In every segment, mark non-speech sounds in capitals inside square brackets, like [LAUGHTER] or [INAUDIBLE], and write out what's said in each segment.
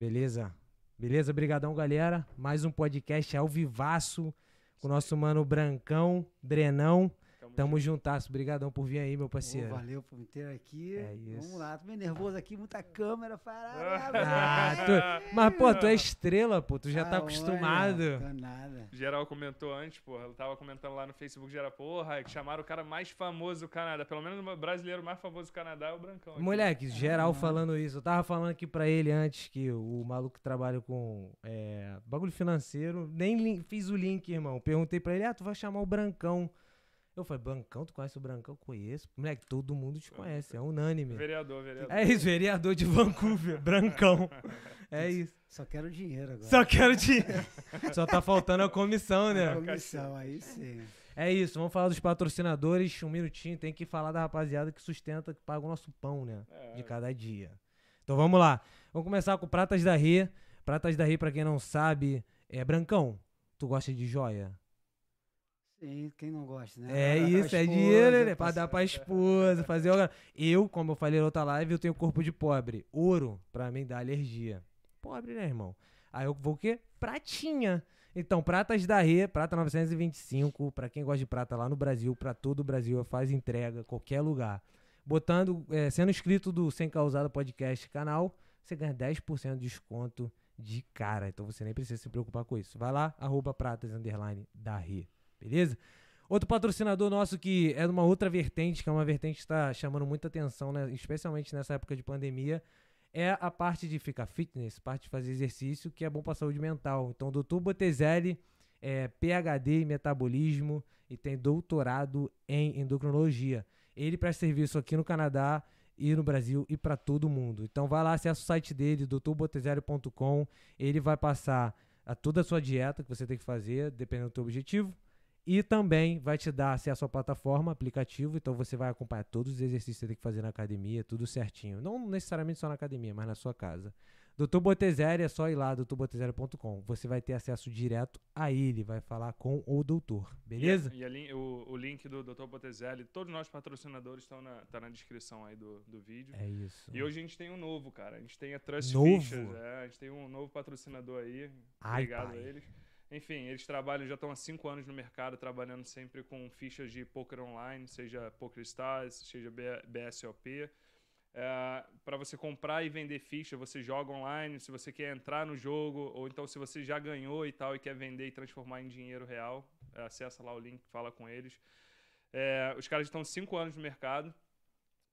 Beleza? Beleza? Brigadão, galera. Mais um podcast ao vivaço com o nosso mano Brancão, Drenão. Tamo juntasso. Brigadão por vir aí, meu Uhum. Ô, parceiro. valeu por me ter aqui. É isso. Vamos lá, tô meio nervoso aqui, muita câmera. Ah, Fará, tu- Mas, pô, tu é estrela, pô. Tu Ah, já tá é, Não acostumado. tô nada. Geral comentou antes, porra. Eu tava comentando lá no Facebook, geral, porra, é que chamaram o cara mais famoso do Canadá. Pelo menos o brasileiro mais famoso do Canadá é o Brancão. aqui. Ah, Moleque, geral falando isso. Eu tava falando aqui pra ele antes que o maluco que trabalha com é, bagulho financeiro. Nem lin- fiz o link, irmão. Perguntei pra ele, ah, tu vai chamar o Brancão. Eu falei, Brancão, tu conhece o Brancão? Conheço. Moleque, todo mundo te conhece, é unânime. Vereador, vereador. É isso, vereador de Vancouver, Brancão. É isso. Só quero dinheiro agora. Só quero dinheiro. Só tá faltando a comissão, né? Comissão, aí sim. É isso, vamos falar dos patrocinadores, um minutinho, tem que falar da rapaziada que sustenta, que paga o nosso pão, né? É. De cada dia. Então vamos lá. Vamos começar com Pratas da Rê. Pratas da Rê, pra quem não sabe, é Brancão. Tu gosta de joia? Sim, quem não gosta, né? É Agora isso, pra é esposa, dinheiro, né? pra é. Pra dar pra esposa, fazer. o- Eu, como eu falei na outra live, eu tenho corpo de pobre. Ouro, pra mim, dá alergia. Pobre, né, irmão? Aí eu vou o quê? Pratinha. Então, pratas da Rê, prata 925, pra quem gosta de prata lá no Brasil, pra todo o Brasil, faz entrega, qualquer lugar. Botando, eh, sendo inscrito do Sem Causada Podcast canal, você ganha 10% de desconto de cara. Então você nem precisa se preocupar com isso. Vai lá, arroba pratas, underline, da Rê. Beleza? Outro patrocinador nosso que é de uma outra vertente, que é uma vertente que está chamando muita atenção, né? especialmente nessa época de pandemia, é a parte de ficar fitness, parte de fazer exercício, que é bom para a saúde mental. Então, o Dr. Botezelli é PhD em metabolismo e tem doutorado em endocrinologia. Ele presta serviço aqui no Canadá e no Brasil e para todo mundo. Então, vai lá, acessa o site dele, drbotezelli.com. Ele vai passar a toda a sua dieta que você tem que fazer, dependendo do seu objetivo. E também vai te dar acesso à plataforma, aplicativo, então você vai acompanhar todos os exercícios que você tem que fazer na academia, tudo certinho. Não necessariamente só na academia, mas na sua casa. Doutor Botezeri é só ir lá, doutorbotezelli.com. Você vai ter acesso direto a ele, vai falar com o doutor, beleza? E, a- e a lin- o, o link do Dr. Botezelli, todos os nossos patrocinadores estão na, tá na descrição aí do, do vídeo. É isso. E hoje a gente tem um novo, cara. A gente tem a Trust Novo? Fishers, é, a gente tem um novo patrocinador aí. Ai, Obrigado pai. a eles. Enfim, eles trabalham, já estão há cinco anos no mercado, trabalhando sempre com fichas de poker online, seja Poker Stars, seja B- BSOP. para É, você comprar e vender ficha, você joga online, se você quer entrar no jogo, ou então se você já ganhou e tal e quer vender e transformar em dinheiro real, é, acessa lá o link, fala com eles. É, os caras estão cinco anos no mercado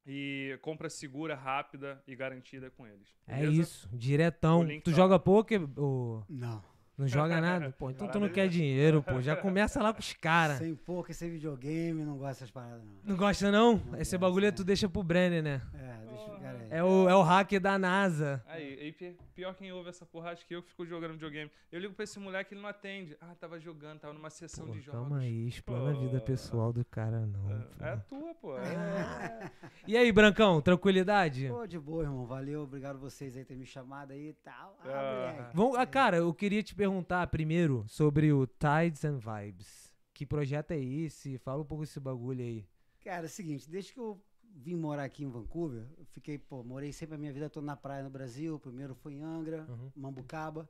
e compra segura, rápida e garantida com eles. É beleza? isso, diretão. O link Tu tá- joga poker, ô, Não. não [LAUGHS] joga nada? Pô, então tu não quer dinheiro, pô. Já começa lá com os caras. Sem poker, sem videogame, não gosto dessas paradas, não. Não gosta não? Não Esse gosto, bagulho aí né? tu deixa pro Brenner, né? É, deixa o cara aí. É o, é o hacker da NASA. Aí, aí, pi- pior quem ouve essa porra, acho que eu que fico jogando videogame. Eu ligo pra esse moleque, ele não atende. Ah, tava jogando, tava numa sessão Pô, de jogos. calma aí, explana a vida Pô. pessoal do cara, não. pô. É, é a tua, pô. É. E aí, Brancão, tranquilidade? Pô, de boa, irmão. Valeu, obrigado vocês aí ter me chamado aí e tal. Ah, Ah. moleque. Vamos, ah, cara, eu queria te perguntar primeiro sobre o Tides and Vibes. Que projeto é esse? Fala um pouco desse bagulho aí. Cara, é o seguinte, desde que eu vim morar aqui em Vancouver, eu fiquei, pô, morei sempre a minha vida toda na praia no Brasil. Primeiro fui em Angra, Uhum. Mambucaba.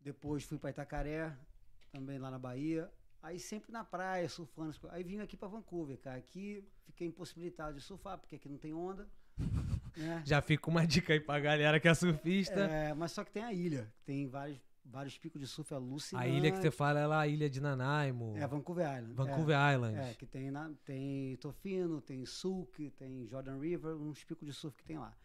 Depois fui pra Itacaré, também lá na Bahia. Aí sempre na praia, surfando. Aí vim aqui pra Vancouver, cara. Aqui fiquei impossibilitado de surfar, porque aqui não tem [LAUGHS] onda. né? Já fica uma dica aí pra galera que é surfista. É, mas só que tem a ilha. Tem vários, vários picos de surf a alucinantes. ilha que você fala é lá a ilha de Nanaimo, É, Vancouver Island. é. Vancouver Island. É, que tem, na, tem Tofino, tem Sulk, tem Jordan River, uns picos de surf que tem lá.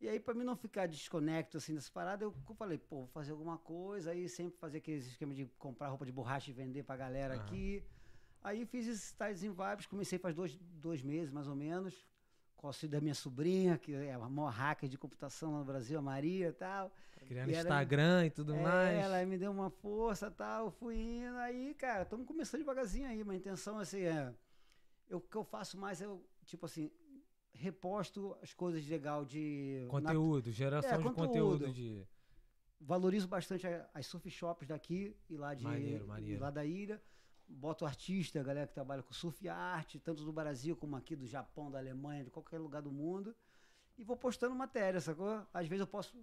E aí, pra mim não ficar desconecto assim dessa parada, eu co- falei, pô, vou fazer alguma coisa, aí sempre fazer aqueles esquema de comprar roupa de borracha e vender pra galera Aham. aqui. Aí fiz esses tais em vibes, comecei faz dois, dois meses mais ou menos, com o auxílio da minha sobrinha, que é a maior hacker de computação lá no Brasil, a Maria e tal. Criando e era- Instagram e tudo É, mais. Ela me deu uma força tal, fui indo. Aí, cara, estamos começando devagarzinho aí, mas a intenção assim, é. Eu, o que eu faço mais é, eu, tipo assim, reposto as coisas legal de. natu- Conteúdo, geração de É, conteúdo. conteúdo de... valorizo bastante a- as surf shops daqui e lá de Maneiro, e maneiro. lá da ilha. Boto artista, galera que trabalha com surf e arte, tanto do Brasil como aqui do Japão, da Alemanha, de qualquer lugar do mundo. E vou postando matéria, sacou? Às vezes eu posso.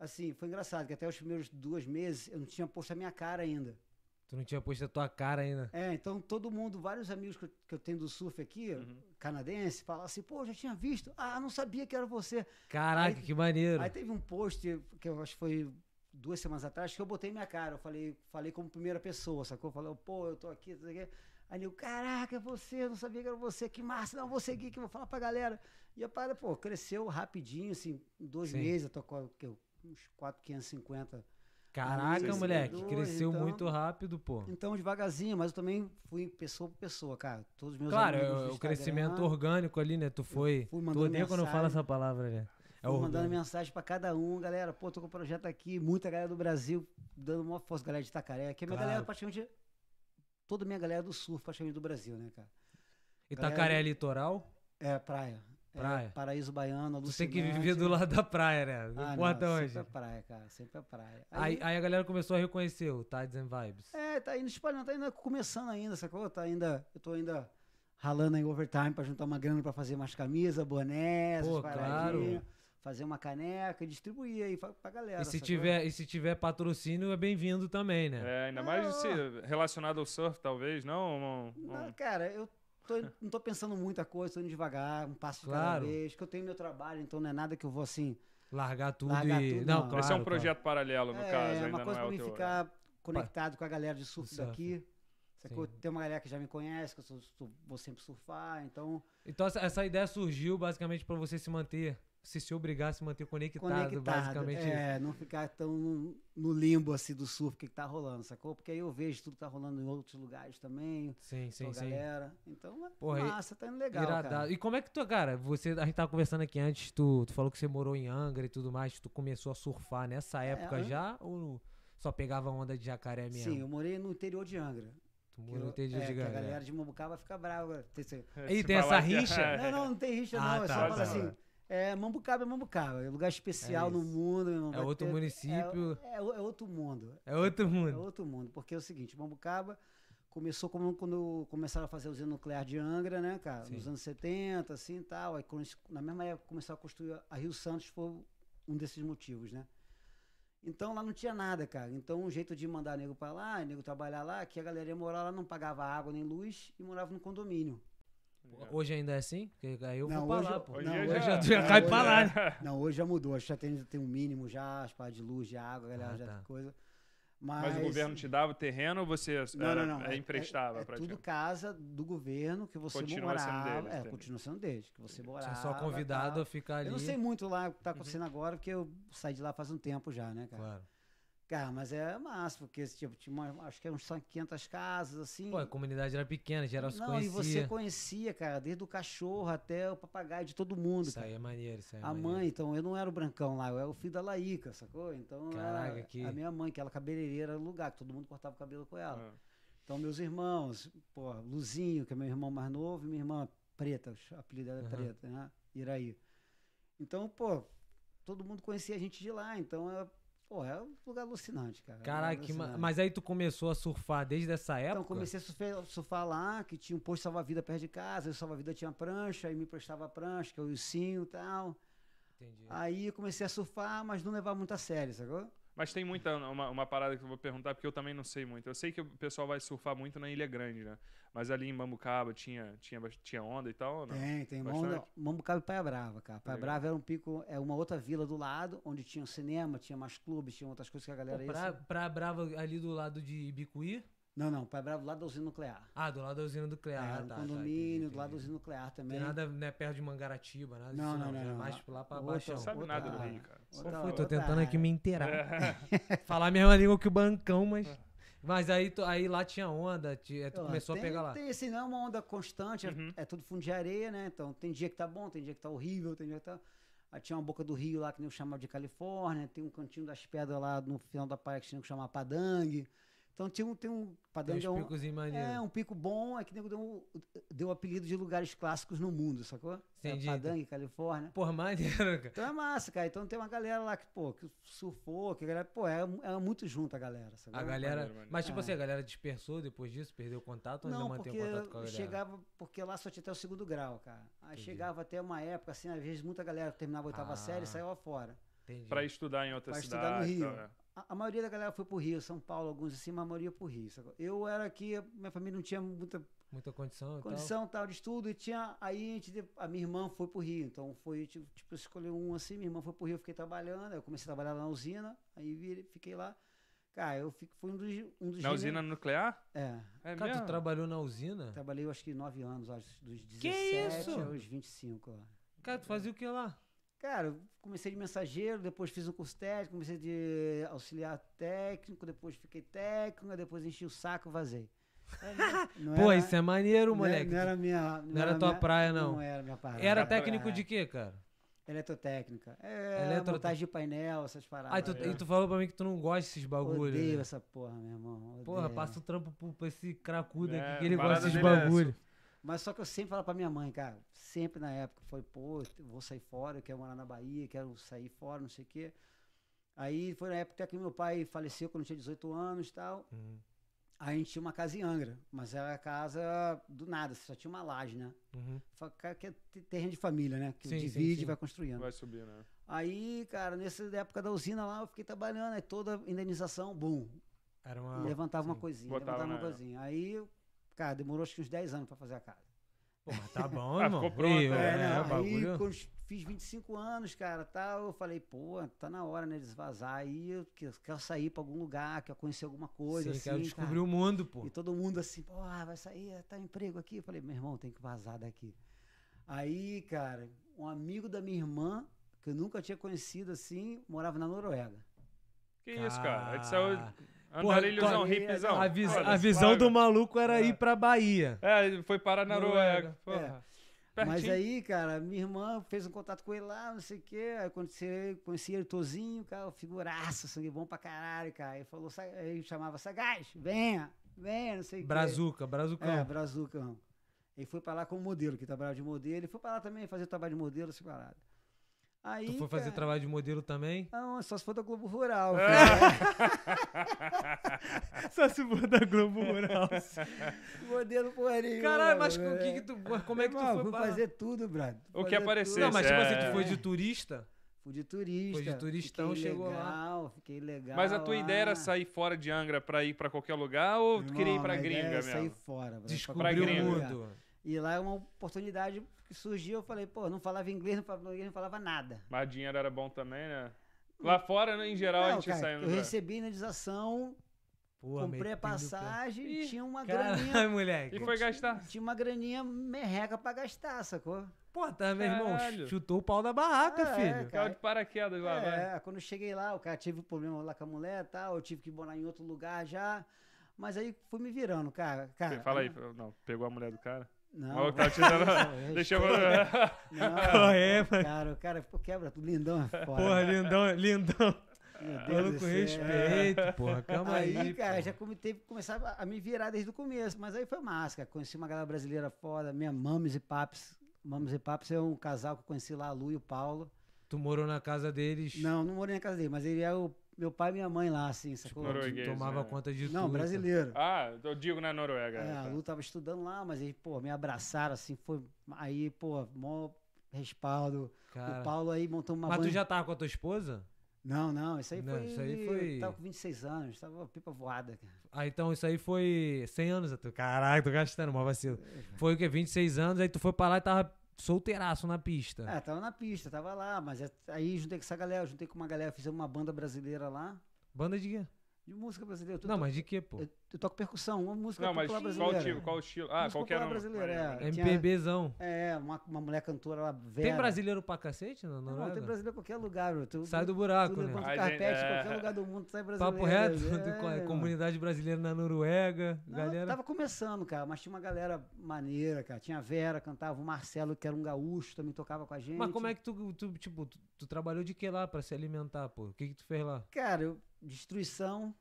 assim, foi engraçado, que até os primeiros dois meses eu não tinha posto a minha cara ainda. Tu não tinha posto a tua cara ainda. É, então todo mundo, vários amigos que eu, que eu tenho do surf aqui, Uhum. canadense, falam assim, pô, já tinha visto. Ah, não sabia que era você. Caraca, Aí- que maneiro. Aí teve um post que eu acho que foi duas semanas atrás que eu botei minha cara. Eu falei, falei como primeira pessoa, sacou? Falei, pô, eu tô aqui, não sei o quê. Aí eu, caraca, é você, eu não sabia que era você, que massa, não, vou seguir, que eu vou falar pra galera. E a parada, pô, cresceu rapidinho, assim, em dois Sim. meses, eu tô com que eu- uns 4,550. Caraca, Aí, moleque. seguidores, Cresceu então. muito rápido, pô. Então, devagarzinho, mas eu também fui pessoa por pessoa, cara. Todos os meus Claro, amigos. do é o Instagram, crescimento orgânico ali, né? Tu foi. fui tu mandando odeia quando eu falo mensagem. essa palavra, né? É Fui mandando orgânico. mensagem pra cada um, galera. Pô, tô com o projeto aqui, muita galera do Brasil dando uma força, galera de Itacaré, que é minha Claro. galera praticamente. Toda minha galera é do surf, praticamente do Brasil, né, cara? Itacaré é litoral? É, praia. É, Praia. paraíso baiano, Tu tem alucinante. que viver do lado da praia, né? Não Ah, importa não, onde. Sempre é praia, cara. Sempre é praia. Aí, aí a galera começou a reconhecer o Tides and Vibes. É, tá indo espalhando, tá ainda começando ainda, sacou? Tá ainda. Eu tô ainda ralando em overtime pra juntar uma grana pra fazer mais camisa, boné, essas Pô, paradinhas, claro. Fazer uma caneca e distribuir aí pra, pra galera. e, se sacou? tiver, e se tiver patrocínio, é bem-vindo também, né? É, ainda mais Ah. se relacionado ao surf, talvez, não? Um- um- Hum. Não, cara, eu tô, não tô pensando muita coisa, tô indo devagar, um passo de cada Claro. vez, que eu tenho meu trabalho, então não é nada que eu vou assim. Largar tudo Largar e. tudo, não, não. claro. Esse é um claro. projeto paralelo, no é, caso, ainda uma coisa não pra é o mim teu. ficar conectado com a galera de surf, Do surf. daqui. Sacou? Sim. Tem uma galera que já me conhece, que eu sou- sou- vou sempre surfar, então. Então essa, essa ideia surgiu basicamente pra você se manter, se se obrigar a se manter conectado, basicamente. isso. É, não ficar tão no, no limbo assim do surf que, que tá rolando, sacou? Porque aí eu vejo tudo que tá rolando em outros lugares também, Sim, sim, sim, sim. galera. Então, é Porra, e- massa, tá indo legal, Irada- cara. E como é que tu, cara, você, a gente tava conversando aqui antes, tu, tu falou que você morou em Angra e tudo mais, tu começou a surfar nessa época an- já ou só pegava onda de jacaré é mesmo? Sim, eu morei no interior de Angra. tu que morou eu- no TG é, de né? que a Angra. galera de Mambucaba fica brava. agora. Tem que- Ih, É, Se tem essa falar que- rixa? [LAUGHS] Não, não, não tem rixa, Ah, não. É só tá, falar tá. assim. É, Mambucaba é Mambucaba, é lugar especial É no isso. mundo, meu irmão. É vai outro ter- município, É, é o- é outro mundo. é, outro É mundo. outro mundo, porque é o seguinte, Mambucaba começou como quando começaram a fazer usina nuclear de Angra, né, cara? Sim. Nos anos 70, assim e tal. Aí quando, eles- na mesma época começaram a construir a Rio Santos foi um desses motivos, né? Então lá não tinha nada, cara. Então um jeito de mandar nego pra lá, nego trabalhar lá, que a galera ia morar lá, não pagava água nem luz e morava no condomínio. Hoje ainda é assim? Porque aí eu Não, vou hoje- pra lá, pô. Hoje Não, em hoje dia já- já cai hoje pra lá, né? já- Não, hoje já mudou, acho que já tem, tem um mínimo já, as paradas de luz, de água, a galera Ah, já tá. coisa. Mas o governo te dava o terreno ou você Não, era- não, não. é, emprestava É, é pra tudo casa do governo que você Continua sendo morava. deles, é, entendi. continua sendo deles, que você morava. Você é só convidado tal. a ficar ali. Eu não sei muito lá o Uhum. que tá acontecendo agora, porque eu saí de lá faz um tempo já, né, cara? Claro. Cara, mas é massa, porque tipo, tinha uma- acho que eram só 500 casas, assim. Pô, é a comunidade era pequena, já era se não, e você é conhecia. conhecia, cara, desde o cachorro até o papagaio de todo mundo. Isso cara. aí é maneiro, isso aí é A maneiro. mãe, então, eu não era o brancão lá, eu era o filho da Laíca, sacou? Então, Caraca, era que- a minha mãe, que ela cabeleireira, era o lugar que todo mundo cortava o cabelo com ela. Ah. Então, meus irmãos, pô, Luzinho, que é meu irmão mais novo, e minha irmã Preta, o apelido dela é Aham. Preta, né? Iraí. Então, pô, todo mundo conhecia a gente de lá, então é, pô, é um lugar alucinante, cara. é um lugar Caraca, que ma- alucinante. mas aí tu começou a surfar desde essa época? Então, comecei a surfe- surfar lá, que tinha um posto de salva-vida perto de casa, e o salva-vida tinha prancha, aí me prestava a prancha, que é o Ilcinho e tal. Entendi. Aí eu comecei a surfar, mas não levava muito a sério, sacou? Mas tem muita uma, uma parada que eu vou perguntar, porque eu também não sei muito. Eu sei que o pessoal vai surfar muito na Ilha Grande, né? Mas ali em Mambucaba tinha, tinha, bast- tinha onda e tal, ou não? Tem, tem. Bastante? Mambo- Mambucaba e Praia Brava, cara. Praia Legal. Brava era um pico, é uma outra vila do lado, onde tinha um cinema, tinha mais clubes, tinha outras coisas que a galera Pô, ia. pra, assim. pra Brava ali do lado de Ibicuí? Não, não, Praia Brava do lado da usina nuclear. Ah, do lado da usina nuclear. É, ah, um tá, tá, entendi, condomínio, do lado da entendi. usina nuclear Não tem também. nada né, perto de Mangaratiba, nada Não, disso, não, já não, é não. mais lá pra Outra- baixo. Não sabe outra nada do área, Rio, cara. Só outra fala. Foi, tô outra tentando aqui área. me inteirar. É. [LAUGHS] Falar a mesma língua que o bancão, mas. Mas aí, tu- aí lá tinha onda, ti- aí tu Ó, começou tem, a pegar lá. Tem, assim, não é uma onda constante, é- Uhum. é, tudo fundo de areia, né? Então tem dia que tá bom, tem dia que tá horrível, tem dia que tá. Aí tinha uma boca do rio lá que nem chamava de Califórnia, tem um cantinho das pedras lá no final da praia que tinha que chamar Padangue. Então tinha um. Tem um Tem Padangue uns é um, picozinhos maneiros. é um pico bom, é que nego deu, um- deu o apelido de lugares clássicos no mundo, sacou? É Entendi. Padangue, Califórnia. Porra, maneiro, cara. Então é massa, cara. Então tem uma galera lá que, pô, que surfou, que a galera, pô, é, é muito junto a galera, sacou? A galera. maneiro, maneiro. Mas tipo É. assim, a galera dispersou depois disso, perdeu o contato ou ainda Não, mantém porque o contato com a galera? chegava, porque lá só tinha até o segundo grau, cara. Aí Entendi. chegava até uma época, assim, às vezes muita galera terminava a oitava Ah. série e saiu lá fora. Entendi. Pra estudar em outra Pra estudar no cidade. e tal, Rio. é. A, a maioria da galera foi pro Rio, São Paulo, alguns assim, mas a maioria pro Rio. sacou? Eu era aqui, minha família não tinha muita Muita condição e condição tal de estudo e tinha aí a, gente, de- a minha irmã foi pro Rio então foi tipo, tipo eu escolhi um assim minha irmã foi pro Rio eu fiquei trabalhando eu comecei a trabalhar lá na usina aí vi- fiquei lá cara eu fico, fui um dos um dos Na usina rene- nuclear? é É tal. Cara, mesmo? tu trabalhou na usina? trabalhei eu acho que nove anos acho, dos Que 17 isso? aos 25 lá Cara, tu fazia o que lá? Cara, eu comecei de mensageiro, depois fiz um curso técnico, comecei de auxiliar técnico, depois fiquei técnico, aí depois enchi o saco [LAUGHS] e vazei. Não Pô, era- isso é maneiro, não moleque. Era, não era minha. não era tua praia, não. Não é- era minha parada. Era Ah, técnico é. de quê, cara? Eletrotécnica. É, Eletrote- montagem de painel, essas paradas. Ah, e tu, é. e tu falou pra mim que tu não gosta desses bagulhos. Odeio Né? essa porra, meu irmão. Odeio. Porra, passa um- o trampo pro- pra esse cracudo É, aqui que ele parada gosta desses dele é bagulhos. Mas só que eu sempre falava pra minha mãe, cara, sempre na época, foi, pô, eu vou sair fora, eu quero morar na Bahia, eu quero sair fora, não sei o quê. Aí foi na época até que meu pai faleceu quando eu tinha 18 anos e tal. Uhum, Aí a gente tinha uma casa em Angra, mas era casa do nada, só tinha uma laje, né? uhum. Fa- ca- Que é te- terreno de família, né? Que Sim, sim, divide sim. e vai construindo. Vai subir, né? Aí, cara, nessa época da usina lá, eu fiquei trabalhando, aí toda indenização, bum, Era E uma. levantava uma Ah, sim. coisinha, Botava levantava uma na- coisinha. Aí, cara, demorou acho que uns 10 anos pra fazer a casa. Pô, mas tá bom, [LAUGHS] Ah, irmão. ficou pronto, Ih, né? É, é, não, o bagulho. aí quando fiz 25 anos, cara, tal, eu falei, pô, tá na hora, né, de desvazar. Aí eu que- quero sair pra algum lugar, quero conhecer alguma coisa, Sim, assim, quero cara. descobrir um o mundo, pô. E todo mundo assim, pô, ah, vai sair, tá um emprego aqui. Eu falei, meu irmão, tem que vazar daqui. Aí, cara, um amigo da minha irmã, que eu nunca tinha conhecido assim, morava na Noruega. Que isso, cara? É A gente saiu. Porra, Andarilhozão, tu- hipzão. A, vis- Foda-se, a visão sabe? do maluco era ir pra Bahia. É, ele foi parar na Noruega. Noruega. Porra. É. Mas Pertinho. aí, cara, minha irmã fez um contato com ele lá, não sei o quê. Aí conheci, ele- conheci ele tozinho, cara, figuraça, sangue bom pra caralho, cara. Aí falou, "Sa- aí chamava Sagaz, venha, venha, não sei o quê. Brazuca, Brazucão. É, Brazucão. Ele foi pra lá como modelo, que trabalhava de modelo. Ele foi pra lá também fazer trabalho de modelo, essa parada. Aí, tu foi fazer É. cara, trabalho de modelo [LAUGHS] também? Não, só se for da Globo Rural. Só se for da Globo [LAUGHS] Rural. filho. Modelo porrinho. Caralho, mas com o que que tu, mas como é que tu foi Fui pra lá? né? fazer tudo, brother. O que Fazer aparecesse, tudo. Não, mas tipo É. assim, tu foi de turista? Fui de turista. Foi de turistão, fiquei chegou lá. legal, Fiquei legal. Mas a tua ideia era lá. sair fora de Angra pra ir pra qualquer lugar ou tu Irmão, queria ir pra a ideia gringa era sair mesmo? fora. brother, pra Descobriu gringa. o qualquer lugar. mundo. E lá é uma oportunidade que surgiu. Eu falei, pô, não falava inglês, não falava inglês, não falava nada. Mas dinheiro era bom também, né? Lá fora, né, em geral, a Hum. Não, gente cara, saiu eu no recebi indenização, Pô, comprei meio a pinduca. passagem, Ih, tinha [LAUGHS] uma graninha. Caralho, moleque. E foi gastar. Tinha uma graninha merreca pra gastar, sacou? Pô, tá, meu irmão, Caralho. chutou o pau da barraca, Ah, é, filho. cara. Caiu de paraquedas lá, vai. É, quando eu cheguei lá, o cara teve um problema lá com a mulher e tal, eu tive que morar em outro lugar já. Mas aí fui me virando, cara. cara Fala aí, a- não, pegou a mulher do cara? Não. Maluco tava tá te [LAUGHS] dando- não, Deixa eu. respeita. Qual Não, é, mano? cara, o cara pô, quebra tudo, lindão é foda. Porra, lindão, lindão. Meu Deus Falando do com céu. respeito, porra. Calma É. aí. Aí, cara, pô. já come- teve que começar a- a me virar desde o começo. Mas aí foi máscara. Conheci uma galera brasileira foda, minha Mames e Paps. Mames e Paps é um casal que eu conheci lá, a Lu e o Paulo. Tu morou na casa deles, Não, não morei na casa dele, mas ele é o meu pai e minha mãe lá, assim, sacou? norueguês, tomava né? conta de tudo. Não, brasileiro. [LAUGHS] Ah, eu digo na Noruega. É, né, a tá. Lu tava estudando lá, mas aí, pô, me abraçaram, assim, foi. Aí, pô, mó respaldo. Cara. O Paulo aí montou uma Mas tu banda- já tava com a tua esposa? Não, não, isso aí Não, foi. isso aí foi- Tava com 26 anos, tava pipa voada, cara. Ah, então isso aí foi 100 anos. atrás. Caraca, tô gastando, mó vacilo. Foi o quê? 26 anos, aí tu foi pra lá e tava solteiraço na pista. É, tava na pista, tava lá, mas é- aí juntei com essa galera, juntei com uma galera, fizemos uma banda brasileira lá, Banda de quê? de música brasileira. Eu, Não, to- mas de quê, pô? eu, eu toco percussão, uma música Não, mas popular qual brasileira. tipo? Qual o estilo? Ah, Música qualquer popular um. brasileira, Maneiro, é. né? tinha- MPBzão. É, uma, uma mulher cantora lá, velha. Tem brasileiro pra cacete na Não, Noruega? tem brasileiro em qualquer lugar, bro. Tu, é, Sai do tu buraco, levanta né? o Ai, carpete, gente, é. qualquer lugar do mundo sai brasileiro. Papo reto, [LAUGHS] é, do- meu irmão. comunidade brasileira na Noruega, Não, galera. Tava começando, cara, mas tinha uma galera maneira, cara. Tinha a Vera, cantava, o Marcelo, que era um gaúcho, também tocava com a gente. Mas como é que tu, tu, tipo, tu, tu trabalhou de que lá pra se alimentar, pô? O que que tu fez lá? Cara, eu- destruição.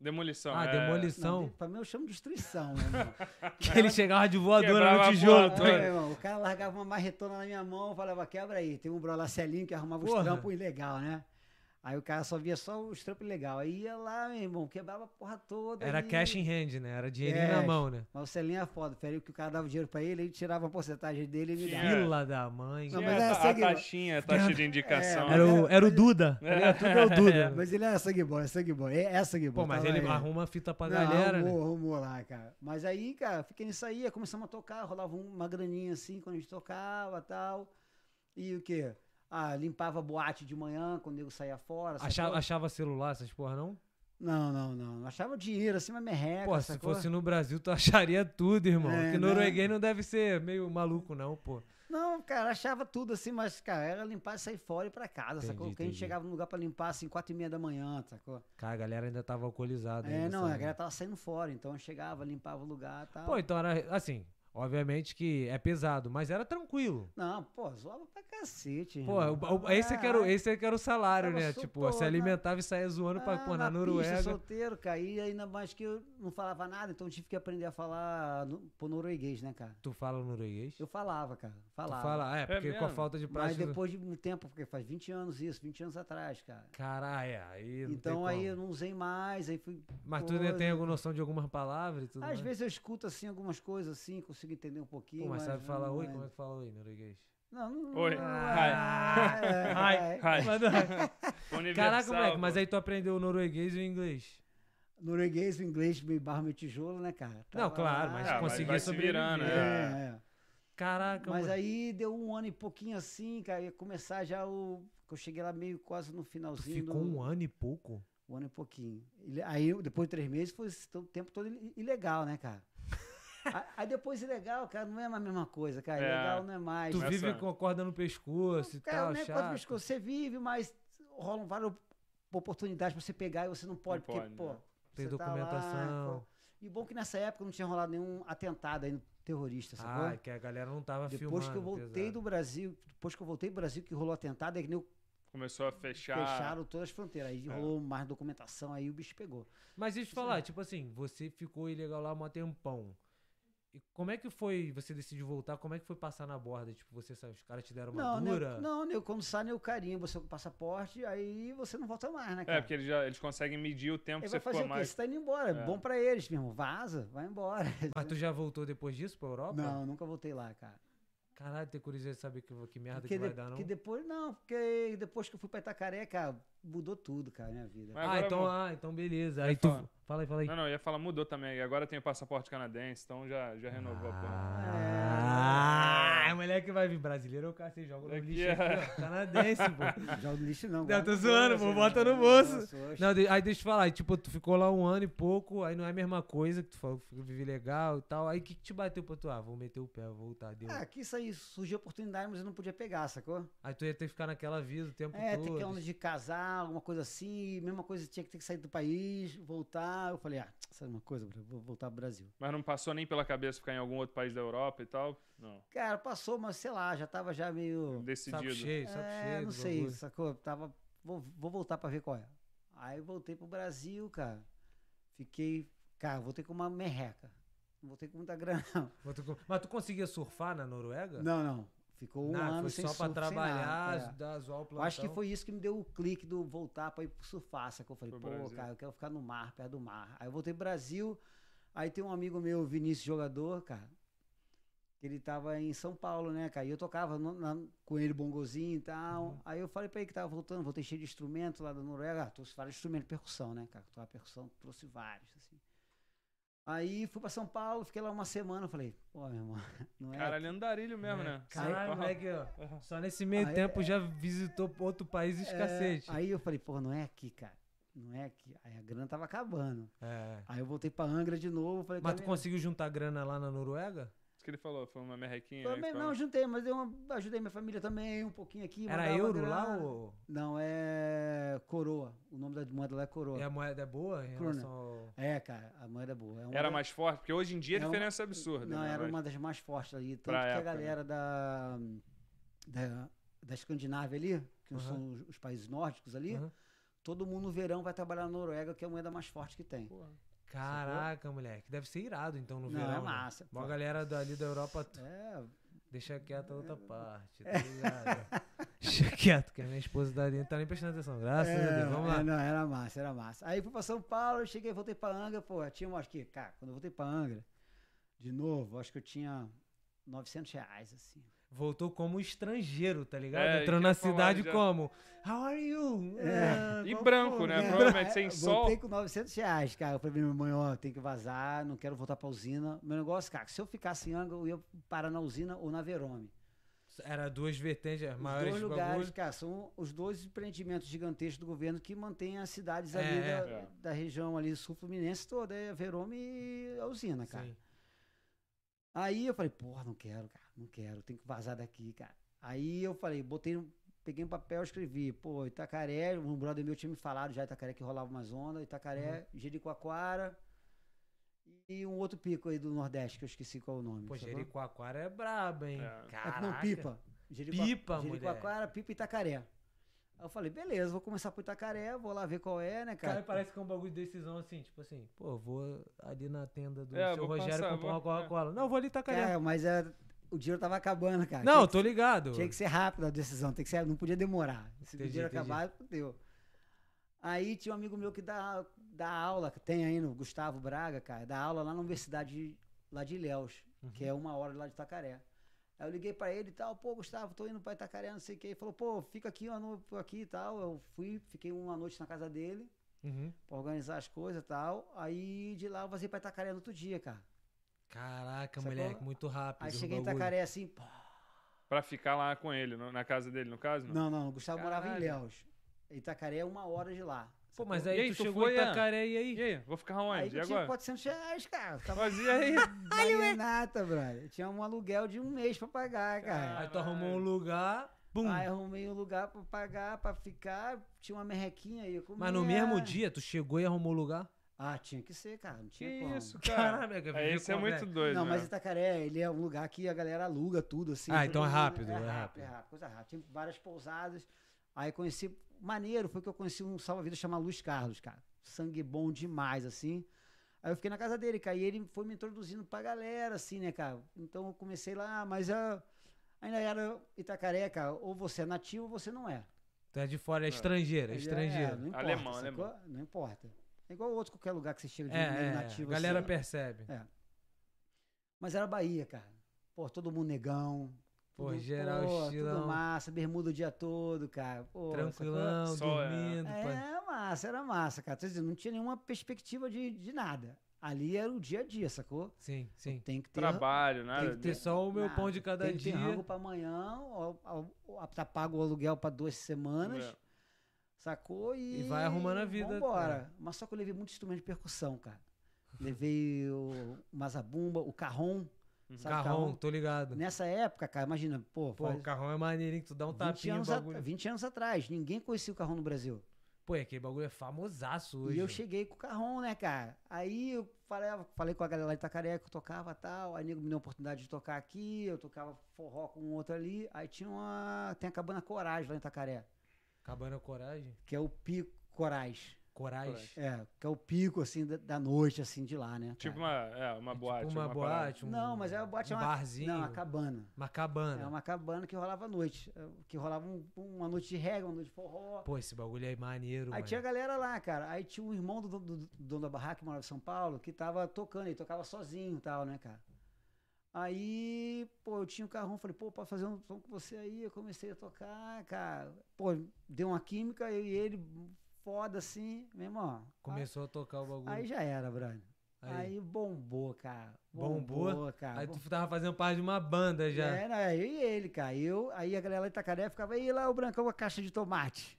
Demolição. ah, é. demolição. Não, de- pra mim eu chamo de destruição, meu irmão. [LAUGHS] Que ele chegava de voadora Quebrava no a é. tijolo. porta. tu- Aí, Antônio. meu irmão, o cara largava uma marretona na minha mão, falava, quebra aí. Tem um brother lá, Celinho, que arrumava Porra. os trampos ilegal, né? Aí o cara só via só o trampo legal. Aí ia lá, meu irmão, quebrava a porra toda. Era e- cash in hand, né? Era dinheirinho na Cash. mão, né? Mas o Celinho é foda. Peraí, que o cara dava o dinheiro pra ele, ele tirava a porcentagem dele e me Tinha- [LAUGHS] dava. Fila da mãe. Não, Tinha cara. mas a, é ta- a sangue- taxinha, a taxa de indicação. Era o, era o Duda. É. Tudo é o Duda. né? Mas ele era sangue bom, é sangue bom. É, é sangue bom. Pô, mas tá ele lá, é. arruma a fita pra Não, galera, né? arrumou, arrumou lá, cara. Mas aí, cara, fiquei nisso aí, aí começamos a tocar, rolava um- uma graninha assim quando a gente tocava tal. E o quê? Ah, limpava a boate de manhã quando o nego saía fora. sacou? Achava, achava celular, essas porra, não? Não, não, não. Achava dinheiro assim, mas merreca. Pô, se sacou? fosse no Brasil, tu acharia tudo, irmão. É, que não. norueguês não deve ser meio maluco, não, pô. Não, cara, achava tudo assim, mas, cara, era limpar, sair fora e ir pra casa, Entendi, sacou? Porque a gente entendi. chegava num lugar pra limpar assim, quatro e meia da manhã, sacou? Cara, a galera ainda tava alcoolizada. É, ainda, não, a sabe? galera tava saindo fora, então eu chegava, limpava o lugar e tal. Pô, então era assim. Obviamente que é pesado, mas era tranquilo. Não, pô, zoava pra cacete. Pô, irmão. o- o- esse, é que era, o- Caraca. esse é que era o salário, Tava né? su- Tipo, pô, se na- alimentava e saía zoando pra, Ah, pô, na, pista, Noruega. solteiro, cara. E ainda mais que eu não falava nada, então eu tive que aprender a falar no, pro norueguês, né, cara? Tu fala norueguês? Eu falava, cara. Tu Falava. fala, é, porque com a mesmo? falta de Mas prática. do- depois de um tempo, porque faz 20 anos isso, 20 anos atrás, cara. Caralho, é, aí. não tem Então aí como. eu não usei mais, aí fui. Mas tu ainda tem coisa. alguma noção de algumas palavras e tudo Às mais? vezes eu escuto assim algumas coisas assim, consigo entender um pouquinho. Pô, mas sabe não- falar não oi? é- Como é que fala oi, em [LAUGHS] norueguês? Não, não. é. Oi. não- Hi. Ah, é, é. Hi. Manda- Universal, Caraca, moleque, pô. mas é aí tu aprendeu o norueguês e o inglês. Norueguês, o inglês, meio barro, meu tijolo, né, cara? Não, Tava claro, lá. mas Ah, mas conseguia vai se sobreviver. virando, né? É, é. Caraca, Mas mano. aí deu um ano e pouquinho assim, cara, ia começar já o. que Eu cheguei lá meio quase no Tu finalzinho. ficou do, um ano e pouco? um ano e pouquinho. Ele- Aí eu- depois de três meses foi esse to- tempo todo i- ilegal, né, [LAUGHS] cara? A- aí depois ilegal, cara, não é mais a mesma coisa, cara. É. Ilegal não é mais. Tu Começa- vive com a corda no pescoço e cara, tal, não é quase chato. pescoço. Você vive, mas rolam várias op- oportunidades pra você pegar e você não pode, porque, pode, né? pô. Tem você tá lá, documentação. pô. e bom que nessa época não tinha rolado nenhum atentado aí terrorista, sacou? Ah, que a galera não tava filmando. Depois que eu voltei pesado. do Brasil, depois que eu voltei do Brasil, que rolou atentado, é que nem eu- Começou a fechar. fecharam todas as fronteiras. Aí É. rolou mais documentação, aí o bicho pegou. Mas deixa eu te falar, tipo assim, você ficou ilegal lá um tempão. E como é que foi, você decidiu voltar, como é que foi passar na borda? Tipo, você sabe, os caras te deram uma Não, dura? né, não, né, quando sai né, o carimbo, seu passaporte, aí você não volta mais, né, cara? É, porque eles, já, eles conseguem medir o tempo que Aí vai você fazer o ficou quê? mais. Você tá indo embora. É. É. Bom pra eles, meu irmão. Vaza, vai embora. Mas tu já voltou depois disso pra Europa? Não, nunca voltei lá, cara. Caralho, ter curiosidade de saber que, que merda Porque, que vai de- dar, não? porque depois, não, porque depois que eu fui pra Itacaré, cara, mudou tudo, cara, minha vida. Mas Ah, agora então, mu- ah, então beleza. Aí tu... falar. Fala aí, fala aí. Não, não, eu ia falar, mudou também. E agora tem o passaporte canadense, então já, já renovou a porra. Ah, moleque vai vir brasileiro, o cara se joga no Aqui lixo é- aqui, ó, canadense, [LAUGHS] pô. Joga no lixo, não. Não, guarda tô no zoando, pô, bolso, bota no né? bolso. Nossa, oxe. Não, de- aí deixa eu falar, aí, tipo, tu ficou lá um ano e pouco, aí não é a mesma coisa, que tu falou que vive legal e tal, aí o que, que te bateu pra tu, ah, vou meter o pé, vou voltar, deu. Ah, que isso aí surgiu oportunidade, mas eu não podia pegar, sacou? Aí tu ia ter que ficar naquela vida o tempo É, tem que todo. onda de casar, alguma coisa assim, mesma coisa, tinha que ter que sair do país, voltar. Eu falei, ah, sabe uma coisa, Bruno? vou voltar pro Brasil. Mas não passou nem pela cabeça ficar em algum outro país da Europa e tal? Não. Cara, passou, mas sei lá, já tava já meio. Saco Decidido. cheio, saco é, cheio. não do sei, bagulho. sacou? Tava, vou, vou voltar pra ver qual é. Aí voltei pro Brasil, cara. Fiquei, cara, voltei com uma merreca. Não voltei com muita grana, não. Mas tu, mas tu conseguia surfar na Noruega? Não, não. Ficou um Nada, ano foi sem só pra surf, sem trabalhar, nada, é. z- dar zoar o Eu plantão. acho que foi isso que me deu o clique do voltar pra ir pro surfar, sacou? Eu falei, Pro pô, Brasil. cara, eu quero ficar no mar, perto do mar. Aí eu voltei pro Brasil, aí tem um amigo meu, Vinícius Jogador, cara, que ele tava em São Paulo, né, cara? E eu tocava no- na- com ele bongozinho e tal. Aí eu falei pra ele que tava voltando, voltei cheio de instrumento lá da Noruega. Ah, trouxe vários instrumentos, percussão, né, cara? Tocava percussão, trouxe vários, assim. Aí fui pra São Paulo, fiquei lá uma semana, falei, pô, meu irmão, [LAUGHS] não né? é Caralho, andarilho mesmo, né? Caralho, Sim. moleque, ó, só nesse meio Aí- tempo já visitou outro país e os É, cacete. Aí eu falei, pô, não é aqui, cara. Não é aqui. Aí a grana tava acabando. É. Aí eu voltei pra Angra de novo. Falei, Mas cara, tu conseguiu juntar grana lá na Noruega? Isso que ele falou, foi uma merrequinha. minha- né, também que não, falou. juntei, mas eu uma- ajudei minha família também, um pouquinho aqui. então. Era mandava euro lá grana. ou... Não, é coroa. O nome da moeda lá E é a coroa. moeda é boa em Krona. relação ao... É, cara, a moeda é boa. É uma Era da- mais forte, porque hoje em dia a É uma- diferença é absurda. Não, né? era Mas- uma das mais fortes ali. Tanto Pra que a época, né? galera da, da, da Escandinávia ali, que Aham. são os, os países nórdicos ali, Aham. todo mundo no verão vai trabalhar na Noruega, que é a moeda mais forte que tem. Porra. Caraca, moleque. Deve ser irado, então, no Não, verão. é né? massa, Mó pô. galera dali da Europa tu- É, deixa quieta a outra parte, tá ligado? [LAUGHS] Deixa quieto, que a minha esposa tá ali, não tá nem prestando atenção. Graças a É, Deus. Vamos lá. é, não, era massa, era massa. Aí fui pra São Paulo, cheguei, voltei pra Angra, porra, tinha, acho que, cara, quando eu voltei pra Angra, de novo, acho que eu tinha 900 reais, assim. Voltou como estrangeiro, tá ligado? É, Entrou eu na ia falar cidade já. como? How are you? Ah, E qual branco, foi? né? É. Provavelmente sem Eu sol. Voltei com 900 reais, cara. Eu falei pra minha mãe, ó, tem que vazar, não quero voltar pra usina. Meu negócio, cara, se eu ficasse em Angra, eu ia parar na usina ou na Verome. Era duas vertentes, as Os maiores dois É bagulho. lugares, cara, são os dois empreendimentos gigantescos do governo que mantêm as cidades ali É, da, é. da região ali sul-fluminense toda, é Verome e a usina, cara. Sim. Aí eu falei, porra, não quero, cara, não quero, tenho que vazar daqui, cara. Aí eu falei, botei, um- peguei um papel, escrevi, pô, Itacaré, um brother meu tinha me falado já Itacaré que rolava uma zona, Itacaré, Uhum. Jericoacoara e um outro pico aí do Nordeste, que eu esqueci qual é o nome. Pô, sacou? Jericoacoara é braba, hein? É. Ah, Caraca. Não, Pipa. Jericua- Pipa, mulher. Jericoacoara, Pipa e Itacaré. Aí eu falei, beleza, vou começar por Itacaré, vou lá ver qual é, né, Cara, cara? parece que é um bagulho de decisão assim, tipo assim, pô, vou ali na tenda do É, seu vou Rogério passar, comprar uma vou- é. Coca-Cola. Não, vou ali tacar Cara, mas é, o dinheiro tava acabando, cara. Não, Tinha que tô ligado. Tinha que ser rápida a decisão, tem que ser, não podia demorar. Se o Entendi, dinheiro entendi. acabar, fudeu. Aí tinha um amigo meu que dá, dá aula, que tem aí no Gustavo Braga, cara, dá aula lá na universidade lá de Ilhéus, que Uhum. é uma hora lá de Itacaré. Aí eu liguei pra ele e tal, pô, Gustavo, tô indo pra Itacaré, não sei o que. Ele falou, pô, fica aqui, uma noite aqui e tal. Eu fui, fiquei uma noite na casa dele Uhum. pra organizar as coisas e tal. Aí de lá eu vazei pra Itacaré no outro dia, cara. Caraca, Sacou? moleque, muito rápido. Aí o cheguei em é um bagulho. Itacaré assim, pô, Pra ficar lá com ele, no- na casa dele, no caso? Não. Não, não, o Gustavo morava em Caralho. Léus. Itacaré é uma hora de lá. Pô, sacou? mas E aí, aí, tu, tu chegou foi, em é? Itacaré e aí? E aí, vou ficar Aí onde? que E eu tinha agora? 400 reais, cara. Tava Mas e [LAUGHS] aí? marinata, brother. Eu Tinha um aluguel de um mês pra pagar, cara. Aí tu arrumou um lugar, pum. Aí arrumei um lugar pra pagar, pra ficar. Tinha uma merrequinha aí. eu comia. Mas no é. mesmo dia, tu chegou e arrumou um lugar? Ah, tinha que ser, cara. Não Que tinha como. isso, Caralho, cara? moleque, É, esse é como, muito né? doido, Não, né? mas Itacaré, ele é um lugar que a galera aluga tudo, assim. Ah, todo então é mundo- rápido, é É rápido, rápido. é rápido, coisa rápida. Tinha várias pousadas. Aí conheci. Maneiro, foi que eu conheci um salva-vidas chamado Luiz Carlos, cara. Sangue bom demais, assim. Aí eu fiquei na casa dele, cara. E ele foi me introduzindo pra galera, assim, né, cara? Então eu comecei lá, mas ah, ainda era Itacaré, cara. Ou você é nativo ou você não é. Tu é de fora, é estrangeiro, é É, estrangeiro. não importa. Alemão, sacou? alemão. Não importa. É igual outro qualquer lugar que você chega É, de meio é, nativo a galera assim. percebe. Mas era Bahia, cara. Pô, todo mundo negão. Pô, tudo- geral, pô, estilão. Tudo massa, bermuda o dia todo, cara. Pô, Tranquilão, sacou? Só é. dormindo. sacou? pai. É, massa, era massa, cara. Quer dizer, não tinha nenhuma perspectiva de, de nada. Ali era o dia a dia, sacou? Sim, sim. Tem que ter. Trabalho, né? nada. Tem que ter disso. só o meu nada. pão de cada Tem que ter dia. rango pra amanhã, ó, ó, ó, tá pago o aluguel pra duas semanas. É. Sacou? E, E vai arrumando a vida, Vambora. Mas só que eu levei muito instrumento de percussão, cara. Levei o mazabumba, o carrom. Uhum. sabe Carrão, tô ligado. Nessa época, cara, imagina, pô, Pô, Né, faz o carrão é maneirinho, tu dá um 20, tapinha no anos at- bagulho. 20 anos atrás, ninguém conhecia o carrão no Brasil. Pô, é aquele bagulho é famosaço hoje. E eu mano. cheguei com o carrão, né, cara? Aí eu falei, ah, falei com a galera lá de Itacaré que eu tocava e tal, aí nego me deu a oportunidade de tocar aqui, eu tocava forró com um outro ali, aí tinha uma, tem a Cabana Corais lá em Itacaré, Cabana Coragem? que é o pico Corais, Coragem. Coragem. é, que é o pico, assim, da, da noite, assim, de lá, né? cara? Tipo uma, é, uma boate. Tipo uma, parada. [LAUGHS] boate, um, Não, mas é uma boate, um é uma- barzinho. Não, a cabana. Uma cabana. É uma cabana que rolava à noite, é, que rolava um- uma noite de reggae, uma noite de forró, Pô, esse bagulho é maneiro, Aí mano. tinha a galera lá, cara. Aí tinha um irmão do, do, do dono da barraca que morava em São Paulo que tava tocando, ele tocava sozinho e tal, né, cara? Aí, pô, eu tinha um carrão, falei, pô, pode fazer um som com você aí? Eu comecei a tocar, cara. Pô, deu uma química, eu e ele, foda assim, meu irmão. Começou a tocar o bagulho. Aí Aí, já era, Brian. Aí, bombou, cara. Bombou? cara. Aí tu tava fazendo parte de uma banda já. É, não, é eu e ele, cara. Eu, aí a galera lá de Itacaré ficava, e lá é o Brancão com a caixa de tomate.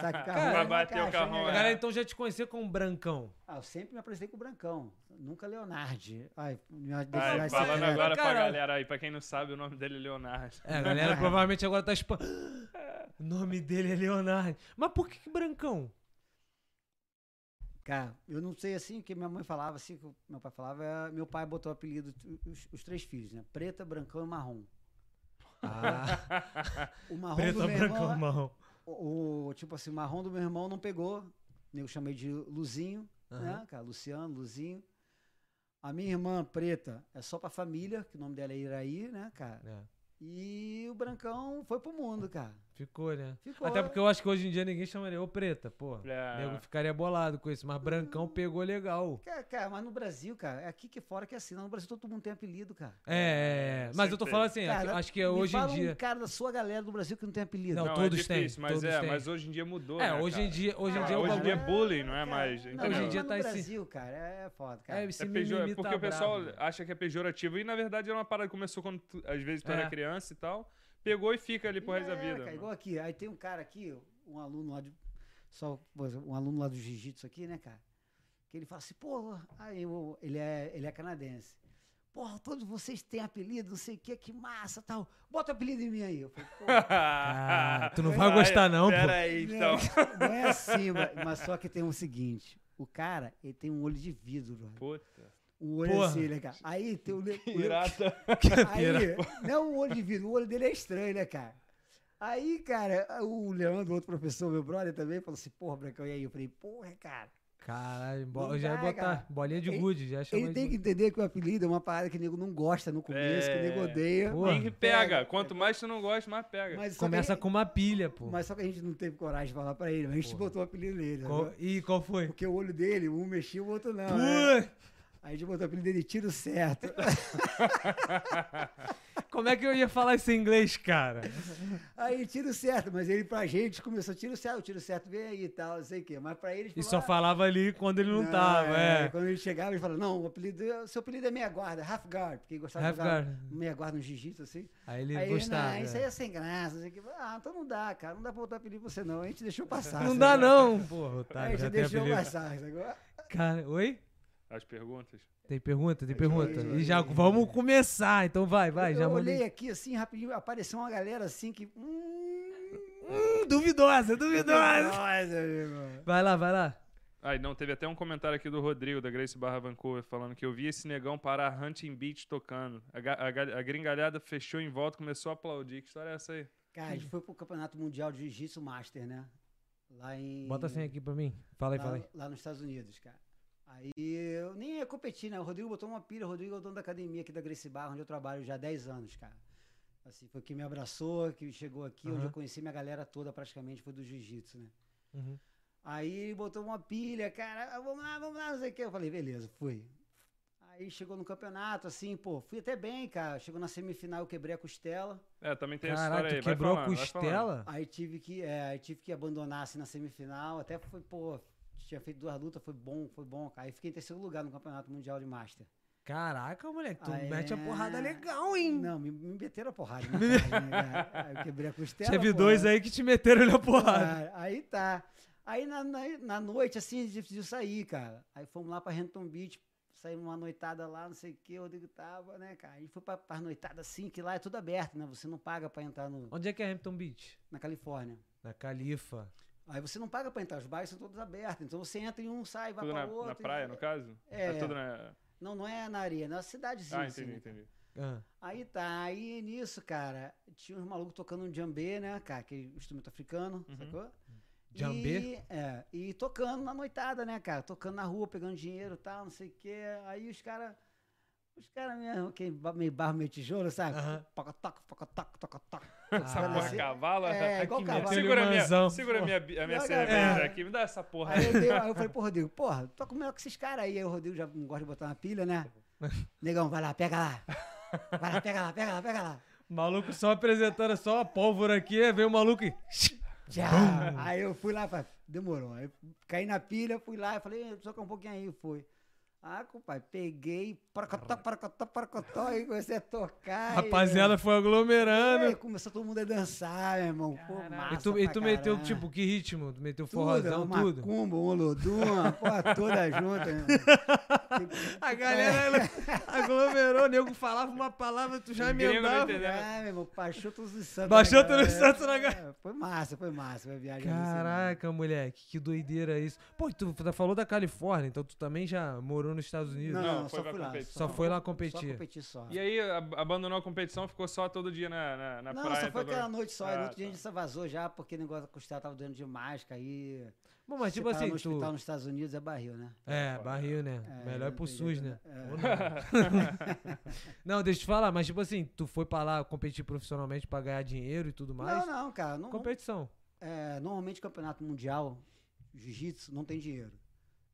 Saca o carrão? Cara, na bater o é? caixa, carrão, A né, é. galera então já te conhecia como Brancão. Ah, eu sempre me apresentei com o Brancão, nunca Leonardo. Ai, me Ai, identificar esse tá falando cara. agora pra Caralho. galera aí, pra quem não sabe, o nome dele é Leonardo. É, a [LAUGHS] galera provavelmente agora tá espan... [GASPS] O nome dele é Leonardo. Mas por que, que Brancão? Cara, eu não sei assim, que minha mãe falava assim, que o meu pai falava, é, meu pai botou o apelido, t- os, os três filhos, né? Preta, Brancão e Marrom. Ah, O marrom preto, do meu branco, irmão, é- marrom. o, o- tipo assim, o marrom do meu irmão não pegou, né? eu chamei de Luzinho, né, Aham. cara, Luciano, Luzinho. A minha irmã preta é só pra família, que o nome dela é Iraí, né, cara? É. E o Brancão foi pro mundo, cara. Ficou, né? Ficou. Até porque eu acho que hoje em dia ninguém chamaria ô preta, pô. É. Nego ficaria bolado com isso, mas brancão Hum. pegou legal. Cara, cara, mas no Brasil, cara, é aqui que fora que é assim. Não, no Brasil todo mundo tem apelido, cara. É, é, é. mas eu tô Sempre. falando assim, Cara, acho que me hoje em fala um dia. cara da sua galera do Brasil que não tem apelido. Não, é todos têm, difícil, Mas todos é, têm. mas hoje em dia mudou. É, né, hoje em cara? dia, hoje em Ah, dia o hoje em dia é bagulho. bullying, não é mais. Não, hoje em dia tá no esse- Brasil, cara, é foda, cara. É, É, esse É, mimimi pejo- é tá porque o pessoal brabo. acha que é pejorativo e na verdade era uma parada que começou quando tu- às vezes tu É. era criança e tal, pegou e fica ali pro resto da vida. É, né? Cara, mano. [LAUGHS] igual aqui, aí tem um cara aqui, um aluno lá de só por exemplo, um aluno lá do jiu-jitsu aqui, né, cara? Que ele fala assim, pô, aí o- ele é, ele é canadense. Porra, todos vocês têm apelido, não sei o que, que massa, tal. Bota o apelido em mim aí. Eu falei, pô, Ah, tu não vai gostar, não, pô. Pera aí, [LAUGHS] então. não é assim, mas- mas só que tem o seguinte, o cara, ele tem um olho de vidro, velho. Puta. um olho Porra. assim, né, cara? Aí tem o, ne- o, ne- Pirata. Aí, não o olho de vidro, o olho dele é estranho, né, cara? Aí, cara, o Leandro, outro professor, meu brother também, falou assim, porra, Brancão, e aí? Eu falei, porra, cara. Caralho, bo- Não já ia dá, botar cara. bolinha de Ele- gude, já chama Ele tem que de... entender que o apelido é uma parada que o nego não gosta no começo, que o nego É. odeia. Pô, Ninguém pega. Pega. Quanto mais tu não gosta, mais pega. Mas só que Começa ele- com uma pilha, pô. Mas só que a gente não teve coragem de falar pra ele, mas a gente Porra. botou o apelido nele. Qual- né? Ih, qual foi? Porque o olho dele, um mexia, o outro não. né? Pô, Aí a gente botou o apelido dele tiro certo. [LAUGHS] como é que eu ia falar isso em inglês, [LAUGHS] cara? Aí tiro certo, mas ele pra gente começou tiro certo, tiro certo, vem aí e tal, não sei o quê. Mas pra ele. ele E falou, só "Ah, falava ali quando ele não, tava, é. Quando ele chegava, ele falava, não, o apelido, seu apelido é meia guarda, half guard, porque ele gostava Half de jogar guard. meia guarda no jiu-jitsu, assim. Aí ele aí, gostava. não, isso é. aí é sem graça, não sei o quê. Ah, então não dá, cara, não dá pra botar apelido pra você não, a gente deixou passar. Não sabe? dá não, tá porra, A otário, gente já tem deixou apelido. passar, sacou? Cara, oi? As perguntas. Tem pergunta? Tem Deixa eu pergunta? ver, deixa eu E já ver. vamos começar, então vai, vai, eu já olhei mandei. aqui, assim, rapidinho, apareceu uma galera, assim, que... Hum, Hum, duvidosa, duvidosa. nossa, amigo. Vai lá, vai lá. Ah, e não, teve até um comentário aqui do Rodrigo, da Grace Barra Vancouver, falando que eu vi esse negão parar Hunting Beach tocando. A, ga- a ga- a gringalhada fechou em volta, começou a aplaudir. Que história é essa aí? Cara, Hum. a gente foi pro Campeonato Mundial de Jiu-Jitsu Master, né? Lá em... Bota a senha aqui pra mim. Fala aí, fala lá, aí. lá nos Estados Unidos, cara. Aí eu nem ia competir, né? O Rodrigo botou uma pilha, o Rodrigo é o dono da academia aqui da Gracie Barra, onde eu trabalho já há 10 anos, cara. Assim, foi quem me abraçou, que chegou aqui, onde Aham. eu conheci minha galera toda praticamente, foi do jiu-jitsu, né? Uhum. Aí ele botou uma pilha, cara, ah, vamos lá, vamos lá, não sei o quê. Eu falei, beleza, fui. Aí chegou no campeonato, assim, pô, fui até bem, cara. Chegou na semifinal, eu quebrei a costela. É, também tem essa Caraca, história aí. tu Vai quebrou falando, a vai falando. costela? Aí tive que, é, aí tive que abandonar assim na semifinal. Até foi, pô, tinha feito duas lutas, foi bom, foi bom. cara. Aí fiquei em terceiro lugar no Campeonato Mundial de Master. Caraca, moleque, tu Aí, mete a porrada é. legal, hein? Não, me, me meteram a porrada. na [LAUGHS] cara, né, cara? aí eu quebrei a costela. Teve pô, dois aí que te meteram na porrada. cara. Aí tá. Aí na, na, na noite, assim, a gente decidiu sair, cara. Aí fomos lá pra Renton Beach, saímos uma noitada lá, não sei o que, o Rodrigo tava, né, cara. Aí foi pra, pra noitada assim, que lá é tudo aberto, né? Você não paga pra entrar no, Onde é que é Hampton Beach? na Califórnia. Na Califa. Aí você não paga pra entrar, os bares são todos abertos. Então você entra em um, sai, vai Tudo pra na, outro. na e- praia, no caso? É. tudo na. Não, não é na areia, é na cidadezinha. Ah, assim, entendi, né, cara? entendi. Ah, Aí tá, aí nisso, cara, tinha uns malucos tocando um djambê, né, cara, aquele instrumento africano, Uhum. sacou? Djambê? E, é, e tocando na noitada, né, cara, tocando na rua, pegando dinheiro e tal, não sei o quê. Aí os caras, os caras mesmo, que ba- meio barro, meio tijolo, sabe? Aham. Toca, toca, toca, toca, toca, toca. [LAUGHS] Essa Ah, porra sim. cavala? É, igual Aqui, cavalo. Segura a minha, Manzão. segura a minha, a minha Joga- cerveja é. aqui, me dá essa porra Aí aí. eu, dei- aí [LAUGHS] eu falei pro Rodrigo, porra, toca melhor que esses caras aí. Aí o Rodrigo já não gosta de botar na pilha, [LAUGHS] né? Negão, vai lá, pega lá. Vai lá, pega lá, pega lá, pega lá. Maluco só apresentando só a pólvora aqui, veio o maluco e. Já. Aí eu fui lá, falei, demorou. Aí caí na pilha, fui lá, eu falei, "Ei, toca um pouquinho aí, foi. Ah, compadre, peguei, paracotó, paracotó, paracotó, aí comecei a tocar. e- Rapaziada foi aglomerando. Aí começou todo mundo a dançar, meu irmão. Pô, massa E tu, e pra tu meteu, caralho. tipo, que ritmo? Tu meteu Tudo, forrozão, uma tudo? Macumba, um olodum, uma porra toda junta. meu irmão. [LAUGHS] A [LAUGHS] galera aglomerou, o nego falava uma palavra, tu já Gringo não emendava. entendeu. Ah, meu irmão, baixou todos os santos. Baixou na todos os galera. santos na galera. É, Foi massa, foi massa, foi viagem. alucinante. Caraca, moleque, que doideira isso. Pô, e tu fa- falou da Califórnia, então tu também já morou morou nos Estados Unidos? Não, Não, não, né? não, foi só pra fui lá. competir. Só foi lá Só competir. competir só. E aí, ab- abandonou a competição, ficou só todo dia na, na, na não, praia. só foi todo- aquela noite só. e no Ah, outro dia a tá. gente só vazou já, porque o negócio da costela tava doendo demais, caí. Bom, mas Se tipo parar assim, Tá no tu... hospital nos Estados Unidos é barril, né? É, barril, né? É, Melhor é não pro tem SUS, jeito, né? né? É. [LAUGHS] Ou não. [LAUGHS] não, deixa eu te falar, mas tipo assim, tu foi pra lá competir profissionalmente pra ganhar dinheiro e tudo mais? Não, não, cara. Não, Competição. é, normalmente campeonato mundial, jiu-jitsu, não tem dinheiro.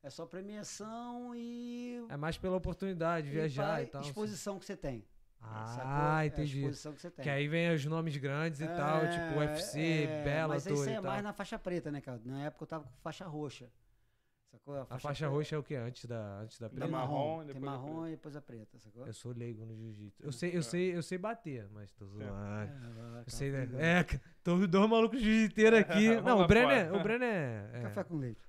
É só premiação e. É mais pela oportunidade, e É, viajar pra e tal. assim. Exposição que você tem. Ah, sacou? É a entendi. exposição que você tem. Que aí vem os nomes grandes e tal, tipo UFC, é, Bela, Mas isso e aí é tal. mais na faixa preta, né, cara? Na época eu tava com faixa roxa. Sacou? A faixa preta. roxa é o que? Antes da, antes da Tem Da preta? marrom, tem depois a marrom e depois a preta, sacou? Eu sou leigo no jiu-jitsu. Eu sei, eu sei, eu sei bater, mas tô zoando. É, Eu sei, né? café com É, É, c- [LAUGHS] tô dois malucos jiu-jiteiros aqui. Vamos Não, lá o Breno é. fora. O Breno [LAUGHS] é. é. leite. Café com leite.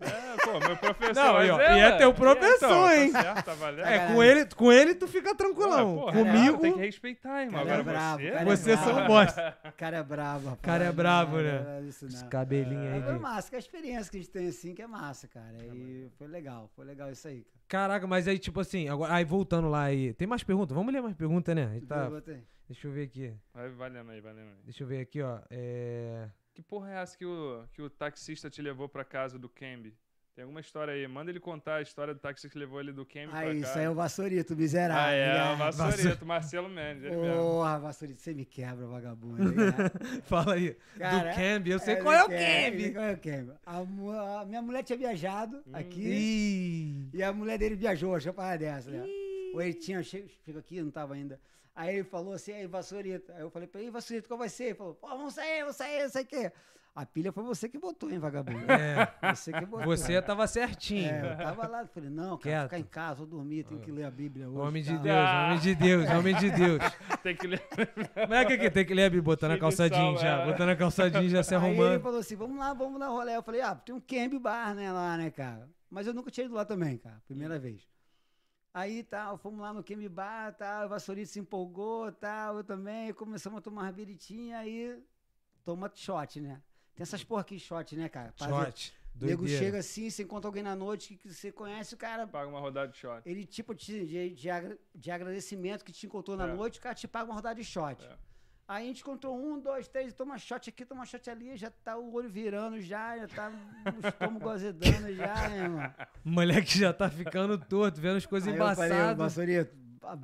É, pô, meu professor. Não, mas e ó, ela- e é teu então, professor, tá hein? certo, tá valendo. É, com ele, com ele tu fica tranquilão. Ah, porra, Comigo, é, cara, tem que respeitar, irmão. Cara é Agora bravo, você. cara é vocês bravo. são um [LAUGHS] bosta. O cara é bravo, rapaz. cara é bravo, Não, né? não é Isso Esse não. É. cabelinho aí. Mas foi de- massa, que a experiência que a gente tem assim, que é massa, cara. E foi legal, foi legal isso aí, cara. Caraca, mas aí, tipo assim, agora, aí voltando lá aí. Tem mais perguntas? Vamos ler mais perguntas, né? A gente tá- Eu botei. deixa eu ver aqui. Vai valendo aí, valendo aí. Deixa eu ver aqui, ó. É. Que porra é essa que o, que o taxista te levou pra casa do Camby? Tem alguma história aí? Manda ele contar a história do taxista que levou ele do Camby pra Ah, isso casa. aí é o vassourito, miserável. Ah, é, o né? Vassourito, Marcelo Mendes, ele mesmo. Porra, vassourito, você me quebra, vagabundo. [LAUGHS] né? Fala aí. Cara, do Cambi, eu sei É, qual é o ele quer, ele Cambi. qual é o Kembe? A, mu- a minha mulher tinha viajado aqui Hum. Ih. e a mulher dele viajou, achou uma parada dessa, né? Ou ele tinha, che- chegou aqui, não tava ainda. Aí ele falou assim, aí, vassourita. Aí eu falei pra ele, "Ih, vassourita, qual vai ser? Ele falou, pô, vamos sair, vamos sair, não sei o quê. A pilha foi você que botou, hein, vagabundo? É, Você que botou. você tava certinho. É, eu tava lá, falei, não, cara, Quieto. ficar em casa, vou dormir, tenho que ler a Bíblia hoje. tá?" Homem e de tal. Deus, homem de Deus, homem de Deus. Tem que ler. Como é que, que tem que ler, Bi? Botando a Cheio de calça sal, jeans já. é. Botando a calça jeans já se Aí ele arrumando. falou assim, vamos lá, vamos dar rolê. Eu falei, ah, tem um Camp Bar, né, lá, né, cara? Mas eu nunca tinha ido lá também, cara, Hum. primeira vez. Aí, tal, fomos lá no Camp Bar, tal, o Vassourito se empolgou, tal, eu também, começamos a tomar uma biritinha, aí toma shot, né? Tem essas porra aqui, shot, né, cara? Fazer- Shot. O nego doideira. chega assim, você encontra alguém na noite que você conhece, o cara Paga uma rodada de shot. ele, tipo, te- de, de, agra- de agradecimento que te encontrou na É. noite, o cara te paga uma rodada de shot. É. Aí a gente encontrou um, dois, três, toma shot aqui, toma shot ali, já tá o olho virando já, já tá o estômago azedando já, né, irmão? Moleque já tá ficando torto, vendo as coisas Aí eu falei, embaçadas. Vassourito, ba-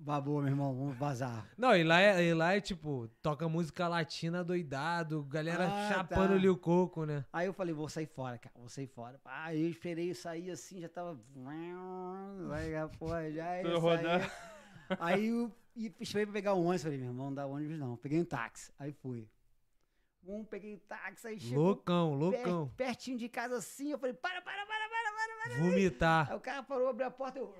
babou, meu irmão, vamos vazar. Não, e lá, é, e lá é tipo, toca música latina doidado, galera Ah, chapando tá. ali o coco, né? Aí eu falei, vou sair fora, cara, vou sair fora. Aí eu esperei sair assim, já tava. Vai, já, porra, já aí Tudo eu saí. rodando. Aí eu e esperei pra pegar o ônibus, falei, meu irmão, não dá ônibus não. Peguei um táxi, aí fui. Um, peguei o táxi, aí chegou Loucão, per- loucão. pertinho de casa assim, eu falei, para, para, para, para, para. Vomitar. Aí o cara parou, abriu a porta, eu.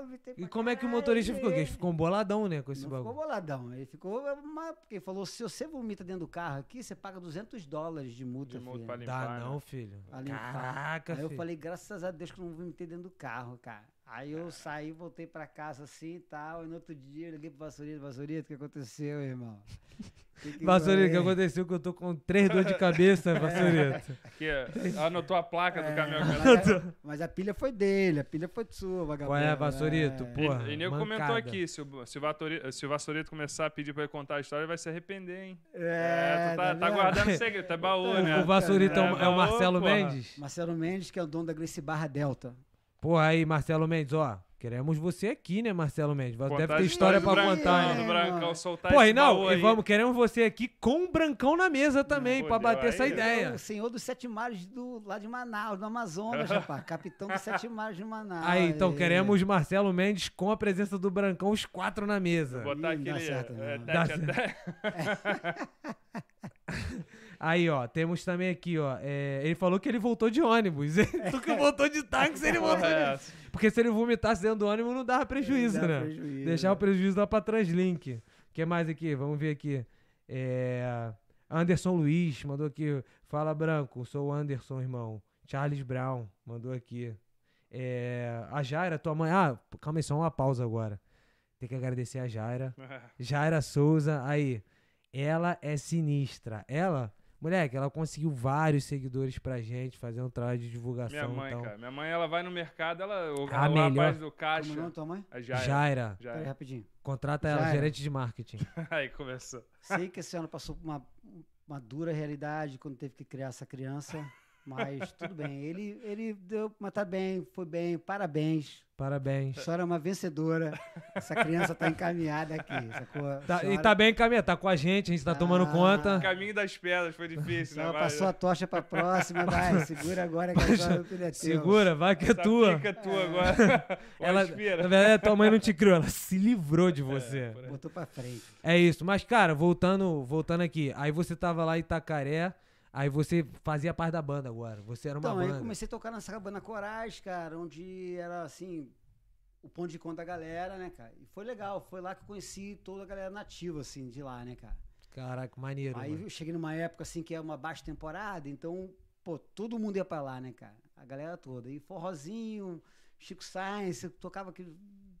vomitei E pra como é que o caralho, motorista ficou? Porque ele- ele ficou um boladão, né, com esse não bagulho. ficou boladão. Ele ficou. é, Mas, porque ele falou: se você vomita dentro do carro aqui, você paga 200 dólares de multa. De multa filho." pra limpar, Dá né? não, filho. pra limpar. Caraca, Aí filho. eu falei, graças a Deus que eu não vomitei dentro do carro, cara. Aí eu saí, voltei pra casa assim e tal. E no outro dia eu liguei pro Vassourito, Vassourito, o que aconteceu, irmão? [LAUGHS] Que que Vassourito, o que foi?" aconteceu que eu tô com três dores de [LAUGHS] cabeça, É, Vassourito. Que anotou a placa do caminhão. que Mas a, [LAUGHS] mas a pilha foi dele, a pilha foi sua, vagabundo. Qual é, né? Vassourito? É. [LAUGHS] Porra, e, e nego mancada. comentou aqui, se o, se, o Vatori- se o Vassourito começar a pedir pra ele contar a história, ele vai se arrepender, hein? É, tu tá, tá vendo? guardando segredo, tá baú, O- né? O Vassourito é, o- É, é o ô, Marcelo porra. Mendes? Marcelo Mendes, que é o dono da Grace Barra Delta. Porra, aí, Marcelo Mendes, ó. Queremos você aqui, né, Marcelo Mendes? Vai- Deve Contar ter as história pra histórias do contar, Brancão, né? do né, Brancão, mano? soltar Pô, esse e não, baú e aí. vamos, queremos você aqui com o Brancão na mesa também, Pô, pra deu bater essa aí. ideia. É o senhor dos sete mares do, lá de Manaus, [LAUGHS] do Amazonas, rapaz. Capitão dos sete mares de Manaus. Aí, então Aí. queremos Marcelo Mendes com a presença do Brancão, os quatro na mesa. Botar Ih, não dá aquele... certo, não. é, Dá tete a tete. Aí, ó, temos também aqui, ó. é, ele falou que ele voltou de ônibus. [LAUGHS] tu que voltou de táxi, ele voltou É, de. Porque se ele vomitasse dentro do ônibus, não dava prejuízo, Dá né? prejuízo. Deixar o prejuízo lá pra Translink. O que mais aqui? Vamos ver aqui. É, Anderson Luiz mandou aqui. Fala, Branco. Sou o Anderson, irmão. Charles Brown mandou aqui. É, a Jaira, tua mãe. Ah, calma aí, só uma pausa agora. Tem que agradecer a Jaira. Jaira Souza, aí. Ela é sinistra. Ela, Moleque, ela conseguiu vários seguidores pra gente, fazendo trabalho de divulgação. Minha mãe, então. cara. Minha mãe, ela vai no mercado, ela. O, A o melhor- rapaz do Como o nome caixa. da tua mãe? Ah, Já. Jaira. era, Já. Peraí, é. era. rapidinho. Contrata ela, Jaira. gerente de marketing. [LAUGHS] Aí começou. Sei que esse ano passou por uma, uma dura realidade quando teve que criar essa criança, mas tudo bem. Ele, ele deu, mas tá bem, foi bem, parabéns. [LAUGHS] Parabéns. A senhora é uma vencedora. Essa criança tá encaminhada aqui, sacou? A Tá- e senhora- tá bem encaminhado, tá com a gente, a gente tá tomando Ah. conta. Caminho das pedras, foi difícil, né? Ela Vai- passou a tocha [LAUGHS] pra próxima, vai, segura agora que agora o filho é teu. Segura, vai que é Essa tua. pica é [LAUGHS] tua agora. [LAUGHS] Ela, Ela, na verdade, tua mãe não te criou, ela se livrou É, de você. por aí. Botou pra frente. É isso. Mas, cara, voltando, voltando aqui. Aí você tava lá em Itacaré, aí você fazia parte da banda agora. Você era uma Então, aí eu banda. comecei a tocar nessa banda Corais, cara, onde era assim, o ponto de conta da galera, né, cara? E foi legal, foi lá que eu conheci toda a galera nativa, assim, de lá, né, cara? Caraca, maneiro. Aí mano. eu cheguei numa época, assim, que é uma baixa temporada, então, pô, todo mundo ia pra lá, né, cara? A galera toda. E forrozinho, Chico Sainz, eu tocava aquele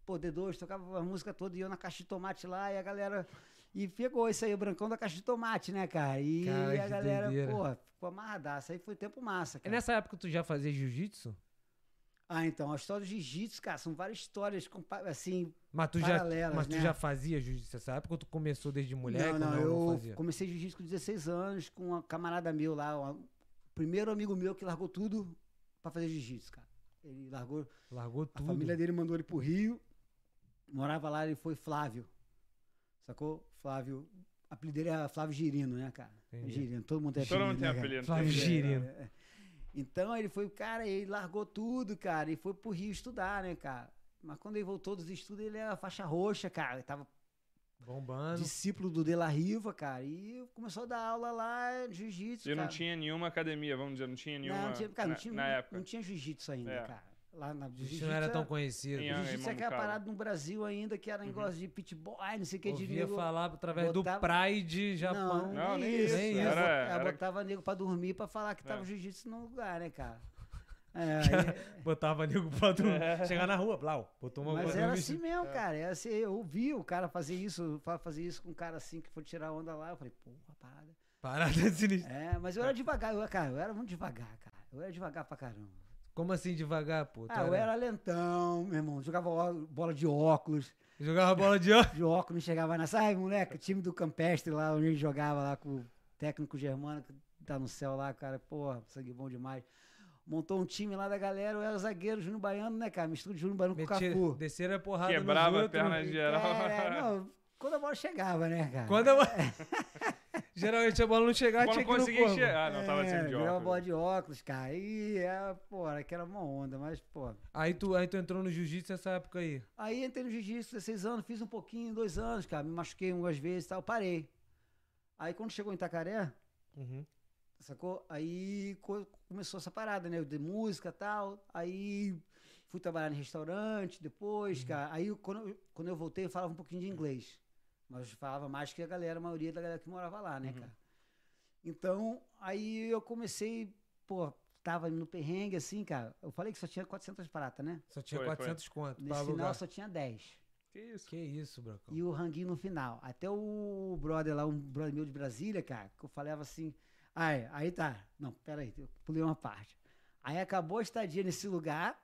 pô, D2, tocava a música toda, e eu na caixa de tomate lá, e a galera... E pegou isso aí, o brancão da caixa de tomate, né, cara? E Cara, que a galera, doideira. pô, ficou amarradaça. Aí foi tempo massa, E cara. É nessa época tu já fazia jiu-jitsu? Ah, então, a história do jiu-jitsu, cara, são várias histórias, compa- assim... Mas tu já, Paralelas, mas tu né? já fazia jiu-jitsu nessa época ou tu começou desde moleque? não, ou não, não eu fazia? comecei jiu-jitsu com 16 anos, com um camarada meu lá, um- o primeiro amigo meu que largou tudo pra fazer jiu-jitsu, cara. Ele largou, Largou a tudo. família dele mandou ele pro Rio, morava lá, ele foi Flávio, sacou? Flávio, o apelido dele era Flávio Girino, né, cara? Entendi. Girino, todo mundo tem Todo apelido, mundo tem né, cara? apelido. é Flávio tem- Giri. Girino. É, é. Então ele foi, cara, ele largou tudo, cara, e foi pro Rio estudar, né, cara? Mas quando ele voltou dos estudos, ele era faixa roxa, cara. Ele tava Bombando. discípulo do De La Riva, cara, e começou a dar aula lá, jiu-jitsu. E não cara. tinha nenhuma academia, vamos dizer, não tinha Não, nenhuma. não tinha, cara, não na, tinha, um, na não época. tinha jiu-jitsu ainda, É. cara. Lá na Jiu-jitsu não era tão conhecido. Tinha- Jiu-jitsu é aquela mancada. parada no Brasil ainda, que era Uhum. negócio de pitboy, não sei o que, de Ouvia nego... falar através do botava- Pride Japão. Não, Não, nem nem isso. isso, Ela era- bot- ela era- botava nego pra dormir pra falar que tava É. jiu-jitsu no lugar, né, [LAUGHS] cara? É, aí- Botava nego pra dormir. Chegar na rua, blau. Botou uma É. Mas bota era no assim vestido. mesmo, É. cara. Era assim, eu ouvi o cara fazer isso, eu fa- fazer isso com um cara assim que foi tirar onda lá. Eu falei, porra, parada. Parada [LAUGHS] sinistra. É, mas eu era devagar, eu, cara, eu era muito devagar, cara. Eu era devagar pra caramba. Como assim devagar, pô? Tu Ah, eu era- era lentão, meu irmão. Jogava ó- bola de óculos, Jogava bola de ouro. de óculos, não chegava nessa. Ai, moleque, o time do Campestre lá, onde ele jogava lá com o técnico germano, que tá no céu lá, cara, porra, sangue bom demais. Montou um time lá da galera, eu era zagueiro, Júnior Baiano, né, cara? Mistura de Júnior Baiano Metia- com o Cafu. Desceram a porrada Quebrava nos a outros. perna de- geral. É, não, quando a bola chegava, né, cara? Quando [LAUGHS] eu... [LAUGHS] Geralmente a bola não chegava, Quando tinha que ir no conseguia corpo. enxergar. Ah, não, tava é, sempre de virava bola óculos. de óculos, cara. E, é, pô, era que era uma onda, mas, pô. Aí tu, aí tu entrou no jiu-jitsu nessa época aí. Aí entrei no jiu-jitsu, 16 anos, fiz um pouquinho, dois anos, cara. Me machuquei umas vezes e tal, parei. Aí quando chegou em Itacaré, Uhum. sacou? Aí co- começou essa parada, né? De música e tal. Aí fui trabalhar em restaurante depois, Uhum. cara. Aí eu- quando eu, quando eu voltei, eu falava um pouquinho de inglês. Mas eu falava mais que a galera, a maioria da galera que morava lá, né, Uhum. cara? Então, aí eu comecei, pô, tava no perrengue assim, cara. Eu falei que só tinha 400 pratas, né? Só tinha Foi, foi. 400 conto pra Nesse final alugar. só tinha 10. Que isso? Que isso, Bracão. E o ranguinho no final. Até o brother lá, um brother meu de Brasília, cara, que eu falava assim. Aí, aí tá. Não, peraí, eu pulei uma parte. Aí acabou a estadia nesse lugar.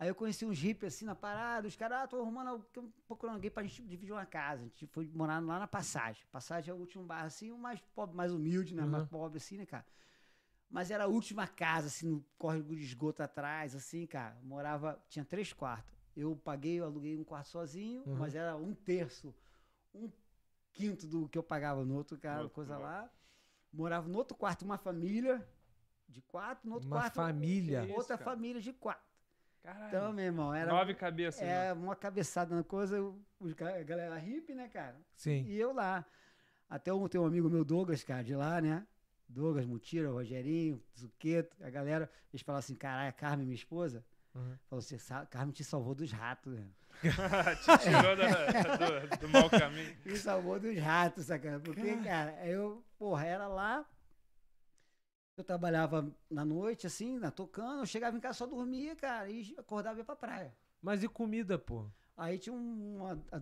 Aí eu conheci um jipe assim na parada. Os caras, ah, tô arrumando, al- tô procurando alguém pra gente dividir uma casa. A gente foi morar lá na Passagem. Passagem é o último bar, assim, o mais pobre, mais humilde, né? Mais Uhum. pobre, assim, né, cara? Mas era a última casa, assim, no córrego de esgoto atrás, assim, cara. Morava, tinha três quartos. Eu paguei, eu aluguei um quarto sozinho, Uhum. mas era um terço, um quinto do que eu pagava no outro, cara, No outro coisa lugar. lá. Morava no outro quarto uma família de quatro, no outro Uma quarto família. Que outra isso, cara. família de quatro. Caralho. Então, meu irmão, era Nove cabeças. né? é, uma cabeçada na coisa, os, ca- a galera hippie, né, cara? Sim. E eu lá. Até um, tem um amigo meu, Douglas, cara, de lá, né? Douglas, Mutira, Rogerinho, Zuqueto, a galera, eles falaram assim, caralho, a Carmen, minha esposa, Uhum. falou assim, "Sa- Carmen te salvou dos ratos, né? [LAUGHS] Te tirou da- do, do mau caminho. Me salvou dos ratos, sacana. Porque, cara, eu, porra, era lá. Eu trabalhava na noite, assim, na tocando. Eu chegava em casa só dormia, cara, e acordava e ia pra praia. um, Mas e comida, pô? Aí tinha uma. A,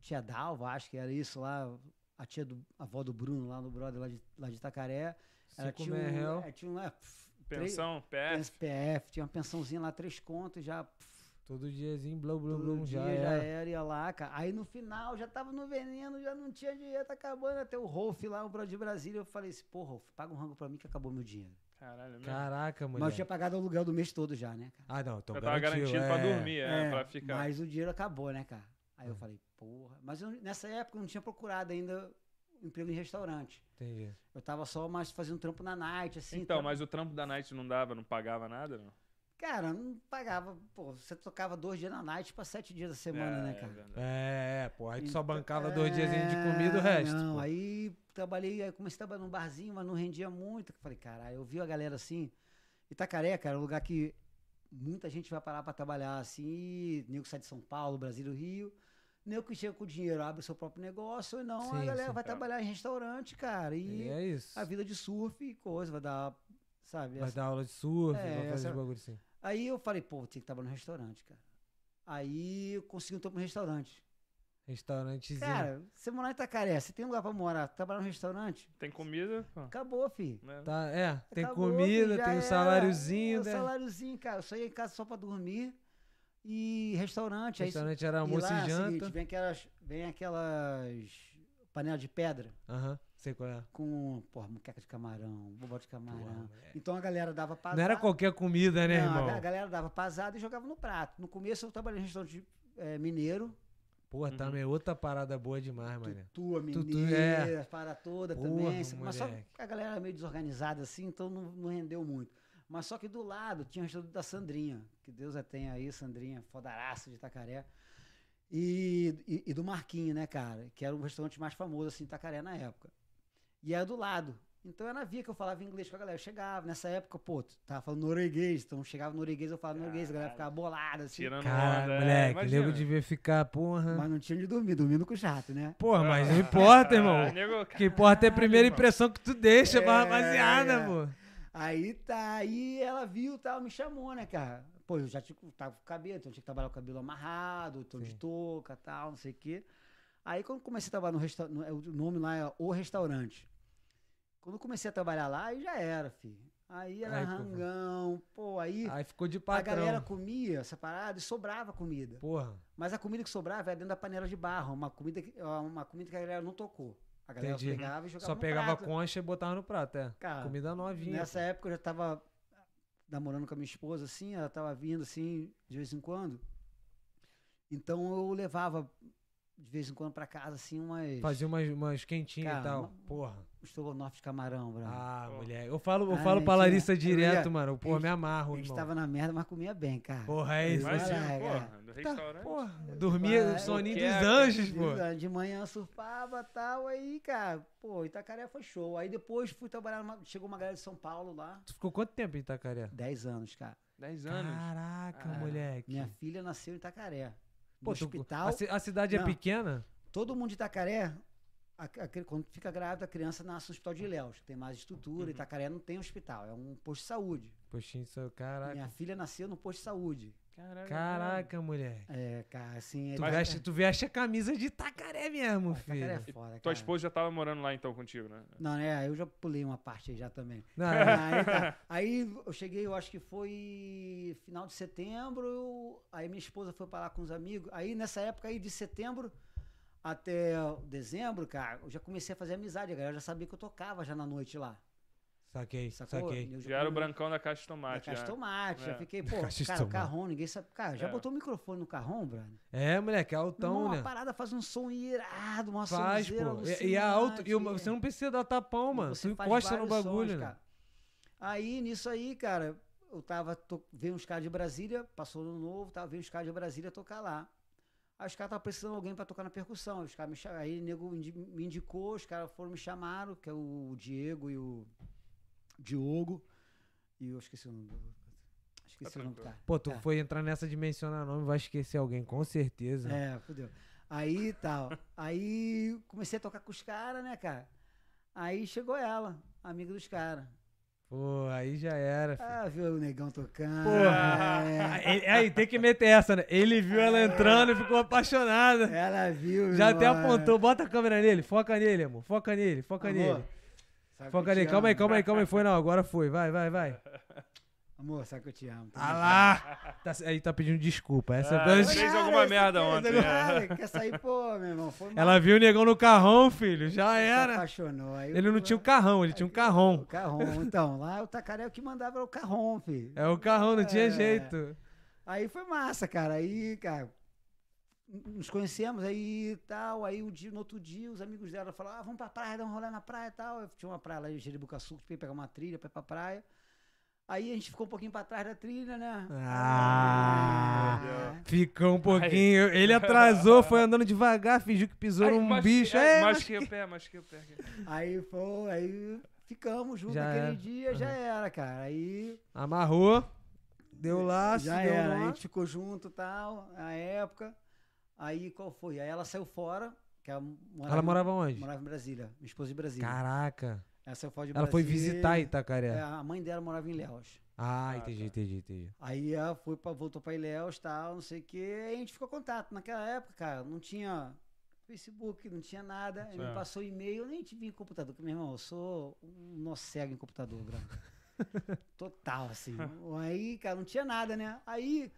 tinha Dalva, acho que era isso lá. a tia do a avó do Bruno lá no brother lá de, lá de Itacaré. Ela Cinco tinha, mil um, é real, ela tinha um lá, pf, [LAUGHS] três- Pensão, é PF. SPF, tinha uma pensãozinha lá, três contos já. pf, todo diazinho, blá, blá, Todo blá, dia já já era. era, ia lá, cara. Aí no final já tava no veneno, já não tinha dinheiro, tá acabando. Até o Rolf lá, o brother de Brasília, eu falei assim, pô, Rolf, paga um rango pra mim que acabou meu dinheiro. Caralho, é mesmo. Caraca, Mas eu mulher. tinha pagado o aluguel do mês todo já, né, cara? Ah, não, então Já tava garantido pra é. dormir, é, pra ficar. Mas o dinheiro acabou, né, cara? Aí eu É. falei, porra. Mas eu, nessa época eu não tinha procurado ainda emprego em restaurante. Entendi. Eu tava só mais fazendo trampo na night, assim. então, trampo- mas o trampo da Night não dava, não pagava nada, não? Cara, não pagava. Pô, você tocava dois dias na night pra sete dias da semana, É, né, é cara? verdade. É, pô, aí tu só Então, bancava dois dias de é, comida e o resto. Não, pô. aí trabalhei, aí comecei a trabalhar num barzinho, mas não rendia muito. Eu Falei, caralho, eu vi a galera assim. Itacaré, cara, é um lugar que muita gente vai parar pra trabalhar assim. E nego sai de São Paulo, Brasil, do Rio. Nego que chega com dinheiro, abre o seu próprio negócio, ou não, a Sim, galera sim. vai É. trabalhar em restaurante, cara. E E é isso. a vida de surf e coisa, vai dar, sabe? Vai essa- dar aula de surf, É, vai fazer essa- os bagulho assim. Aí eu falei, pô, tinha que trabalhar no restaurante, cara. Aí eu consegui um trampo no restaurante. Restaurantezinho. Cara, você morar em Itacaré, você tem lugar pra morar, trabalhar num restaurante, Tem comida? pô, acabou, fi. né? tá, é, tem Acabou, fi, comida, já tem o era. um saláriozinho, O né? saláriozinho, cara. Eu saía em casa só pra dormir e restaurante. aí se- Restaurante era almoço lá, é e o janta. seguinte, vem aquelas, vem aquelas panelas de pedra Aham, sei qual é. com, porra, muqueca de camarão, bobó de camarão. moleque. então a galera dava pra Não era qualquer comida, né, Não, a irmão? ga- a galera dava pasada e jogava no prato. No começo eu trabalhei em restaurante eh, mineiro, Pô, tá Uhum. meio outra parada boa demais, mano. Tutu, a Tutu, é. mineira, para toda Porra, também. assim, Mas só moleque. que a galera era meio desorganizada assim, então não, não rendeu muito. Mas só que do lado tinha o restaurante da Sandrinha, que Deus a tenha aí, Sandrinha, fodaraça de Itacaré. E, e, e do Marquinho, né, cara? Que era o restaurante mais famoso assim, de Itacaré na época. E era do lado. Então era via que eu falava inglês com a galera. Eu chegava, nessa época, pô, tu tava falando norueguês, então chegava norueguês, eu falava norueguês, a galera ficava bolada, assim. Tirando onda, Caralho, é, moleque, o imagina. nego devia ficar, porra. Mas não tinha onde dormir, dormindo com o jato, né? Porra, mas não importa, irmão. Ah, nego, O que importa é a caralho, primeira irmão. impressão que tu deixa pra É, rapaziada, é. pô. Aí tá, aí ela viu e tal, me chamou, né, cara? Pô, eu já tinha, tava com o cabelo, então eu tinha que trabalhar com o cabelo amarrado, tom de Sim. touca tal, não sei o quê. Aí quando comecei a trabalhar no restaurante, o nome lá é O Restaurante. Quando eu comecei a trabalhar lá, aí já era, filho. Aí era Aí, pô, rangão, pô, aí Aí ficou de a patrão. galera comia essa parada e sobrava comida. Porra, Mas a comida que sobrava era dentro da panela de barro, uma comida que, uma comida que a galera não tocou. A galera Entendi. pegava e jogava só no pegava prato. concha e botava no prato, é. Cara, Comida novinha. Nessa época eu já tava namorando com a minha esposa, assim, ela tava vindo, assim, de vez em quando. Então eu levava, de vez em quando, pra casa, assim, umas... Fazia umas, umas quentinhas e Cara, tal. uma- Porra. um Estrogonofe de camarão, bro. Ah, Pô. mulher. Eu falo, eu Ah, falo pra mentira. Larissa Eu ia- direto, mano. a Porra, gente- me amarro, a gente irmão. tava na merda, mas comia bem, cara. Porra, é isso. Vai Mas, lá. Imagina, Caraca. porra, do restaurante. porra, dormia tipo, é, o Vai. soninho dos Moqueca. anjos, De- pô. De manhã eu surfava e tal, aí, cara, pô, Itacaré foi show. Aí depois fui trabalhar, numa- chegou uma galera de São Paulo lá, Tu ficou quanto tempo em Itacaré? 10 anos, cara. 10 anos. Caraca, Caralho. moleque. Minha filha nasceu em Itacaré. No Pô, tu- hospital... a, ci- a cidade é Não. pequena? Todo mundo de Itacaré, a- a cri- quando fica grávida, a criança nasce no hospital de Ilhéus, que tem mais estrutura. Uhum. Itacaré não tem hospital, é um posto de saúde. Poxinho, seu é caraca. Minha filha nasceu no posto de saúde. Caralho, Caraca, moleque. É, cara, assim... é- Tu Mas- veste, tu veste a camisa de Itacaré mesmo, Itacaré é filho. foda, Tua cara. esposa já tava morando lá então contigo, né? Não, né? Eu já pulei uma parte aí já também. Não, [LAUGHS] é- Ah. aí, tá. Aí eu cheguei, eu acho que foi final de setembro. eu- aí minha esposa foi pra lá com os amigos. Aí nessa época aí, de setembro até dezembro, cara, eu já comecei a fazer amizade. A galera já sabia que eu tocava já na noite lá. saquei, Sacou? saquei. é? Eu Já era o come- brancão da caixa de Na tomate. caixa de já. tomate. É. Eu fiquei, pô, Caixa de cara, o tomate. carrom, ninguém sabe. Cara, já É. botou o microfone no carrom, brother? É, moleque, é Meu irmão, altão, A né? parada faz um som irado, uma Faz, sonzeira pô. E, e a alto, e o- alucinante, você é. não precisa dar tapão, mano. Você tu faz encosta no vários sons, bagulho, né? cara. Aí, nisso aí, cara, eu tava. To... Veio uns caras de Brasília, passou no novo, tava, veio uns caras de Brasília tocar lá. Aí os caras estavam precisando de alguém pra tocar na percussão. Aí Os caras me cham... Aí o nego indi- me indicou, os caras foram me chamaram, que é o Diego e o Diogo. E eu esqueci o nome do. Esqueci Tá o nome do tranquilo. cara. Pô, tu É. foi entrar nessa de mencionar nome, vai esquecer alguém, com certeza. É, fudeu. Aí e tal. Aí comecei a tocar com os caras, né, cara? Aí chegou ela, amiga dos caras. Pô, aí já era, filho. Ah, viu o negão tocando. Porra. é. Ele- Aí, tem que meter essa, né? Ele viu ela entrando e ficou apaixonada. Ela viu, [LAUGHS] Já meu até amor. apontou. Bota a câmera nele, foca nele, amor. Foca nele, foca Amor, tá nele. sabe que Foca eu te nele. Calma aí, amo. calma aí, calma aí. Foi não, agora foi. Vai, vai, vai. Amor, sabe que eu te amo. tá Ah ligado? lá! Tá, aí tá pedindo desculpa. Essa Ah, vez- Fez alguma esse merda fez ontem, alguma é. merda, [LAUGHS] Quer sair, pô, meu irmão. Foi mal, Ela viu o negão no carrão, filho. Já se era. apaixonou. Aí Ele eu- não tinha o carrão, ele tinha um O carrão. Carrom, então. Lá o Tacaré o que mandava era o Carrom, filho. É o carrão, não tinha É. jeito. Aí foi massa, cara. Aí, cara, nos conhecemos aí e tal. Aí um dia, no outro dia, os amigos dela falaram: ah, vamos pra praia, dar um rolê na praia e tal. Eu tinha uma praia lá em Jeribucaçu, que tinha que pegar uma trilha pra ir pra praia. Aí a gente ficou um pouquinho pra trás da trilha, né? Ah, Ah. Ficou um pouquinho. Ele atrasou, foi andando devagar, fingiu que pisou Ai, num mas- bicho. ai, É, mas- Masquei o pé, masquei o pé. aqui. Aí foi, aí ficamos juntos Já aquele era. dia, já era, cara. Aí Amarrou, deu laço, já deu era, a nó. gente ficou junto e tal, na época. Aí qual foi? Aí ela saiu fora, que é ela morava, Ela em- morava onde? morava em Brasília, minha esposa de Brasília. Caraca. Ela saiu fora de Ela foi Brasília, visitar é, Itacaré. A mãe dela morava em Léus. Ah, entendi, tá. entendi, entendi. Aí ela foi pra, voltou pra Ilhéus, tal, não sei o quê. Aí a gente ficou em contato. Naquela época, cara, não tinha Facebook, não tinha nada. Ele É. me passou e-mail, eu nem tive em computador. Porque, meu irmão, eu sou um nó cego em computador, [LAUGHS] cara. Total, assim. Aí, cara, não tinha nada, né? Aí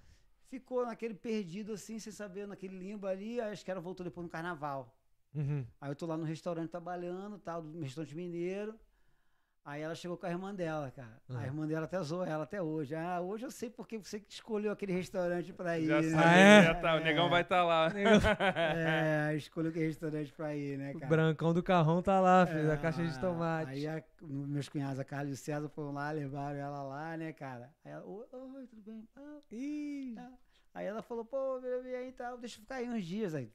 ficou naquele perdido, assim, sem saber, naquele limbo ali. Aí acho que ela voltou depois no carnaval. Uhum. Aí eu tô lá no restaurante trabalhando, tal, do restaurante mineiro. Aí ela chegou com a irmã dela, cara. Ah. A irmã dela até zoa ela até hoje. Ah, hoje eu sei porque você que escolheu aquele restaurante pra ir. Já né? sabia Ah, é? que já tá, o negão vai estar lá. É, escolheu aquele restaurante pra ir, né, O cara? brancão do carrão tá lá, filho, da É, caixa de tomate. Aí a- meus cunhados, a Carla e o César, foram lá, levaram ela lá, né, cara? Aí ela, "Oi, oi, tudo bem? Ah, Ih, Aí ela falou, pô, meu bem, aí tal, deixa eu ficar aí uns dias. Aí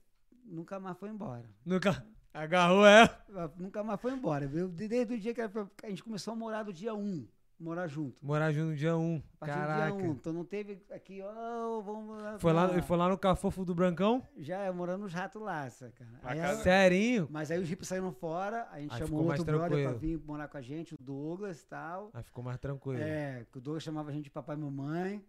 nunca mais foi embora. nunca agarrou ela. Nunca mais foi embora. viu? De- desde o dia que ela foi- a gente começou a morar do dia 1, morar junto. Morar junto no dia 1. A partir do dia 1. Caraca. Então não teve aqui, ó, vamos morar. Foi lá, não. ele foi lá no cafofo do brancão? Já é morando nos ratos laça, cara. A Aí casa- ela- Serinho? Mas aí os hippies saíram fora, a gente Aí chamou ficou mais outro brother pra tranquilo. vir morar com a gente, o Douglas e tal. Aí ficou mais tranquilo. É, que o Douglas chamava a gente de papai e mamãe.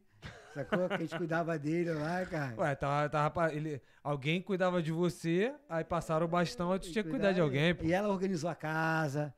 Sacou? Que a gente cuidava dele lá, cara. Ué, tava, tava, pa- ele, alguém cuidava de você, aí passaram o bastão, aí tu E tinha que cuidar de cuidava- alguém, pô. E ela organizou a casa.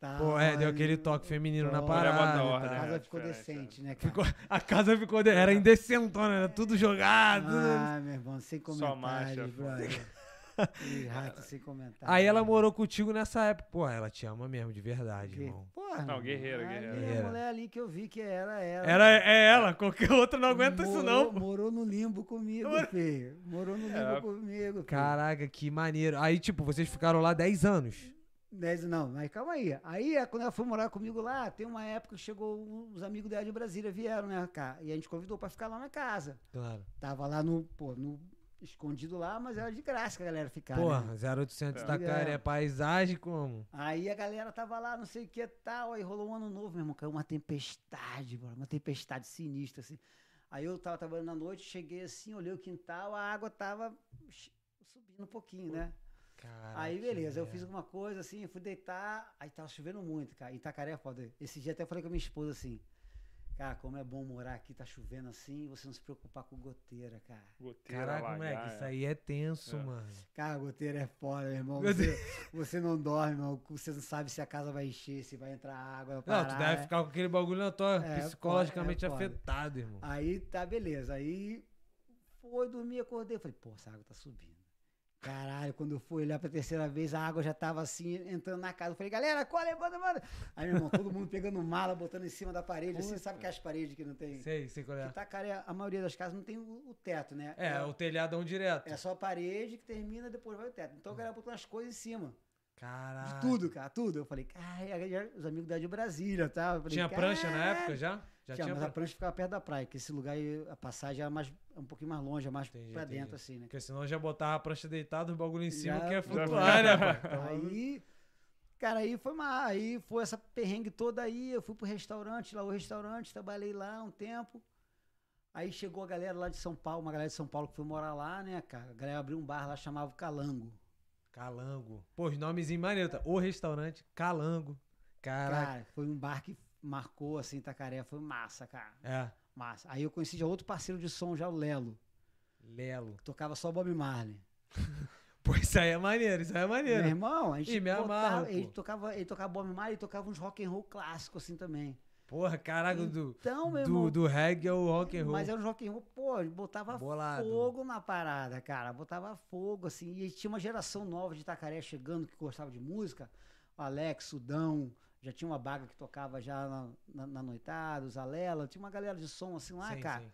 Tal, Pô, é, deu aí- aquele toque feminino na Pô, parada. Mulher bota e ordem, A tal. né? casa ficou diferente, decente, né, cara? Ficou- a casa ficou. de- Era indecentona, era tudo jogado. tudo- Ah, meu irmão, sem Só marcha, comentários, brother. [LAUGHS] Ih, rato, sem comentários. Aí ela morou contigo nessa época. Pô, ela te ama mesmo, de verdade, Que- irmão. Porra, Não, guerreira, ali guerreira. A Guerreira. mulher ali que eu vi que era ela. Era, é ela, qualquer outra não aguenta isso, não. Morou- Morou no limbo comigo, Morou- filho. Morou no limbo É. comigo, filho. Caraca, que maneiro. Aí, tipo, vocês ficaram lá 10 anos. Dez- Não, mas calma aí. Aí, é quando ela foi morar comigo lá, tem uma época que chegou um, os amigos dela de Brasília, vieram, né, cara? E a gente convidou pra ficar lá na casa. Claro. Tava lá no, pô, no escondido lá, mas era de graça que a galera ficava. né? Porra, 0800 É. da cara é paisagem como? Aí a galera tava lá, não sei o que tal. Aí rolou um ano novo, meu irmão. Caiu uma tempestade, mano. Uma tempestade sinistra, assim. Aí eu tava trabalhando à noite, cheguei assim, olhei o quintal, a água tava che- subindo um pouquinho, né? Caraca, Aí beleza, eu é. fiz alguma coisa assim, fui deitar, aí tava chovendo muito, cara. Itacaré é foda. Esse dia até falei com a minha esposa assim, cara, como é bom morar aqui, tá chovendo assim, você não se preocupar com goteira, cara. Goteira, Caraca, lagar, moleque, isso é. aí é tenso, É. mano. Cara, goteira é foda, meu irmão. Meu Você, você não dorme, irmão. Você não sabe se a casa vai encher, se vai entrar água. vai Não, tu parar. né? deve ficar com aquele bagulho na tua É, psicologicamente é foda. afetado, irmão. Aí tá, beleza. Aí foi dormir, acordei. Falei, pô, essa água tá subindo. Caralho, quando eu fui olhar pra terceira vez, a água já tava assim, entrando na casa. Eu falei, galera, cola aí, banda, banda. Aí, meu irmão, todo mundo pegando mala, botando em cima da parede. Assim, sabe que as paredes que não tem. Sei, sei qual é. Que tá, cara, a maioria das casas não tem o, o teto, né? É, o telhadão direto. é só a parede que termina, depois vai o teto. Hum. Então, o cara botou as coisas em cima. Caraca. De tudo, cara, tudo. Eu falei, cara, os amigos da de Brasília, tá? Eu falei, Tinha prancha na "Caralho". época já? Já tinha, tinha, mas a prancha. prancha ficava perto da praia, que esse lugar, aí, a passagem era mais, um pouquinho mais longe, é mais Entendi, pra dentro, entendi. assim, né? Porque senão já botava a prancha deitada, o bagulho em cima Já- que ia já flutuar, né, foi. pô? Então, [LAUGHS] Aí, cara, aí foi uma, aí foi essa perrengue toda aí, eu fui pro restaurante, lá o restaurante, trabalhei lá um tempo. Aí chegou a galera lá de São Paulo, uma galera de São Paulo que foi morar lá, né, cara? A galera abriu um bar lá, chamava Calango. Calango. Pô, os nomezinhos maneiro, tá? O restaurante Calango. Caraca. Cara, foi um bar que marcou, assim, Itacaré. Foi massa, cara. É. Massa. Aí eu conheci já outro parceiro de som, já o Lelo. Lelo. que Tocava só Bob Marley. Pô, isso aí é maneiro, isso aí é Meu maneiro. irmão, a gente Ih, me botava- amarra, ele pô. tocava, ele tocava Bob Marley e tocava uns rock and roll clássico assim também. Porra, caraca, do, Então, meu do, irmão, do reggae ao rock and roll. mas era um rock and roll, pô, ele botava Bolado. fogo na parada, cara, botava fogo assim, e tinha uma geração nova de Itacaré chegando que gostava de música, o Alex, Sudão, já tinha uma baga que tocava já na, na, na noitada, os Alela, tinha uma galera de som assim lá, Sim, cara. sim.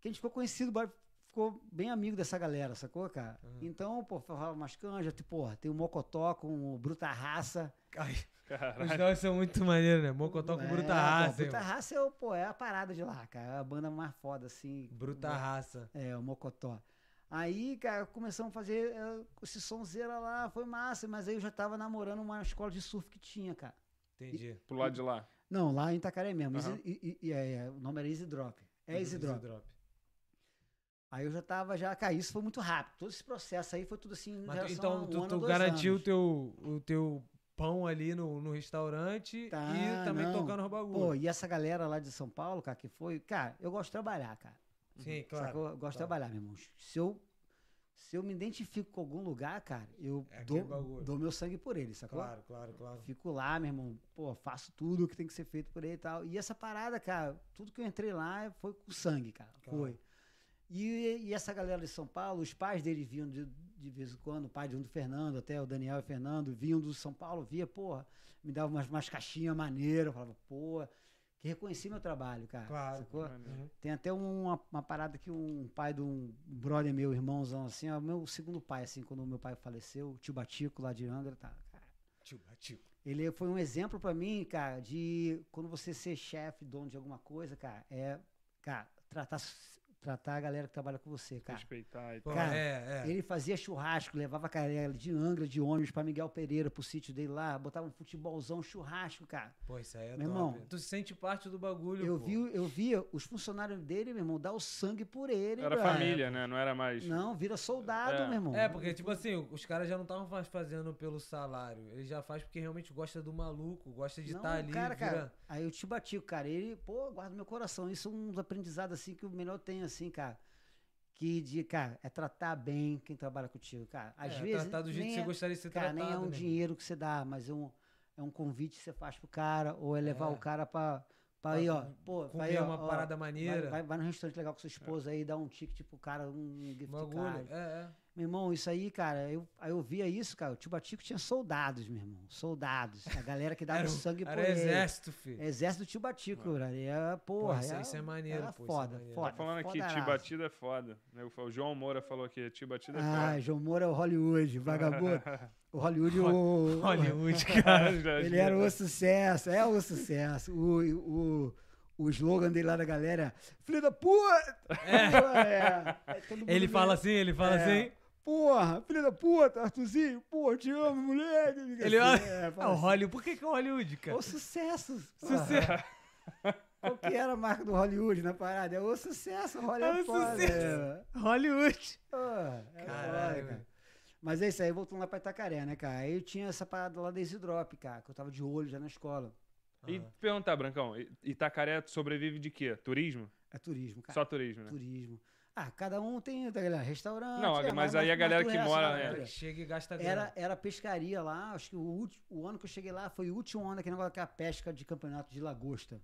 que a gente ficou conhecido, bar- ficou bem amigo dessa galera, sacou, cara? Uhum. Então, pô, falava umas canjas, tipo, porra, tem o Mocotó com o Bruta Raça. Ai, os Caralho. dois são muito maneiros, né? Mocotó com É, Bruta pô, Raça. Bruta irmão. Raça é, o- pô, é a parada de lá, cara. É a banda mais foda, assim. Bruta Raça. É, o Mocotó. Aí, cara, começamos a fazer é, esse sonzeira lá, foi massa, mas aí eu já tava namorando uma escola de surf que tinha, cara. Entendi. Pro lado de lá. Não, lá em Itacaré mesmo. Easy- Aham. e- e- e- é, é, o nome era Easy Drop. É Easy Drop. drop. Aí eu já tava, já, cara, isso foi muito rápido. Todo esse processo aí foi tudo assim, em Mas tu- relação a então, um tu, ano, tu dois garantiu o anos. teu, o teu pão ali no, no restaurante Tá, e também não. tocando os Pô, bagulho. e essa galera lá de São Paulo, cara, que foi... Cara, eu gosto de trabalhar, cara. Sim, claro. Sacou? Uhum. Eu gosto claro. de trabalhar, meu irmão. Se eu, se eu me identifico com algum lugar, cara, eu É aquele dou, bagulho. dou meu sangue por ele, sacou? Claro, claro, claro. Fico lá, meu irmão. Pô, faço tudo o que tem que ser feito por ele e tal. E essa parada, cara, tudo que eu entrei lá foi com sangue, cara. Claro. Foi. E, e essa galera de São Paulo, os pais dele vinham de, de vez em quando, o pai de um do Fernando, até o Daniel e o Fernando, vinham do São Paulo, via, porra, me dava umas, umas caixinhas maneiras, eu falava, porra, que reconheci meu trabalho, cara. Claro. sacou? Maneiro. Uhum. Tem até um, uma, uma parada que um pai de um brother meu, irmãozão, assim, ó, meu segundo pai, assim, quando meu pai faleceu, o tio Batico lá de Angra, tá, cara, Tio, batico. ele foi um exemplo pra mim, cara, de quando você ser chefe, dono de alguma coisa, cara, é, cara, tratar, tratar a galera que trabalha com você, cara. Respeitar e Pô, tal. Cara, é, é. Ele fazia churrasco, levava a galera de Angra, de ônibus pra Miguel Pereira, pro sítio dele lá, botava um futebolzão, churrasco, cara. Pô, isso aí é top. Meu irmão, tu se sente parte do bagulho, Eu pô. vi, eu via os funcionários dele, meu irmão, dar o sangue por ele, Era brother. família, né? Não era mais. Não, vira soldado, É. meu irmão. É, porque, tipo assim, os caras já não estavam mais fazendo pelo salário. Ele já faz porque realmente gosta do maluco, gosta de Não, estar ali. cara, vira- cara, aí eu te bati, cara. Ele, pô, guarda no meu coração. Isso é um aprendizado assim que o melhor tem, assim, cara. Que de, cara, é tratar bem quem trabalha contigo, cara. Às é, vezes. Tratar do jeito que nem você é- gostaria de ser cara, tratado. nem é um né? dinheiro que você dá, mas é um, é um convite que você faz pro cara, ou é levar É. o cara pra. Pra Pra aí, ó. Pô, Comer vai aí, ó, uma ó, parada vai, maneira. vai, vai num restaurante legal com sua esposa aí, dá um ticket pro cara, um gift card. bagulho. É, é. Meu irmão, isso aí, cara, eu, aí eu via isso, cara. O Tio Batico tinha soldados, meu irmão. Soldados. A galera que dava Era o o- um sangue por Era um ele. exército, filho. Exército do Tio Batico, cara. E é, Pô, porra. isso, é, aí- isso é maneiro, era pô. isso é foda, maneiro. foda. Tá falando aqui, Fodaraço. ti batida é foda. né? O o João Moura falou aqui, ti batida é Ah, foda. João Moura é o Hollywood, vagabundo. O Hollywood, [LAUGHS] o, Hollywood, cara. [LAUGHS] Já- ele um era um o sucesso, é o sucesso. O, o, o slogan dele lá da galera, filho da puta! É, é, todo mundo Ele fala meio- assim, ele fala É. assim. Porra, filho da puta, Arthurzinho, porra, te amo, moleque. Fica Ele assim, é, fala o assim. Hollywood. Por que, que é o Hollywood, cara? O sucesso. Sucesso. porra. Qual que era a marca do Hollywood na parada? É o sucesso, Hollywood. É É o sucesso. [LAUGHS] Hollywood. Porra, é Caralho, foda, velho. cara. Mas é isso aí, voltando lá pra Itacaré, né, cara? Aí eu tinha essa parada lá da Easy Drop, cara, que eu tava de olho já na escola. E perguntar, Brancão, I- Itacaré sobrevive de quê? Turismo? É turismo, cara. Só turismo, né? turismo. Ah, cada um tem, tá, galera, restaurante. Não, é, mas aí a galera tudo que relacionado mora, à né? Cara, cultura. que é. chega e gasta grana. Era, era pescaria lá, acho que o, ulti- o ano que eu cheguei lá foi o último ano daquele negócio que a pesca de campeonato de lagosta.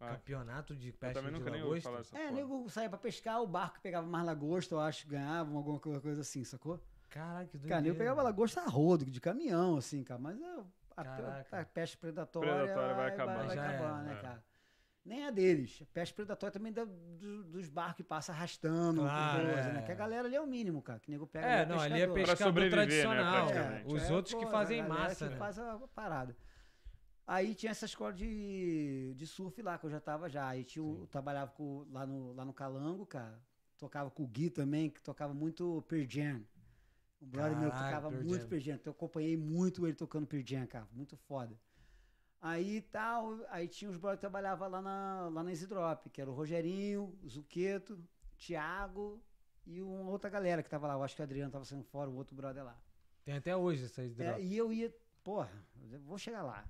Ah, Campeonato de eu pesca também de nunca nem ouvi falar lagosta. assim. dessa É, porra. nego saía pra pescar, o barco que pegava mais lagosta, eu acho, ganhava alguma co- coisa assim, sacou? Caraca, que doideira. Cara, eu pegava lagosta a rodo, de caminhão, assim, cara, mas é, a, Caraca. a peste predatória, Predatória vai acabar. vai, Mas já acabar, é, né, é. cara? Nem a deles. A peste predatória também da- do- dos barcos que passa arrastando, Claro, coisa, é. né? Que a galera ali é o mínimo, cara, que nego pega. É, não, ali é pescador. Pra pescador sobreviver, né, tradicional. praticamente. Os É, outros que pô, a fazem galera massa, que né? faz a parada. Aí tinha essa escola de, de surf lá, que eu já tava já. Aí tinha, o- Sim. eu trabalhava com, lá, no, lá no Calango, cara. Tocava com o Gui também, que tocava muito Pearl Jam. O brother meu Caralho, tocava Pearl muito Jam. Pearl Jam. Então eu acompanhei muito ele tocando Pearl Jam, cara. Muito foda. Aí tal, aí tinha os brothers que trabalhavam lá na, lá na Easy Drop, que era o Rogerinho, o Zuqueto, Thiago e uma outra galera que tava lá. Eu acho que o Adriano tava saindo fora, o outro brother lá. Tem até hoje essas É, drogas. [LAUGHS] e eu ia, porra, eu vou chegar lá.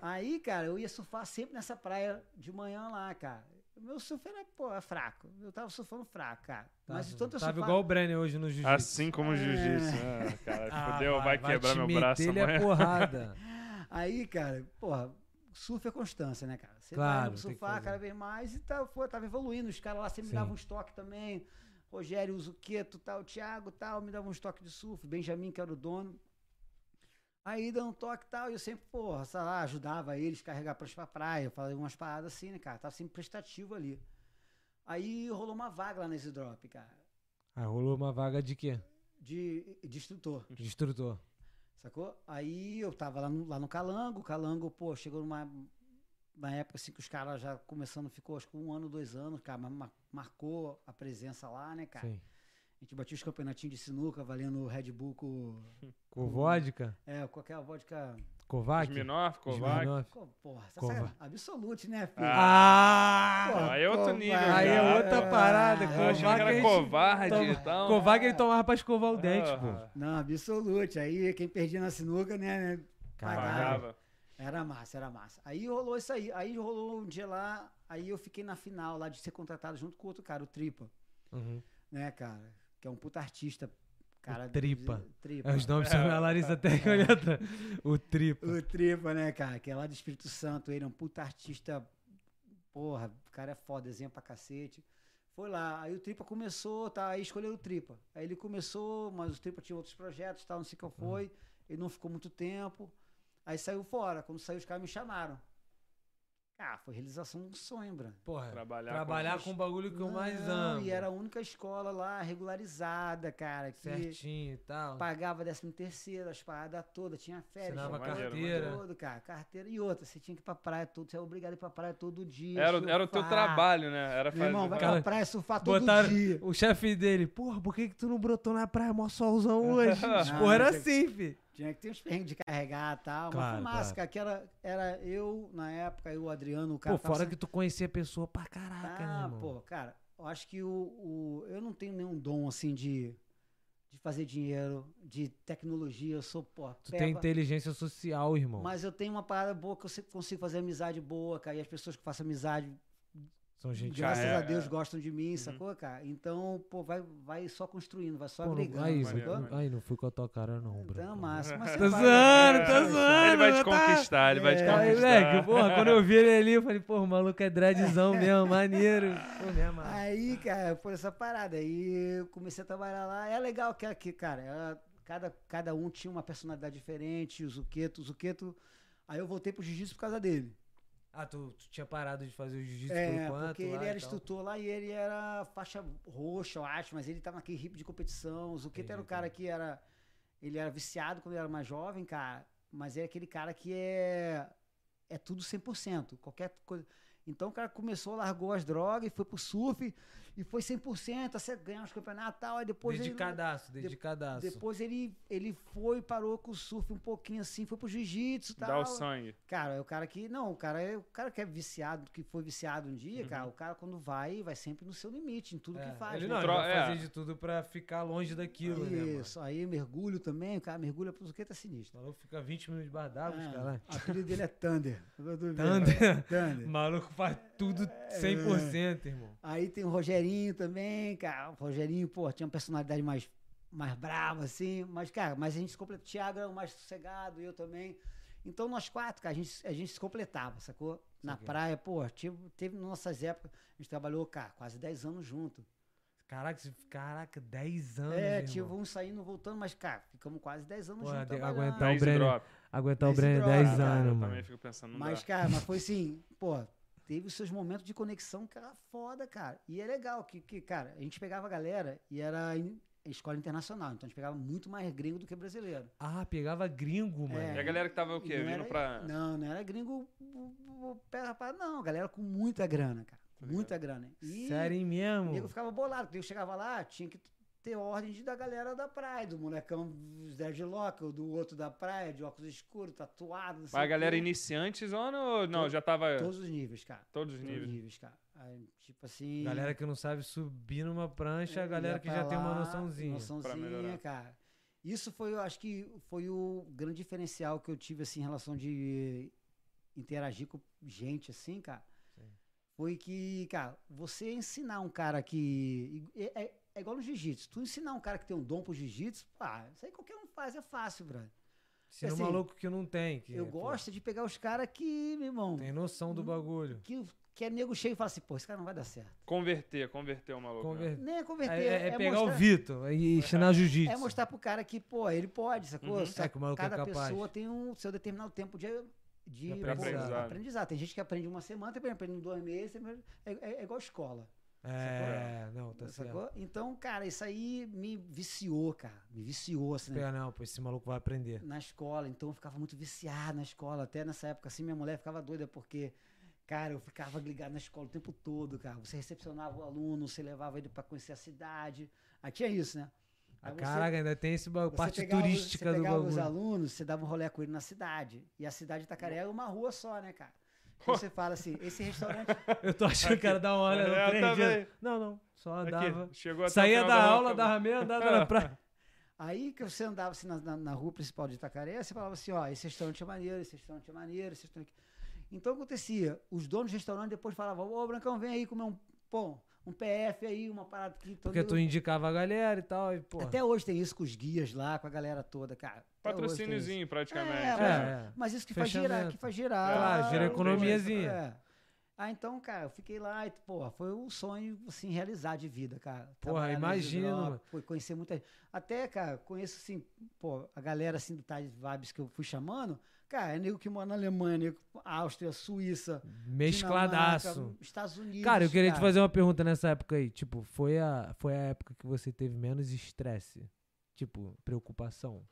Aí, cara, eu ia surfar sempre nessa praia de manhã lá, cara. O meu surf era, pô, era fraco. Eu tava surfando fraco, cara. Mas de tanto eu Tá, Tava surfar... igual o Brenner hoje no jiu-jitsu. Assim como É. o jiu-jitsu. Ah, cara, fudeu, vai, quebrar te é meu braço meter-lhe a amanhã. [LAUGHS] porrada. Aí, cara, porra, surf é constância, né, cara? Você Claro, vai no tem que surfar fazer. cada vez mais e tá, pô, tava evoluindo. Os caras lá sempre Sim. me davam uns toques também. Rogério, Zuqueto, tal, Thiago, tal, me davam uns toques de surf. Benjamin, que era o dono. Aí dá um toque e tal, e eu sempre, porra, sei lá, ajudava eles a carregar prancha pra praia, fazia umas paradas assim, né, cara? Tava sempre prestativo ali. Aí rolou uma vaga lá nesse drop, cara, Aí Ah, rolou uma vaga de [LAUGHS] quê? de, de instrutor. De instrutor. Sacou? Aí eu tava lá no, lá no Calango, o Calango, pô, chegou numa uma época assim que os caras já começando, ficou acho que um ano, dois anos, cara, mas ma- marcou a presença lá, né, cara? Sim. A gente batia os campeonatinhos de sinuca, valendo Red Bull com, Com vodka? é, com aquela vodka, Kovac? Smirnoff, Kovac. Smirnoff. co- porra, essa Cova. sacanagem, absolute, né, filho? Ah! Porra, aí é outro Cova- nível Aí é já. outra parada. Eu achei que Kovac a era então. gente covarde toma- e tal. Kovac ele tomava pra escovar o Ah, dente, pô. ah, Não, absolute. Aí quem perdia na sinuca, né, né, Caralho. Pagava. Era massa, era massa. Aí rolou isso aí. Aí rolou um dia lá, aí eu fiquei na final lá de ser contratado junto com outro cara, o Tripa, Uhum. né, cara? Que é um puta artista, cara. O Tripa. Tripa. É, Os nomes são a Larissa até que olha. tá- O triplo. O Tripa, né, cara? Que é lá do Espírito Santo. Ele é um puta artista. Porra, o cara é foda, desenha pra cacete. Foi lá, aí o Tripa começou, tá? Aí escolheu o Tripa. Aí ele começou, mas o Tripa tinha outros projetos, tal, não Uhum. sei qual foi. Ele não ficou muito tempo. Aí saiu fora. Quando saiu, os caras me chamaram. Ah, foi realização de um sonho, Bran. Porra, Trabalhar com- trabalhar com o bagulho que eu mais Não, amo. E era a única escola lá regularizada, cara. Que Certinho e tal. pagava 13 terceiro, as paradas todas, tinha férias, Assinava tinha carteira. maneiro, Tudo, cara, carteira e outra. Você tinha que ir pra praia todo, você era obrigado a ir pra praia todo dia. Era, o- era o teu surfar. trabalho, né? Era Meu fazer. irmão, vai Cara, pra praia surfar todo Botaram dia. o chefe dele. Porra, por que, que tu não brotou na praia mó [LAUGHS] solzão hoje? Os Porra, era Ah, assim, fi. Tinha que ter uns perrengues de carregar e tal. Claro, mas foi claro. massa, cara, que era, era eu, na época, eu, o Adriano, o cara. Pô, tava fora sempre- que tu conhecia a pessoa pra caraca, né, Ah, irmão? pô, cara, eu acho que o, o- eu não tenho nenhum dom assim de, de fazer dinheiro, de tecnologia. Eu sou, pô, Tu tem peba. inteligência social, irmão. Mas eu tenho uma parada boa que eu sempre consigo fazer amizade boa, cara. E as pessoas que eu faço amizade, São gente. ah, Já graças é, a Deus, é. gostam de mim, sacou, cara? Então, pô, vai, vai só construindo, vai só Pô, não, agregando, aí, mano. sacou? não, aí, não fui com a tua cara, não, Bruno. Então, massa. Mas Tô você vai, zoando, né? tô Vai, tá zoando. É. Ele vai te mano, tá- conquistar, ele vai te É, Aí, moleque, conquistar. porra, quando eu vi ele ali, eu falei, porra, o maluco é dreadzão mesmo, [LAUGHS] maneiro. Pô, me amarra. Aí, cara, por essa parada. Aí eu comecei a trabalhar lá. É legal que aqui, cara, ela- cada, cada um tinha uma personalidade diferente. O Zuqueto, o Zuqueto. Aí eu voltei pro jiu-jitsu por causa dele. Ah, tu, tu tinha parado de fazer o jiu-jitsu por É, enquanto? porque lá ele e era tal. instrutor lá e ele era faixa roxa, eu acho, mas ele tava naquele hip de competição. O Zuqueto era o Entendi, cara que era. Ele era viciado quando ele era mais jovem, cara, mas é aquele cara que é. É tudo 100%. Qualquer coisa. Então o cara começou, largou as drogas e foi pro surf e foi 100%, até ganhar os campeonatos e tal. Aí depois ele- é- Dedicadaço, dedicadaço. Depois ele, ele foi, parou com o surf um pouquinho assim, foi pro jiu-jitsu e tal. Dá o tá sangue. Cara, é o cara que. Não, o cara é o cara que é viciado, que foi viciado um dia, cara, o cara quando vai, vai sempre no seu limite, em tudo Uhum. É, que faz. ele né? não, ele Tro- vai fazer é. de tudo pra ficar longe daquilo, né, mano? Isso, aí mergulho também, o cara mergulha pro que tá O sinistro. maluco fica 20 minutos de bar d'água, os É, caralho. o apelido dele é Thunder. Eu tô vendo. Thunder. O [LAUGHS] Thunder. maluco faz tudo É. 100%, irmão. Aí tem o Rogerinho também, cara. O Rogerinho, pô, tinha uma personalidade mais, mais brava, assim. Mas, cara, mas a gente se completava. O Thiago era o mais sossegado, eu também. Então, nós quatro, cara, a gente, a gente se completava, sacou? Na Saquei. praia, pô, tive, teve nossas épocas. A gente trabalhou, cara, quase 10 anos junto. Caraca, você- caraca, 10 anos, é, irmão. tive um saindo, voltando, mas, cara, ficamos quase 10 anos Pô, juntos. de- trabalhando. aguentar Dá o Dá Brenner. drop. Ah, Aguentar o Mas se Brenner droga, 10 cara, anos, Eu também mano. fico pensando, não Mas, dá. cara, mas foi assim, pô, teve os seus momentos de conexão que era foda, cara. E é legal que, que cara, a gente pegava a galera e era em- escola internacional, então a gente pegava muito mais gringo do que brasileiro. Ah, pegava gringo, É. mano. E a galera que tava o quê? E não Vindo era- pra. Não, não era gringo, bu- bu- pé, rapaz, não, galera com muita grana, cara. Tá muita grana. E Sério o nego mesmo? ficava bolado, porque eu chegava lá, tinha que ter ordem de, da galera da praia, do molecão dreadlock, ou do outro da praia, de óculos escuros, tatuado, não sei Mas a o galera quê. iniciante zona ou não? To- Já tava todos, Todos os níveis, cara. os Todos os níveis. níveis, cara. Aí, tipo assim. é, Galera que não sabe subir numa prancha, a ia galera que pra já tem uma lá, noçãozinha. Pra melhorar. Noçãozinha, cara. Isso foi, eu acho que foi o grande diferencial que eu tive assim, em relação de interagir com gente assim, cara, Sim. foi que, cara, você ensinar um cara que. É, é- é igual no jiu-jitsu. Tu ensinar um cara que tem um dom pro jiu-jitsu, pá, isso aí qualquer um faz, é fácil, brother. Se é um assim, maluco que não tem. Que, é, Eu pô, gosto de pegar os caras que, meu irmão, Tem noção do Hum. bagulho. que, que é nego cheio e fala assim, pô, esse cara não vai dar certo. Converter, converter o maluco. né? Conver- Nem é É, converter. é- é pegar mostrar- o Vitor e ensinar jiu-jitsu. É mostrar pro cara que, pô, ele pode, sacou? Uhum. Só É que o maluco é cada capaz. pessoa tem um seu determinado tempo de, de, De pô, aprendizado. aprendizado. Tem gente que aprende uma semana, tem gente que aprende dois meses, tem gente- é, é- é igual escola, É, não, tá certo. sacou? Então, cara, isso aí me viciou, cara. Me viciou, assim, né? Pera, não, pô, esse maluco vai aprender. na escola. Então, eu ficava muito viciado na escola. Até nessa época, assim, minha mulher ficava doida porque... Cara, eu ficava ligado na escola o tempo todo, cara. Você recepcionava o aluno, você levava ele pra conhecer a cidade. Aí tinha isso, né? Ah, Aí você- Caraca, ainda tem esse bagulho, Você parte pegava- turística você do pegava os bagulho. Uhum. alunos, você dava um rolê com ele na cidade. E a cidade de Itacaré é uma rua só, né, cara? Então você fala assim, esse restaurante... [LAUGHS] Eu tô achando que era da hora, É, eu eu não também. aprendi. Não, não, só Aqui, andava. chegou até o Saía final da rua, aula, acabou. dava meia andada na [LAUGHS] praia. Aí que você andava assim, na, na- na rua principal de Itacaré, você falava assim, ó, esse restaurante é maneiro, esse restaurante é maneiro, esse restaurante... Então acontecia, os donos do restaurante depois falavam, ô, Brancão, vem aí comer um pão, um PF aí, uma parada aqui. todo Porque tu mundo- indicava a galera e tal, e pô. Até hoje tem isso com os guias lá, com a galera toda, cara. Até hoje tem isso. Patrocíniozinho, praticamente. É, né? é, Mas isso que faz Fechamento. Ah, girar, que faz girar. Claro, gira o- economiazinha. É. Ah, então, cara, eu fiquei lá e, porra, foi um sonho, assim, realizar de vida, cara. Porra, Trabalhar na imagino, Isidro, mano. Foi conhecer muita gente. Até, cara, conheço, assim, pô, a galera, assim, do Tide Vibes que eu fui chamando. Cara, é nego que mora na Alemanha, nego, Áustria, Suíça, é. mescladaço. Dinamarca, Estados Unidos. Cara, eu queria te fazer uma pergunta nessa época aí. Tipo, foi a, foi a época que você teve menos estresse? Tipo, preocupação?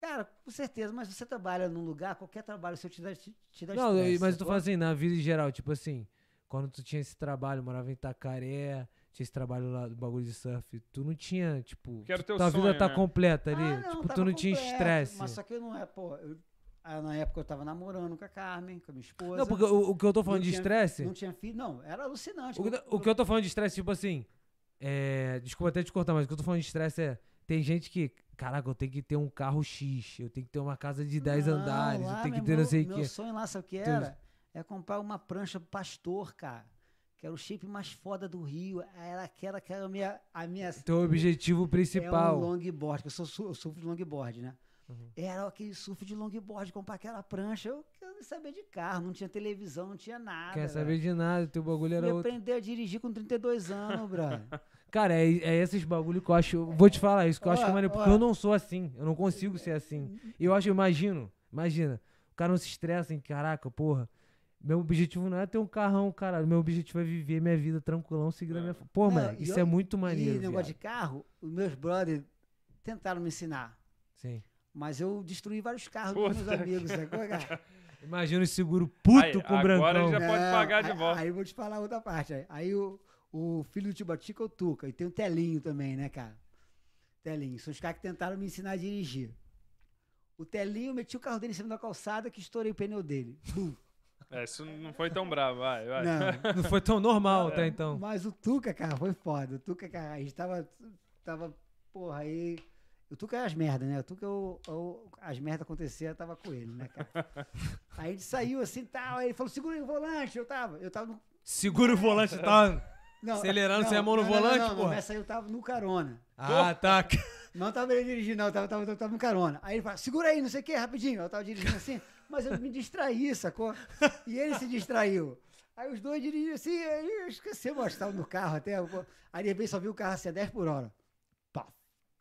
Cara, com certeza, mas você trabalha num lugar, qualquer trabalho, se eu te dar, te, te dá Não, estresse, eu- mas eu tô sacou? falando assim, na vida em geral, tipo assim, quando tu tinha esse trabalho, morava em Itacaré, tinha esse trabalho lá do bagulho de surf, tu não tinha, tipo. Que era o tu- teu tua sonho, vida tá né? completa ali. Ah, tipo, tu tava não tinha completo, estresse. Mas só que eu não é, pô. eu- ah, na época eu tava namorando com a Carmen, com a minha esposa. Não, porque o, o que eu tô falando Não de tinha- estresse. Não tinha filho, não, era alucinante. O, que- o que eu tô falando de estresse, tipo assim. É, desculpa até te cortar, mas o que eu tô falando de estresse é. Tem gente que. Caraca, eu tenho que ter um carro X, eu tenho que ter uma casa de 10 Não, andares, eu lá, tenho que meu ter não irmão, sei o meu quê. sonho lá, sabe o que Tem- era? É comprar uma prancha pastor, cara. Que era o shape mais foda do Rio. Era aquela que era a minha. A minha Teu objetivo É um principal. longboard, que eu sou su- eu surfo de longboard, né? Uhum. Era aquele surf de longboard, comprar aquela prancha. Eu queria saber de carro, não tinha televisão, não tinha nada. né? Quer velho. saber de nada, teu bagulho era Fui outro. aprender a dirigir com 32 anos, [LAUGHS] brother. Cara, é, é esses bagulho que eu acho. Vou te falar isso, que eu acho que é Ó, maneiro, porque ó. eu não sou assim. Eu não consigo ser assim. E eu acho, eu imagino, imagina. O cara não se estressa em, caraca, porra. Meu objetivo não é ter um carrão, cara. Meu objetivo é viver minha vida tranquilão, seguindo a minha. f- Pô, Não, mano, e isso eu- é muito e maneiro. negócio de viado. carro, os meus brothers tentaram me ensinar. Sim. Mas eu destruí vários carros dos meus Puta que- amigos, sacou, cara? Imagina o seguro puto Aí, com o agora brancão. ele Já [LAUGHS] pode pagar de aí, volta. Aí eu vou te falar outra parte. aí. Aí o, o filho do Tibatica é o Tuca. E tem o Telinho também, né, cara? Telinho. São os caras que tentaram me ensinar a dirigir. O Telinho meti o carro dele em cima da calçada que estourei o pneu dele. Bum. É, isso não foi tão bravo, vai, vai. Não, [LAUGHS] Não foi tão normal até então. É. Mas o Tuca, cara, foi foda. O Tuca, cara, a gente tava. tava porra, aí. O Tuca é as merdas, né? O Tuca, é o, é o- as merdas aconteceram, eu tava com ele, né, [LAUGHS] cara? aí a gente saiu assim tal, aí ele falou: segura aí o volante. Eu tava. Eu tava no. Segura o volante, [LAUGHS] tá? Não, Acelerando, não, você é a mão no não, não, não, volante, não, não, porra? Nessa aí eu tava no carona. Ah, tá. Não tava ele dirigindo, não, eu tava, tava, tava no carona. Aí ele fala, segura aí, não sei o que, rapidinho. Eu tava dirigindo assim, mas eu me distraí, sacou? E ele se distraiu. Aí os dois dirigiam assim, aí eu esqueci, mas estavam no carro até. pô. Aí de repente só vi o carro assim, a 10 por hora. Pá,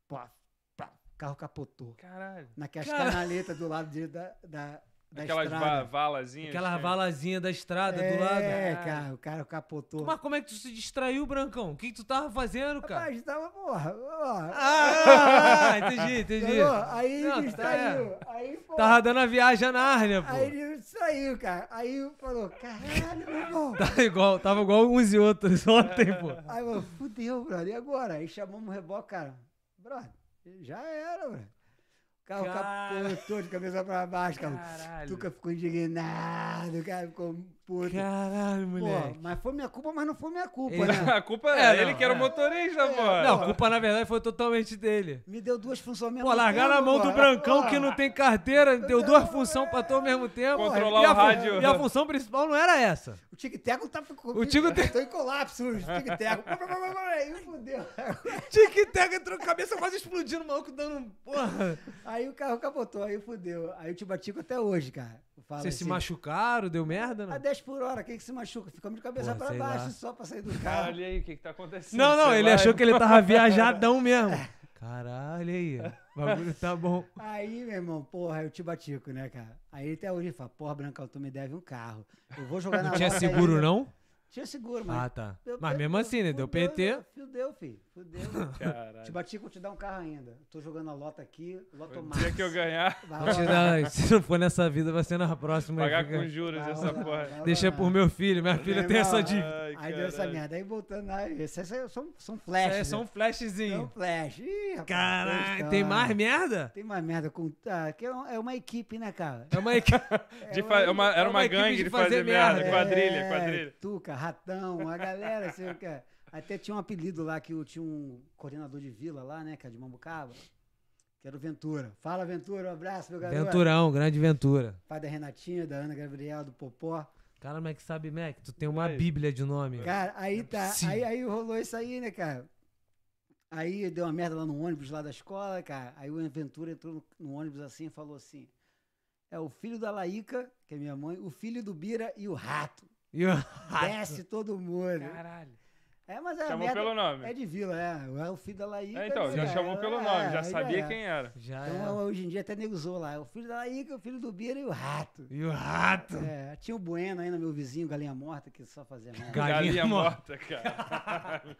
pá, pá. O carro capotou. Caralho. Naquelas Cara. canaletas do lado direito da, da, da Aquelas va assim. estrada. valazinhas. Aquela que- valazinha da estrada do lado. É, Ah. cara, o cara capotou. Mas como é que tu se distraiu, Brancão? O que, que tu tava fazendo, cara? Rapaz, tava, porra, ó. Ah, ah, ah, [LAUGHS] entendi, entendi. entendeu? Aí ele Não, tá, é. distraiu. Aí, pô. Tava dando a viagem à Nárnia, pô. Aí ele saiu, cara. Aí falou, caralho, meu irmão. Tava igual, tava igual uns e outros [LAUGHS] ontem, pô. Aí falou, fudeu, brother. E agora? Aí chamamos o reboque, cara. Brother, já era, brother. Carro Cara- capotou de cabeça pra baixo, cara. Caralho. Tuca ficou indignado, cara, ficou puto. Caralho, moleque. Pô, mas foi minha culpa, mas não foi minha culpa, Ele- né? [LAUGHS] A culpa é, É, ele não, que era o é. motorista, pô. Não, a culpa na verdade foi totalmente dele. Me deu duas funções mesmo. Pô, é. largar na mão do brancão que não tem carteira, deu duas funções pra tu ao mesmo tempo. Controlar e a o fu- rádio. E a função principal não era [LAUGHS] essa. O tic-teco tá ficou. O tic-teco- Tô em colapso, o tic-teco. Aí fudeu. Tic-tac entrou com a cabeça quase explodindo, o maluco dando. um- Porra. Aí o carro capotou, aí fudeu. Aí eu te bati até hoje, cara. Eu falo Vocês se assim, machucaram, deu merda? A Não, 10 por hora, quem que se machuca? Ficamos de cabeça Pô, pra sei baixo lá. só pra sair do carro. Caralho, e aí, o que, que tá acontecendo? não, não, Você ele vai- achou que ele [LAUGHS] tava viajadão mesmo. Caralho, aí. O bagulho tá bom. Aí, meu irmão, porra, eu te batico, né, cara? Aí ele até hoje ele fala, porra, Brancão, tu me deve um carro. Eu [LAUGHS] vou jogar na Não tinha lota seguro, ainda." não? Tinha seguro, mas. Ah, tá. deu Mas PT, mesmo assim, né? Deu fudeu, PT. Fudeu, filho. Fudeu. Te [LAUGHS] Caralho. bati com te dar um carro ainda. Tô jogando a lota aqui, loto O mais. dia que eu ganhar, Vai Vou te [LAUGHS] dar- Se não [LAUGHS] for nessa vida, vai ser na próxima. aí pagar é fica- com juros vai É essa rolar, porra. vai Deixa rolar. pro meu filho, minha filha tem essa dívida. É, Ai, Aí deu essa caralho. merda. Aí voltando, é aí, esses aí são, são Isso flashes. aí é né? só um São flashzinho. flash. Ih, rapaz, Caralho, pois tem tá. mais merda? Tem mais merda com. Ah, que é um- é uma equipe, né, cara? É uma equipe. De fa- é uma- é era uma uma equipe gangue de de fazer fazer merda. merda. Quadrilha, É, quadrilha. Tuca, ratão, a galera, sei o que. é. Até tinha um apelido lá que eu tinha um coordenador de vila lá, né, cara, de Mambucaba. Que era o Ventura. Fala, Ventura, um abraço, meu garoto. Venturão, grande Ventura. Pai da Renatinha, da Ana Gabriel, do Popó. Cara, Mac sabe, Mac, tu tem uma Aí. bíblia de É nome. Cara, aí tá. possível. Aí, aí rolou isso aí, né, cara? Aí deu uma merda lá no ônibus lá da escola, cara. Aí o Ventura entrou no, no ônibus assim e falou assim: É o filho da Laíca, que é minha mãe, o filho do Bira e o rato. E o- Desce todo mundo. Caralho. É, mas é a Chamou merda. pelo nome. É de vila, é. É o filho da Laíca. É, então, né, já cara? chamou pelo É, nome, já aí sabia é. quem era. Já Então, é. hoje em dia até negozou lá. É o filho da Laíca, o filho do Bira e o rato. E o rato. Então. É, tinha o Bueno ainda, meu vizinho, galinha morta, que só fazia merda. Galinha Galinha morta. morta, cara.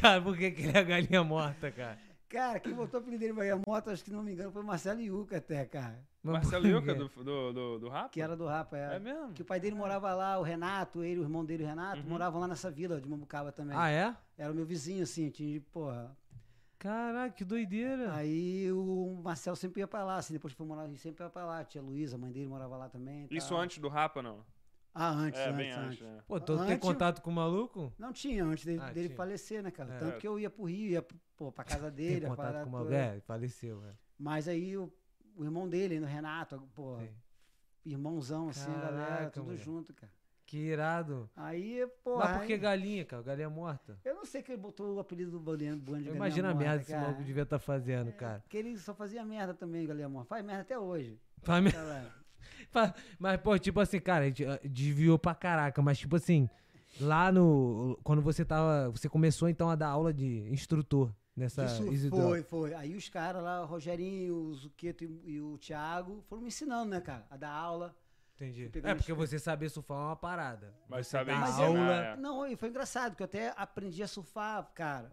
Cara, por que que ele é a galinha morta, cara? Cara, quem botou o apelido dele pra minha moto, acho que não me engano, foi Marcelo Iuca até, cara. Mas Marcelo por Yuca quê? do, do, do, do Rapa? Que era do Rapa, É mesmo? Que o pai dele morava lá, o Renato, ele, o irmão dele, o Renato, moravam lá nessa vila de Mambucaba também. Uhum. Ah, é? Era o meu vizinho, assim, tinha, de- porra. Caraca, que doideira. Aí o Marcelo sempre ia pra lá, assim, depois que foi morar, ele sempre ia pra lá. Tinha Luísa, a mãe dele morava lá também. e tal. Isso antes do Rapa, não? Ah, tá. antes, É, antes, bem antes. antes, né? Pô, tu tem Antes- contato com o maluco? Não tinha, antes dele, Ah, dele tinha. falecer, né, cara? É. Tanto que eu ia pro Rio, ia pô, pra casa dele. Tem a contato parada com o maluco? toda. É, faleceu, é. Mas aí o, o irmão dele, ainda o Renato, porra, Sim. irmãozão, assim, a Caraca, galera, tudo moleque. junto, cara. Que irado. Aí, porra. Mas por que aí- galinha, cara? Galinha morta? Eu não sei que ele botou o apelido do Bolinha Bueno de Eu Galinha imagino a Morta, merda que esse cara. maluco devia estar fazendo, cara. Porque ele só fazia merda também, Galinha Morta. Faz merda até hoje. [LAUGHS] Fala mesmo. tá lá. Fa- Mas, pô, tipo assim, cara, a gente, ah, desviou pra caraca, mas tipo assim, lá no. Quando você tava. Você começou então a dar aula de instrutor nessa Isso Easy Drop. foi, foi. Aí os caras lá, o Rogerinho, o Zuqueto e, e o Thiago, foram me ensinando, né, cara? A dar aula. Entendi. pegando É, porque instru- você saber surfar é uma parada. Mas você saber dá ensinar, aula. Tá, É. Não, e foi engraçado, que eu até aprendi a surfar, cara,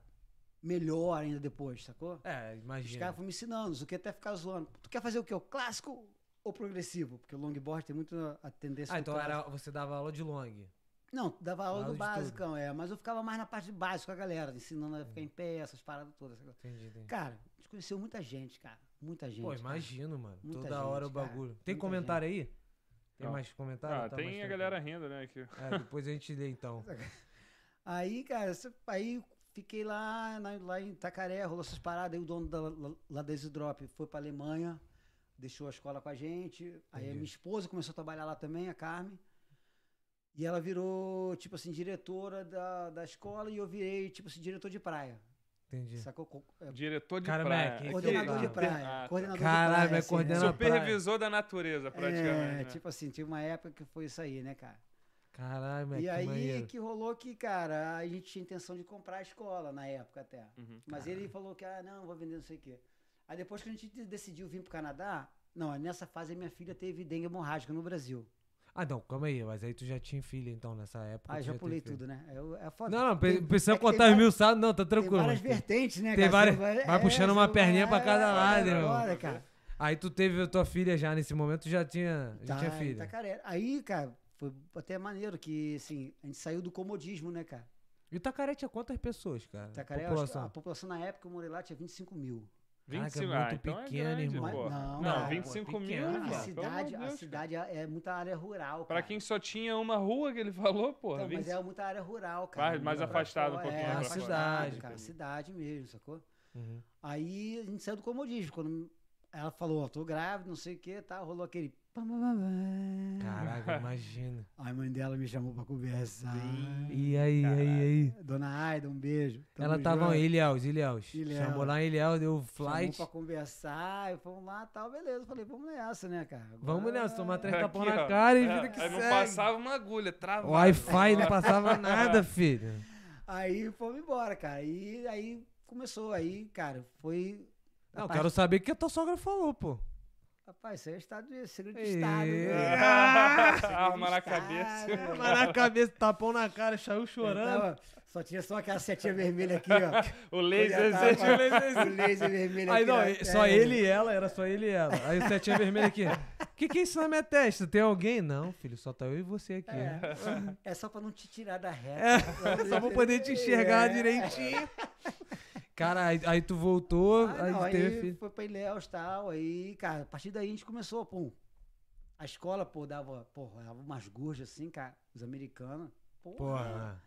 melhor ainda depois, sacou? É, Os imagina. caras foram me ensinando, o Zuqueto até ficava zoando. Tu quer fazer o quê? O clássico ou progressivo? Porque o longboard tem muito a tendência Ah, do então clássico. era, você dava aula de long. Não, dava aula Aula do de tudo. Hum. basicão, é. Mas eu ficava mais na parte de básico com a galera, ensinando a ficar em pé, essas paradas todas. sabe? Entendi, entendi. Cara, a gente conheceu muita gente, cara. Muita gente. Pô, cara. imagino, mano. Muita Toda hora o gente, cara. bagulho. Tem Muita comentário aí? Tem Não. mais comentário? Ah, Tá mais tem a tranquilo. galera rindo, né? Aqui. É, depois a gente lê [LAUGHS] então. Aí, cara, essa- aí fiquei lá, na- lá em Itacaré, rolou essas paradas. Aí o dono da La- La Daisy Drop foi pra Alemanha, deixou a escola com a gente. Aí a Entendi. minha esposa começou a trabalhar lá também, a Carmen. E ela virou, tipo assim, diretora da, da escola e eu virei, tipo assim, diretor de praia. Entendi. Sacou? Co- é, Diretor de Cara, praia. Mac, esse é o Coordenador de cara. Ah, praia. tá. Coordenador Caralho, de praia. vai assim, né? coordenar Supervisor da natureza, praticamente. É, né? tipo assim, teve uma época que foi isso aí, né, cara? Caralho, moleque, e é que aí maneiro. que rolou que, cara, a gente tinha intenção de comprar a escola na época até. Uhum. Mas ele falou que, ah, não, vou vender não sei o quê. Aí depois que a gente de- decidiu vir pro Canadá, não, nessa fase minha filha teve dengue hemorrágica no Brasil. Ah, não, calma aí. Mas aí tu já tinha filho então nessa época. Ah, tu já teve pulei filho. tudo, né? Eu- É, foda. Não, não, pre- Tem- precisa é que tem contar os várias- mil saldos, não, tá tranquilo. Tem várias mas- vertentes, né, tem cara? Você várias- vai puxando uma você perninha pra cada é, lado, é, irmão. foda, cara. Aí tu teve a tua filha já nesse momento, já tinha, já Tá, tinha em filha. Itacaré. Aí, cara, foi até maneiro que, assim, a gente saiu do comodismo, né, cara? E o Itacaré tinha quantas pessoas, cara? Itacaré, acho que É. População. a população na época que eu morei lá tinha 25 mil. Caraca, é 25 ah, muito então pequeno, é grande, irmão. pô. Não, Não, cara, pô, 25 mil. pequeno. Cara, Não, mano, pelo a amor de cidade, a Deus, cidade é é muita área rural. Pra cara. quem só tinha uma rua que ele [LAUGHS] falou, porra. Então, mas 25. é muita área rural, Mais- cara. mais Pra afastado um fora, pouquinho, É, né, pra afastado, fora. cara. Entendi. Cidade mesmo, sacou? Uhum. Aí a gente saiu do comodismo. Quando ela falou, ó, tô grávida, não sei o que, tá, rolou aquele... pá, pá, pá, pá. [LAUGHS] Caraca, imagina. A mãe dela me chamou pra conversar. E aí, aí, aí. Dona Aida, um beijo. Tamo Ela tava junto. em Ilhéus, Ilhéus. Ilhéus. Chamou lá em Ilhéus, deu Chamou flight. pra conversar, e fomos lá tal, beleza. Falei, vamos nessa, né, cara? Agora- Vamos nessa, tomar três Aqui, tapão na ó. cara e É, vida que aí segue. não passava uma agulha, travava. O Wi-Fi né? não [LAUGHS] passava É. nada, filho. Aí fomos embora, cara. E aí começou, aí, cara, foi. Não, Rapaz, quero saber o que a tua sogra falou, pô. Rapaz, isso aí é estado de segredo de Ei. Estado. né? Ah, [LAUGHS] Segredo de arma na Estado, cabeça. né? [LAUGHS] Mas na cabeça, tapão na cara, saiu Eu chorando. tava- só tinha só aquela setinha vermelha aqui, ó. [LAUGHS] O laser. Eu já tava- o laser- o laser vermelho Aí aqui. É. não, na e- só perna. ele e ela, era só ele e ela. Aí o setinha vermelho aqui. O que, que é isso na minha testa? Tem alguém? Não, filho, só tá eu e você aqui. É, é só pra não te tirar da reta. É, [LAUGHS] só vou poder te enxergar É. direitinho. Cara, aí, aí tu voltou, Ah, aí não, tu teve aí filho. foi pra Ilhéus e tal, aí, cara, a partir daí a gente começou, pô, a escola, pô, dava, pô, dava umas gorjas assim, cara, os americanos, porra, Porra. cara,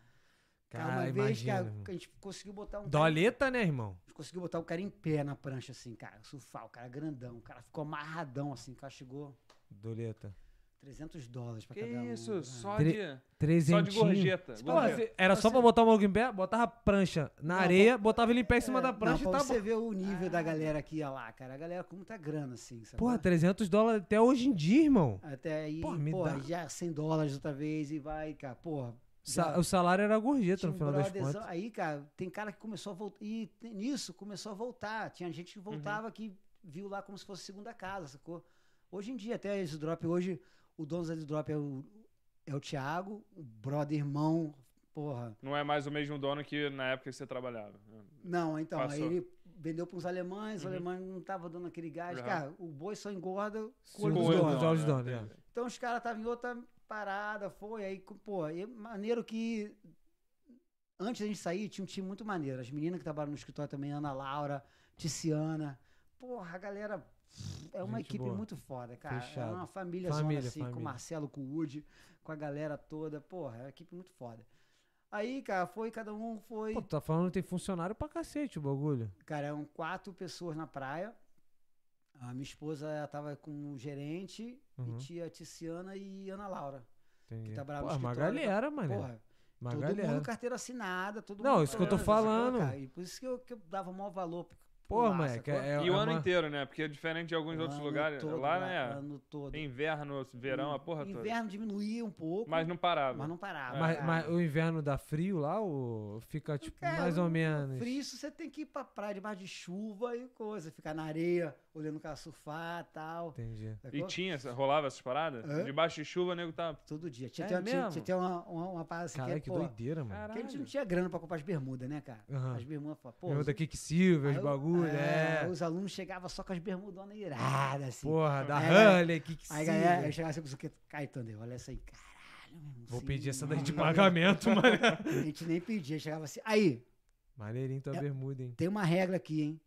Cara, uma vez, imagina. cara, irmão. a gente conseguiu botar um cara, a Doleta, né, irmão? gente conseguiu botar o cara em pé na prancha, assim, cara, surfar, o cara grandão, o cara ficou amarradão, assim, o cara chegou Doleta. 300 dólares pra Que cada um. isso? cara. Só Tre- de. Só de Trezentinho. gorjeta. Pô, gorjeta. Tá cê- era só Você- pra botar o maluco em pé? Botava a prancha na Não, areia, botava ele em pé em cima É, da prancha e não, pra tá você bom. ver o nível da galera que ia lá, cara, a galera com muita grana, assim, sabe? Porra, 300 dólares até hoje em dia, irmão. Até aí, Pô, porra, me dá. já 100 dólares outra vez e vai, cara, porra. Sa- já o salário era gorjeta um tinha no um final das brotherzão- contas. Aí, cara, tem cara que começou a voltar. E tem- nisso começou a voltar. Tinha gente que Uhum. voltava que viu lá como se fosse segunda casa, sacou? Hoje em dia, até esse drop, hoje, o dono da drop é o, é o Thiago, o brother irmão, porra. Não é mais o mesmo dono que na época que você trabalhava. né? Não, então, aí Passou. ele vendeu para uns alemães, Uhum. os alemães não estavam dando aquele gás. Uhum. Cara, o boi só engorda com o Olho olho dos do donos, dono. olhos dos né? donos, é. Entendi. Então os caras estavam em outra parada, foi aí, co- pô, e é maneiro que antes da gente sair tinha um time muito maneiro, as meninas que trabalham no escritório também, Ana Laura, Tiziana. Porra, a galera é uma Gente equipe boa. muito foda, cara. Fechado. É uma família, zona, Família, assim, com o família. Marcelo, com o Woody, com a galera toda. Porra, é uma equipe muito foda. Aí, cara, foi, cada um foi. Pô, tu tá falando que tem funcionário pra cacete o bagulho. Cara, eram quatro pessoas na praia. A minha esposa ela tava com o gerente, Uhum. e tia Tiziana e Ana Laura. Entendi. tá bravo no Pô, é uma escritório, tá- galera, mano. Porra, Uma todo galera. mundo carteira assinada, todo Não, mundo. isso que eu tô fazendo, sacou, falando. cara? E por isso que eu, que eu dava o maior valor. pro- pro Pô, lá, moleque, sacou? é, é E o ano uma- inteiro, né? Porque é diferente de alguns O outros ano lugares. todo, Lá, cara, o né? ano todo. Inverno, verão, a porra toda. Inverno diminuía um pouco, Mas não parava. mas não parava. Mas, né? cara. mas o inverno dá frio lá ou fica, tipo, Cara, mais ou o menos? Por isso você tem que ir pra praia debaixo de chuva e coisa, ficar na areia, olhando o cara surfar e tal. Entendi. E sacou? tinha, essa- rolava essas paradas? Hã? Debaixo de chuva, o nego tava. Todo dia. Tinha, É tinha, tinha- mesmo? tinha uma, uma, uma parada assim Caraca, que, que pô, doideira, mano. Caralho. porque a gente não tinha grana pra comprar as bermudas, né, cara? Aham. As bermudas, pô, pô, Lembra da Quicksilver, Aí os o- bagulho, é, é. Os alunos chegavam só com as bermudonas iradas, assim. Porra, da Aí, galera- Harley, aí, galera, Quicksilver. eu chegava assim com o suqueto. Cai, Thunder, olha essa aí. assim, Caralho, é meu irmão. Vou sim, pedir essa [LAUGHS] daí de maneiro." pagamento, [LAUGHS] mano. A gente nem pedia, chegava assim. Aí, Maneirinho tua É. bermuda, hein? tem uma regra aqui, hein?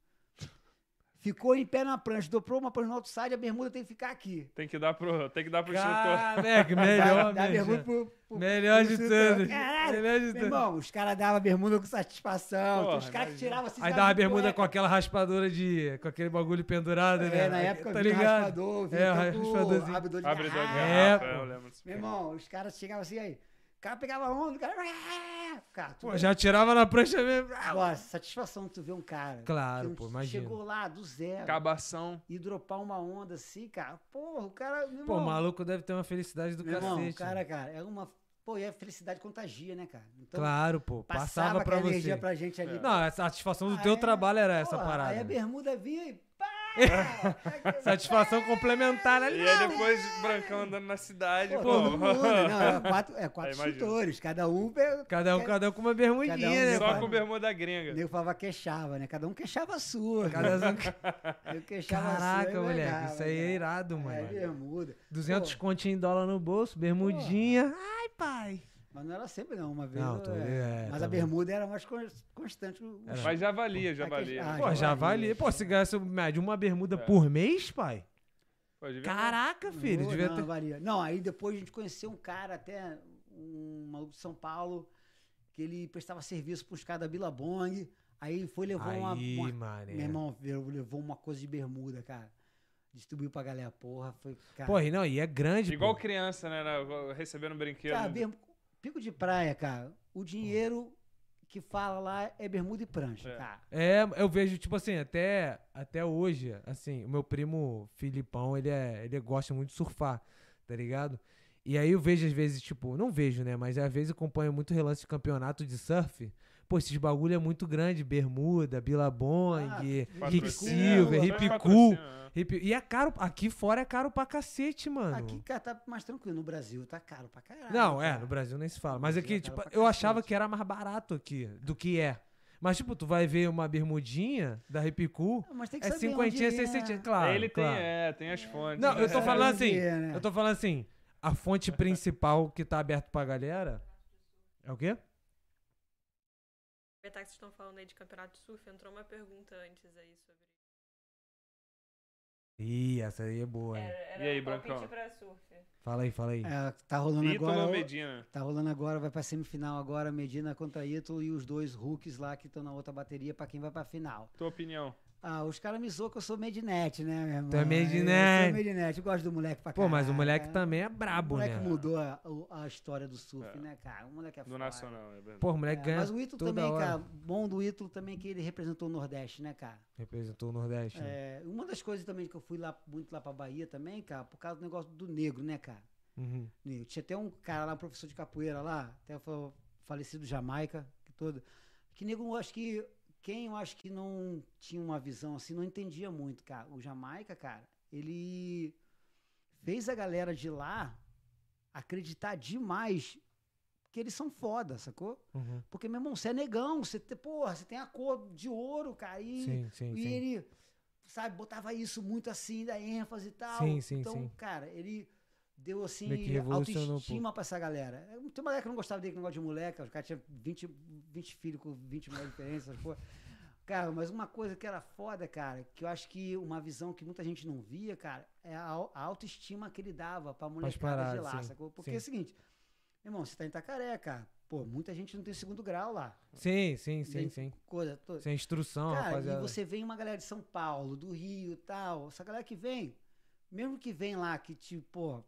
Ficou em pé na prancha, dobrou uma prancha no outside, a bermuda tem que ficar aqui. Tem que dar pro, tem que dar pro instrutor. Caraca, dá, melhor, dá a bermuda melhor. pro, pro- Melhor pro de instrutor. tudo. Caralho, Melhor de meu tudo. irmão, os caras davam a bermuda com satisfação. Porra, os caras que imagina. tiravam assim. Aí sabe, dá uma de bermuda cueca. com aquela raspadura de. com aquele bagulho pendurado, né? É, na época tá vinha ligado? raspador, vinha É, o até com raspadorzinho. abridor de Abre dois garrafa. garrafas, É, eu pô. lembro disso. Meu irmão, os caras chegavam assim aí. O cara pegava onda, o cara. "Ah!" cara tu Pô, vê- já tirava na prancha mesmo. Ah, Agora, satisfação tu ver um cara. Claro, que pô, imagina. Chegou lá do zero Cabação. e dropar uma onda assim, cara. Porra, o cara. Meu Pô, o irmão, maluco deve ter uma felicidade do meu irmão, o cacete. cara, cara, é uma. Pô, e a felicidade contagia, né, cara? Então, Claro, pô. Passava pra aquela você. energia pra gente ali. Não, a satisfação do Aí, teu trabalho era essa porra, Aí é a parada. né? bermuda vinha e. Pá! [LAUGHS] Satisfação complementar ali. E aí depois Brancão andando na cidade, Pô, pô. todo [LAUGHS] mundo, não, é quatro, é quatro Aí, imagina. instrutores, cada um. pe- Cada um, pe- cada um com uma bermudinha, Cada um né? Só pô? com bermuda O gringa. nego falava queixava, né? Cada um queixava a sua. Cada um- Eu queixava a sua, [LAUGHS] Caraca, eu moleque, pegava, isso aí é cara. irado, mano. É bermuda. 200 continho em dólar no bolso, bermudinha. Ai, pai. Mas não era sempre, não. Uma vez. Não, eu- tô- é. é, Mas a também. bermuda era mais cons- constante. o- o- Era. Mas já valia, já Aquele- valia. Ah, Pô, já valia. valia. Pô, se ganhasse médio uma bermuda É. por mês, pai? Pô, devia- Caraca, filho. Não, devia não, ter... varia. Não, aí depois a gente conheceu um cara, até um maluco de São Paulo, que ele prestava serviço para os caras da Billabong. Aí foi levou uma, Aí, uma- mané. Meu irmão levou- levou uma coisa de bermuda, cara. Distribuiu pra galera, porra. Foi, cara. Pô, e não, e é grande, Igual pô. criança, né? na- Recebendo brinquedo. Cara, bermu- pico de praia, cara. O dinheiro que fala lá é bermuda e prancha, É. cara. É, eu vejo, tipo assim, até, até hoje, assim, o meu primo Filipão, ele, é, ele gosta muito de surfar, tá ligado? E aí eu vejo às vezes, tipo, não vejo, né? Mas às vezes eu acompanho muito relance de campeonato de surf. Pô, esses bagulho é muito grande. Bermuda, Ah, Bilabong, Rick Patrocínio, Silver, né? Hip Cool. Patrocínio, né? Hip- E é caro, aqui fora é caro pra cacete, mano. Aqui, cara, tá mais tranquilo. No Brasil tá caro pra caralho. Não, é, cara. no Brasil nem se fala. Mas Brasil aqui, é tipo, caro pra eu achava cacete. que era mais barato aqui do que é. Mas, tipo, tu vai ver uma bermudinha da Hip Cool, Mas tem que é saber cinquentinha, onde é. sessentinha, claro. Ele tem, Ah, claro. é, tem as fontes. Não, eu tô É. falando assim, Onde é, né? eu tô falando assim, a fonte principal que tá aberta pra galera é o quê? Aproveitar que vocês estão falando aí de campeonato de surf, entrou uma pergunta antes aí sobre. Ih, essa aí é boa, hein? E aí, Brancão? um pra surf. Fala aí, fala aí. É, tá rolando Ítalo agora. Medina. Tá rolando agora, vai pra semifinal agora, Medina contra Ítalo e os dois Hulks lá que estão na outra bateria pra quem vai pra final. Tua opinião. Ah, os caras me zoam que eu sou Medinete, né, meu irmão? Tu é Eu Medinete. sou Medinete, eu gosto do moleque pra Pô, mas o caralho, moleque né? também é O brabo, moleque né? mudou a, o- a história do surf, É. né, cara? O moleque é Do Nacional, é verdade. Pô, o É, moleque ganha mas o Ítalo toda também, hora. cara, bom do Ítalo também que ele representou o Nordeste, né, cara? Representou o Nordeste. né? É, uma das coisas também que eu fui lá muito lá pra Bahia também, cara, por causa do negócio do negro, né, cara? Uhum. Negro. Tinha até um cara lá, um professor de capoeira lá, até fa- falecido Jamaica, que todo. Que nego, eu acho que. Quem eu acho que não tinha uma visão assim, não entendia muito, cara. O Jamaica, cara, ele fez a galera de lá acreditar demais que eles são foda, sacou? Uhum. Porque, meu irmão, você é negão, você, te- porra, você tem a cor de ouro, cara. E Sim, sim, e sim. ele, sabe, botava isso muito assim, da ênfase e tal. Sim, sim, então, sim. cara, ele deu assim Meio que revolucionou um autoestima pra essa galera. Tem uma galera que não gostava dele, que negócio de moleque, os caras tinham 20, 20 filhos com 20 mulheres diferentes, essas porra. Cara, mas uma coisa que era foda, cara, que eu acho que uma visão que muita gente não via, cara, é a, au- a autoestima que ele dava pra molecada de paradas, lá, sim, sacou? Porque sim. é o seguinte, meu irmão, você tá em Itacaré, cara. Pô, muita gente não tem segundo grau lá. Sim, sim, sim, Tem sim. Coisa, toda. Sem instrução, Cara, rapaziada. e você vem uma galera de São Paulo, do Rio e tal. Essa galera que vem, mesmo que vem lá, que tipo.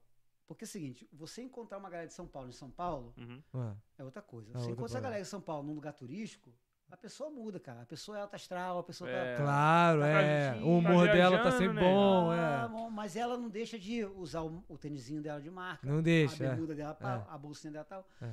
Porque é o seguinte, você encontrar uma galera de São Paulo em São Paulo Uhum. Ué, é outra coisa. É você outra encontra essa parada. galera de São Paulo num lugar turístico, a pessoa muda, cara. A pessoa é alta astral, a pessoa É. tá. Claro, tá é. viajando, O humor tá dela tá viajando, sempre né? bom, Ah, é. bom, mas ela não deixa de usar o, o tênisinho dela de marca. Não deixa, A é. bermuda dela, pá, a bolsinha dela tal. É.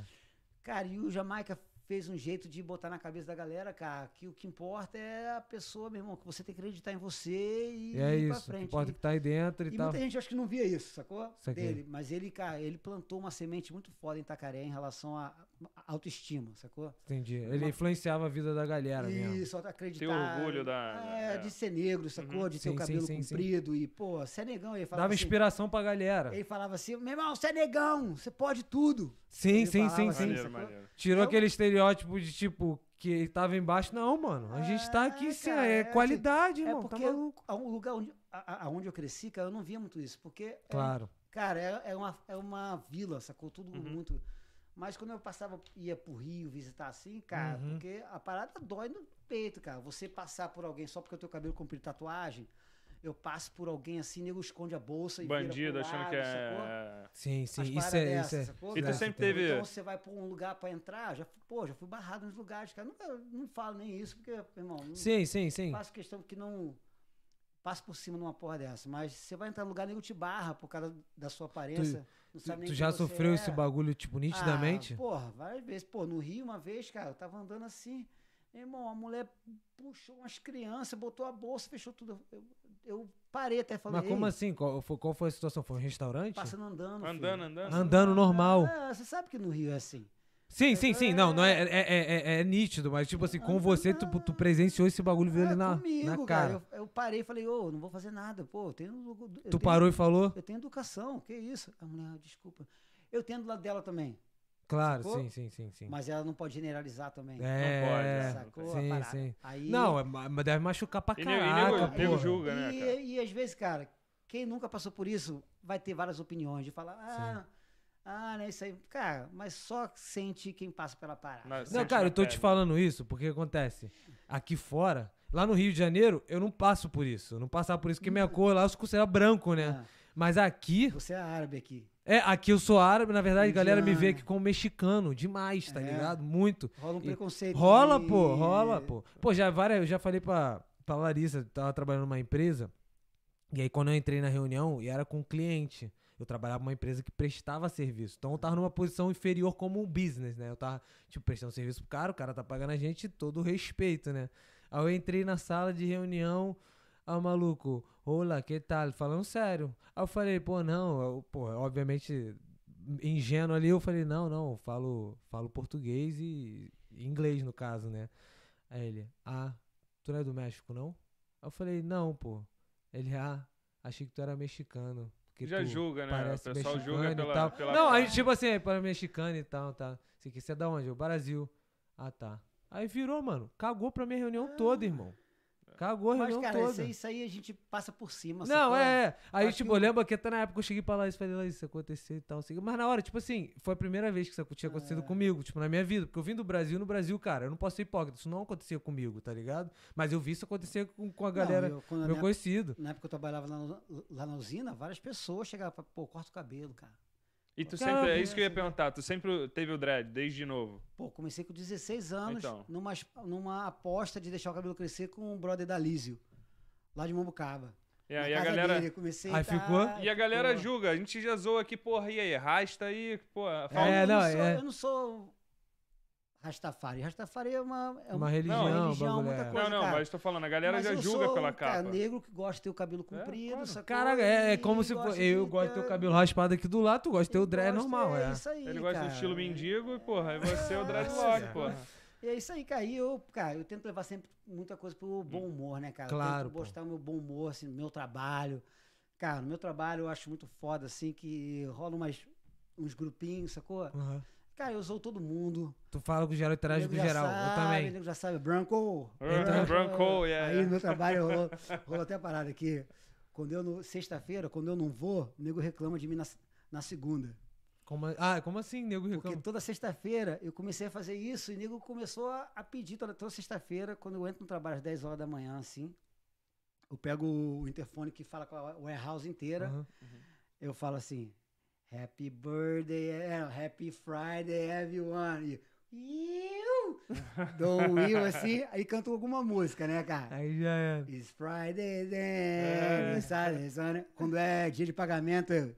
Cara, e o Jamaica fez um jeito de botar na cabeça da galera, cara, que o que importa é a pessoa, meu irmão, que você tem que acreditar em você e, E é ir pra isso. O que frente. importa é que tá aí dentro E, e e tal. muita gente acho que não via isso, sacou? Saquei. Dele. Mas ele, cara, ele plantou uma semente muito foda em Tacaré em relação à à autoestima, sacou? Entendi. Ele Uma- influenciava a vida da galera mesmo. Isso, acreditar. orgulho da- É, é. de ser negro, sacou? De ter Uhum. Sim, sim, o cabelo sim, sim. comprido e, pô, você é negão. Ele falava Dava assim, inspiração pra galera. ele falava assim, meu irmão, você é negão, você pode tudo. Sim, ele sim, sim, falava sim. assim. Maneiro, sacou? maneiro. Tirou Eu- aquele estereótipo de tipo que ele tava embaixo. Não, mano. A gente tá aqui É, sim. cara, É é, qualidade, É irmão. Tá porque maluco. a- um lugar onde, a, a- aonde eu cresci, cara, eu não via muito isso. Porque, é- Claro. cara, é, é uma, é uma vila, sacou? Tudo Uhum. muito. Mas quando eu passava, ia pro Rio visitar assim, cara, Uhum. porque a parada dói no peito, cara. Você passar por alguém só porque eu tenho cabelo comprido e tatuagem, eu passo por alguém assim, nego esconde a bolsa e vira pro Bandido achando que lado, sacou? é. Sim, sim. Umas Isso é, paradas isso é. dessas, sacou, isso E tu é- cara? sempre Ou teve- Então você vai pra um lugar pra entrar, já, fui- pô, já fui barrado nos lugares, cara. Nunca, não falo nem isso, porque, meu irmão, não- Sim, sim, sim. faço questão que não passo por cima numa porra dessa. Mas você vai entrar no lugar, nego te barra por causa da sua aparência. não Tu, sabe nem tu quem já você sofreu é. esse bagulho, tipo, Ah, nitidamente? porra, várias vezes. Pô, no Rio, uma vez, cara, eu tava andando assim. Meu irmão, a mulher puxou umas crianças, botou a bolsa, fechou tudo. Eu, eu parei até falei. Mas como "Ei, assim? Qual foi, qual foi a situação? Foi um restaurante? Passando andando. filho. Andando, andando. Andando normal. Ah, você sabe que no Rio é assim. Sim, sim, sim. Não, não é, é, é, é- é nítido, mas tipo assim, com você, tu, tu presenciou esse bagulho viu ele É, na, comigo, na cara. cara. Eu, eu parei e falei, ô, não vou fazer nada. Pô, eu tenho. eu Tu tenho- parou e falou? Eu tenho educação, que isso? A mulher, "Ah, desculpa. Eu tenho do lado dela também. Claro, Sacou? sim, sim, sim, sim. Mas ela não pode generalizar também. É, Não pode, né? Sacou sim, a parada? sim. Aí, Não, é ma- mas deve machucar pra E nego- e nego- caraca, nego porra. julga. né, e, cara? e às vezes, cara, quem nunca passou por isso vai ter várias opiniões de falar, ah, ah, né, isso aí. Cara, mas só sente quem passa pela parada. Mas- Não, Sente cara, na eu tô te pele. falando isso porque acontece. Aqui fora, lá no Rio de Janeiro, eu não passo por isso. Eu não passava por isso, porque minha cor lá eu sou considerado branco, né? Ah, Mas aqui, você é árabe aqui. é, aqui eu sou árabe, na verdade, a galera me vê Indiano. aqui como mexicano demais, tá É. ligado? Muito. Rola um E- preconceito. Rola, e- pô, rola, pô. Pô, já várias, eu já falei pra, pra Larissa, eu tava trabalhando numa empresa, e aí quando eu entrei na reunião, e era com um cliente. Eu trabalhava numa empresa que prestava serviço. Então eu tava numa posição inferior como um business, né? Eu tava, tipo, prestando serviço pro cara, o cara tá pagando a gente todo o respeito, né? Aí eu entrei na sala de reunião, ah, maluco, olá, que tal? Falando sério. Aí eu falei, pô, não, eu, pô, obviamente, ingênuo ali, eu falei, não, não, eu falo, falo português e e inglês, no caso, né? Aí ele, ah, tu não é do México, não? Aí eu falei, não, pô. Ele, ah, achei que tu era mexicano. Porque Já tu julga, né? O Tipo, parece pessoal mexicano julga e pela. tal. pela- Não, aí tipo assim, para mexicano e tal, tá. Você que você é da onde? O Brasil. Ah, tá. Aí virou, mano. Cagou pra minha reunião toda, irmão. Cagou a Mas, reunião cara, isso toda. aí, isso aí a gente passa por cima. Não, sacou? é, é. Aí, Aqui tipo, o- eu lembro que até na época eu cheguei pra Laís e falei, Laís, isso aconteceu e tal. não sei o quê. Mas na hora, tipo assim, foi a primeira vez que isso tinha acontecido É. comigo, tipo, na minha vida. Porque eu vim do Brasil, no Brasil, cara, eu não posso ser hipócrita. Isso não acontecia comigo, tá ligado? Mas eu vi isso acontecer com, com a Não, galera, eu, quando a meu minha- conhecido. Na época que eu trabalhava lá, no- lá na usina, várias pessoas chegavam pra, pô, corta o cabelo, cara. E tu Cara, assim, sempre. É eu- isso que eu ia perguntar. Tu sempre teve o dread, desde novo. Pô, comecei com 16 anos, Então. numa, es- numa aposta de deixar o cabelo crescer com um brother da Lísio, lá de Mambucaba. E Na aí a casa galera. dele, comecei, Aí ficou? tá, E a galera pô. julga. A gente já zoa aqui, porra, e aí? Rasta aí, porra. Cara, Fala... É, eu, não, não sou, é. eu não sou Rastafari. Rastafari é uma, é Uma religião, uma um religião bagulho, muita é. coisa, não, não, cara. mas tô falando, a galera Mas já eu julga sou pela um cara capa. É, negro que gosta de ter o cabelo comprido, claro. sacou? Caraca, é, é E como se gosta fosse. de Eu ter- gosto de ter o cabelo raspado aqui do lado, tu gosta de ter o ele dread gosta, normal, é. isso aí, Ele gosta do cara. estilo mendigo e, porra, aí você é o É, dreadlock, é. porra. E é isso aí, cara. E eu, cara, eu tento levar sempre muita coisa pro bom humor, né, cara? Claro, Eu tento pô. mostrar o meu bom humor, assim, no meu trabalho. Cara, no meu trabalho eu acho muito foda, assim, que rola umas, uns grupinhos, sacou? Aham. Cara, eu sou todo mundo. Tu fala com o geral e traz com Nego o já geral. eu sabe, também. nego já sabe, branco. Então- É, Branco, yeah. tá- Aí no meu trabalho rolou, rolou até a parada aqui. Quando eu não- sexta-feira, quando eu não vou, o nego reclama de mim na, na segunda. Como, a- ah, como assim, nego Porque reclama? toda sexta-feira eu comecei a fazer isso e o nego começou a, a pedir toda, toda sexta-feira, quando eu entro no trabalho às 10 horas da manhã, assim, eu pego o interfone que fala com a warehouse inteira, Aham. eu falo assim, Happy birthday, é, Happy Friday, everyone. E eu dou um eu assim, aí canto alguma música, né, cara? Aí já era. It's Friday né? then, É. it's Saturday, Sunday. né? Quando é dia de pagamento, eu...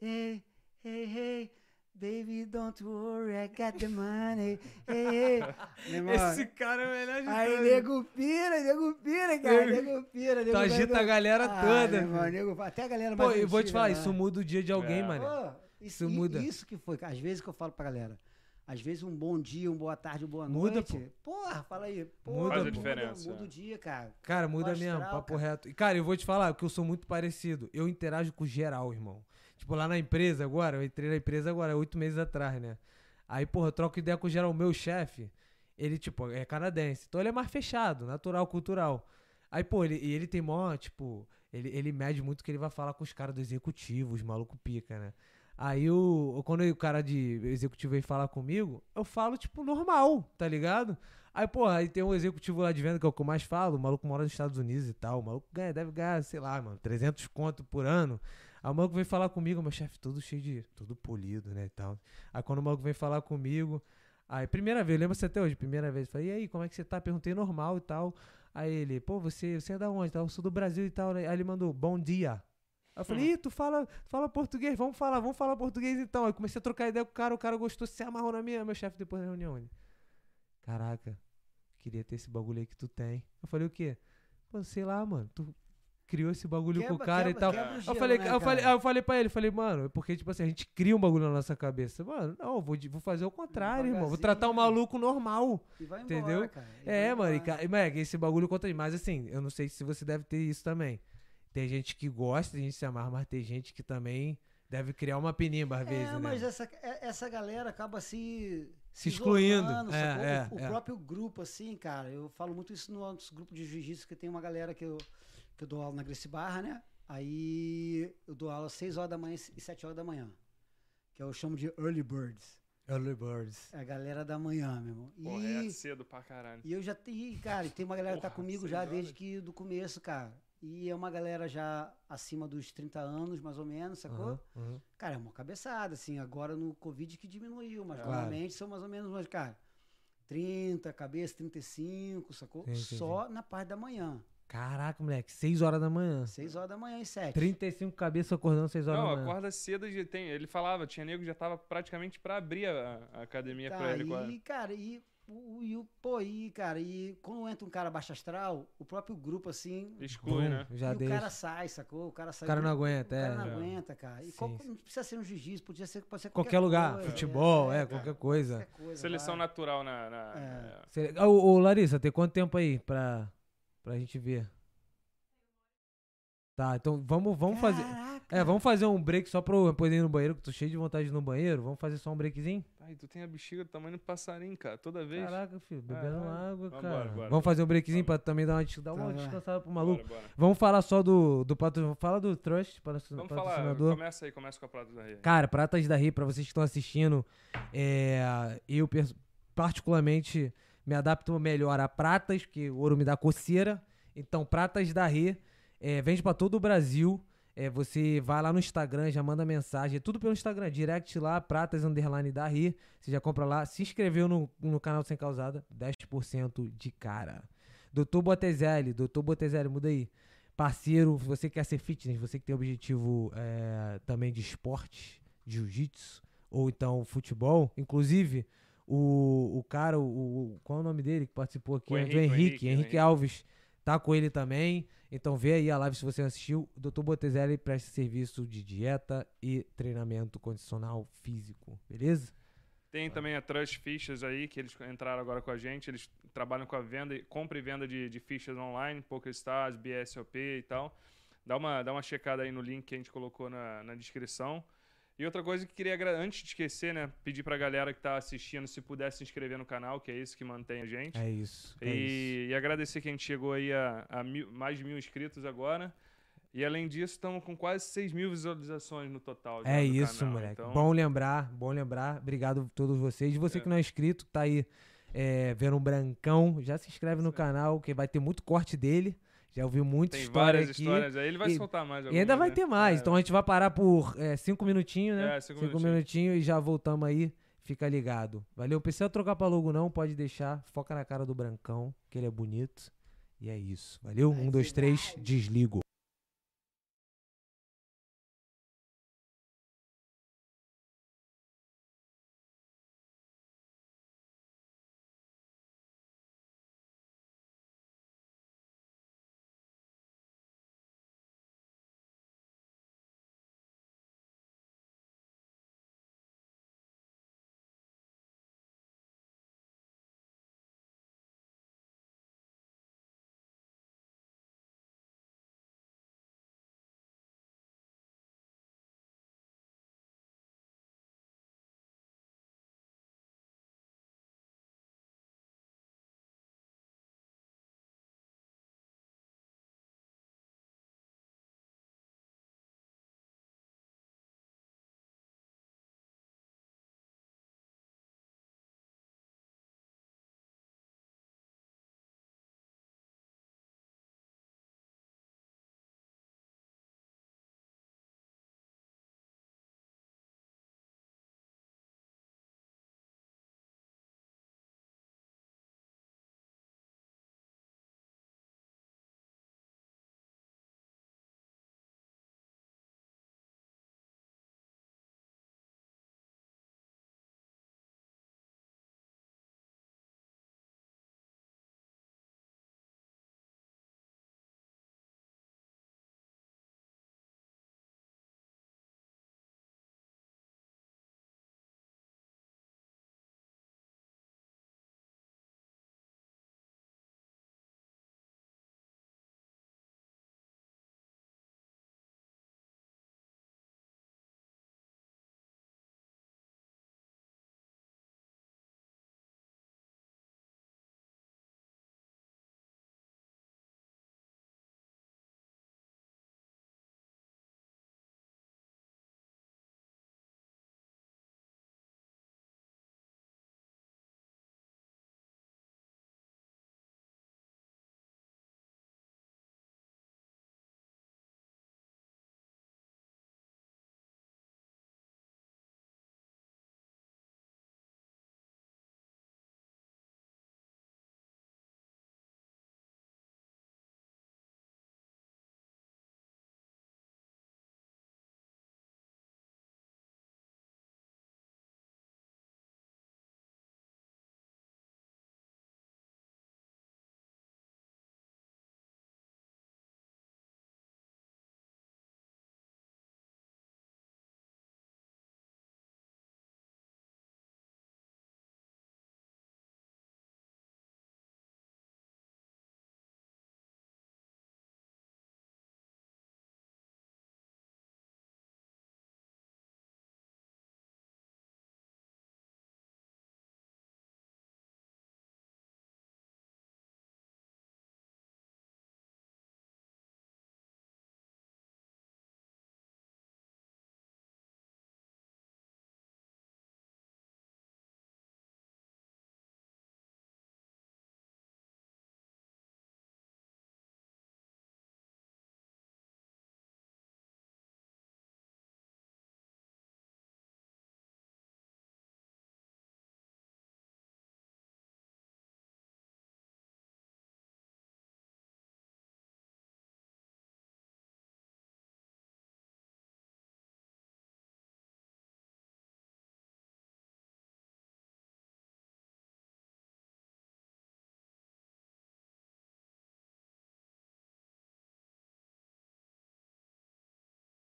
Hey, hey, hey, baby, don't worry, I got the money. Hey, hey. Meu irmão, Esse cara é o melhor de Aí, todos. nego pira, nego pira, cara, Nego- nego pira. Nego Tu agita a galera Ah, toda. meu irmão, nego- até a galera mais Pô, eu vou te antiga falar, lá. isso muda o dia de alguém, É. mano. Pô, Isso isso, i- muda. Isso que foi, cara. Às vezes que eu falo pra galera. Às vezes um bom dia, uma boa tarde, uma boa Muda, noite. Porra, fala aí. Porra, Muda, Faz a diferença, Muda é. o dia, cara. Cara, muda astral, mesmo, papo cara. reto. E, cara, eu vou te falar que eu sou muito parecido. Eu interajo com geral, irmão. Tipo, lá na empresa agora, eu entrei na empresa agora, oito meses atrás, né? Aí, porra, eu troco ideia com o geral. O meu chefe, ele, tipo, é canadense. Então ele é mais fechado, natural, cultural. Aí, pô, ele, e ele tem mó, tipo, ele, ele mede muito o que ele vai falar com os caras do executivo, os maluco pica, né? Aí o, quando o cara de executivo vem falar comigo, eu falo, tipo, normal, tá ligado? Aí, porra, aí tem um executivo lá de venda que é o que eu mais falo, o maluco mora nos Estados Unidos e tal, o maluco ganha, deve ganhar, sei lá, mano, 300 conto por ano. Aí o maluco vem falar comigo, meu chefe todo cheio de, todo polido, né, e tal. Aí quando o maluco vem falar comigo, aí primeira vez, lembra você até hoje, primeira vez, falei, e aí, como é que você tá? Perguntei normal e tal. Aí ele, pô, você, você é da onde? e tal? Eu sou do Brasil e tal. né? Aí ele mandou, bom dia. Aí eu falei, Ih, tu fala, tu fala português, vamos falar, vamos falar português então. Aí comecei a trocar ideia com o cara, o cara gostou, se amarrou na minha, meu chefe depois da reunião. Ele, Caraca, queria ter esse bagulho aí que tu tem. Eu falei, o quê? Pô, sei lá, mano, tu criou esse bagulho com o Quebra- cara e quebra- tal. quebra o Eu gelo, falei, né, eu falei, ah, cara? eu falei pra ele, falei, mano, é porque, tipo assim, a gente cria um bagulho na nossa cabeça. Mano, não, eu vou, de- vou fazer o contrário, irmão. Vou tratar o Devagarzinho. né? maluco normal. E vai embora, Entendeu? cara. E É, vai mano, e, embora. ca- e, moleque, esse bagulho conta demais. Assim, eu não sei se você deve ter isso também. Tem gente que gosta, tem gente que se amarra, mas tem gente que também Deve criar uma penimba às vezes, É, né? mas essa, é- essa galera acaba se. Se excluindo, isolando, é, sacou? é, o é. próprio grupo, assim, cara. Eu falo muito isso no nosso grupo de jiu-jitsu, que tem uma galera que eu, que eu dou aula na Gracie Barra, né? Aí eu dou aula às 6 horas da manhã e 7 horas da manhã. Que eu chamo de Early Birds. Early birds. É a galera da manhã, meu irmão. Porra, é E, cedo pra caralho. e eu já tenho, cara, e tem uma galera que tá Porra, comigo seis já horas. desde que do começo, cara. E é uma galera já acima dos 30 anos, mais ou menos, sacou? Aham, aham. Cara, é uma cabeçada, assim, agora no Covid que diminuiu, mas Claro. normalmente são mais ou menos, umas, cara, 30, cabeça 35, sacou? Sim, sim, Só na parte da manhã, Caraca, moleque, 6 horas da manhã. 6 horas da manhã e 7. 35 cabeças acordando 6 horas Não, da manhã. acorda cedo e tem. Ele falava, tinha nego que já tava praticamente pra abrir a, a academia pra ele. Tá, quase. e, cara, e, o, e o, pô, e, cara, e quando entra um cara baixo astral, o próprio grupo, assim, Exclui, Bum, né? Já e deixa. o cara sai, sacou? O cara O sai. cara do- não aguenta, o cara é. não né? aguenta, cara. E Sim, qual- sim. não precisa ser um jiu-jitsu, podia ser, pode ser Qualquer, lugar, coisa, né? futebol, é, qualquer coisa. qualquer coisa, Seleção vai. natural na. na- É. Cê- Ah, Ô, ô, Larissa, tem quanto tempo aí pra, pra gente ver? Tá, então vamos, vamos fazer. Caraca, É, vamos fazer um break só pra eu poder ir no banheiro, que eu tô cheio de vontade de ir no banheiro. Vamos fazer só um breakzinho? Ai, tu tem a bexiga do tamanho do passarinho, cara. Toda vez. Caraca, filho, bebendo Caralho. água, Vambora, cara. bora, vamos fazer um breakzinho bora. pra também dar uma, des- dar uma Tá, vai. descansada pro Bora, maluco. bora. Vamos falar só do, do patrocinador. Fala do Trust, patrocin- Vamos falar. patrocinador. Começa aí, começa com a prata da rede. Cara, Pratas da Ri, pra vocês que estão assistindo, é, eu pers- particularmente me adapto melhor a pratas, porque o ouro me dá coceira. Então, Pratas da Ri é, vende pra todo o Brasil. É, você vai lá no Instagram, já manda mensagem, é tudo pelo Instagram, direct lá, pratas underline da Ri. Você já compra lá, se inscreveu no, no canal Sem Causada, 10% de cara. Doutor Botezelli, doutor Botezelli, muda aí parceiro, você que quer ser fitness, você que tem objetivo é, também de esporte, jiu-jitsu, ou então futebol, inclusive o, o cara, o, o- qual é o nome dele que participou aqui? É Do O Henrique, o Henrique, Henrique, Henrique, o Henrique. Alves, tá com ele também, então vê aí a live se você não assistiu, o Dr. Botezelli presta serviço de dieta e treinamento condicional físico, beleza? Tem também a Trust Fichas aí, que eles entraram agora com a gente. Eles trabalham com a venda, e- compra e venda de, de fichas online, PokerStars, BSOP e tal. Dá uma, dá uma checada aí no link que a gente colocou na, na descrição. E outra coisa que queria, agra- antes de esquecer, né? Pedir pra galera que tá assistindo se puder se inscrever no canal, que é isso que mantém a gente. É isso, é isso. E, e agradecer que a gente chegou aí a, a mil- mais de mil inscritos agora. E além disso, estamos com quase 6 mil visualizações no total. já É do isso, canal. moleque. Então, Bom lembrar, bom lembrar. Obrigado a todos vocês. E Você É. que não é inscrito, que tá aí é, vendo um brancão, já se inscreve no canal, que vai ter muito corte dele. Já ouviu muita Tem história várias aqui. histórias aí. Ele vai E- soltar mais E ainda algumas, vai né? ter mais. É, então a gente vai parar por é, cinco minutinhos, né? É, cinco minutinhos. e já voltamos aí. Fica ligado. Valeu. Precisa trocar pra logo, não. Pode deixar. Foca na cara do brancão, que ele é bonito. E é isso. Valeu. Um, dois, três. Desligo.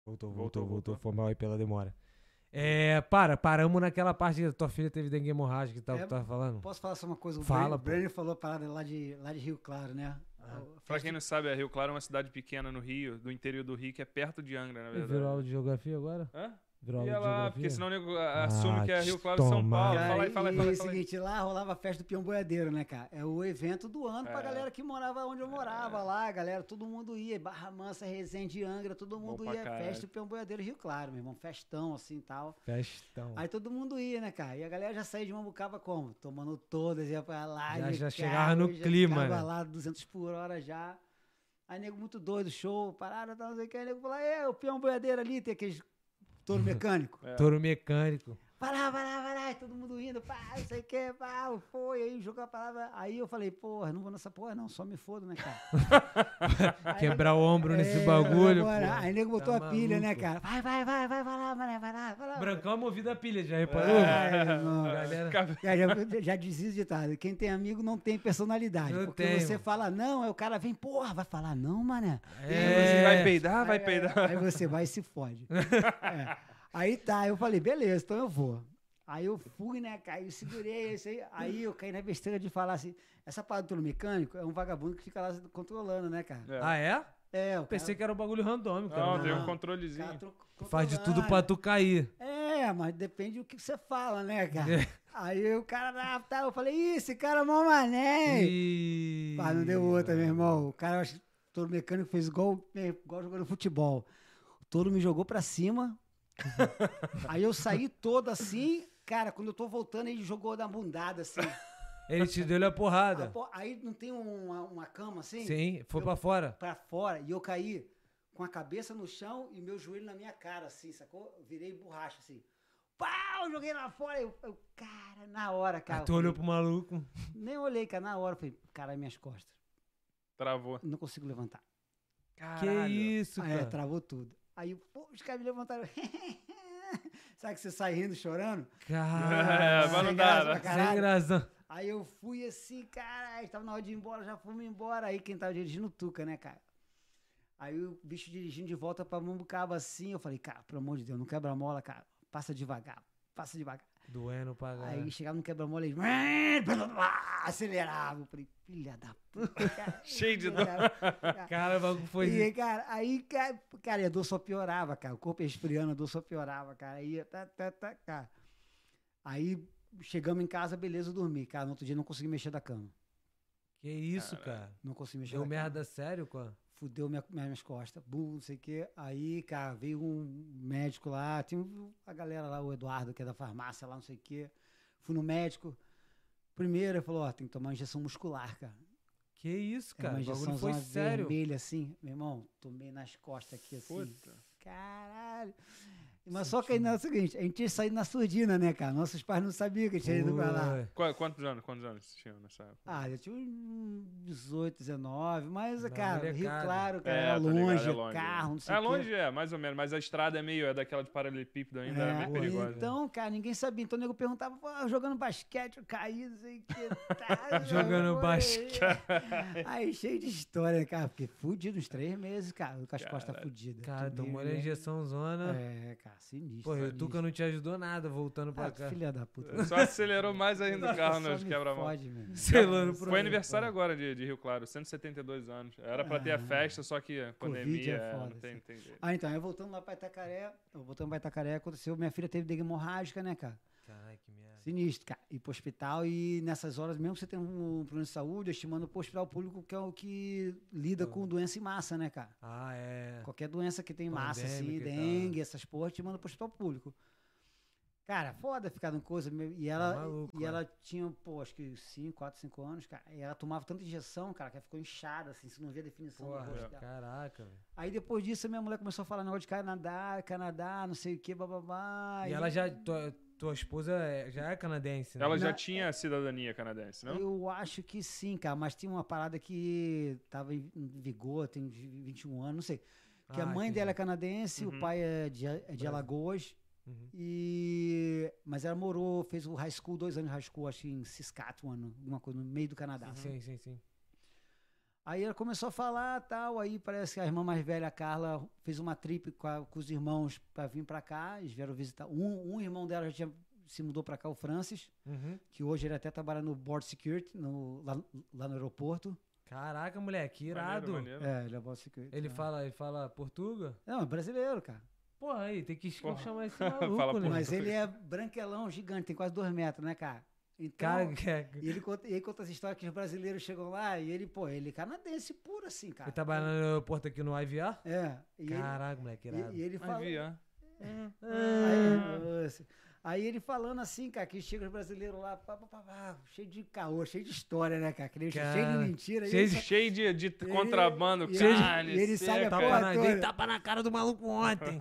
Voltou, Voltou, voltou, voltou. voltou. Foi mal aí pela demora. É, para, paramos naquela parte que tua filha teve dengue hemorrágica que tá, É, tava falando. Posso falar só uma coisa? O Fala, Breno, pô. Breno falou a parada lá de, lá de Rio Claro, né? O- Ah, Pra quem não sabe, a Rio Claro é uma cidade pequena no Rio, do interior do Rio, que é perto de Angra, na Ele verdade. virou aula de geografia agora? Hã? Virou aula Ia de lá, geografia? porque senão o nego ah, Ah, assume que é Rio Claro e São Paulo. tomara. Fala aí, fala aí, e fala é aí. o Fala aí. seguinte, lá rolava a festa do Peão Boiadeiro, né, cara? É o evento do ano pra É. galera que morava onde eu morava lá, galera, todo mundo ia, Barra Mansa, Resende, Angra, todo Bom mundo pra ia, caralho. festa do Peão Boiadeiro, Rio Claro, meu irmão, festão assim e tal. Festão. Aí todo mundo ia, né, cara? E a galera já saía de Mambucaba como? Tomando todas, ia pra lá. Já- de já carro, chegava no já clima, Ficava né? lá 200 por hora já. Aí nego muito doido, show, parada, tal, não sei o que. Aí nego falou, é, o peão boiadeiro ali, tem aqueles [LAUGHS] touro mecânico. É. Touro mecânico. Vai lá, vai lá, vai lá. E todo mundo indo, pá, não sei o que, pá, foi. Aí jogou a palavra. Aí eu falei, porra, não vou nessa porra não, só me foda, né, cara? Aí- [LAUGHS] Quebrar o ombro nesse É, bagulho. agora, pô. Aí nego botou Tá a pilha, né, maluco. cara? Vai, vai, vai, vai, vai lá, vai lá, vai lá, vai lá. Brancão é movido a pilha, já reparou? É, Ai, irmão. Galera, Cabe- Já, É, já, já dizia o ditado, quem tem amigo não tem personalidade. Eu porque tenho. você fala não, aí o cara vem, porra, vai falar não, mané. Você vai é... peidar, vai Aí- peidar. Aí você vai e se [LAUGHS] fode. É. Aí tá, eu falei, beleza, então eu vou. Aí eu fui, né, cara, eu segurei isso aí. Aí eu caí na besteira de falar assim, essa parada do mecânico é um vagabundo que fica lá controlando, né, cara? É. Ah, é? É, o Pensei cara, que era um bagulho randômico. [LAUGHS] Não, cara. tem um Não. controlezinho. cara tro- Faz de tudo pra controlando. tu cair. É, mas depende do que você fala, né, cara? É. Aí o cara, ah, tá, eu falei, Ih, esse cara é mó mané. E... Ah, não deu outra, meu irmão. O cara, eu acho que o touro mecânico fez igual, né, igual jogando futebol. O touro me jogou pra cima. Uhum. [LAUGHS] aí eu saí todo assim. Cara, quando eu tô voltando, ele jogou na bundada, assim. Ele te deu a A porrada. po- Aí não tem uma, uma cama, assim? Sim, foi Ah, Eu- pra fora. Pra fora. E eu caí com a cabeça no chão e meu joelho na minha cara, assim, sacou? Eu Virei borracha, assim. Pau! Joguei lá fora. Eu, eu- cara, na hora, cara. Aí tu eu olhou falei- pro maluco. Nem olhei, cara. Na hora, eu falei, cara, minhas costas. Travou. Não consigo levantar. Que isso, Ah, é, cara. travou tudo. Aí pô, os caras me levantaram. [LAUGHS] Sabe que você sai rindo, chorando? Cara. É, mas não Sem dá, graça né? pra caralho. Sem graça. Aí eu fui assim, caralho, tava na hora de ir embora, já fomos embora. Aí quem tava dirigindo, o Tuca, né, cara? Aí o bicho dirigindo de volta pra Mambucaba assim, eu falei, cara, pelo amor de Deus, não quebra a mola, cara. Passa devagar, passa devagar. Doendo pra É. Aí caralho. chegava no quebra-mola e acelerava. Eu falei, filha da [LAUGHS] puta. cara." Cheio de dor. Acelerava. Cara, o bagulho foi. E, cara, aí, é cara, cara, e a dor só piorava, cara. O corpo esfriando, a dor só piorava, cara. Aí, tá, tá, tá, cara. Aí chegamos em casa, beleza, eu dormi. Cara, no outro dia não consegui mexer da cama. Que Ah, isso, cara. Não consegui mexer Deu da cama. merda sério, cara. Fudeu minha, minha- minhas costas. Bum, não sei o quê. Aí, cara, veio um médico lá. Tinha um- a galera lá, o Eduardo, que é da farmácia lá, não sei o quê. Fui no médico. Primeiro, ele falou, ó, tem que tomar uma injeção muscular, cara. Que isso, É uma cara. o bagulho foi injeçãozona sério. vermelha, assim. Meu irmão, tomei nas costas aqui, assim. Puta. Caralho. Mas só que aí não é o seguinte, a gente tinha saído na surdina, né, cara? Nossos pais não sabiam que a gente tinha ido pra lá. Foi. Qu- Quantos anos? Quantos anos vocês tinham nessa época? Ah, eu tinha uns 18, 19, mas, Na cara, Rio molecada. Claro, cara, É, era tô ligado, longe, é longe, carro, não sei É o quê. longe, é, mais ou menos. Mas a estrada é meio, é daquela de paralelepípedo ainda, é, É, meio perigosa. Então, cara, ninguém sabia. Então o nego perguntava, "Pô, jogando basquete, eu caí, não sei o que. [LAUGHS] Tá, Jogando pô, basquete. aí- [LAUGHS] Aí cheio de história, né, cara. Fiquei fudido uns três meses, cara, com as costas Caralho. fudidas. Cara, Tomei tomou a injeção né? zona. né? É, cara, sinistro. Pô, e o sinistro. Tuca não te ajudou nada voltando pra Ah, cá. [LAUGHS] filha da puta. Só acelerou mais ainda o carro né, Só nos me quebra-mãos. fode, meu. Selando pro Foi aniversário agora de, de Rio Claro, 172 anos. Era pra ter a Ah, festa, só que a pandemia é é, não foda, tem, sim. tem jeito. Ah, então, aí voltando lá pra Itacaré, eu voltando pra Itacaré, aconteceu, minha filha teve dengue hemorrágica, né, cara? Caralho, que merda. Sinistro, cara. Ir pro hospital e nessas horas, mesmo que você tem um problema de saúde, eu te mando pro hospital público, que é o que lida com doença em massa, né, cara? Ah, é. Qualquer doença que tem massa, assim, Pandêmica e tal. né? dengue, essas porra, te manda pro hospital público. Cara, foda ficar com coisa. meu, E ela, maluco, e é. ela tinha, pô, acho que 5, 4, 5 anos, cara. E ela tomava tanta injeção, cara, que ela ficou inchada, assim, você não via a definição do rosto Porra, é. dela. caraca, velho. Aí depois disso, a minha mulher começou a falar negócio de Canadá, Canadá, não sei o que, bababá. E ela já. Tua, tua esposa é- já é canadense, né? Ela já Na- é. tinha cidadania canadense, não? Eu acho que sim, cara, mas tinha uma parada que tava em em vigor, tem uns 21 anos, não sei. Que a Ah, mãe entendi. dela é canadense, Uhum. o pai é de, é de Brasil. Alagoas, Uhum. E... Mas ela morou, fez o high assim. school, dois anos de high school, acho que em Saskatchewan, alguma coisa, no meio do Canadá. Sim, sim, sim. Aí ela começou a falar tal, aí parece que a irmã mais velha, a Carla, fez uma trip com, a- com os irmãos para vir para cá, eles vieram visitar. Um, um irmão dela já tinha, se mudou para cá, o Francis, Uhum. que hoje ele até trabalha no Board Security, no- lá, lá no aeroporto. Caraca, moleque, irado. Maneiro, maneiro. É, ele é Board Security. Ele né? fala, ele fala portuga? Não, é brasileiro, cara. Porra, aí, tem que Porra. chamar esse [LAUGHS] Fala maluco, né? português. Mas ele é branquelão, gigante, tem quase dois metros, né, cara? Então, Cara, [LAUGHS] que é- E ele conta, e ele conta essa história que os brasileiros chegam lá e ele, pô, ele é canadense puro assim, cara. ele trabalha no aeroporto aqui no IVR? É. E Caraca, moleque, ele, irado. e, e ele fala. Mas vi, ah. Ah. Aí, assim, aí ele falando assim, cara, que chega os brasileiros lá, pá, pá, pá, pá, cheio de caô, cheio de história, né, cara? Que nem- Cara, cheio de mentira. e cheio ele de- só- Cheio de, de Ele- contrabando, e ele- carne, e ele sabe a seca. porra Tapa na, toda. dei tapa na cara do maluco [LAUGHS]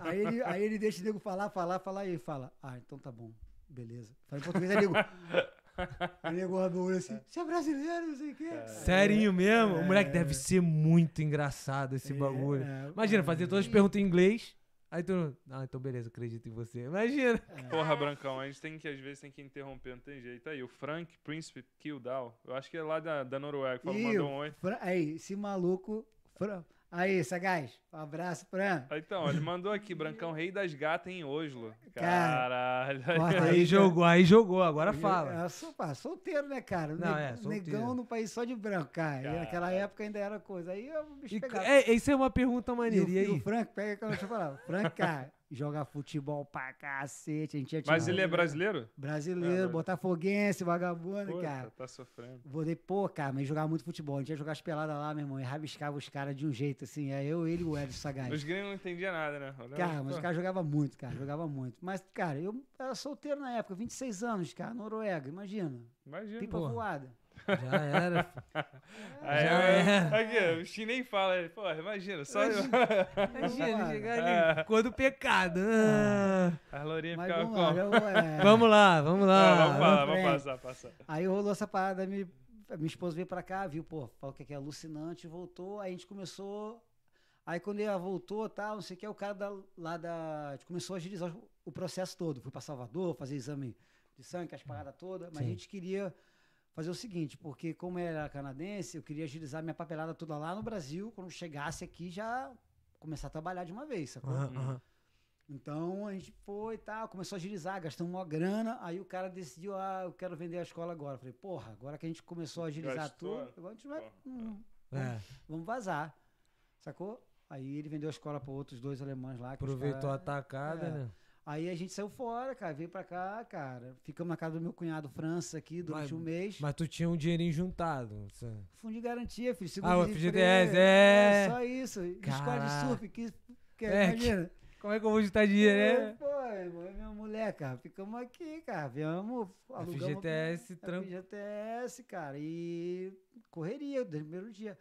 ontem. Aí ele, aí ele deixa o nego falar, falar, falar, e ele fala, ah, então tá bom, beleza. Fala em português, aí o nego. [LAUGHS] o nego abre o olho assim, você é brasileiro, não sei o quê. Sério mesmo? O moleque deve ser muito engraçado esse bagulho. é, Imagina, é. fazer todas as perguntas em inglês. Aí tu. Ah, então beleza, acredito em você. Imagina. Porra, Brancão, a gente tem que, às vezes, tem que interromper, não tem jeito. Aí, o Frank Príncipe Kildall, eu acho que é lá da, da Noruega, falou, Ih, mandou um oi. Fran- Aí, esse maluco. Fran- Aí, Sagaz, um abraço, Fran. Ah, Então, ele mandou aqui, Brancão, rei das gatas em Oslo. Cara, Caralho. corta Aí cara. jogou, aí jogou, agora Eu- é, fala. Eu sou pá, solteiro, né, cara? Não, Ne- é, solteiro. Negão no país só de branco, cara. E naquela época ainda era coisa. Aí eu me E, pegava. é, isso é uma pergunta E o, maneira. E e o aí? Frank, pega aquela deixa eu falar. Frank, cara, joga futebol pra cacete. A gente ia tirar- Mas ele é brasileiro? Brasileiro, É, botafoguense, vagabundo, Puta, cara. tá sofrendo. Vou de, pô, cara, mas jogava muito futebol. A gente ia jogar as peladas lá, meu irmão, e rabiscava os caras de um jeito, assim. É eu, ele e o Edson Sagaz. Os gringos não entendiam nada, né? Olha, [LAUGHS] Cara, mas pô. o cara jogava muito, cara, jogava muito. Mas, cara, eu era solteiro na época, 26 anos, cara, Noruega, imagina. Imagina. Pipa Porra. voada. Já [LAUGHS] era. fi. Aí, Já né? era. [LAUGHS] aqui, o Shin nem fala, ele, porra, imagina, só eu. [LAUGHS] Imagina, chegar é. ali. Cor do pecado. Ah. As lourinhas Mas ficavam vamos com... lá, eu, [LAUGHS] é, Vamos lá, vamos Ah, lá. vamos falar, vamos frente. passar, passar. Aí rolou essa parada, me, a minha esposa veio pra cá, viu, pô, falou que aqui é alucinante, voltou, aí a gente começou. Aí quando ela voltou, tal, não sei o que, o cara da- lá da. A gente começou a agilizar o- o processo todo. Fui pra Salvador fazer exame de sangue, as paradas todas, mas Sim. a gente queria fazer o seguinte, porque como eu era canadense, eu queria agilizar minha papelada toda lá no Brasil, quando chegasse aqui já começar a trabalhar de uma vez, sacou? Aham, aham. Então a gente foi e tal, começou a agilizar, gastamos uma grana. Aí o cara decidiu, ah, eu quero vender a escola agora. Eu Falei, porra, agora que a gente começou a agilizar Gastou, tudo, agora a gente vai, porra. hum, É, vamos vazar, sacou? Aí ele vendeu a escola para outros dois alemães lá. que os aproveitou cara- a atacada, É. né? Aí a gente saiu fora, cara, veio pra cá, cara. Ficamos na casa do meu cunhado França aqui durante Mas- um mês. Mas tu tinha um dinheirinho juntado. isso. Fundo de garantia, filho. Seguro Ah, o de FGTS, emprego, é. Só isso. Escola Caraca. de surf, que, que É, que- imagina. Como é que eu vou juntar dinheiro, né? É, Pô, eu e minha mulher, cara, ficamos aqui, cara, viemos, alugamos... é FGTS, a tranquilo. FGTS, cara, e correria desde o primeiro dia.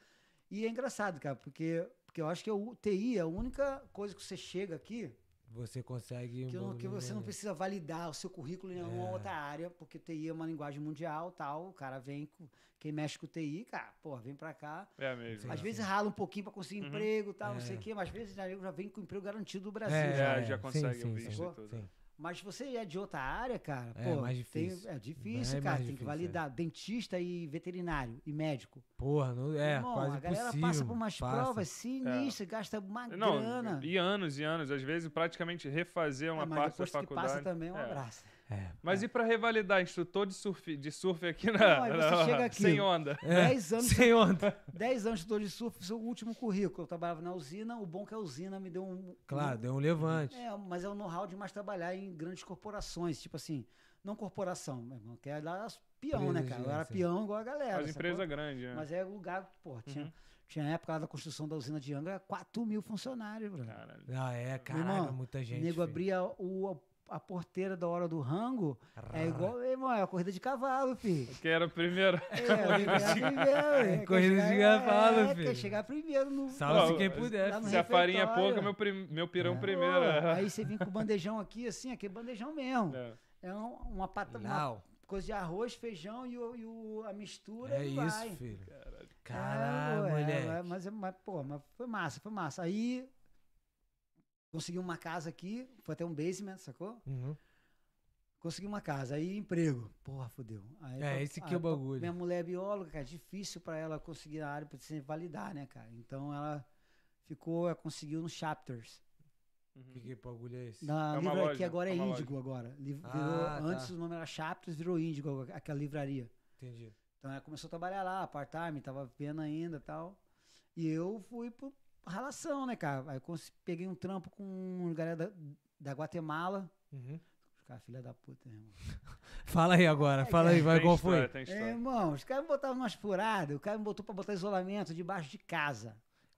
E é engraçado, cara, porque, porque eu acho que o TI é a única coisa que você chega aqui Você consegue. um que, eu não- que bagulho você não maneiro. precisa validar o seu currículo em nenhuma É. outra área, porque TI é uma linguagem mundial, tal, o cara vem, com- quem mexe com TI, cara, pô, vem pra cá... É mesmo. Sim. Às vezes rala um pouquinho pra conseguir Uhum. emprego, tal, não sei É. o quê, mas às vezes já já vem com emprego garantido do Brasil. É, já. já, é, já sim, consegue sim, o visto sim. e tudo. Sim. Mas se você é de outra área, cara, É, pô, mais tem- difícil. é Bem difícil, cara. mais tem que difícil, validar dentista e veterinário e médico. Porra, não, é, Irmão, quase a galera impossível. passa por umas passa. provas sinistras, gasta uma É. Não, grana. e anos e anos. Às vezes, praticamente, refazer uma Ah, mas parte da depois que passa faculdade. também, um É. abraço. É. Mas e pra revalidar instrutor de surf, de surf aqui na, Não, aí você na- chega [LAUGHS] aqui. sem onda? É. [LAUGHS] Dez anos, Sem onda. 10 anos de dor de surf, seu último currículo. Eu trabalhava na usina, o bom é que a usina me deu um. Claro, um- deu um levante. É, mas é o know-how de mais trabalhar em grandes corporações, tipo assim, não corporação, meu irmão, que é lá peão, né, cara? Eu era Sim. peão igual a galera. Mas empresa sacou? grande, né? Mas é lugar, pô, Uhum. tinha, tinha época lá da construção da usina de Angra, 4 mil funcionários, bro. Caralho. Ah, é, caralho, irmão, muita o gente. nego filho. abria o, a, a porteira da hora do rango, é Rarra. igual, meu irmão, é a corrida de cavalo, [LAUGHS] filho. Que era o primeiro. É, quem chegar primeiro, é, quem corrida de chegar- cavalo, é, filho. Quer chegar primeiro no... Salve-se Ó, quem puder. lá no filho. Se a farinha é refeitório. pouca, meu, prim- meu pirão um É. primeiro. Pô, É. Aí você vem com o bandejão aqui, assim, aquele bandejão mesmo. É. É um- uma, pata, uma Lau. coisa de arroz, feijão e, o- e o- a mistura. É e vai. isso, filho. é, Caralho, ué, moleque. é, mas, é- mas, pô, mas foi massa, foi massa. Aí consegui uma casa aqui, foi até um basement, sacou? Uhum. Consegui uma casa, aí emprego. Porra, fodeu. Aí, É, pra- esse que é o aí pra- bagulho. Minha mulher é bióloga, cara, difícil pra ela conseguir a área pra se validar, né, cara? Então ela ficou, ela conseguiu no Chapters. Uhum. Que, que bagulho é esse? Na É uma livraria, que loja, agora é é uma Índigo agora. Liv- Ah, virou- tá. Antes o nome era Chapters, virou Índigo, aquela livraria. Entendi. Então ela começou a trabalhar lá, part-time, tava vendo ainda e tal. E eu fui pro ralação, né, cara? Aí eu cons- peguei um trampo com um galera da, da Guatemala. Uhum. Os caras, filha da puta, né, irmão? Fala aí agora, fala aí, vai, Tem qual história, foi? tem É, história. irmão, os caras me botavam umas furadas, o cara me botou pra botar isolamento debaixo de casa.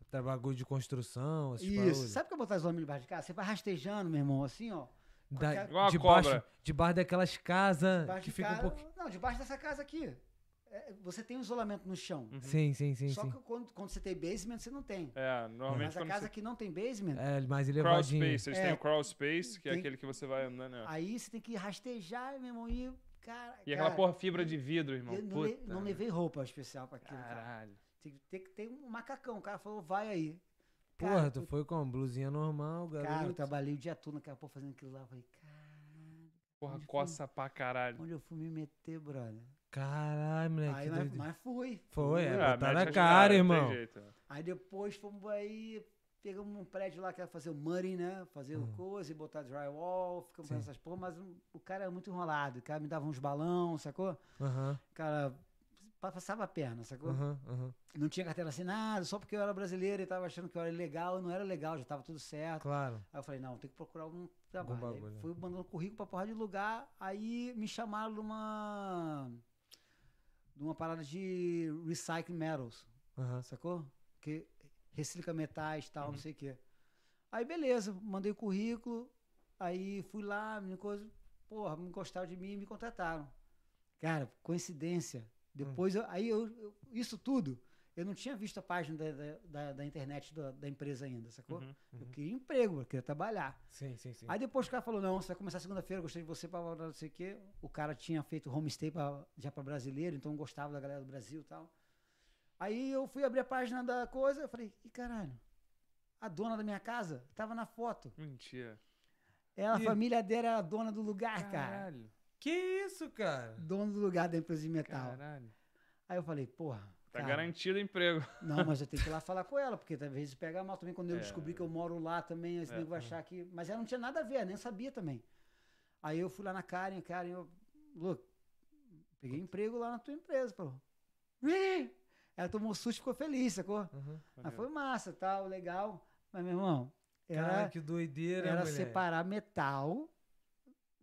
Tá bagulho de construção, esses Isso. bagulhos. Sabe o que é botar isolamento debaixo de casa? Você vai rastejando, meu irmão, assim, ó. Da, Igual uma debaixo, cobra. debaixo daquelas É, casas Debaixo que de fica um casa. pouquinho. Não, debaixo dessa casa aqui. É, você tem um isolamento no chão. Uhum. Sim, sim, sim, Só sim. que quando, quando você tem basement, você não tem. É, normalmente Mas a quando casa você... que não tem basement, É, mais Crawl elevadinho. space, eles É. têm o crawl space, que é Tem- Ah, aquele que você vai andando, né? aí você tem que rastejar, meu irmão, e. Cara, E aquela cara, porra fibra de vidro, irmão. é. Eu não, Puta. né? le- não levei roupa especial pra aquilo, cara. Caralho. Tem que ter, que ter um macacão. O cara falou, vai aí. Cara, Porra, tu foi com blusinha normal, tá garoto. Cara, eu trabalhei o dia todo naquela porra fazendo aquilo lá. Eu falei, caralho, Porra, Onde foi? coça pra caralho. onde eu fui me meter, brother? Caralho, moleque. Aí, É, que mas, doideira. mas fui. Foi, é, fui. botar Ah, mete na as cara, caras, tem irmão. jeito, é. Aí depois fomos aí, pegamos um prédio lá que era fazer o mudding, né? Fazer o coisa e botar drywall, ficamos fazendo Uhum. Sim. essas porra, mas o- o cara era muito enrolado. O cara me dava uns balão, sacou? O Aham, cara pa- passava a perna, sacou? aham, aham. Não tinha carteira assinada, só porque eu era brasileiro e tava achando que eu era legal, não era legal, já tava tudo certo. Claro. Aí eu falei, não, tem que procurar algum trabalho. Aí bagulho, né? fui mandando currículo pra porra de lugar, aí me chamaram de uma, de uma parada de recycling metals, Aham. sacou? Que recicla metais e tal, Uhum. não sei o quê. Aí beleza, mandei o currículo, aí fui lá, me coisa, porra, me gostaram de mim e me contrataram. Cara, coincidência. Depois, eu- aí eu, eu- isso tudo, eu não tinha visto a página da, da- da, da internet da, da empresa ainda, sacou? Uhum. Eu queria emprego, eu queria trabalhar. Sim, sim, sim. Aí depois o cara falou: não, você vai começar segunda-feira, gostei de você, pra blá, blá, não sei o quê. O cara tinha feito homestay pra, já pra brasileiro, então gostava da galera do Brasil e tal. Aí eu fui abrir a página da coisa, eu falei: e caralho, a dona da minha casa tava na foto. Mentira. Ela, Ih. a família dela era a dona do lugar, Ah, cara. Caralho. Que isso, cara? Dona do lugar da empresa de metal. Caralho. Aí eu falei: porra. Tá cara, garantido o emprego. Não, mas eu tenho que ir lá falar com ela, porque às vezes pega mal também. Quando eu É. descobri que eu moro lá também, eles É. é. vão achar que. Mas ela não tinha nada a ver, nem sabia também. Aí eu fui lá na Karen, Karen, eu. Look, peguei emprego lá na tua empresa, pô. Really? Ela tomou susto e ficou feliz, sacou? Aham. Mas Ah, É. foi massa, tal, legal. Mas, meu irmão, Cara, era, que doideira, era moleque. separar metal,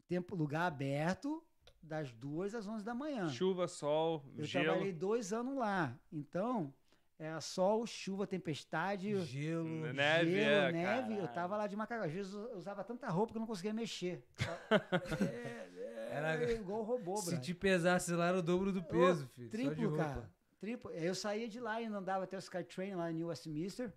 tempo, lugar aberto, das 2 às 11 da manhã. Chuva, sol, Eu trabalhei gelo. dois anos lá. Então, era sol, chuva, tempestade, Gelo. Né? Neve, gelo, é, neve. Eu caralho. tava lá de macacão. Às vezes eu usava tanta roupa que eu não conseguia mexer. Era- Era igual robô, Se bro. te pesasse lá, era o dobro do peso, filho. só de Triplo, roupa. cara. Triplo. Eu saía de lá e ainda andava até o Skytrain lá em Westminster.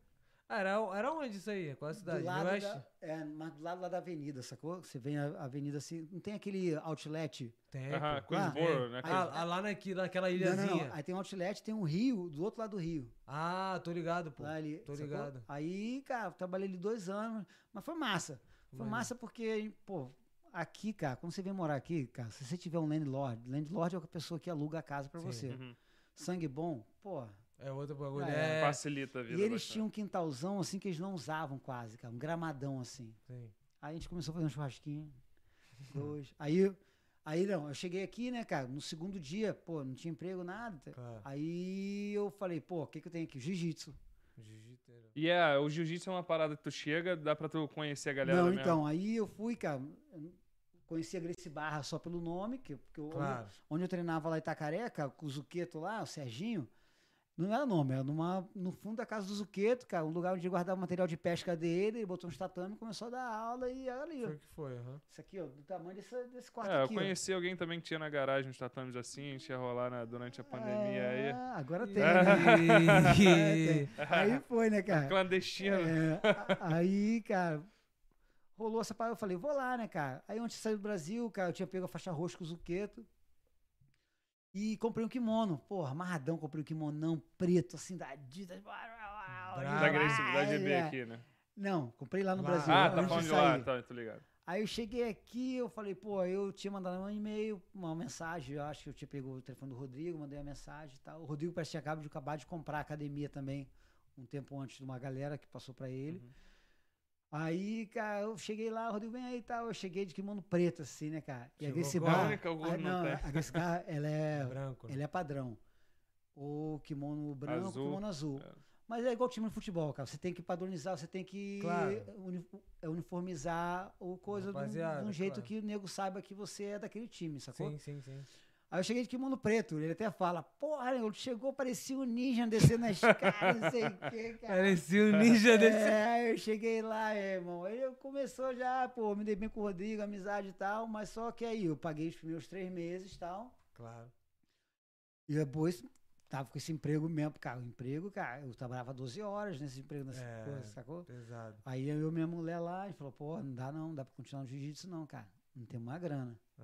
Ah, era, era onde isso aí? Qual a cidade? Do No lado, Oeste? da, é, mas do lado lá da avenida, sacou? Você vem a a avenida assim. Não tem aquele outlet? Tem. Aham, pô. é. Queensboro, Tem. né? Ah, ah, lá naqui- naquela Não, não, ilhazinha. não. Aí tem um outlet, tem um rio, do outro lado do rio. Ah, tô ligado, pô. Lá ali, tô sacou? ligado. Aí, cara, eu trabalhei ali dois anos, mas foi massa. Foi Maneiro. massa porque, pô, aqui, cara, quando você vem morar aqui, cara, se você tiver um landlord, landlord é a pessoa que aluga a casa pra Sim. você. Uhum. Sangue bom, pô. É outro bagulho. Ah, é. é. Facilita a vida. E eles bastante. tinham um quintalzão assim que eles não usavam quase, cara, um gramadão assim. Sim. Aí a gente começou a fazer um [LAUGHS] churrasquinho, dois. Aí, aí não, eu cheguei aqui, né, cara, no segundo dia, pô, não tinha emprego, nada. Claro. Aí eu falei, pô, o que que eu tenho aqui? Jiu-jitsu. Jiu-jitsu né? era- E é, o jiu-jitsu é uma parada que tu chega, dá pra tu conhecer a galera Não, mesmo. então, aí eu fui, cara. eu Conheci a Grace Barra só pelo nome, que, que eu- Claro. onde eu treinava lá em Itacaré, cara, com o Zuqueto lá, o Serginho. Não era nome, era numa, no fundo da casa do Zuqueto, cara, um lugar onde ele guardava o material de pesca dele, ele botou uns tatame, começou a dar aula e era ali, ó. Foi o que foi, aham. Isso aqui, ó, do tamanho dessa- desse quarto É, eu aqui. ó. conheci alguém também que tinha na garagem uns tatames assim, a gente ia rolar na- durante a pandemia aí. É, Agora Ih. [LAUGHS] tem. né? aí foi, né, cara? Clandestino. [LAUGHS] É, a- aí, cara, rolou essa parada. Eu falei, vou lá, né, cara? Aí ontem saiu do Brasil, cara, eu tinha pego a faixa roxa com o Zuqueto. E comprei um kimono. Porra, amarradão, comprei um kimonão preto, assim, da Adidas. Bravo. Da Grace, da GB É. aqui, né? Não, comprei lá no Lá. Brasil. Ah, antes tá falando de sair. lá, tá, tô ligado. Aí eu cheguei aqui, eu falei, pô, eu tinha mandado um e-mail, uma mensagem, eu acho que eu tinha pego o telefone do Rodrigo, mandei uma mensagem e tal. O Rodrigo parece que tinha acabado de acabar de comprar a academia também, um tempo antes de uma galera que passou pra ele. Uhum. Aí, cara, eu cheguei lá, o Rodrigo vem aí e tal, eu cheguei de kimono preto, assim, né, cara? E a Chegou Gracie agora, Bar, né, que o gordo a, não não, tem. a Gracie Bar, ela [LAUGHS] é branco. né? ele é padrão. Ou kimono branco, Azul. kimono azul. É. Mas é igual time de futebol, cara. Você tem que padronizar, você tem que Claro. uni- é, uniformizar o coisa de um- de Rapaziada, um jeito claro. que o nego saiba que você é daquele time, sacou? Sim, sim, sim. Aí eu cheguei de kimono preto. Ele até fala, porra, nego, tu chegou, parecia um ninja descendo as caras, [LAUGHS] não sei o que, cara. Parecia um ninja desse. É, aí eu cheguei lá, é, irmão. Aí eu começou já, pô, me dei bem com o Rodrigo, amizade e tal, mas só que aí eu paguei os primeiros três meses e tal. Claro. E depois tava com esse emprego mesmo, cara. O emprego, cara, eu trabalhava 12 horas nesse emprego, nessa É. coisa, sacou? Pesado. Aí eu e minha mulher lá, e falou, pô, não dá não, não dá pra continuar no jiu-jitsu não, cara. Não tem uma grana. Ah.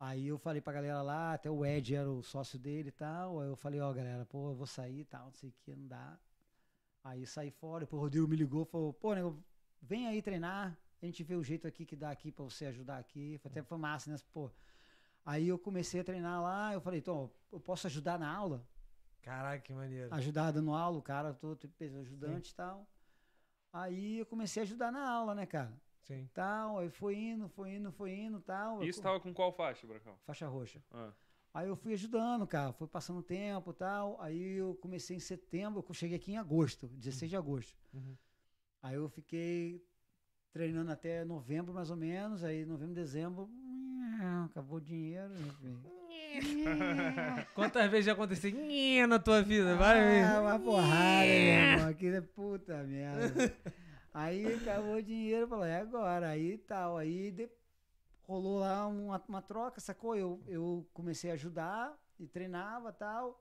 Aí eu falei pra galera lá, até o Ed era o sócio dele e tal. Aí eu falei, ó, galera, pô, eu vou sair e tal, não sei o que, não dá. Aí eu saí fora, depois o Rodrigo me ligou, falou, pô, nego, vem aí treinar, a gente vê o jeito aqui que dá aqui pra você ajudar aqui. Foi até foi massa, né? Pô. Aí eu comecei a treinar lá, eu falei, então, eu posso ajudar na aula? Caraca, que maneiro. ajudar dando aula, o cara todo tipo, ajudante e tal. Aí eu comecei a ajudar na aula, né, cara? Sim. Tal, aí foi indo, foi indo, foi indo, tal. eu Isso tá co- tava com qual faixa, Bracão? faixa roxa. Ah, Aí eu fui ajudando, cara, fui passando tempo, tal. Aí eu comecei em setembro, eu cheguei aqui em agosto, 16 de agosto. Uhum. Aí eu fiquei treinando até novembro, mais ou menos, aí novembro, dezembro, acabou o dinheiro, enfim. Quantas vezes já aconteceu Nhê na tua vida? Vai Ah, mesmo. uma porrada, meu irmão. Aquilo é puta merda. aí acabou o dinheiro, falou, é agora, aí tal. Aí de- rolou lá uma, uma troca, sacou? Eu, eu comecei a ajudar e treinava tal.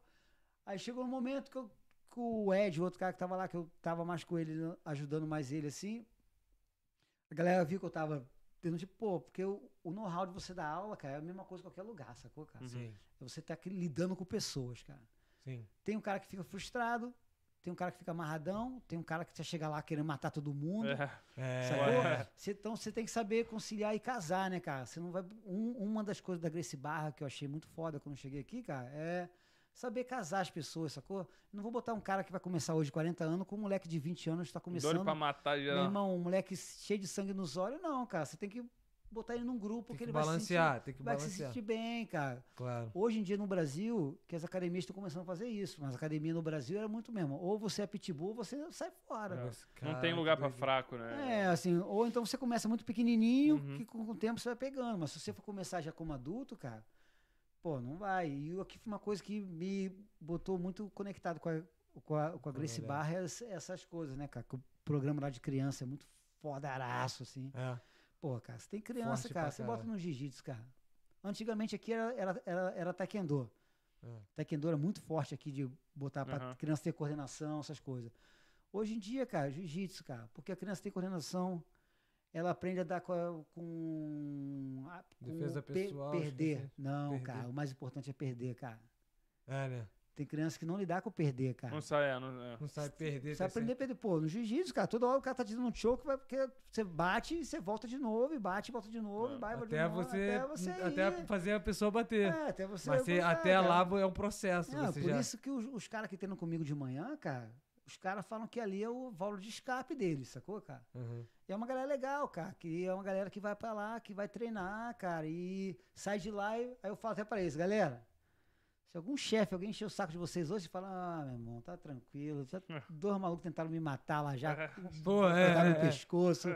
Aí chegou um momento que, eu, que o Ed, o outro cara que tava lá, que eu tava mais com ele, né, ajudando mais ele assim. A galera viu que eu tava tendo tipo, pô, porque o, o know-how de você dar aula, cara, é a mesma coisa em qualquer lugar, sacou, cara? Sim, É Você tá aqui lidando com pessoas, cara. sim. Tem um cara que fica frustrado, tem um cara que fica amarradão, tem um cara que já chega lá querendo matar todo mundo. é. É. Sacou? Cê- então você tem que saber conciliar e casar, né, cara? Você não vai. um- uma das coisas da Grace Barra que eu achei muito foda quando eu cheguei aqui, cara, é saber casar as pessoas, sacou? Não vou botar um cara que vai começar hoje 40 anos com um moleque de 20 anos que tá Doido começando. pra matar já. Meu irmão, um moleque cheio de sangue nos olhos, não, cara. Você tem que botar ele num grupo Tem que que ele balancear, tem que vai se sentir, vai balancear. se sentir bem, cara. Claro. Hoje em dia no Brasil, que as academias estão começando a fazer isso, mas a academia no Brasil era muito mesmo. Ou você é pitbull, ou você sai fora. Mas, Não cara, tem lugar que pra doideira. fraco, É. né? assim, ou então você começa muito pequenininho, Uhum. que com com o tempo você vai pegando, mas se você for começar já como adulto, cara, pô, não vai. E eu- aqui foi uma coisa que me botou muito conectado com a, com a, com a Grace galera. Barra, ess- essas coisas, né, cara? Que o programa lá de criança é muito fodaraço, assim. É. Pô, cara, você tem criança, Forte pra cara, você bota caralho. no jiu-jitsu, cara. Antigamente aqui era, era, era, era taekwondo. É. Taekwondo era muito forte aqui de botar pra Aham. criança ter coordenação, essas coisas. Hoje em dia, cara, jiu-jitsu, cara, porque a criança tem coordenação, ela aprende a dar com, a- com, a- com Defesa o pessoal, acho que perder. assim. Não, Perder. cara, o mais importante é perder, cara. É, né? Tem criança que não lidar com perder, cara. Não sai, é, não, é. Não sabe perder. Você vai tá aprender a perder. Pô, no jiu-jitsu, cara, toda hora o cara tá te dando um choke, vai, porque você bate e você volta de novo, e bate e volta de novo, É. e vai, volta de Até novo, você, até você até ir. fazer a pessoa bater. É, até você Mas você- gostar, até cara. lá vo- é um processo. É, você por já... isso que os, os caras que treinam comigo de manhã, cara, os caras falam que ali é o valor de escape deles, sacou, cara? Uhum. E é uma galera legal, cara, que é uma galera que vai pra lá, que vai treinar, cara, e sai de lá, e, aí eu falo até pra eles, galera, se algum chefe, alguém encher o saco de vocês hoje, fala, ah, meu irmão, tá tranquilo, [LAUGHS] já, dois malucos tentaram me matar lá já, Pô, é. botaram no é, é. pescoço.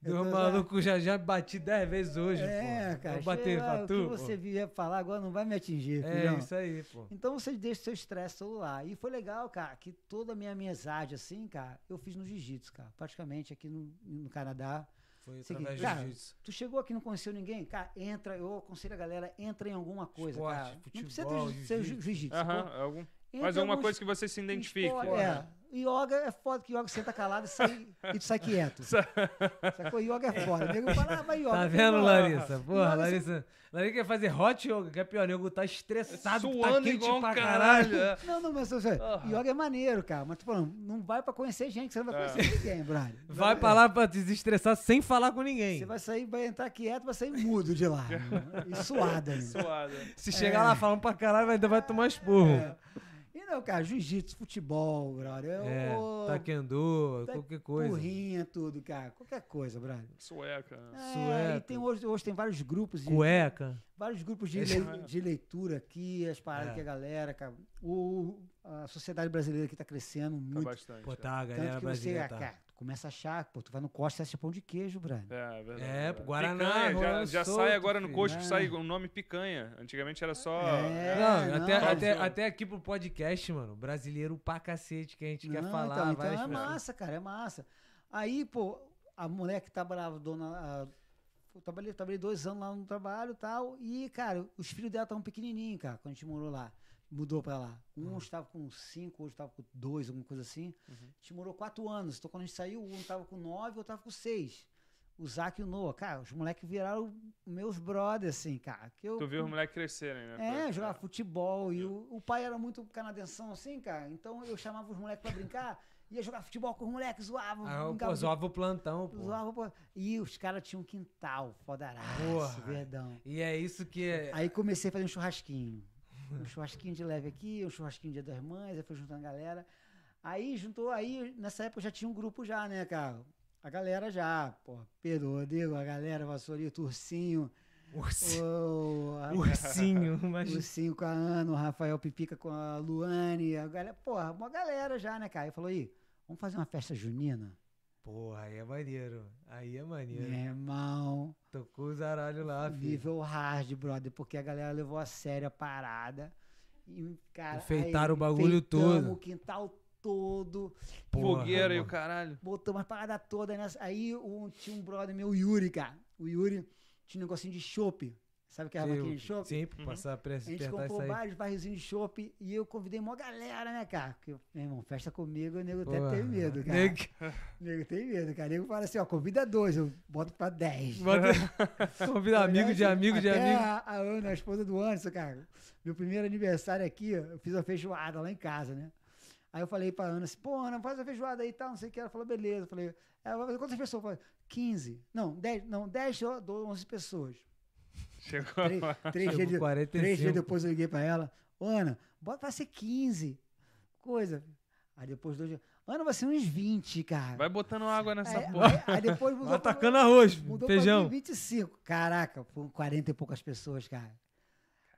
Eu Do tô- maluco já, já bati 10 vezes hoje, É, pô. cara, Vou bater chega, pra o tu, que pô. você vier falar agora não vai me atingir, É um filhão. isso aí, pô. Então você deixa o seu estresse todo lá. E foi legal, cara, que toda a minha amizade, assim, cara, eu fiz no jiu-jitsu, cara. Praticamente aqui no, no Canadá. Foi Seguinte, através cara, do jiu-jitsu. Tu chegou aqui e não conheceu ninguém? Cara, entra, eu aconselho a galera, entra em alguma coisa, Esporte, cara. não futebol, precisa ter ju- ser ju- jiu-jitsu. jiu-jitsu. Aham, sacou? algum- Entra Mas é em alguma alguns coisa que você se identifique. esporte, né? É, Yoga é foda que yoga senta calado e sai, e tu sai quieto. Sacou? Yoga é foda. O nego fala, ah, vai yoga. Tá Eu vendo, falo, Larissa? Yoga Porra, são- Larissa. Larissa quer fazer hot yoga, que é pior. Nego tá estressado, tá Suando quente igual um pra caralho. caralho. é. Não, não, mas você, Ah. yoga é maneiro, cara. Mas tu falando, não vai pra conhecer gente, que você não vai É. conhecer ninguém, brother. Vai pra lá pra desestressar sem falar com ninguém. Você vai sair, vai entrar quieto, vai sair mudo de lá. irmão. e suado ainda. Suada. Se É. chegar lá falando pra caralho, vai- ainda vai tomar esporro. É, E não, cara, jiu-jitsu, futebol, brother. Eu, ô, É, taekwondo, tá- qualquer coisa. Porrinha, tudo, cara. Qualquer coisa, brother. Sueca. né? É, e Sueca. tem hoje, hoje tem vários grupos de, Cueca. vários grupos de, Esse- lei- de leitura aqui, as paradas É. que a galera, cara, o, a sociedade brasileira aqui tá crescendo Tá muito. bastante. Pô, é. tá, a tanto galera que você, brasileira ah, tá. cara, tu começa a achar, pô, tu vai no Costa e acha pão de queijo, brother. É, verdade. É, verdade. Guaraná, Picanha, já, rolando já solto, sai agora no filho. coxo, É. sai o nome picanha. Antigamente era só. É. né? Não, não, até, não. até, até aqui pro podcast, mano. Brasileiro pra cacete que a gente quer Não, falar. então, então várias é pessoas. massa, cara, é massa. Aí, pô, a mulher que trabalhava, dona. A, eu trabalhei, trabalhei dois anos lá no trabalho e tal. E, cara, os filhos dela estavam pequenininhos, cara, quando a gente morou lá. Mudou pra lá. Um Uhum. estava com cinco, outro estava com dois, alguma coisa assim. A gente morou quatro anos. Então, quando a gente saiu, um estava com nove, outro estava com seis. O Zac e o Noah. Cara, os moleques viraram meus brothers, assim, cara. Que eu, Tu viu os moleques crescerem, né? é, jogava futebol. E o, o pai era muito canadenção assim, cara. Então eu chamava os moleques pra brincar, ia jogar futebol com os moleques, zoava. Ah, eu, brincava pô, de- zoava o plantão, pô. zoava, pô. E os caras tinham um quintal, fodaraço, Porra. verdão. E é isso que [LAUGHS] é. Aí comecei a fazer um churrasquinho. Um churrasquinho de leve aqui, um churrasquinho dia das mães, aí foi juntando a galera. Aí juntou, aí nessa época já tinha um grupo já, né, cara? A galera já, pô, Pedro, Rodrigo, a galera, Vassourito, Ursinho, Ursi- o, a- [LAUGHS] Ursinho, o mas. Lucinho com a Ana, o Rafael Pipica com a Luane, a galera, porra, uma galera já, né, cara? Ele falou, aí, vamos fazer uma festa junina? Porra, aí é maneiro. Aí é maneiro. Meu irmão, Tocou os aralhos lá, filho. nível hard, brother, porque a galera levou a sério a parada. E, cara, Enfeitaram aí, o bagulho enfeitamos todo. o quintal todo, Porra, Fogueira e o mano. caralho. botamos as paradas todas nessa. Aí um, tinha um brother meu, o Yuri, cara. O Yuri tinha um negocinho de chopp. Sabe o que é a vaquinha de Sim, chopp? Sim, pra passar a A pressa, gente tentar comprou sair. vários barrilzinhos de chopp e eu convidei uma galera, né, cara? Porque, meu irmão, festa comigo, o nego até Porra. tem medo, cara. Nego- O nego tem medo, cara. O nego fala assim, ó, convida dois, eu boto pra dez. [LAUGHS] assim, Bota- Convida amigo de amigo de Até amigo. A, a Ana, a esposa do Anderson, cara. Meu primeiro aniversário aqui, eu fiz uma feijoada lá em casa, né? Aí eu falei pra Ana assim, pô, Ana, faz a feijoada aí e tal, não sei o que. Ela falou, beleza. Eu falei, ela vai fazer quantas pessoas? Eu falei, 15. Não, 10, não, 10 eu dou 11 pessoas. Chegou. [LAUGHS] Três, três, Chegou dias, de- 45. três dias depois eu liguei pra ela. "Ô, Ana, bota vai ser 15. Coisa. Aí depois dois dias. Ana, vai ser uns 20, cara. Vai botando água nessa aí, porra. aí- aí depois mudou. Vai Tá atacando arroz, pra, mudou pra feijão. 25. Caraca, foram 40 e poucas pessoas, cara.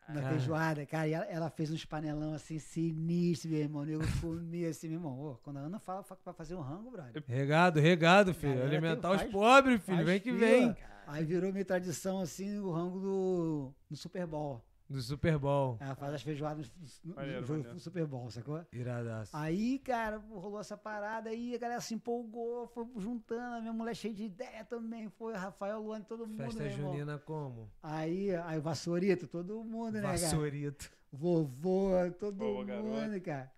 Na Caraca. feijoada, cara, e ela, ela fez uns panelão assim, sinistro, meu irmão. Eu comi assim, meu irmão. Ô, quando a Ana fala fa- pra fazer um rango, brother. Regado, regado, filho. Galera, Alimentar tem- os faz- pobres, filho. faz Vem que fila. vem. Aí virou minha tradição assim, o rango do, do Super Bowl. Do Super Bowl. Ela faz as feijoadas no, no Maneiro, jogo maneiro. do Super Bowl, sacou? Iradaço. Aí, cara, rolou essa parada aí, a galera se empolgou, foi juntando, a minha mulher cheia de ideia também, foi Rafael, Luane, todo mundo, Festa meu irmão. junina como? Aí, aí o Vassourito, todo mundo, né, cara? Vassourito. Vovô, todo Vovô, mundo, né, garoto. cara.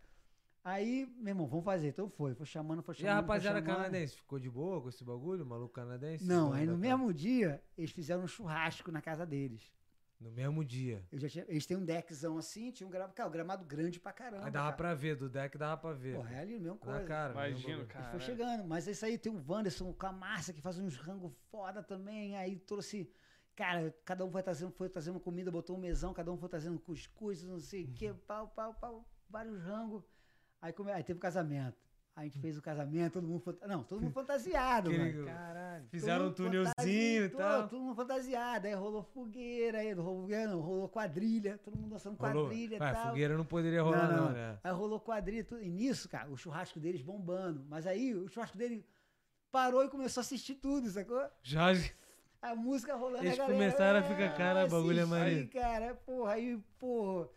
Aí, meu irmão, vamos fazer. Então foi, foi chamando, foi E chamando. a foi rapaziada chamando. canadense, ficou de boa com esse bagulho? Maluco canadense? Não, Dono aí da no casa. mesmo dia, eles fizeram um churrasco na casa deles. No mesmo dia. Eu já tinha- eles têm um deckzão assim, tinha um gramado, cara, um gramado grande pra caramba. Aí dava cara. pra ver, do deck dava pra ver. Porra, é ali, mesma coisa. Na cara. mesmo Imagino, bagulho. E cara. foi chegando, mas é isso aí tem o Wanderson com a Márcia que faz uns rango foda também. Aí trouxe. Cara, cada um foi trazendo, foi trazendo comida, botou um mesão, cada um foi trazendo cuscuz, não sei o quê, pau, pau, pau, vários rangos. Aí, come- aí teve o casamento. Aí a gente fez o casamento, todo mundo. fanta- Não, [LAUGHS] todo mundo fantasiado, Aquele- mano. Caralho. Fizeram um Todo mundo túnelzinho e fantasi- tal. Todo, todo mundo fantasiado. Aí rolou fogueira, aí rolou fogueira, não, rolou quadrilha, todo mundo dançando Rolou. quadrilha e Ah, tal. fogueira não poderia rolar, Não, não, não. né? Aí rolou quadrilha e tudo. E nisso, cara, o churrasco deles bombando. Mas aí o churrasco dele parou e começou a assistir tudo, sacou? Já A música rolando, Eles a galera. "Ah, começaram a ficar, cara, "É, bagulho é assisti, maneiro." cara, porra, aí, porra.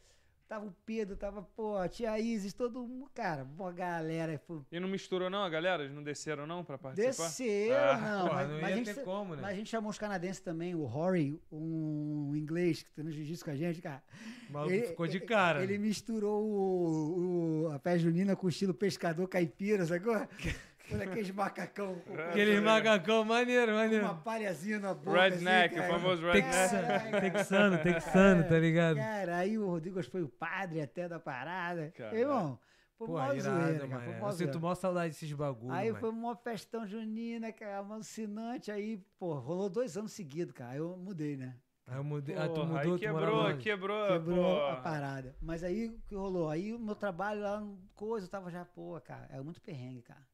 Tava o Pedro, tava, pô, a tia Isis, todo mundo. Cara, uma galera. Pô, E não misturou, não, a galera? Eles não desceram, não, pra participar? desceram, Ah, não. Porra, mas, não mas ia a gente, ter como, né? mas a gente chamou os canadenses também, o Rory, um inglês que tá no jiu-jitsu com a gente, cara. O maluco ficou de cara. né? Ele misturou o, o- a pé junina com o estilo pescador caipira, sacou? Foi Aqueles macacão. [LAUGHS] com- Aquele macacão maneiro, com maneiro. Uma palhazinha na boca. assim, Redneck, o cara. famoso redneck. Texano, [LAUGHS] texano, texano, tá ligado? Cara, aí o Rodrigo acho que foi o padre até da parada. Cara. Irmão, foi Pô, mó zoeira, irado, cara. Foi mano. mó Eu sinto zoeira. maior saudade desses bagulho, Aí mano. foi uma festão junina, cara, alucinante. Aí, pô, rolou dois anos seguidos, cara. Aí eu mudei, né? Aí eu mudei. ah, tu Porra, mudou, aí tu morava quebrou, onde? quebrou, Quebrou porra. a parada. Mas aí o que rolou? Aí o meu trabalho lá, coisa, eu tava já, pô, cara, era muito perrengue, cara.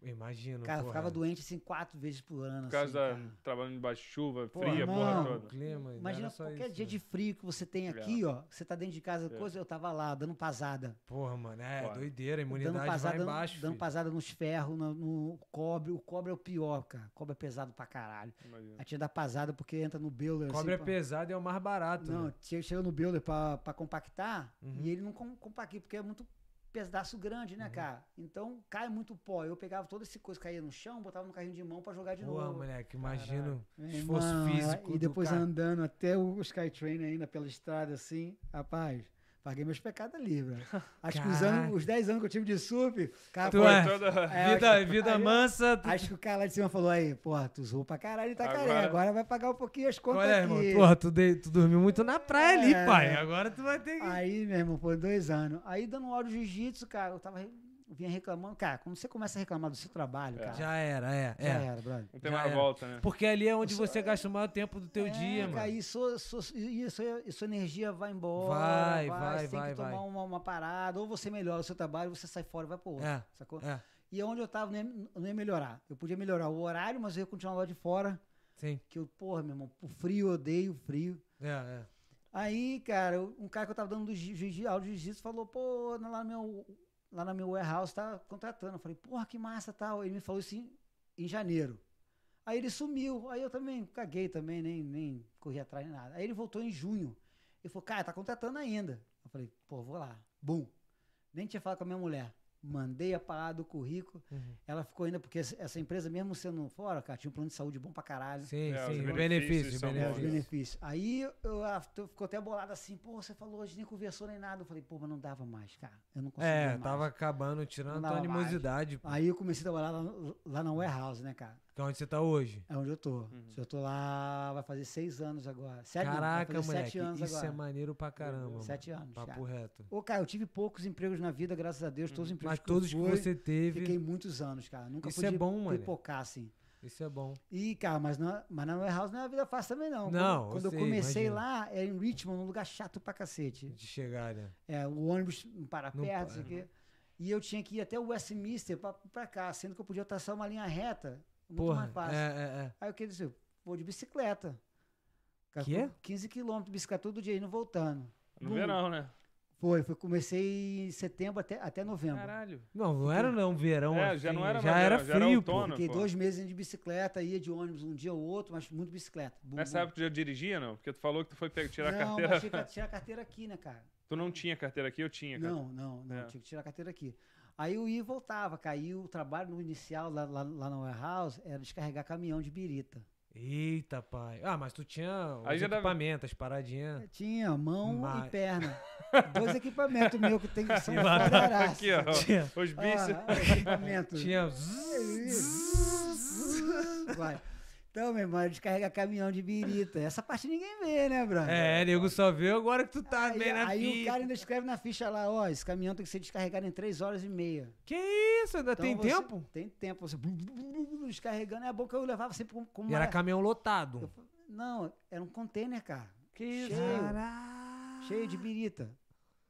Imagino, Cara, eu porra. ficava doente assim quatro vezes por ano. Por causa assim, da. cara. Trabalhando debaixo de chuva, Porra, fria, porra não. O toda. clima, não Imagina era só qualquer isso, dia né? de frio que você tem aqui, ó. Você tá dentro de casa, É. coisa, eu tava lá, dando pasada. Porra, mano, é Foda. doideira, a Dando imunidade vai pasada, no- embaixo. dando filho. pasada nos ferros, no, no cobre. O cobre é o pior, cara. Cobre é pesado pra caralho. Imagina. A tia dá pasada porque entra no Builder. É. Cobre é assim, pô. pesado e é o mais barato, Não, né? che- chega no Builder pra, pra compactar Uhum. e ele não com- compacta, porque é muito pedaço grande, né, cara? Então cai muito pó. Eu pegava toda essa coisa, caía no chão, botava no carrinho de mão pra jogar de Pô, novo. moleque, imagino Meu esforço irmão, físico. E depois do cara. andando até o Skytrain ainda pela estrada, assim, rapaz. Paguei meus pecados [LAUGHS] ali, velho. Acho que os, anos, Caraca. os 10 anos que eu tive de surf, cara, Tu pô, é- Toda... É, Vida, acho- vida aí- mansa. tu- acho que o cara lá de cima falou aí, porra, tu zoou pra caralho e tá Agora- careca. Agora vai pagar um pouquinho as contas Olha, aqui. irmão, porra, tu, de- tu dormiu muito na praia ali, É. pai. Agora tu vai ter que. Aí, meu irmão, foi dois anos. Aí, dando aula de jiu-jitsu, cara, eu tava. re- Vinha reclamando. Cara, quando você começa a reclamar do seu trabalho, [LAUGHS] cara. Já era, é. já é. era, brother. Não Já tem mais era. volta, né? Porque ali é onde você gasta o maior tempo do teu É, dia, cara, mano. E sua, sua, e a sua- e sua energia vai embora. Vai, vai, Você tem vai, que tomar vai. Uma, uma parada. Ou você melhora o seu trabalho, você sai fora e vai pro outro. É, Sacou? É, E onde eu tava, não ia, não ia melhorar. Eu podia melhorar o horário, mas eu ia continuar lá de fora. sim. Que eu, porra, meu irmão, o frio, eu odeio o frio. É, é. Aí, cara, eu- um cara que eu tava dando jiu- jiu- aula de jiu-jitsu falou, pô, na- lá no meu, lá na meu warehouse tá contratando. Eu falei, porra, que massa tal. Ele me falou isso em, em janeiro. Aí ele sumiu. Aí eu também caguei também, nem, nem corri atrás nem nada. Aí ele voltou em junho. Ele falou, cara, tá contratando ainda. Eu falei, pô, vou lá. Bum. Nem tinha falado com a minha mulher. Mandei a parada do currículo. Uhum. Ela ficou ainda, porque essa essa empresa, mesmo sendo fora, cara, tinha um plano de saúde bom pra caralho. Sim, É, os sim. benefícios Benefícios, são É, os Olha. benefícios. benefícios. Aí eu, ah, tô- ficou até bolado assim, pô, você falou, a gente nem conversou nem nada. Eu falei, pô, mas não dava mais, cara. Eu não conseguia É, mais. tava acabando, tirando Não a tua dava mais. animosidade, pô, Aí eu comecei a trabalhar lá, no- lá na warehouse, né, cara? que é onde você tá hoje. É onde eu tô. Uhum. Eu tô lá, vai fazer seis anos agora. Sete, não, vai Caraca, fazer moleque, sete anos isso é agora. maneiro pra caramba. mano. Sete anos, Papo cara. reto. Ô, cara, eu tive poucos empregos na vida, graças a Deus, todos os Uhum. empregos Mas que todos que eu fui, você teve, fiquei muitos anos, cara. Nunca Isso pude é bom, mano. pipocar, assim. isso é bom. E, cara, mas na, mas na warehouse não é uma vida fácil também, não. Não, eu Quando, quando eu sei, comecei imagino. lá, era em Richmond, um lugar chato pra cacete. De chegar, né? É, o ônibus não para Não perto, para. né? não sei o quê. E eu tinha que ir até o Westminster pra, pra cá, sendo que eu podia traçar uma linha reta, muito Porra, mais fácil. é, é, é. Aí eu queria dizer, vou de bicicleta. Cara, Quê? com 15 quilômetros de bicicleta todo dia, indo e voltando. No Bum. verão, né? Foi, foi, comecei em setembro até, até novembro. Caralho. Não, não era não verão É, assim, já não era já mais era verão, já era frio, pô. outono. Fiquei pô. dois meses indo de bicicleta, ia de ônibus um dia ou outro, mas muito bicicleta. Bum, Nessa bum. época tu já dirigia, não? Porque tu falou que tu foi pe- tirar a não, carteira. mas tinha que tirar a carteira aqui, né, cara? Tu não tinha carteira aqui, [LAUGHS] eu tinha, cara. Não, não, não. É. Tinha que tirar a carteira aqui. Aí eu ia e voltava, caiu o trabalho no inicial lá, lá, lá na warehouse era descarregar caminhão de birita. Eita, pai. Ah, mas tu tinha Aí os já dava- equipamentos, as paradinhas. Tinha mão Mas- e perna. [LAUGHS] Dois equipamentos meus que tem que um são Maravilha. fodarás. Aqui, ó. Tinha. Os bíceps. Ah, equipamento. [LAUGHS] Tinha... [LAUGHS] Vai. Então, meu irmão, descarrega caminhão de birita. Essa parte ninguém vê, né, brother? É, nego só viu agora que tu tá Aí, bem na aí o fita. cara ainda escreve na ficha lá, ó, esse caminhão tem que ser descarregado em três horas e meia. Que isso? Ainda Então tem você- tempo? Tem tempo. Você blu, blu, blu, blu, descarregando. É bom que eu levava sempre como. como E era uma- caminhão lotado. Eu fa- Não, era um container, cara. Que isso? Caralho. Cheio de birita.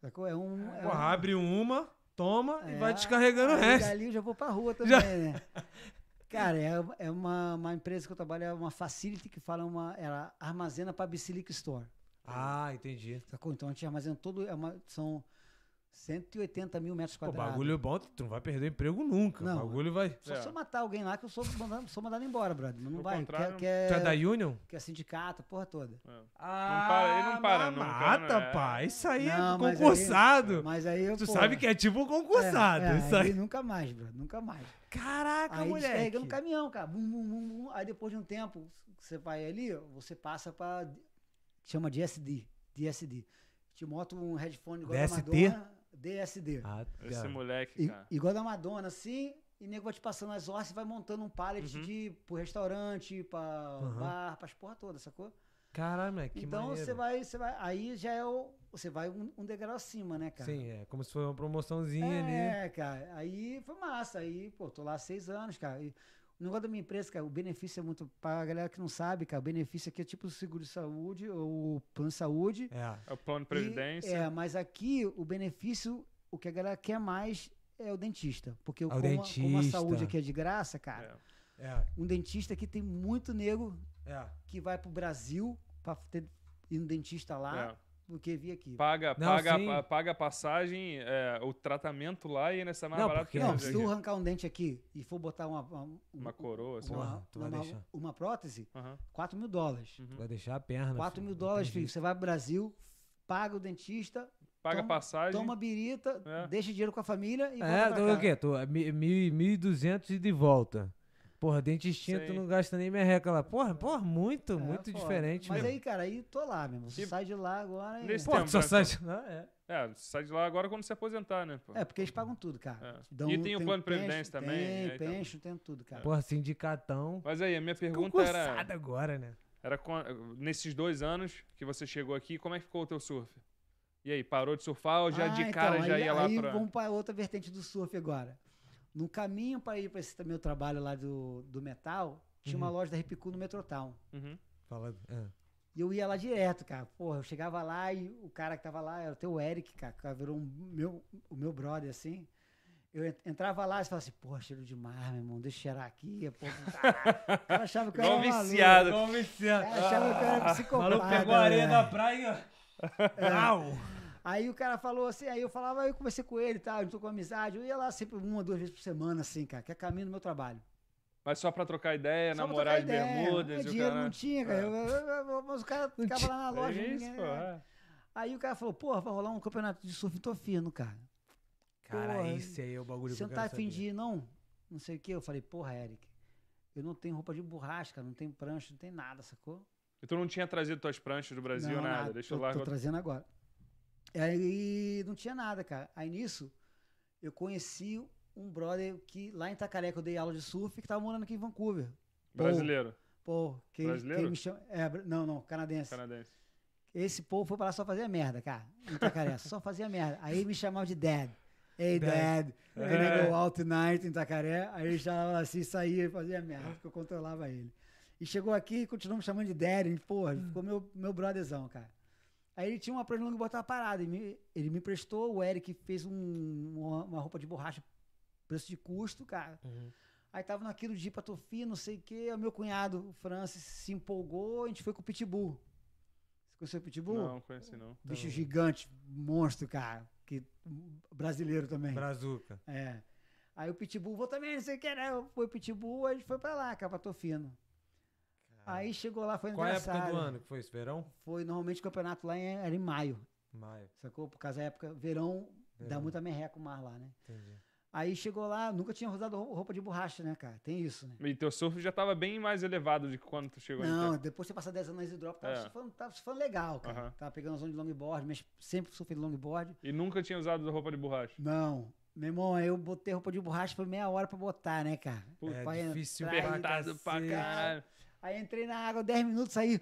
Sacou? É um. é Ah. Porra, um- abre uma, toma e é, vai descarregando o aí resto. Dali eu já vou pra rua também, Já- [LAUGHS] né? Cara, é, é uma, uma empresa que eu trabalho, é uma facility que fala uma. Ela armazena pra Bicilic Store. Ah, entendi. Sacou? Então a gente armazena todo. é uma- são 180 mil metros Pô, quadrados. bagulho bom, tu não vai perder emprego nunca. Não. bagulho vai. Só É. se eu matar alguém lá que eu sou mandado, sou mandado embora, brother. Mas não No vai. contrário, Quer, Tu é da quer, Union? quer sindicato, porra toda. para- ele não para Ah, mas nunca, Mata, né? pá. Isso aí Não, é mas concursado. Mas aí eu. tu pô, sabe que é tipo concursado. é, isso aí aí. Tá nunca mais, brother. Nunca mais. Caraca, Aí moleque. descarrega no caminhão, cara. Bum, bum, bum, bum. Aí depois de um tempo, você vai ali, ó, você passa pra. Chama DSD. DSD. Te monta um headphone igual DST? da Madonna. DSD. Ah, Esse cara. moleque, I- cara. igual da Madonna, assim. E nego vai te passando as horas e vai montando um pallet Uhum. de pro restaurante, pra Uhum. bar, pras porra toda, sacou? Caralho, moleque. Que então maneiro. você vai, você vai. Aí já é o. Você vai um, um degrau acima, né, cara? Sim, é como se fosse uma promoçãozinha ali. É, cara. Aí foi massa. Aí, pô, tô lá há seis anos, cara. E o negócio da minha empresa, cara, o benefício é muito. Pra galera que não sabe, cara, o benefício aqui é tipo o seguro de saúde ou o plano de saúde. É. É o plano de E, previdência. é, mas aqui o benefício, o que a galera quer mais é o dentista. Porque o como, a- como a dentista. saúde aqui é de graça, cara, É. É. um dentista aqui tem muito nego é. que vai pro Brasil pra ter, ir no dentista lá é. do que vir aqui. Paga, Não, paga, sim. pa- paga a passagem, é, o tratamento lá e ainda sai mais Não, barato porque que não, Não, nós se aqui. tu arrancar um dente aqui e for botar uma, um uma, Uma coroa, sei Porra, lá. uma, tu vai uma- deixar. uma prótese, Aham. 4 mil Hum. dólares. Tu Vai deixar a perna. 4 filho, mil não dólares, tem filho. jeito. Você vai pro Brasil, paga o dentista, Paga Toma- a passagem. toma birita, É. deixa dinheiro com a família e É, volta pra tu, o cá. quê? Tu, mi- mil, 1.200 e de volta. Porra, dentistinha, tu Sim. não gasta nem merreca lá. Porra, porra, muito, É, muito foda. diferente, Mas mesmo. aí, cara, aí tô lá mesmo. Você E- sai de lá agora e... Tipo, Nesse Pô, tu tempo, só né, sai. então? Ah, é. É, sai de lá agora quando se aposentar, né? Pô? É, porque eles pagam tudo, cara. É. Dão- E tem o plano de pension- previdência também, Tem, né, e tal. pension, tem tudo, é. cara. Porra, sindicatão. Mas aí, a minha pergunta era, Concursado agora, né? era quan- nesses dois anos que você chegou aqui, como é que ficou o teu surf? E aí, parou de surfar ou já Ah, de então, cara já aí- ia lá aí pra... vamos para outra vertente do surf agora. No caminho para ir para esse meu trabalho lá do, do metal, tinha uma Uhum. loja da Repicu no Metrotown. Uhum. Fala. ah. E eu ia lá direto, cara. Porra, eu chegava lá e o cara que tava lá era o teu Eric, cara, que virou um meu, o meu brother, assim. Eu en- entrava lá e falava assim, porra, cheiro de mar, meu irmão, deixa eu cheirar aqui. Pô, [LAUGHS] o cara achava que eu era Igual um maluco. viciado. O cara É, achava que eu era psicopata. é- Ah, né? É. Maluco pegou a areia velho. da praia. e, ó, Au! Aí o cara falou assim, aí eu falava, aí eu conversei com ele e tal, a gente com amizade. Eu ia lá sempre uma, duas vezes por semana, assim, cara, que é caminho do meu trabalho. Mas só pra trocar ideia, Só pra namorar trocar de ideia. bermudas e o Dinheiro não cara... tinha, cara. Eu- eu- eu- Mas o cara Não ficava lá na loja. É isso, ninguém- né? pô, é. Aí o cara falou, porra, vai rolar um campeonato de surf em Tofino, cara. Cara, Porra, isso aí é o bagulho que Você eu não tá quero saber. afim de ir, não? Não sei o quê. Eu falei, porra, Eric, eu não tenho roupa de borracha, cara, não tenho prancha, não tem nada, sacou? E tu não tinha trazido tuas pranchas do Brasil, não, nada. Deixa eu tô, tô largar. trazendo agora. Aí não tinha nada, cara. Aí nisso, eu conheci um brother que lá em Itacareca eu dei aula de surf que tava morando aqui em Vancouver. Brasileiro, Pô, que, Brasileiro? quem me chama. É, br- não, não, canadense. canadense. Esse povo foi pra lá só fazer merda, cara. Em Itacaré, só fazia merda. Aí me chamava de Dad. Hey, Dad. Dad. Aí É. ele go out night em Itacaré. Aí ele chamava assim, saía e fazia merda, porque eu controlava ele. E chegou aqui e continuou me chamando de Dad. E, porra, ele ficou meu, meu brotherzão, cara. Aí ele tinha uma prancha longa e botou uma parada. Ele me, ele me prestou, o Eric fez um- uma, uma roupa de borracha, preço de custo, cara. Uhum. Aí tava naquilo de ir pra Tofi, não sei o quê. O meu cunhado, o Francis, se empolgou. A gente foi com o Pitbull. Você conheceu o Pitbull? Não, conheci não. Bicho Então- gigante, monstro, cara. Que, brasileiro também. Brazuca. É. Aí o Pitbull, vou também, não sei o que, né? Foi o Pitbull, aí a gente foi pra lá, cara, pra Tofino. Aí chegou lá, foi Qual é a engraçado. época do ano que foi isso? Verão? Foi, normalmente, o campeonato lá em- era em maio, Maio. sacou? Por causa da época, verão, dá Verão. muita merreca o mar lá, né? Entendi. Aí chegou lá, nunca tinha usado rou- roupa de borracha, né, cara? Tem isso, né? E teu surf já tava bem mais elevado de que quando tu chegou Não, então. aqui. depois de passar 10 anos de drop, tava, É. surfando, tava surfando legal, cara. Aham. Tava pegando zona de longboard, mas sempre surfei de longboard. E nunca tinha usado roupa de borracha. Não. Meu irmão, aí eu botei roupa de borracha, foi meia hora pra botar, né, cara? Puta, É Vai difícil entrar pra e- Apertado pra cacete. caralho. Aí entrei na água 10 [LAUGHS] minutos, saí.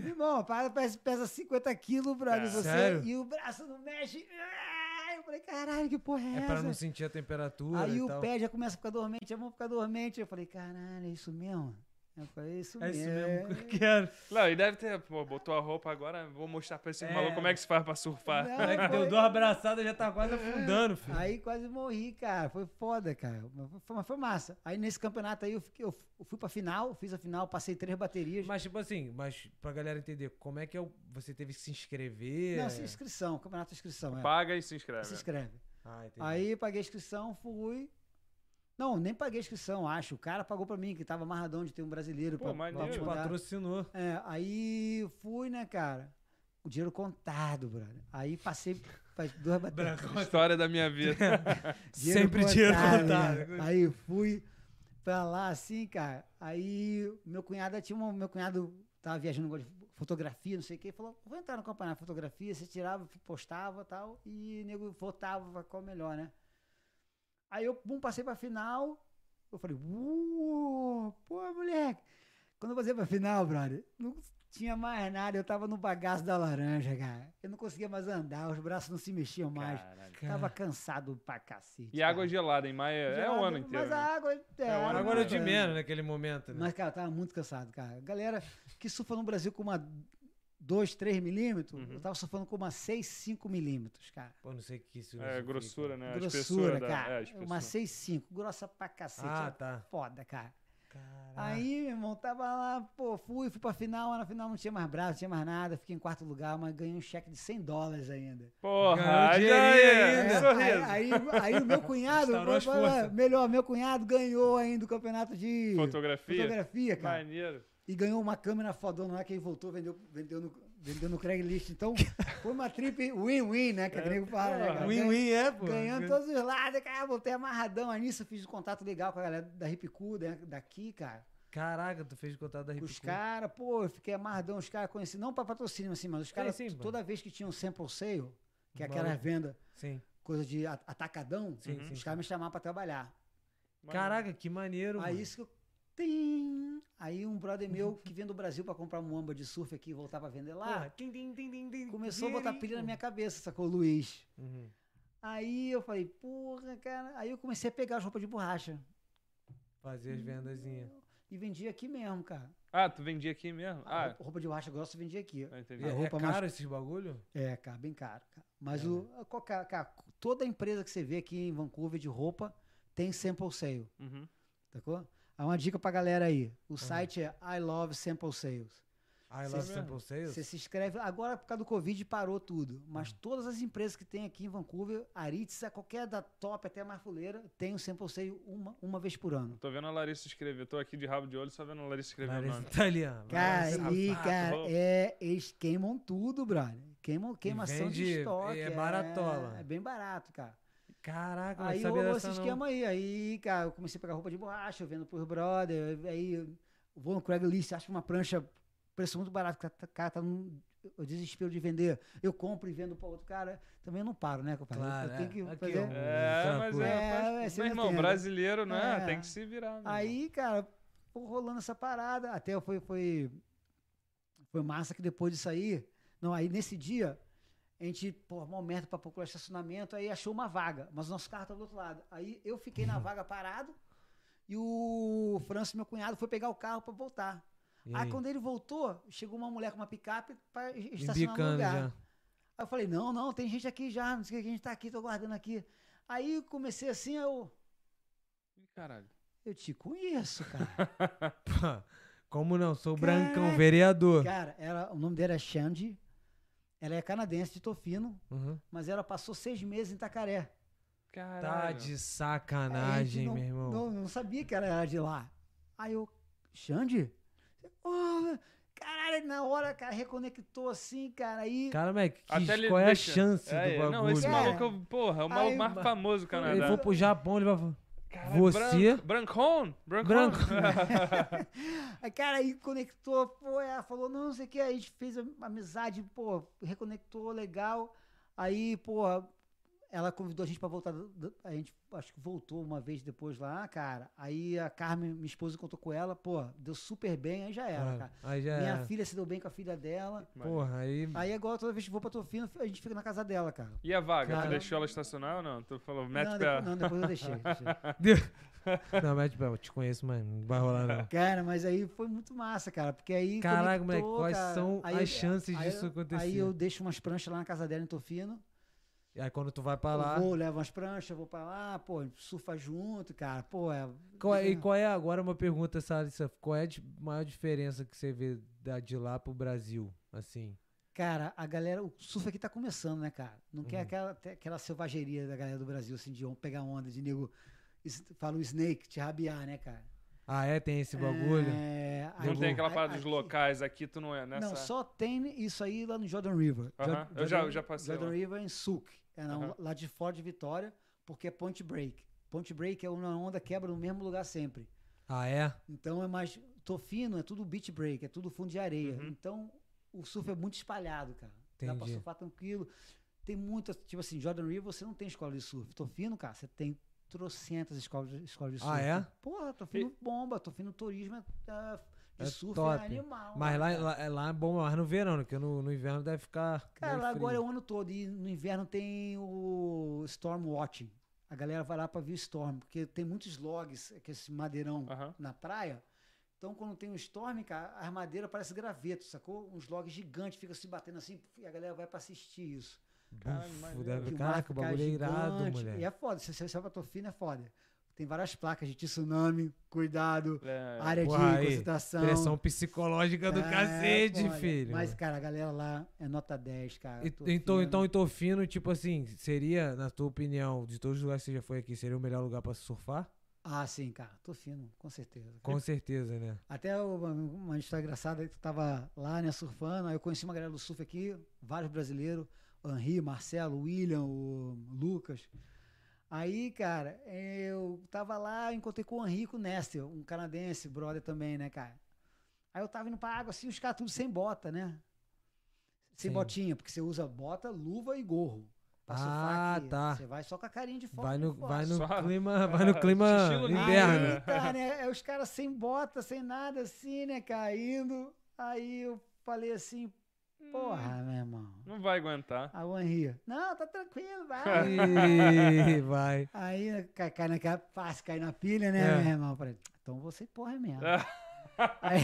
Irmão, a parada parece que pesa 50 quilos, brother. É. Você, Sério? E o braço não mexe. Ah, Eu falei, caralho, que porra é, É pra essa? não sentir a temperatura Aí e o tal. pé já começa a ficar dormente, a mão fica dormente. Eu falei, caralho, é isso mesmo? Eu falei, é isso É mesmo. isso mesmo que eu quero. Não, e deve ter, pô, botou a roupa agora, vou mostrar pra esse É. maluco como é que se faz pra surfar. Não, Moleque É deu foi- duas abraçadas, já tá quase afundando, filho. Aí quase morri, cara. Foi foda, cara. Mas foi, mas foi massa. Aí nesse campeonato aí eu, fiquei, eu f- eu fui pra final, fiz a final, passei três baterias. Mas, tipo assim, mas pra galera entender, como é que é o- você teve que se inscrever? Não, se inscrição, campeonato de inscrição. É. Paga e se inscreve. Se inscreve. Ah, entendi. Aí eu paguei a inscrição, fui. Não, nem paguei a inscrição, acho. O cara pagou pra mim, que tava amarradão de ter um brasileiro Pô, pra, pra maneiro. Te Não mandar. patrocinou. É, aí eu fui, né, cara? O dinheiro contado, brother. Aí passei faz duas baterias. História da minha [LAUGHS] vida. Sempre dinheiro né? contado. Aí eu fui pra lá assim, cara. Aí meu cunhado tinha uma, meu cunhado tava viajando agora de fotografia, não sei o que, falou: vou entrar no campeonato de fotografia, você tirava, postava e tal, e o nego votava pra qual melhor, né? Aí eu pum, passei pra final. Eu falei, "Uou, pô, moleque. Quando eu passei pra final, brother, não tinha mais nada. Eu tava no bagaço da laranja, cara. Eu não conseguia mais andar, os braços não se mexiam mais. Caralho. Tava cansado pra cacete. E água cara. gelada em maio é o Gelado, ano inteiro. Mas a né? água. É, É, o ano Agora eu eu de menos naquele momento, né? Mas, cara, eu tava muito cansado, cara. Galera que surfa no Brasil com uma 2, 3 milímetros, Uhum. eu tava surfando com uma 6, 5 milímetros, cara. Pô, não sei o que isso É, significa. grossura, né? A espessura Grossura, da- é, a cara. espessura. uma 6, 5. Grossa pra cacete. Ah, é tá. Ah. Foda, cara. Caralho. Aí, meu irmão, tava lá, pô, fui, fui pra final, mas na final não tinha mais braço, não tinha mais nada, fiquei em quarto lugar, mas ganhei um cheque de 100 dólares ainda. Ganhou Porra, aí, dinheirinho aí, ainda. É, sorriso. Aí, aí- aí o meu cunhado, Restaurou as vou falar, forças. melhor, meu cunhado ganhou ainda o campeonato de Fotografia. fotografia, cara. Maneiro. E ganhou uma câmera fodona lá que ele voltou, vendeu, vendeu no, vendeu no Craigslist. Então, foi uma trip win-win, né? Que é. nego fala, né, cara? Win-win, é, pô. Ganhando todos os lados, cara, voltei amarradão. Aí nisso eu fiz um contato legal com a galera da Hip Cool, da- daqui, cara. Caraca, tu fez o contato da Com Ripcool. os caras, pô, eu fiquei amarradão, os caras conheci, não pra patrocínio, assim, mas os caras, sim, mano. toda vez que tinham sample sale, que é aquela Maluco. venda, Sim. coisa de a- atacadão, Sim, sim, os sim. um caras me chamavam pra trabalhar. Caraca, que maneiro, Aí mano. isso que eu. Tim! Aí um brother meu que vinha do Brasil pra comprar um amba de surf aqui e voltar pra vender lá, Porra, tim, tim, tim, tim, tim, começou a botar pilha na dinheirinho. minha cabeça, sacou, Luiz? Uhum. Aí eu falei, porra, cara. Aí eu comecei a pegar as roupas de borracha Fazer as vendazinhas. Uhum. e vendia aqui mesmo, cara. Ah, tu vendia aqui mesmo? A Ah, roupa- roupa de borracha grossa eu vendia aqui. ah, É, entendi. A é roupa caro mais- esses bagulho? É, cara, bem caro, cara. Mas É, o, a- qual- cara, cara, toda empresa que você vê aqui em Vancouver de roupa tem sample sale, Uhum. sacou? É uma dica pra galera aí. O site é I Love Sample Sales. I Sim, Ah, love mesmo. sample sales? Você se inscreve. Agora, por causa do Covid, parou tudo. Mas todas as empresas que tem aqui em Vancouver, Aritza, qualquer da top até a Marfuleira, tem o sample sale uma, uma vez por ano. Tô vendo a Larissa escrever. Eu Tô aqui de rabo de olho só vendo a Larissa escrever o Larissa nome. italiana. Cara, Larissa- e, sapato, cara, roupa. é, eles queimam tudo, brother. Queimam, queimação vende- de estoque. é baratola. É, bem barato, cara. Caraca, eu não aí sabia rolou dessa esse não. esquema aí. Aí, cara, eu comecei a pegar roupa de borracha, eu vendo pro brother. Aí eu vou no Craigslist, acho uma prancha, preço muito barato, que tá- cara, tá num eu desespero de vender. Eu compro e vendo pra outro cara. Também eu não paro, né, compadre? Claro, eu é. tenho que Aqui, fazer. ó. É, Saco, mas é. é. É, faz- é, você Meu irmão, entende. brasileiro, né? É. Tem que se Uhum. virar. meu irmão. Aí, cara, foi rolando essa parada. Até foi, foi, foi massa que depois disso aí. Não, aí nesse dia, a gente, pô, uma merda pra procurar estacionamento, aí achou uma vaga, mas o nosso carro tava do outro lado. Aí eu fiquei [LAUGHS] na vaga parado e o Franço, meu cunhado, foi pegar o carro pra voltar. E Aí aí? ah, quando ele voltou, chegou uma mulher com uma picape pra estacionar no Embicando lugar. já. [LAUGHS] Aí eu falei, não, não, tem gente aqui já, não sei o que, a gente tá aqui, tô guardando aqui. Aí eu comecei assim, eu, Ih, Caralho. eu te conheço, cara. Pô, Como não? Sou brancão, Caraca, vereador. Cara, ela, o nome dela é Xande. Ela é canadense de Tofino, Uhum. mas ela passou seis meses em Tacaré. Tá Caralho. de Aí a gente sacanagem, não, meu irmão. Não, não sabia que ela era de lá. Aí eu, Xande? Oh, caralho, na hora, cara, reconectou assim, cara. Aí Cara, Mac, que- Até ele qual é a deixa- chance É, do é. bagulho? É, Não, esse Cara, maluco, é o- porra, é o maluco aí- mais famoso do Ele Canadá. for pro Japão, ele vai falar. Caralho, Você- é Branco, brancão, brancão. Branco. A cara aí conectou, pô, ela falou, não, não sei o que, aí a gente fez am- amizade, pô, reconectou, legal. Aí, pô, ela convidou a gente pra voltar. do- do- A gente acho que voltou uma vez depois lá, cara. Aí a Carmen, minha esposa, contou com ela, pô, deu super bem, aí já era, é cara. [LAUGHS] Aí já Minha era. filha é se deu bem com a filha dela. Porra, aí. Aí agora, toda vez que vou pra Tofino, a gente fica na casa dela, cara. E a vaga? Cara- Tu deixou ela estacionar ou não? Tu falou, mete não, o pé. depois, não, depois eu deixei. deixei. [LAUGHS] Não, mas tipo, eu te conheço, mas não vai rolar, [LAUGHS] não. Cara, mas aí foi muito massa, cara. Porque aí. Caraca, conectou, moleque, quais cara. são Aí- as chances aí- disso acontecer? Aí eu deixo umas pranchas lá na casa dela em Tofino. E aí quando tu vai pra lá. Eu vou, levo umas pranchas, vou pra lá, pô, surfa junto, cara. Pô, é. Qual é- e qual é agora uma pergunta, Sarissa? Qual é a di- maior diferença que você vê da de lá pro Brasil? Assim. Cara, a galera, o surf aqui tá começando, né, cara? Não quer Uhum. aquela, te- aquela selvageria da galera do Brasil, assim, de on- pegar onda, de nego. is- Fala o snake, te rabiar, né, cara? Ah, é? Tem esse bagulho? É, Não aí- tem aquela aí- parada dos aqui- locais aqui, tu não é nessa. Não, só tem isso aí lá no Jordan River. Aham, Jor- eu já- já passei Jordan lá. River em Souk, é na- Aham. lá de Ford Vitória, porque é Point Break. Point Break é uma onda que quebra no mesmo lugar sempre. Ah, é? Então é mais. Tofino é tudo beach break, é tudo fundo de areia. Uhum. Então o surf é muito espalhado, cara. Dá pra Entendi. surfar tranquilo. Tem muitas, tipo assim, Jordan River você não tem escola de surf. Tofino, cara, você tem trocentas escolas de, escolas de surf. Ah, é? Porra, Tofino bomba, Tofino turismo é, é, de É surf top. é animal. Mas né, lá, cara? lá, é lá é bom, mas no verão, né? Porque no, no inverno deve ficar. Cara, meio lá agora é um frio. o ano todo. E no inverno tem o Storm Watching. A galera vai lá pra ver o Storm, porque tem muitos logs, que é esse madeirão Ah. Aham. na praia. Então, quando tem um storm, cara, a armadeira parece graveto, sacou? Uns logs gigantes ficam se batendo assim e a galera vai pra assistir isso. Caralho, Bufo, maneiro. deve- Que o mar Caraca, o fica bagulho é irado, gigante. moleque. E é foda, se você vai pra Tofino é foda. Tem várias placas de tsunami, cuidado, É, área Porra, de aí, concentração. Pressão psicológica do É, cacete, foda. filho. Mas, cara, a galera lá é nota 10, cara. E- Tofino então, é então, então, fino, tipo assim, seria, na tua opinião, de todos os lugares que você já foi aqui, seria o melhor lugar pra surfar? Ah, sim, cara. Tô fino, com certeza. Com certeza, né? Até uma, uma história engraçada que tu tava lá, né, surfando. Aí eu conheci uma galera do surf aqui, vários brasileiros. o Henri, Marcelo, o William, o Lucas. Aí, cara, eu tava lá, encontrei com o Henri e com o Nester, um canadense, brother também, né, cara? Aí eu tava indo pra água assim, os caras tudo sem bota, né? Sem Sim. botinha, porque você usa bota, luva e gorro. Pra Ah, surfar aqui. tá. Você vai só com a carinha de fora. Vai é no, fora. vai no Só- clima, vai no clima Estilo ninja. inverno. né? Aí, tá, né? É os caras sem bota, sem nada, assim, né, caindo. Aí eu falei assim, porra, meu irmão. Não vai aguentar. Aí o Henri, não, tá tranquilo, [LAUGHS] vai. Ih, [LAUGHS] vai. Aí cai, cai naquela, fácil, cai na pilha, né, É. meu irmão? Falei, então você porra é mesmo. [LAUGHS] Aí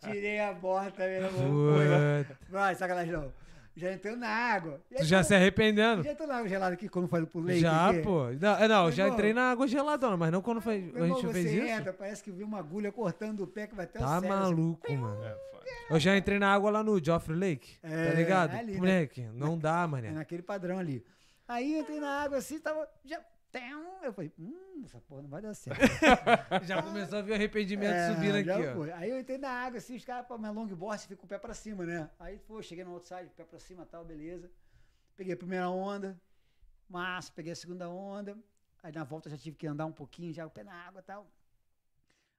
tirei a bota, meu irmão. Puta. Vai, sacanagem não. Já entrou na água. Tu já se arrependendo? Já entrou na água gelada aqui quando foi pro leite? Já, aqui? pô. Não, é, não, eu já Irmão. entrei na água geladona, mas não quando foi, Meu a irmão, gente você é fez isso. entra, parece que viu uma agulha cortando o pé que vai até o Tá céu. assim. maluco, mano. É, foda. Eu já entrei na água lá no Joffrey Lake, É, tá ligado? ali, né? Moleque, não dá, É mané. naquele padrão ali. Aí eu entrei na água assim, tava. Já, tem um- eu falei, hum, essa porra não vai dar [LAUGHS] certo. Já começou a vir o arrependimento É, subindo já aqui, ó. foi. Aí eu entrei na água assim, os caras, pô, minha longboard você fica com o pé pra cima, né? Aí, pô, cheguei no outside, pé pra cima tal, beleza. Peguei a primeira onda, massa, peguei a segunda onda. Aí na volta eu já tive que andar um pouquinho, já o pé na água e tal.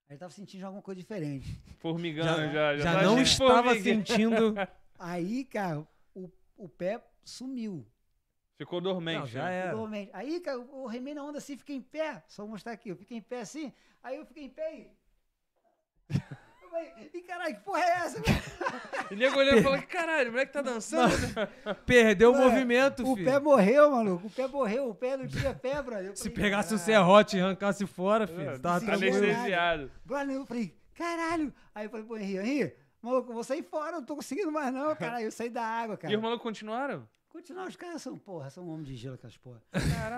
Aí eu tava sentindo já alguma coisa diferente. Formigando já. Já, Já tá não cheio de estava formiga. [LAUGHS] sentindo. Aí, cara, o, o pé sumiu. Ficou dormente. Não, já né? era. Provavelmente. Aí, cara, eu eu remei na onda assim, fiquei em pé. Só vou mostrar aqui. Eu fiquei em pé assim. Aí eu fiquei em pé e. [LAUGHS] Eu falei, Ih, caralho, que porra é essa? E nego olhando [LAUGHS] e falando, caralho, o moleque tá dançando. Perdeu o Ué, movimento, o filho. pé é morreu, maluco. O pé morreu. O pé não tinha pé, brother. [LAUGHS] Eu Se falei, pegasse o "Caralho." serrote e arrancasse fora, filho, tá tava Sim, tranquilo. beleza. anestesiado. Brother, "Ah, eu falei, caralho. Aí eu falei pro Henrique, Henrique, maluco, eu vou sair fora. eu Não tô conseguindo [LAUGHS] mais não, cara. Aí eu saí da água, cara. E os malucos continuaram? Continuar, os caras são, porra, são homem de gelo, aquelas porra.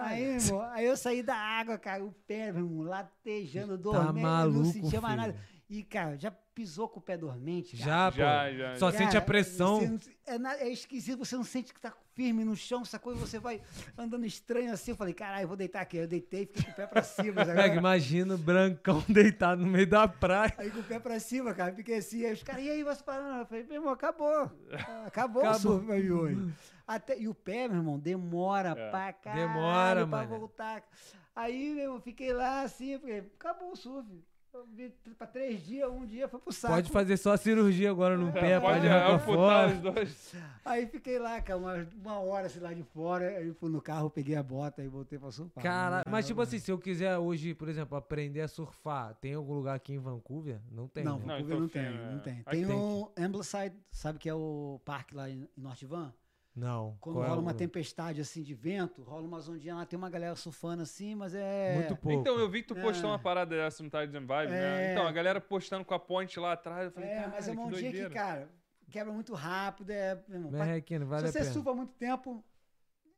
Aí, irmão, aí eu saí da água, cara, o pé, meu irmão, latejando, dormente, não Tá maluco, sentia mais nada. filho. E, cara, já pisou com o pé dormente? cara? Já, pô. Já, já, Só já. sente a Cara, pressão. você não- é, na- é esquisito, você não sente que tá firme no chão, essa coisa, você vai andando estranho assim. Eu falei, caralho, eu vou deitar aqui. Eu deitei e fiquei com o pé pra [LAUGHS] cima. sabe? Pega, imagina o brancão [LAUGHS] deitado no meio da praia. Aí com o pé pra cima, cara, fiquei assim, aí os caras, e aí, você parando? Eu falei, meu irmão, [LAUGHS] acabou. Acabou, o Acabou. surf pra mim hoje. Até, e o pé, meu irmão, demora É. pra caralho Demora, pra mano. voltar. Aí, meu irmão, fiquei lá assim, eu falei, acabou o surf. Eu vi tr- pra três dias, um dia foi pro saco. Pode fazer só a cirurgia agora no pé, pode É, Pode arrancar amputar fora. os dois. Aí fiquei lá, cara, uma, uma hora assim lá de fora. Aí fui no carro, peguei a bota e voltei pra São Paulo. Cara, mas tipo assim, se eu quiser hoje, por exemplo, aprender a surfar, tem algum lugar aqui em Vancouver? Não tem, não, né? Não, Vancouver então não tem, tem, não é. tem. Aqui Tem tem o Ambleside, sabe que é o parque lá em em North Van? Não. Quando Qual é rola o- uma tempestade assim de vento, rola umas ondinhas lá, tem uma galera surfando assim, mas é. Muito pouco. Então, eu vi que tu postou É. uma parada dessa no Tide and Vibe, né? É. Então, a galera postando com a ponte lá atrás, eu falei, É, cara, mas é uma que ondinha doideira. que, cara, quebra muito rápido. É, meu irmão, pra- Merrequino, vale se a você é pena. surfa há muito tempo.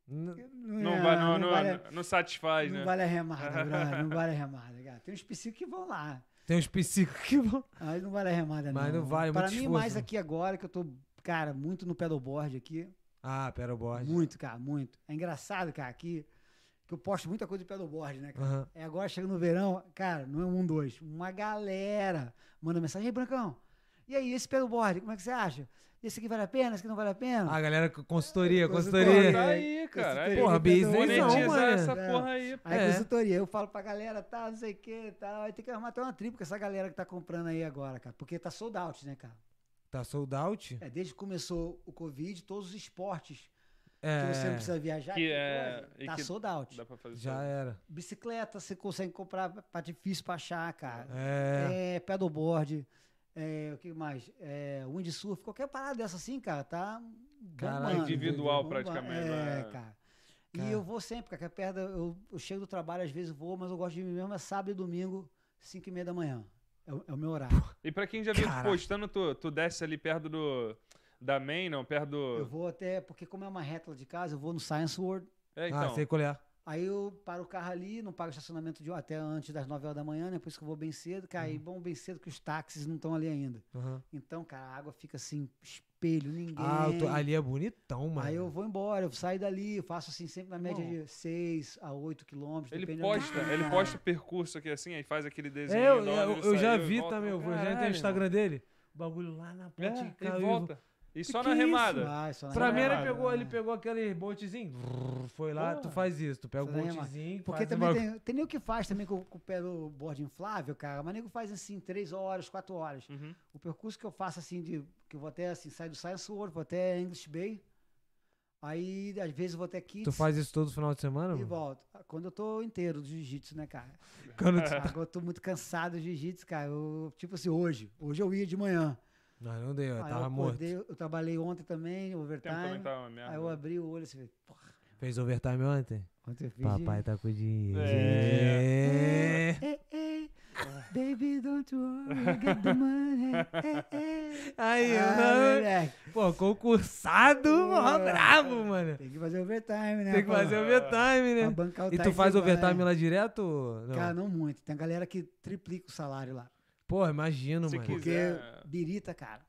N- Não, é, vai, não, não, vale, a- não satisfaz, não né? vale [LAUGHS] a remada, brother, não vale a remada, cara. Tem uns psicos que vão lá. Tem uns psicos que vão. [LAUGHS] Aí não vale a remada, Mas não vale, Para muito mim, esforço, mais né? aqui agora, que eu tô, cara, muito no pedalboard aqui. Ah, paddleboard. Muito, cara, muito. É engraçado, cara, aqui que eu posto muita coisa de pedalboard, né, cara? Aham. É agora chega no verão, cara, não é um, dois. Uma galera manda mensagem, ei, Brancão, e aí, esse pedalboard, como é que você acha? Esse aqui vale a pena? Esse aqui não vale a pena? Ah, galera, consultoria, Consultoria. consultoria. Tá aí, cara. Esse aí, Porra, aqui não vale a business pena. não, monetizar mano. essa É. porra aí. pô. Aí É. consultoria, eu falo pra galera, tá, não sei o que, tal, aí tem que arrumar até uma tribo com essa galera que tá comprando aí agora, cara, porque tá sold out, né, cara? Tá sold out? É, desde que começou o Covid, todos os esportes É. que você não precisa viajar, Que que é- coisa, e tá que sold out. Dá pra fazer Já tudo. era. Bicicleta você consegue comprar, tá difícil pra achar, cara. É. É, pedalboard, é, o que mais? É, windsurf, qualquer parada dessa assim, cara, tá bombando, Caralho, individual bombando. praticamente, É, né? cara. Cara. E eu vou sempre, cara, que a perda, eu, eu chego do trabalho, às vezes vou, mas eu gosto de mim mesmo, é sábado e domingo, 5 e meia da manhã. É, o- é o meu horário. E pra quem já viu tu Cara. postando, tu, tu desce ali perto do. Da main, não, perto Eu do. vou até, porque como é uma reta lá de casa, eu vou no Science World, É, Ah, então. sei qual é. Aí eu paro o carro ali, não pago estacionamento de, até antes das 9 horas da manhã, né? Por isso que eu vou bem cedo. Cara, e bom bem cedo que os táxis não estão ali ainda. Aham. Então, cara, a água fica assim, espelho, ninguém. Ah, eu tô- ali é bonitão, mano. Aí eu vou embora, eu saio dali, eu faço assim, sempre na média Irmão. de 6 a 8 quilômetros. Ele depende da posta, altitude. ele posta o percurso aqui assim, aí faz aquele desenho. É, eu, da hora eu- ele eu já saiu e vi volta. também, eu vou- já Caralho, entrei no irmão. Instagram dele. O bagulho lá na É, ponte caiu. e e volta. E só Que na que é remada. Ah, isso não é Pra mim, ele nada, pegou, ele né? pegou aquele botezinho. brrr, Foi lá, tu Porra. faz isso. Tu pega o Isso aí é uma- botezinho. Porque faz também uma- tem, tem nego que faz também com, com o pé do board inflável, cara. Mas nego faz assim, 3 horas, 4 horas. Uhum. o percurso que eu faço assim de que eu vou até assim saio do Science World vou até English Bay aí às vezes eu vou até Kids Tu faz isso todo final de semana, e mano? volto quando eu tô inteiro do jiu-jitsu [LAUGHS] né cara Quando tu... agora eu tô muito cansado do jiu-jitsu cara eu, tipo assim hoje hoje eu ia de manhã Não, não deu, eu aí Ah, tava Ah, eu morto. acordei, eu trabalhei ontem também O tempo também overtime tá uma merda. aí eu abri o olho assim porra, Fez overtime ontem? ontem eu fiz Papai tá com dinheiro. É. É. Ei, ei, baby don't worry get the money ei, ei. [LAUGHS] Aí, Ah, mano, moleque, pô, concursado, mó Ué. bravo, mano. tem que fazer overtime né Tem que pô? fazer overtime, Pra né? bancar o E tu time faz do Bahia. overtime lá direto? Não. Cara, não muito. Tem a galera que triplica o salário lá. Pô, imagino, Se mano. Pois Porque é. birita, cara.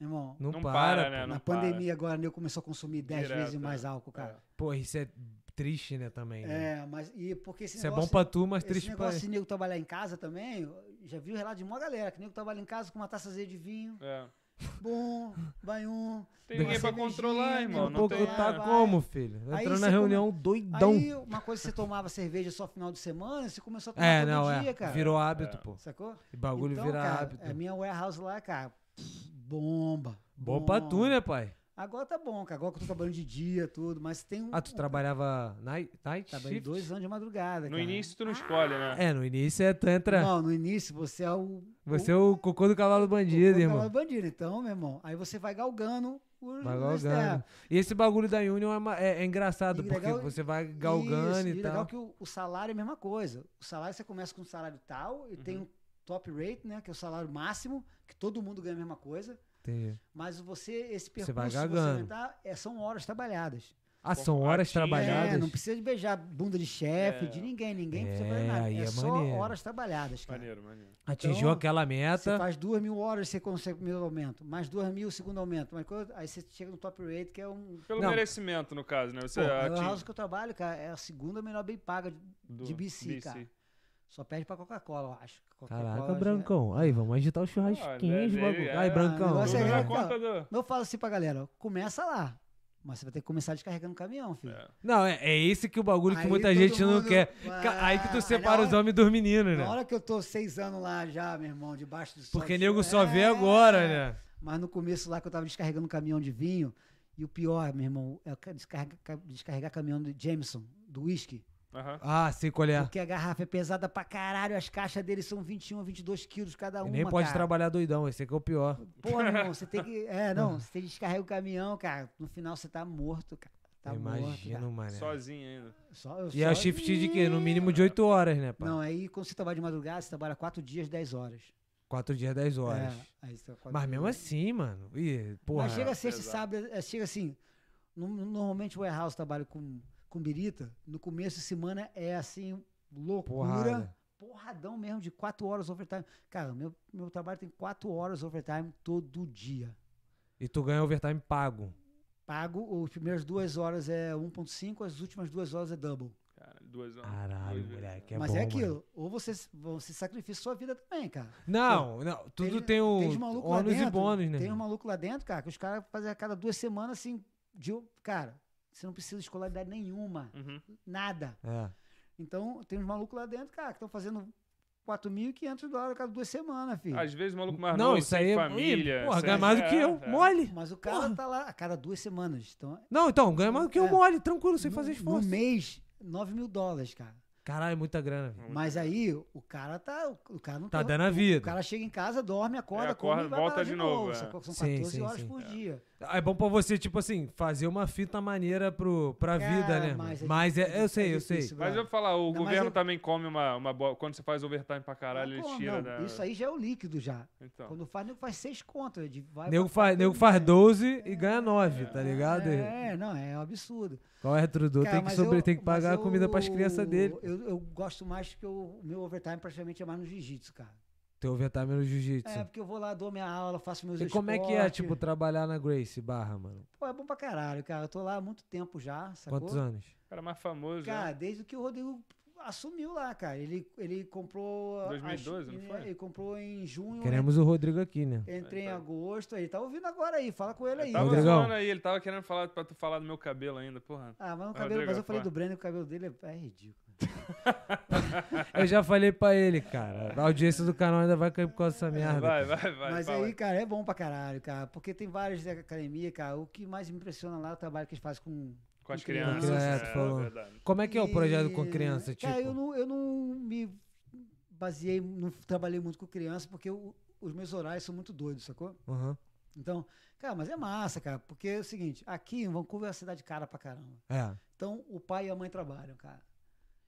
Meu irmão, Não, Não para, para, né? pô. não na pandemia agora né, eu começou a consumir 10 Direto, vezes mais é. álcool, cara. Pô, isso é triste, né, também. né? É, mas e porque esse Isso é negócio, bom pra tu, mas esse triste pra... negócio de nego trabalhar em casa também, eu já vi o relato de uma galera, que nego trabalha em casa com uma taçazinha de vinho, É. bom, vai um. Tem Uma ninguém pra cervejinha, controlar, né? irmão. Daqui a Não pouco tem. tá Vai. como, filho? Aí Entrando na você reunião doidão. Aí, uma coisa que você tomava cerveja só final de semana, você começou a tomar é, todo não, é. dia, cara. Virou hábito, É. pô. Sacou? E bagulho então, vira cara, hábito. A minha warehouse lá, cara, pff, bomba. Bom pra bomba. tu, né, pai? Agora tá bom, cara. Agora que eu tô trabalhando de dia, tudo, mas tem um. Ah, tu trabalhava night, night Trabalhei shift? dois anos de madrugada. No cara. início tu não escolhe, né? É, no início é tu entra. Não, no início você é o. Você é o cocô do cavalo bandido, o- o- irmão. bandido, então, meu irmão. Aí você vai galgando o. Vai o galgando. step. E esse bagulho da Union é, ma- é- é engraçado, né, E porque legal- você vai galgando Isso, e tal. legal que o, o salário é a mesma coisa. O salário você começa com um salário tal e tem um top rate, né? Que é o salário máximo, que todo mundo ganha a mesma coisa. Entendi. Mas você, esse Você percurso vai se você galgando. aumentar, é, são horas trabalhadas. Ah, são horas Corporatinho. trabalhadas. É, não precisa de beijar bunda de chefe, É. de ninguém, ninguém precisa É, fazer nada. aí É, é só maneiro. horas trabalhadas, cara. Maneiro, maneiro. Atingiu Então, aquela Você meta. faz duas mil horas, você consegue o primeiro aumento. Mais duas mil, o segundo aumento. mais coisa- aí você chega no top rate, que é um... Pelo Não. merecimento, no caso, né? Você Pô, a atinge house que eu trabalho, cara, é a segunda melhor bem paga. de- do- de BC, cara. Só perde pra Coca-Cola, eu acho. Coca-Cola, Caraca, acho, Brancão. Aí, vamos agitar Ah, os churrasquinhos, Olha, bagulho. é- Ai, é- Brancão. Tudo Você é na grande, conta cara. do... é. Eu falo assim pra galera, ó, começa lá. Mas você vai ter que começar descarregando o caminhão, filho. É. Não, é, é esse que o bagulho que Aí muita todo gente não mundo- quer. Ca- Aí que Ah, tu separa na os hora- homens dos meninos, Na né? hora que eu tô seis anos lá já, meu irmão, debaixo do sol. Porque de nego chuva, só vê é. agora, né? Mas no começo lá que eu tava descarregando caminhão de vinho, e o pior, meu irmão, é ca- descarrega- ca- descarregar caminhão de Jameson, do uísque. Aham. Ah, sei qual é. Porque a garrafa é pesada pra caralho, as caixas dele são 21, 22 quilos cada E é uma. nem pode cara. trabalhar doidão, esse aqui é o pior. Pô, [LAUGHS] meu irmão, você tem que. É, não, você descarrega o caminhão, cara. No final você tá morto, cara. Tá Imagino, morto. mano. Sozinho ainda. Cara. Só, eu E é só- shift de quê? No mínimo de 8 horas, né, pá? Não, aí quando você trabalha de madrugada, você trabalha 4 dias, 10 horas. 4 dias, 10 horas. É, aí você tá quatro Mas mesmo dias. assim, mano. Ih, porra. Mas chega sexta e Exato. sábado, é, chega assim. no- normalmente o warehouse trabalha com, com birita. No começo de semana é assim, loucura. Porrada. Porradão mesmo, de 4 horas overtime. Cara, meu, meu trabalho tem 4 horas overtime todo dia. E tu ganha overtime pago. Pago, as primeiras duas horas é 1.5, as últimas duas horas é double. Cara, duas horas. Caralho, duas vezes. moleque. É Mas bom, é mano. aquilo, ou você, se- você sacrifica sua vida também, cara. Não, não. Tudo Tem- tem o Tem uns malucos lá ônus dentro. e bônus, né? Tem uns malucos lá dentro, cara, que os caras fazem a cada duas semanas assim, de. um- Cara, você não precisa de escolaridade nenhuma, Uhum. nada. É. Então, tem uns malucos lá dentro, cara, que estão fazendo 4.500 dólares a cada duas semanas, filho. Às vezes o maluco mais não, novo, isso sem aí é. família. Ih, Porra, sem- ganha mais do que é, eu. é. Mole. Mas o cara tá lá a cada duas semanas. Então, Não, então, ganha mais do que eu É. mole, tranquilo, sem no- fazer esforço. No mês, 9 mil dólares, cara. Caralho, muita grana, velho. Mas aí o cara tá. O cara não Tá tem- dando a O vida. cara chega em casa, dorme, acorda, É, acorda, come e vai pra lá volta de de novo, novo. é. São 14 Sim, sim, horas sim. por dia. É bom pra você, tipo assim, fazer uma fita maneira pro, pra Cara, vida, né? Mas, mas é mas difícil, é, eu sei, é eu sei. difícil, Mas eu vou brother. falar, o Não, mas governo eu- também come uma, uma boa. Quando você faz overtime pra caralho, Mas eles como tiram não? da. Isso aí já é o líquido já. Então. Quando faz, nego faz seis contas. De, vai Nego pra faz, quatro, nego né? faz 12 e ganha 9, tá ligado? É, não, é um absurdo. Qual é o trudor? Cara, Tem que, mas sobre, eu- tem que mas pagar a comida pras eu- crianças dele. Eu, eu gosto mais que o o meu overtime praticamente é mais no jiu-jitsu, cara. Teu overtime no É, jiu-jitsu. porque eu vou lá, dou minha aula, faço meus e como é que é, esportes. tipo, trabalhar na Grace Barra, mano? Pô, é bom pra caralho, cara. Eu tô lá há muito tempo já, sacou? Quantos anos? O cara mais famoso. Cara, né? desde que o Rodrigo assumiu lá, cara. Ele, ele comprou. a- 2012, acho- não foi? Ele comprou em junho. né? Queremos o Rodrigo aqui, né? Entrei em Aí tá. É, agosto. Ele tá ouvindo agora aí. Fala com ele aí. Tava Rodrigão. zoando aí, ele tava querendo falar pra tu falar do meu cabelo ainda, porra. Ah, mas, o Ah, cabelo, Rodrigo, mas eu falei fala. do Breno, o cabelo dele é, é ridículo. Eu já falei pra ele, cara. A audiência do canal ainda vai cair por causa dessa merda. Vai, cara. vai, vai. mas fala. aí, cara, é bom pra caralho, cara. Porque tem várias da academia, cara. O que mais me impressiona lá é o trabalho que eles fazem com. Com as com crianças. criança, é, tu falou. verdade. Como é que é o projeto com E- criança, tipo? Cara, eu não, eu não me baseei, não trabalhei muito com criança, porque eu- os meus horários são muito doidos, sacou? Aham. Então, cara, mas é massa, cara, porque é o seguinte, aqui em Vancouver é uma cidade cara pra caramba. É. Então, o pai e a mãe trabalham, cara.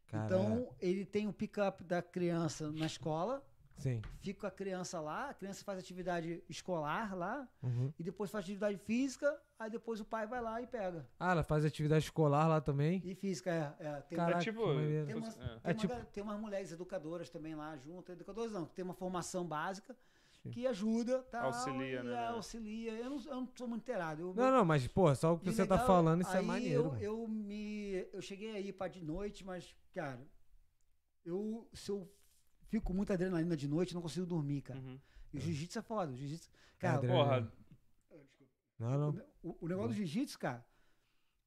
Cara, Então, ele tem o pick-up da criança na escola, é. Sim. fica a criança lá, a criança faz atividade escolar lá, Uhum. e depois faz atividade física, aí depois o pai vai lá e pega. Ah, ela faz atividade escolar lá também. E física, é. é tem Caraca, É que tipo. maneiro. tem, umas, fosse- é. tem, É tipo- uma, tem umas mulheres educadoras também lá junto, educadoras não, tem uma formação básica Sim. que ajuda, tal, Auxilia, e né? Auxilia, eu não, eu não sou muito inteirado. eu- Não, não, mas, pô, só o que E o você tá legal, falando, isso é aí maneiro. Eu, mano. eu me. Eu cheguei aí pra de noite, mas, cara, eu. Se eu fico com muita adrenalina de noite, eu não consigo dormir, cara. Uhum. E o jiu-jitsu é foda. O jiu-jitsu. Cara, Ah, adrenalina. Porra, Não, não. o, o negócio do jiu-jitsu, cara,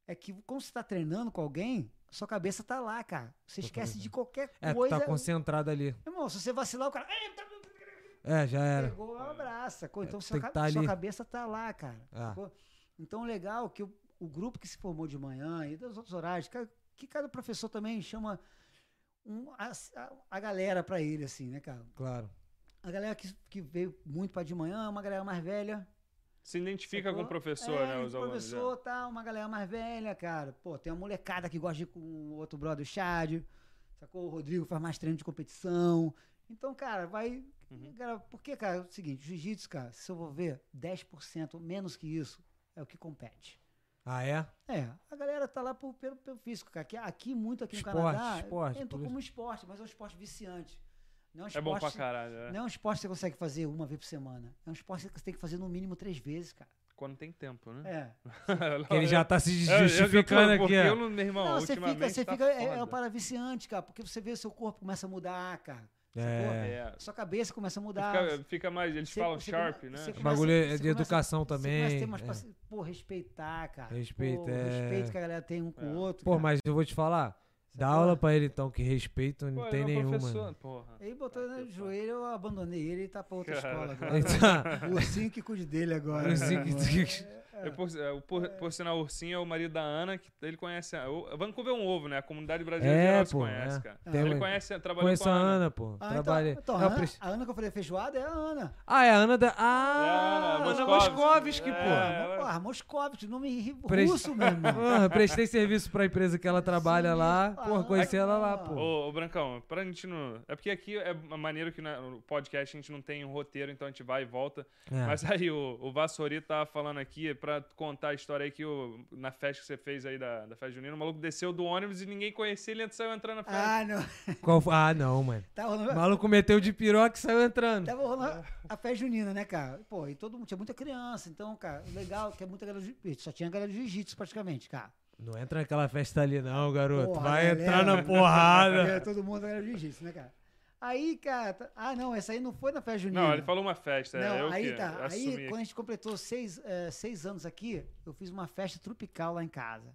é que como você tá treinando com alguém, sua cabeça tá lá, cara. Você esquece de qualquer É, tu coisa. tá concentrado ali. Irmão, se você vacilar, o cara. "Ei, tá- É, já era. Pegou, abraça. co- Então, sua, tem que ca- tá sua ali. cabeça tá lá, cara. Ah. sacou? Então, legal que o, o grupo que se formou de manhã e dos outros horários, ca- que cada professor também chama um- a, a- a galera pra ele, assim, né, cara? Claro. A galera que, que veio muito pra de manhã, uma galera mais velha. se identifica sacou? com o professor, É, né? com Os o alunos. professor, tá, uma galera mais velha, cara. Pô, tem uma molecada que gosta de ir com o outro brother, o Chad. Sacou? O Rodrigo faz mais treino de competição. Então, cara, vai. Uhum. Cara, porque, cara, é o seguinte, jiu-jitsu, cara, se eu vou ver, 10% menos que isso é o que compete. Ah, é? É, a galera tá lá por, pelo, pelo físico, cara. Que aqui, muito aqui no Esporte, Canadá, esporte, entrou por isso. como esporte, mas é um esporte viciante. Não um É. é bom pra esporte- caralho, né? Não é um esporte que você consegue fazer uma vez por semana. É um esporte que você tem que fazer no mínimo três vezes, cara. Quando tem tempo, Uhum. [LAUGHS] né? É. Que ele já tá se Ah, é. Eu- eu- eu- justificando aqui, porque é. Eu, ó. não- meu irmão, Não, você ultimamente fica, você tá fica é, é foda. um para viciante, cara, porque você vê seu corpo começa a mudar, cara. É. É. Sua cabeça começa a mudar. Fica, fica mais, eles Você- falam você come- sharp, né? você O come- bagulho é Você de começa- educação Você começa a ter também. umas é. paci- Pô, respeitar, cara. Respeito, Pô, o é. respeito que a galera tem um com É. o outro. Pô, cara. é mas eu vou te falar. Dá Sacou? aula pra ele então, que respeito não Pô, tem ele é um nenhuma. professor, porra. Ele botou Ai, no É, que joelho, eu abandonei ele e tá [LAUGHS] pra outra [LAUGHS] Cara. escola [LAUGHS] agora. Então, o ursinho que cuide dele agora. O ursinho que- [LAUGHS] que- É, É, por, é, o por, por sinal, o Ursinho é o marido da Ana, que ele conhece. A, o- Vancouver é um ovo, né? A comunidade brasileira É, geral se pô, conhece, é. cara. Tem ele uma- conhece, trabalhou conheço com a a Ana, pô. Ah, então- Trabalhei. então, Não, a, Ana, preci- a Ana que eu falei feijoada é a Ana. Ah, é a Ana da. a Ah, Ana Ana Moscovitch. Moscovitch, É, pô. ué. Porra, Moscovitch, nome Pres- [LAUGHS] russo mesmo. É. Porra, prestei serviço pra empresa que ela trabalha Sim, lá. ah, Porra, conheci ela lá, ah. pô. Ô, ô, Brancão, pra gente não. É porque aqui é uma maneira que na- no podcast a gente não tem um roteiro, então a gente vai e volta. É. Mas aí o, o Vassori tava falando aqui pra contar a história aí que o- na festa que você fez aí da, da festa junina, o maluco desceu do ônibus e ninguém conhecia, ele saiu entrando na festa. Ah, não. Qual foi? Ah, não, mano. Tava rolando, O maluco meteu de piroca e saiu entrando. tava rolando a festa junina, né, cara? Pô, e todo mundo tinha muita criança. Então, cara, o legal é que é muita galera de jiu-jitsu. Só tinha galera de jiu-jitsu praticamente, cara. Não entra naquela festa ali, não, garoto. Porra, Vai galera. entrar na porrada. Era todo mundo galera de jiu-jitsu, né, cara? Aí, cara. tá- Ah, não, essa aí não foi na festa junina. Não, ele falou uma festa. Não, é, eu aí que tá. assumi. Aí, quando a gente completou seis, eh, seis anos aqui, eu fiz uma festa tropical lá em casa.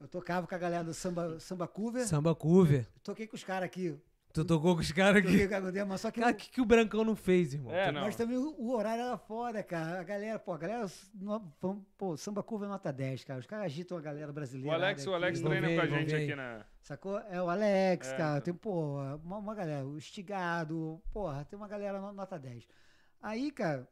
Eu tocava com a galera do samba, samba cover. Samba cover. Toquei com os caras aqui. Tu tocou com os caras aqui. Toquei com a Godema, mas só que Cara, o no- que, que o Brancão não fez, irmão? É, não. mas também o, o horário era foda, cara. A galera, pô, a galera. no- vamos- pô, samba curva é nota 10, cara. Os caras agitam a galera O brasileira. Alex, o Alex tá Vamos treina ver, com a vamos gente ver. aqui na. Sacou? É o Alex, É, cara. então. Tem, pô, uma, uma galera, o Estigado, porra, tem uma galera no- nota 10. Aí, cara,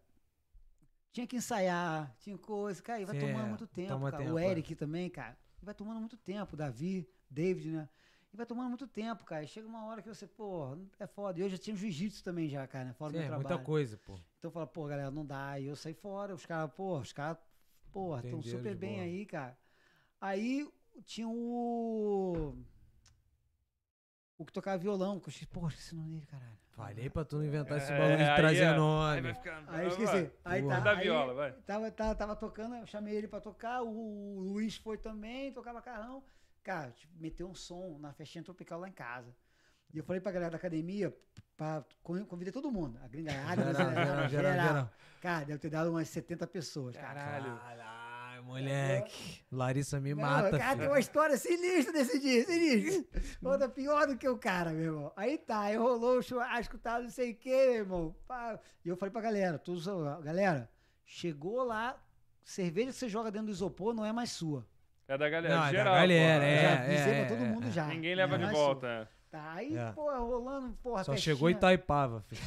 tinha que ensaiar, tinha coisa, cara, e vai Sim, tomando é, muito tempo, toma cara. tempo, O é. Eric também, cara, vai tomando muito tempo, Davi, David, né? E vai tomando muito tempo, cara. E Chega uma hora que você, pô, é foda. E eu já tinha jiu-jitsu também já, cara, né? Fora do Sim, meu é trabalho. muita coisa, pô. Então eu falo, pô, galera, não dá. E eu saí fora, os caras, pô, os caras, porra, estão Entenderam super de bem boa. aí, cara. Aí tinha o. O que tocava violão, que eu esqueci, porra, esqueci o nome dele, caralho. Falei pra tu não inventar esse É, bagulho de aí trazer é- Aí vai nome. ficar. Aí eu vai, esqueci. Aí Boa. tá. É Da aí viola, vai. Tava, tava, tava tocando, eu chamei ele pra tocar, o Luiz foi também, tocava carrão. Cara, tipo, meteu um som na festinha tropical lá em casa. E eu falei pra galera da academia, pra, con- convidei todo mundo, a gringaiada, Geral, geral, brasileirada, geral, geral. Cara, deve ter dado umas 70 pessoas, cara. Caralho. Caralho, moleque. Larissa me Não, mata, cara, tem filho. uma história sinistra desse dia, sinistra. Outra pior do que o cara, meu irmão. Aí tá, aí rolou o churrasco, tal, não sei o que, meu irmão. Pá. E eu falei pra galera, todos, ó, galera, chegou lá, cerveja que você joga dentro do isopor não é mais sua. É da galera. Não, é da geral, galera, porra. É, já avisei é, pra todo é, mundo é. já. Ninguém não é leva de mais volta. [LAUGHS] sua. é. Tá, aí, É. pô, rolando, porra, Só chegou festinha. Itaipava, [LAUGHS] filho.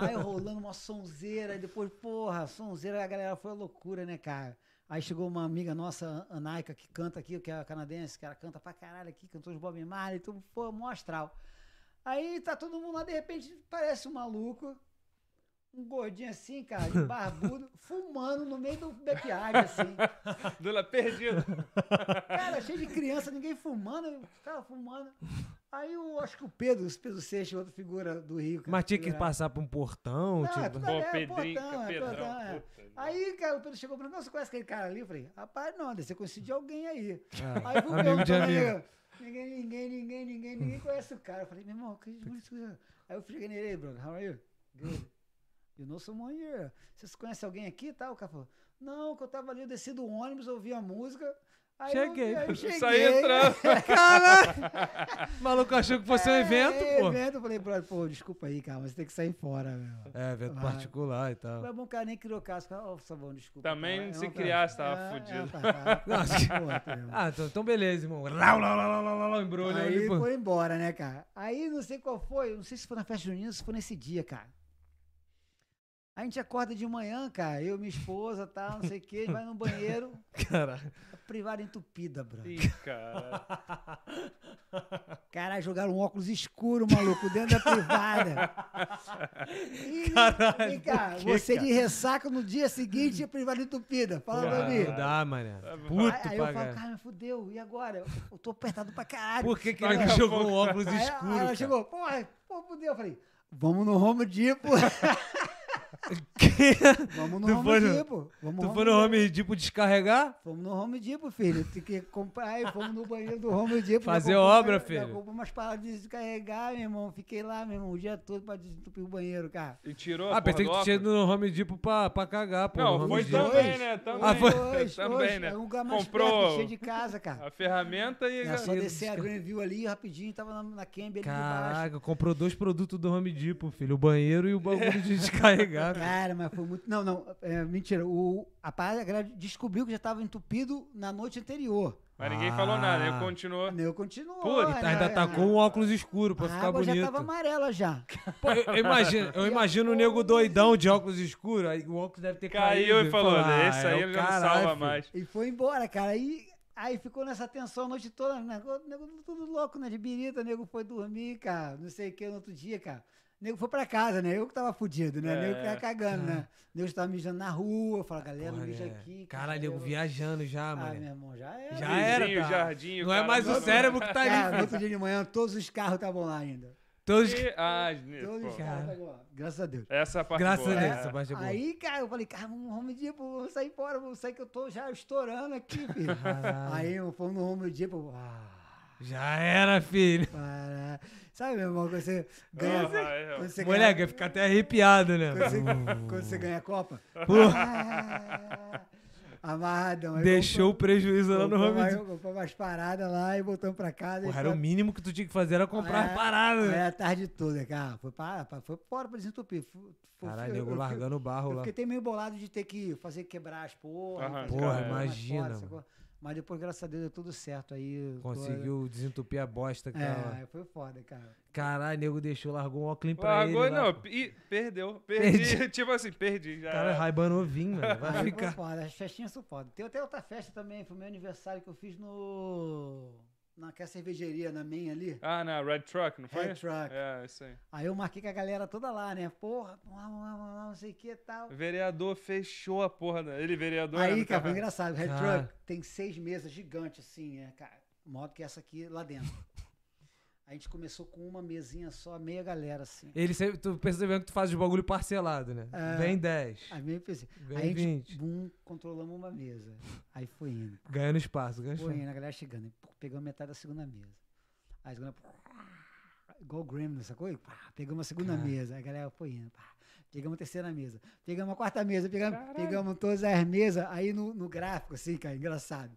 Aí rolando uma sonzeira, e depois, porra, sonzeira, a galera foi a loucura, né, cara? Aí chegou uma amiga nossa, a Anaika, que canta aqui, que é canadense, que ela canta pra caralho aqui, cantou os Bob Marley, então foi mó astral. Aí tá todo mundo lá, de repente, parece um maluco, um gordinho assim, cara, [LAUGHS] de barbudo, fumando no meio do backyard, assim. Dula perdido. Cara, cheio de criança, ninguém fumando, cara fumando. Aí eu acho que o Pedro, o Pedro Seixas, outra figura do Rio. cara, Mas tinha que figura- passar por um portão, Não, é tipo. tudo Pô, é Pedrinho, portão, é Pedrão. portão, é. puta, Aí, cara, o Pedro chegou pra mim, não, você conhece aquele cara ali? Eu falei, rapaz, não, deve ser conhecido de alguém aí. [LAUGHS] Ah, Aí eu fui amigo de perguntando, aí, amigo. ó, ninguém, ninguém, ninguém, ninguém, ninguém conhece o cara. Eu falei, meu irmão, que isso é?" Aí eu cheguei nele, "Hey, brother, how are you? Good. You know someone here. Vocês conhecem alguém aqui e tal? O cara falou, não, que eu tava ali, eu desci do ônibus, ouvi a música. Aí Cheguei. Eu, aí eu Eu cheguei. Saí entrando. Caralho! O maluco achou que fosse um evento, É, pô. evento. Eu falei, brother, pô, desculpa aí, cara, mas você tem que sair fora, meu. É, evento Ah. particular e tal. Mas bom, o cara nem criou caso. Ó, sabão, desculpa. Também cara, é se uma- criasse, tava é, é, fudido. tá, tá. Nossa. Pô, meu. [LAUGHS] Ah, então, então beleza, irmão. Rau, lá, lá, lá, lá, lá, lá, embrulho Aí ali, pô. foi embora, né, cara? Aí não sei qual foi, não sei se foi na festa junina, se foi nesse dia, cara. A gente acorda de manhã, cara, eu, minha esposa, tal, não sei o quê, a gente vai no banheiro, Caralho. a privada entupida, bro. Ih, cara. Caralho, jogaram um óculos escuro, maluco, dentro da [LAUGHS] privada. E, Caralho, vem cá, por quê, você cara? de ressaca no dia seguinte, a privada entupida. Fala pra mim. Não dá, mané. Aí- Puto aí pra eu falo, caralho. cara, me fudeu, e agora? Eu- Eu tô apertado pra caralho. Por que que Daqui ele a jogou pouco- um óculos Ah, é? Aí- [LAUGHS] aí escuro, ela cara? [LAUGHS] chegou, porra, pô, fudeu. Eu falei, vamos no Home Depot. Vamos Tu no Home foi no- Depot. Vamos Tu no foi Home no Depot. Home Depot descarregar? Fomos no Home Depot, filho. Tem que comprar e fomos no banheiro do Home Depot. Fazer Já comprou- obra, já filho. comprou umas paradas de carregar, meu irmão. Fiquei lá, meu irmão, o dia todo pra desentupir o banheiro, cara. E tirou a Ah, porra pensei do que tu tinha óculos? ido no Home Depot pra, pra cagar, pô. no Não, Home foi Depot. também, né? Também, Ah, foi- Dois, também, dois, né? É um lugar mais Comprou- perto, cheio de casa, cara. A ferramenta e... É só Deus, descer a cara. Greenville ali rapidinho, tava na, na Kembe ali de baixo. Caraca, comprou dois produtos do Home Depot, filho. O banheiro e o bagulho de [LAUGHS] descarregar. filho. Cara, mas foi muito. Não, não, é, mentira. O, a parada a galera descobriu que já tava entupido na noite anterior. Mas ninguém falou nada, Ah. ele continuou. Eu continuou. Puta, né? Ainda tacou um óculos escuro pra a ficar água bonito. já tava amarela já. Pô, eu, eu imagino, [LAUGHS] eu imagino o nego doidão de óculos escuros. Aí o óculos deve ter caído. Caiu e falou, "Ah, esse é aí o ele já não caralho, salva filho." mais. E foi embora, cara. Aí, aí ficou nessa tensão a noite toda. né? O nego tudo louco, né? De birita, o nego foi dormir, cara. Não sei o que, no outro dia, cara. O nego foi pra casa, né? Eu que tava fudido, né? O nego que É. tava cagando, né? O nego tava mijando na rua. Eu falava, galera, Porra, mija né? aqui. Caralho, eu eu viajando já, Ah, mano. meu irmão, já era. Já era, Vizinho, cara. jardim, Não é cara mais o andando. cérebro que tá Cara, no ali, outro filho. dia de manhã, todos os carros estavam lá ainda. Todos... E- ah, Todos os pô, Cara. carros estavam lá. Então, Graças a Deus. Essa é a parte Graças boa. a Deus, né? essa parte é boa. Aí, cara, eu falei, cara, vamos no Home Depot, vamos sair embora, vamos sair que eu tô já estourando aqui, [LAUGHS] filho. Caralho. Aí, eu fomos no Home Depot, ah, Já era, filho. para. Sabe, meu irmão, quando você ganha... Ah, é, ó. quando você Moleque, ganha- eu fico até arrepiado, né? quando, você, quando você ganha a [LAUGHS] Copa. Uh. Ah, amarradão. Aí Deixou o comprou- prejuízo lá no comprou Home mais- Depot. Comprou umas paradas lá e voltamos pra casa. Porra, e era um o mínimo que tu tinha que fazer era É, comprar as paradas. Aí né? a tarde toda, cara. Foi para, pra- foi fora pra desentupir. Fu- fu- Caralho, eu- nego eu fiquei- largando o barro Eu lá. fiquei até meio bolado de ter que fazer quebrar as porra. Aham, fazer porra, caralho, mais imagina, fora, mano. sacou? Mas depois, graças a Deus, deu tudo certo aí. eu tô- Conseguiu desentupir a bosta, cara. É, foi foda, cara. Caralho, nego deixou, largou um óculos pra Largou, ele. lá, não, pô. e perdeu. Perdi, Perdi. [LAUGHS] tipo assim, perdi. Já Cara, era. raibando novinho, mano. Vai Aí foi ficar. foda, as festinhas são foda. Tem até outra festa também, foi meu aniversário que eu fiz no. Naquela cervejaria, na main ali. Ah, na Red Truck, não foi? Red Truck. É, isso aí. Aí eu marquei com a galera toda lá, né? Porra, vamos lá, vamos lá, vamos lá, não sei o que e tal. Vereador fechou a porra. Da... Ele, vereador. Aí, né, cara, foi engraçado. Red Cara. Truck tem seis mesas gigantes, assim, né, cara? Modo que essa aqui lá dentro. A gente começou com uma mesinha só, meia galera, assim. Ele sempre, tu percebendo que tu faz os bagulho parcelado, né? É. Vem 10, Aí meio pensei. vem Aí a gente, 20. bum, controlamos uma mesa. Aí foi indo, Ganhando espaço, ganhando foi espaço. indo, a galera chegando. Aí, pô, Pegamos metade da segunda mesa. Aí a segunda. pá, Igual o Gremlin, sacou? E pá, Pegamos a segunda Cara. mesa. Aí A galera foi indo. pá. Pegamos a terceira mesa. Pegamos a quarta mesa. Pegamos, Caralho. pegamos todas as mesas. Aí no, no gráfico, assim, cara, engraçado.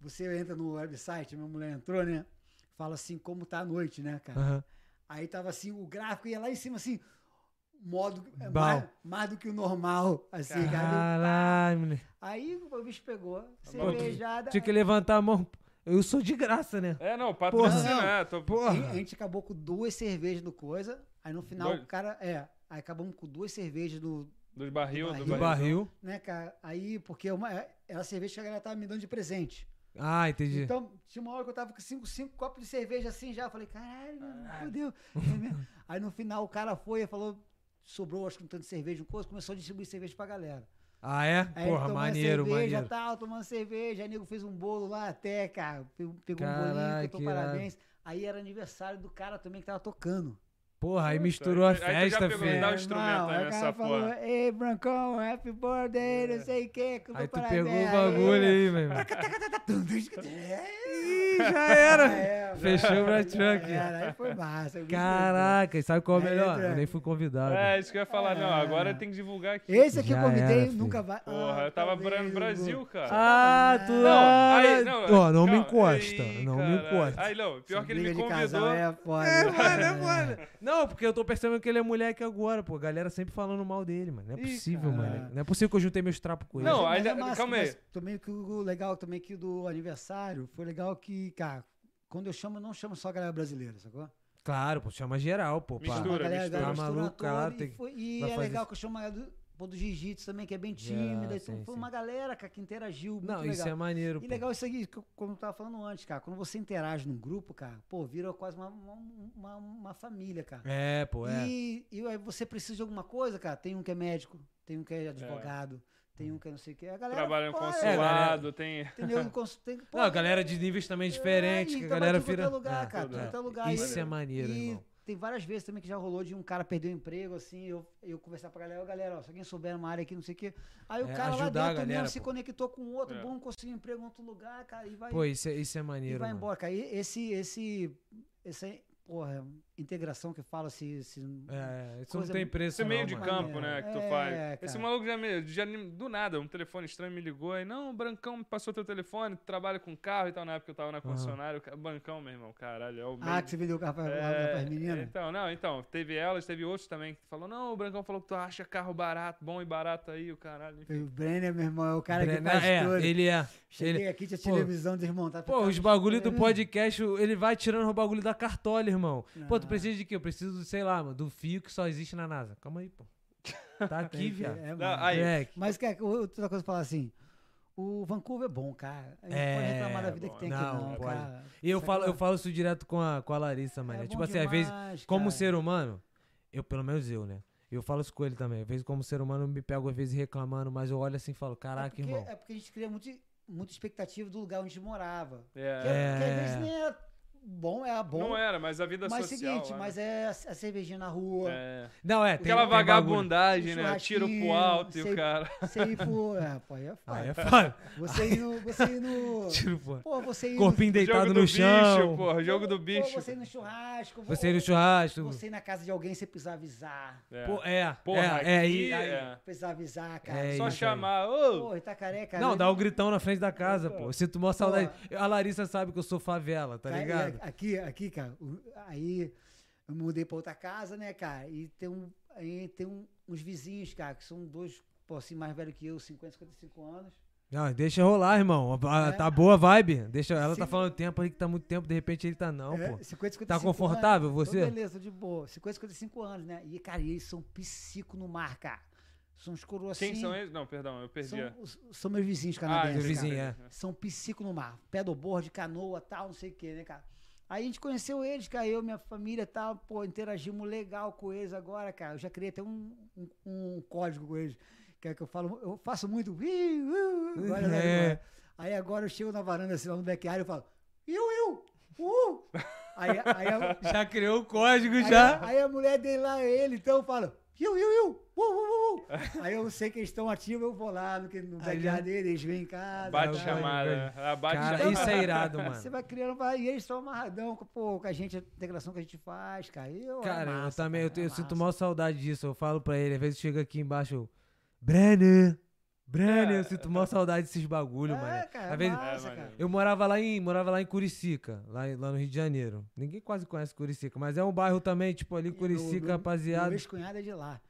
Você entra no website, minha mulher entrou, né? Fala assim, como tá a noite, né, cara? Aham. Aí tava assim, o gráfico ia lá em cima, assim, modo é, Bom. mais, mais do que o normal, assim, cara. Caralho, moleque. Aí o bicho pegou, bom. cervejada. Tinha que levantar a mão. Eu sou de graça, né? É, não, patrocinar. Porra. Tô... a, Porra. a gente acabou com duas cervejas do coisa. Aí no final Dois. o cara. É, aí acabamos com duas cervejas do. Dos barril, do Do Do barril. barril. Né, cara? Aí, porque é uma, é- era a cerveja que a galera tava me dando de presente. Ah, entendi. Então, tinha uma hora que eu tava com cinco, cinco copos de cerveja assim já. Eu falei, caralho, meu Deus. [LAUGHS] É mesmo? Aí no final o cara foi e falou, sobrou acho que um tanto de cerveja, um coisa, começou a distribuir cerveja pra galera. Ah, é? Aí Porra, tomando maneiro, cerveja, tá maneiro. tal, tomando cerveja. Aí nego fez um bolo lá até, cara. pe- Pegou um bolinho, Caralho, cantou que parabéns. Aí era aniversário do cara também que tava tocando. Porra, aí Puta, misturou a aí tu já festa, pegou, filho. dá o Meu instrumento irmão, aí o nessa cara porra. É. falou, Ei, Brancão, happy birthday, não sei o que. Aí tu pegou o bagulho [LAUGHS] aí, meu irmão. É, [LAUGHS] Ih, já era. [LAUGHS] Fechou o Brad Trunk. Cara, É, aí foi massa. o bicho Caraca, e sabe qual é o Aí melhor? entra- Eu nem fui convidado. É, isso que eu ia falar. Não, agora É. tem que divulgar aqui. pegou. Esse aqui eu Já convidei, era, filho. nunca vai. Ah, Porra, eu tava morando no Brasil, cara. Ah, tu Não, ah, aí, então. não, ó, não me calma. encosta, Ih, não me caralho. encosta. Aí, não, pior que ele me Briga de casal convidou. É, foda. [LAUGHS] Não, porque eu tô percebendo que ele é moleque agora, pô. A galera sempre falando mal dele, mano. Não é Ih, possível, cara. mano. Não é possível que eu juntei meus trapos com ele. Não, Mas aí é já- massa, calma mas aí. Também que o legal também aqui do aniversário foi legal que, cara, quando eu chamo, eu não chamo só a galera brasileira, sacou? Claro, pô, chama geral, pô. pá. Mistura, a galera, mistura. galera Tá mistura maluco, toda cara, e, tem- foi- e vai é fazer legal isso. que eu chamo a galera do, pô, do jiu-jitsu também, que é bem Já, tímida. então sim, foi sim. uma galera, cara, que interagiu muito Não, legal. isso é maneiro, E pô. legal isso aqui, que eu- como eu tava falando antes, cara. Quando você interage num grupo, cara, pô, vira quase uma, uma, uma- uma família, cara. É, pô, é. E, e aí você precisa de alguma coisa, cara. Tem um que é médico, tem um que é advogado, tem um que é não sei o que. A galera Trabalha no fala, É, consulado, tem. Entendeu? No consu- tem- pô, Não, a galera de níveis também diferentes, é, que e a trabalha galera em tudo quanto é vira... lugar, é, cara, tudo é. quanto é lugar. Isso E- é maneiro, e irmão. tem várias vezes também que já rolou de um cara perder o emprego, assim, eu, eu conversar pra galera, ó, galera, ó, se alguém souber uma área aqui, não sei o quê. Aí o É, cara lá ajudar a dentro galera, mesmo se pô. conectou com outro, É. bom, conseguiu um emprego em outro lugar, cara, e vai, Pô, isso é, isso é e maneiro, vai mano. embora, cara. E esse, esse, essa, porra, integração que fala, se, se É, isso Coisa não tem mu- preço Esse não, meio de mano. campo, Maneiro. né, que tu É, faz. cara. Esse maluco já me. Já, me- do nada, um telefone estranho me ligou aí. Não, o Brancão me passou teu telefone, tu trabalha com carro e tal. Na época eu tava na concessionária. o ca- Brancão, meu irmão, caralho, é o meio Ah, de que você vendeu o carro pra, É, pra menina? Então, não, então, teve elas, teve outros também que falou, não, o Brancão falou que tu acha carro barato, bom e barato aí, o caralho. enfim. O Brenner, meu irmão, é o cara que Brenner- faz é, tudo. ele é. Cheguei ele- aqui, tinha pô. televisão desmontada. Pô, os bagulho É. do podcast, o- ele vai tirando o bagulho da cartola, irmão. Pô, tu Ah. precisa de quê? Eu preciso, do, sei lá, mano, do fio que só existe na NASA. Calma aí, pô. Tá [LAUGHS] Tem aqui, que- viado. é, Não, mano. aí, Moleque. Mas cara, o- outra coisa pra falar assim. O Vancouver é bom, cara. A gente É, pode reclamar da vida bom, que tem né? aqui, Não, não, pode. cara. E eu Sabe falo, lá? eu falo isso direto com a, com a Larissa, mano. É tipo bom assim, às vezes, demais, como cara. É ser humano, eu, pelo menos eu, né? Eu falo isso com ele também. Às vezes, como ser humano, eu me pego às vezes reclamando, mas eu olho assim e falo, é caraca, porque, irmão. É porque a gente cria muito, muita expectativa do lugar onde a gente morava. Que, É, É. que às vezes nem é bom, é bom. Não era, mas a vida mas social. seguinte, lá, mas é a, a cervejinha na rua. né? É. Não, é, tem, Aquela tem bagulho. vagabundagem, Um né? Tiro pro churrasquinho, alto e o sei- cara. Você [LAUGHS] ir pro. É, pô, aí é Ah, foda. é [LAUGHS] foda. Você ir no. Você ir [LAUGHS] no. Tiro, pô. Pô, você ir no. Corpinho [LAUGHS] jogo deitado do no chão. bicho, porra, jogo do pô, bicho. você ir no churrasco. Você ir no churrasco. Você ir na casa de alguém, você precisa avisar. É. Pô, é, Porra, é, é, aqui e- aí- é. Precisa avisar, cara. É Só isso aí. chamar, ô! Porra, Itacaré, cara. Não, dá um gritão na frente da casa, pô. Eu sinto mó saudade. A Larissa sabe que eu sou favela, tá Cara, e ligado? a- Aqui, aqui, cara, o- aí eu mudei pra outra casa, né, cara? E tem, um, aí tem um- uns vizinhos, cara, que são dois, pô, assim, mais velho que eu, 50, 55 anos. Não, deixa rolar, irmão. A- a- É. Tá boa a vibe. Deixa, ela tá Sim. falando tempo aí que tá muito tempo, de repente ele tá não, É, pô. 50, 55 Tá confortável anos. você? Então, beleza, tô de boa. 50, 55 anos, né? E, cara, e eles são psico no mar, cara. São uns coroas Quem assim, são eles? Não, perdão, eu perdi. a- São, os- são meus vizinhos Ah, né? canadenses. Seu cara. vizinho, é. São psico no mar, pedalboard, canoa, tal, não sei o que, né, cara? Aí a gente conheceu eles, cara, eu, minha família, tal, pô, interagimos legal com eles agora, cara. Eu já criei até um, um, um código com eles, que é que eu falo, eu faço muito. "Ih, uh, uh", agora, né, [LAUGHS] É. agora. Aí agora eu chego na varanda, assim, lá no backyard, eu falo, iu, iu, uh! Aí, aí, a, Já criou o código Aí, [LAUGHS] já. a- aí a mulher dele lá, ele, então fala, iu, iu, iu, uh, uh, uh, uh. Aí eu sei que eles estão ativos, eu vou lá no, que- no Aí backyard já- dele, eles vêm em casa. Bate Ah, tá? chamada. velho. né? Ah, Bate então Cara, chamada. isso é irado, Você mano. vai criando, vai, e eles estão amarradão com, pô, com a gente, a integração que a gente faz, cara. Eu, Cara, é eu massa, também, eu, cara, eu é sinto massa. mal saudade disso. Eu falo pra ele, às vezes chega aqui embaixo, eu, Brenner, Brenner, eu sinto mal saudade desses bagulho, É, mano. cara, é Às vezes, massa, É, cara. mano. Eu morava lá em, morava lá em Curicica, lá, em- lá no Rio de Janeiro. Ninguém quase conhece Curicica, mas é um bairro também, tipo, ali Curicica, Meu- rapaziada. Meu ex-cunhado é de lá.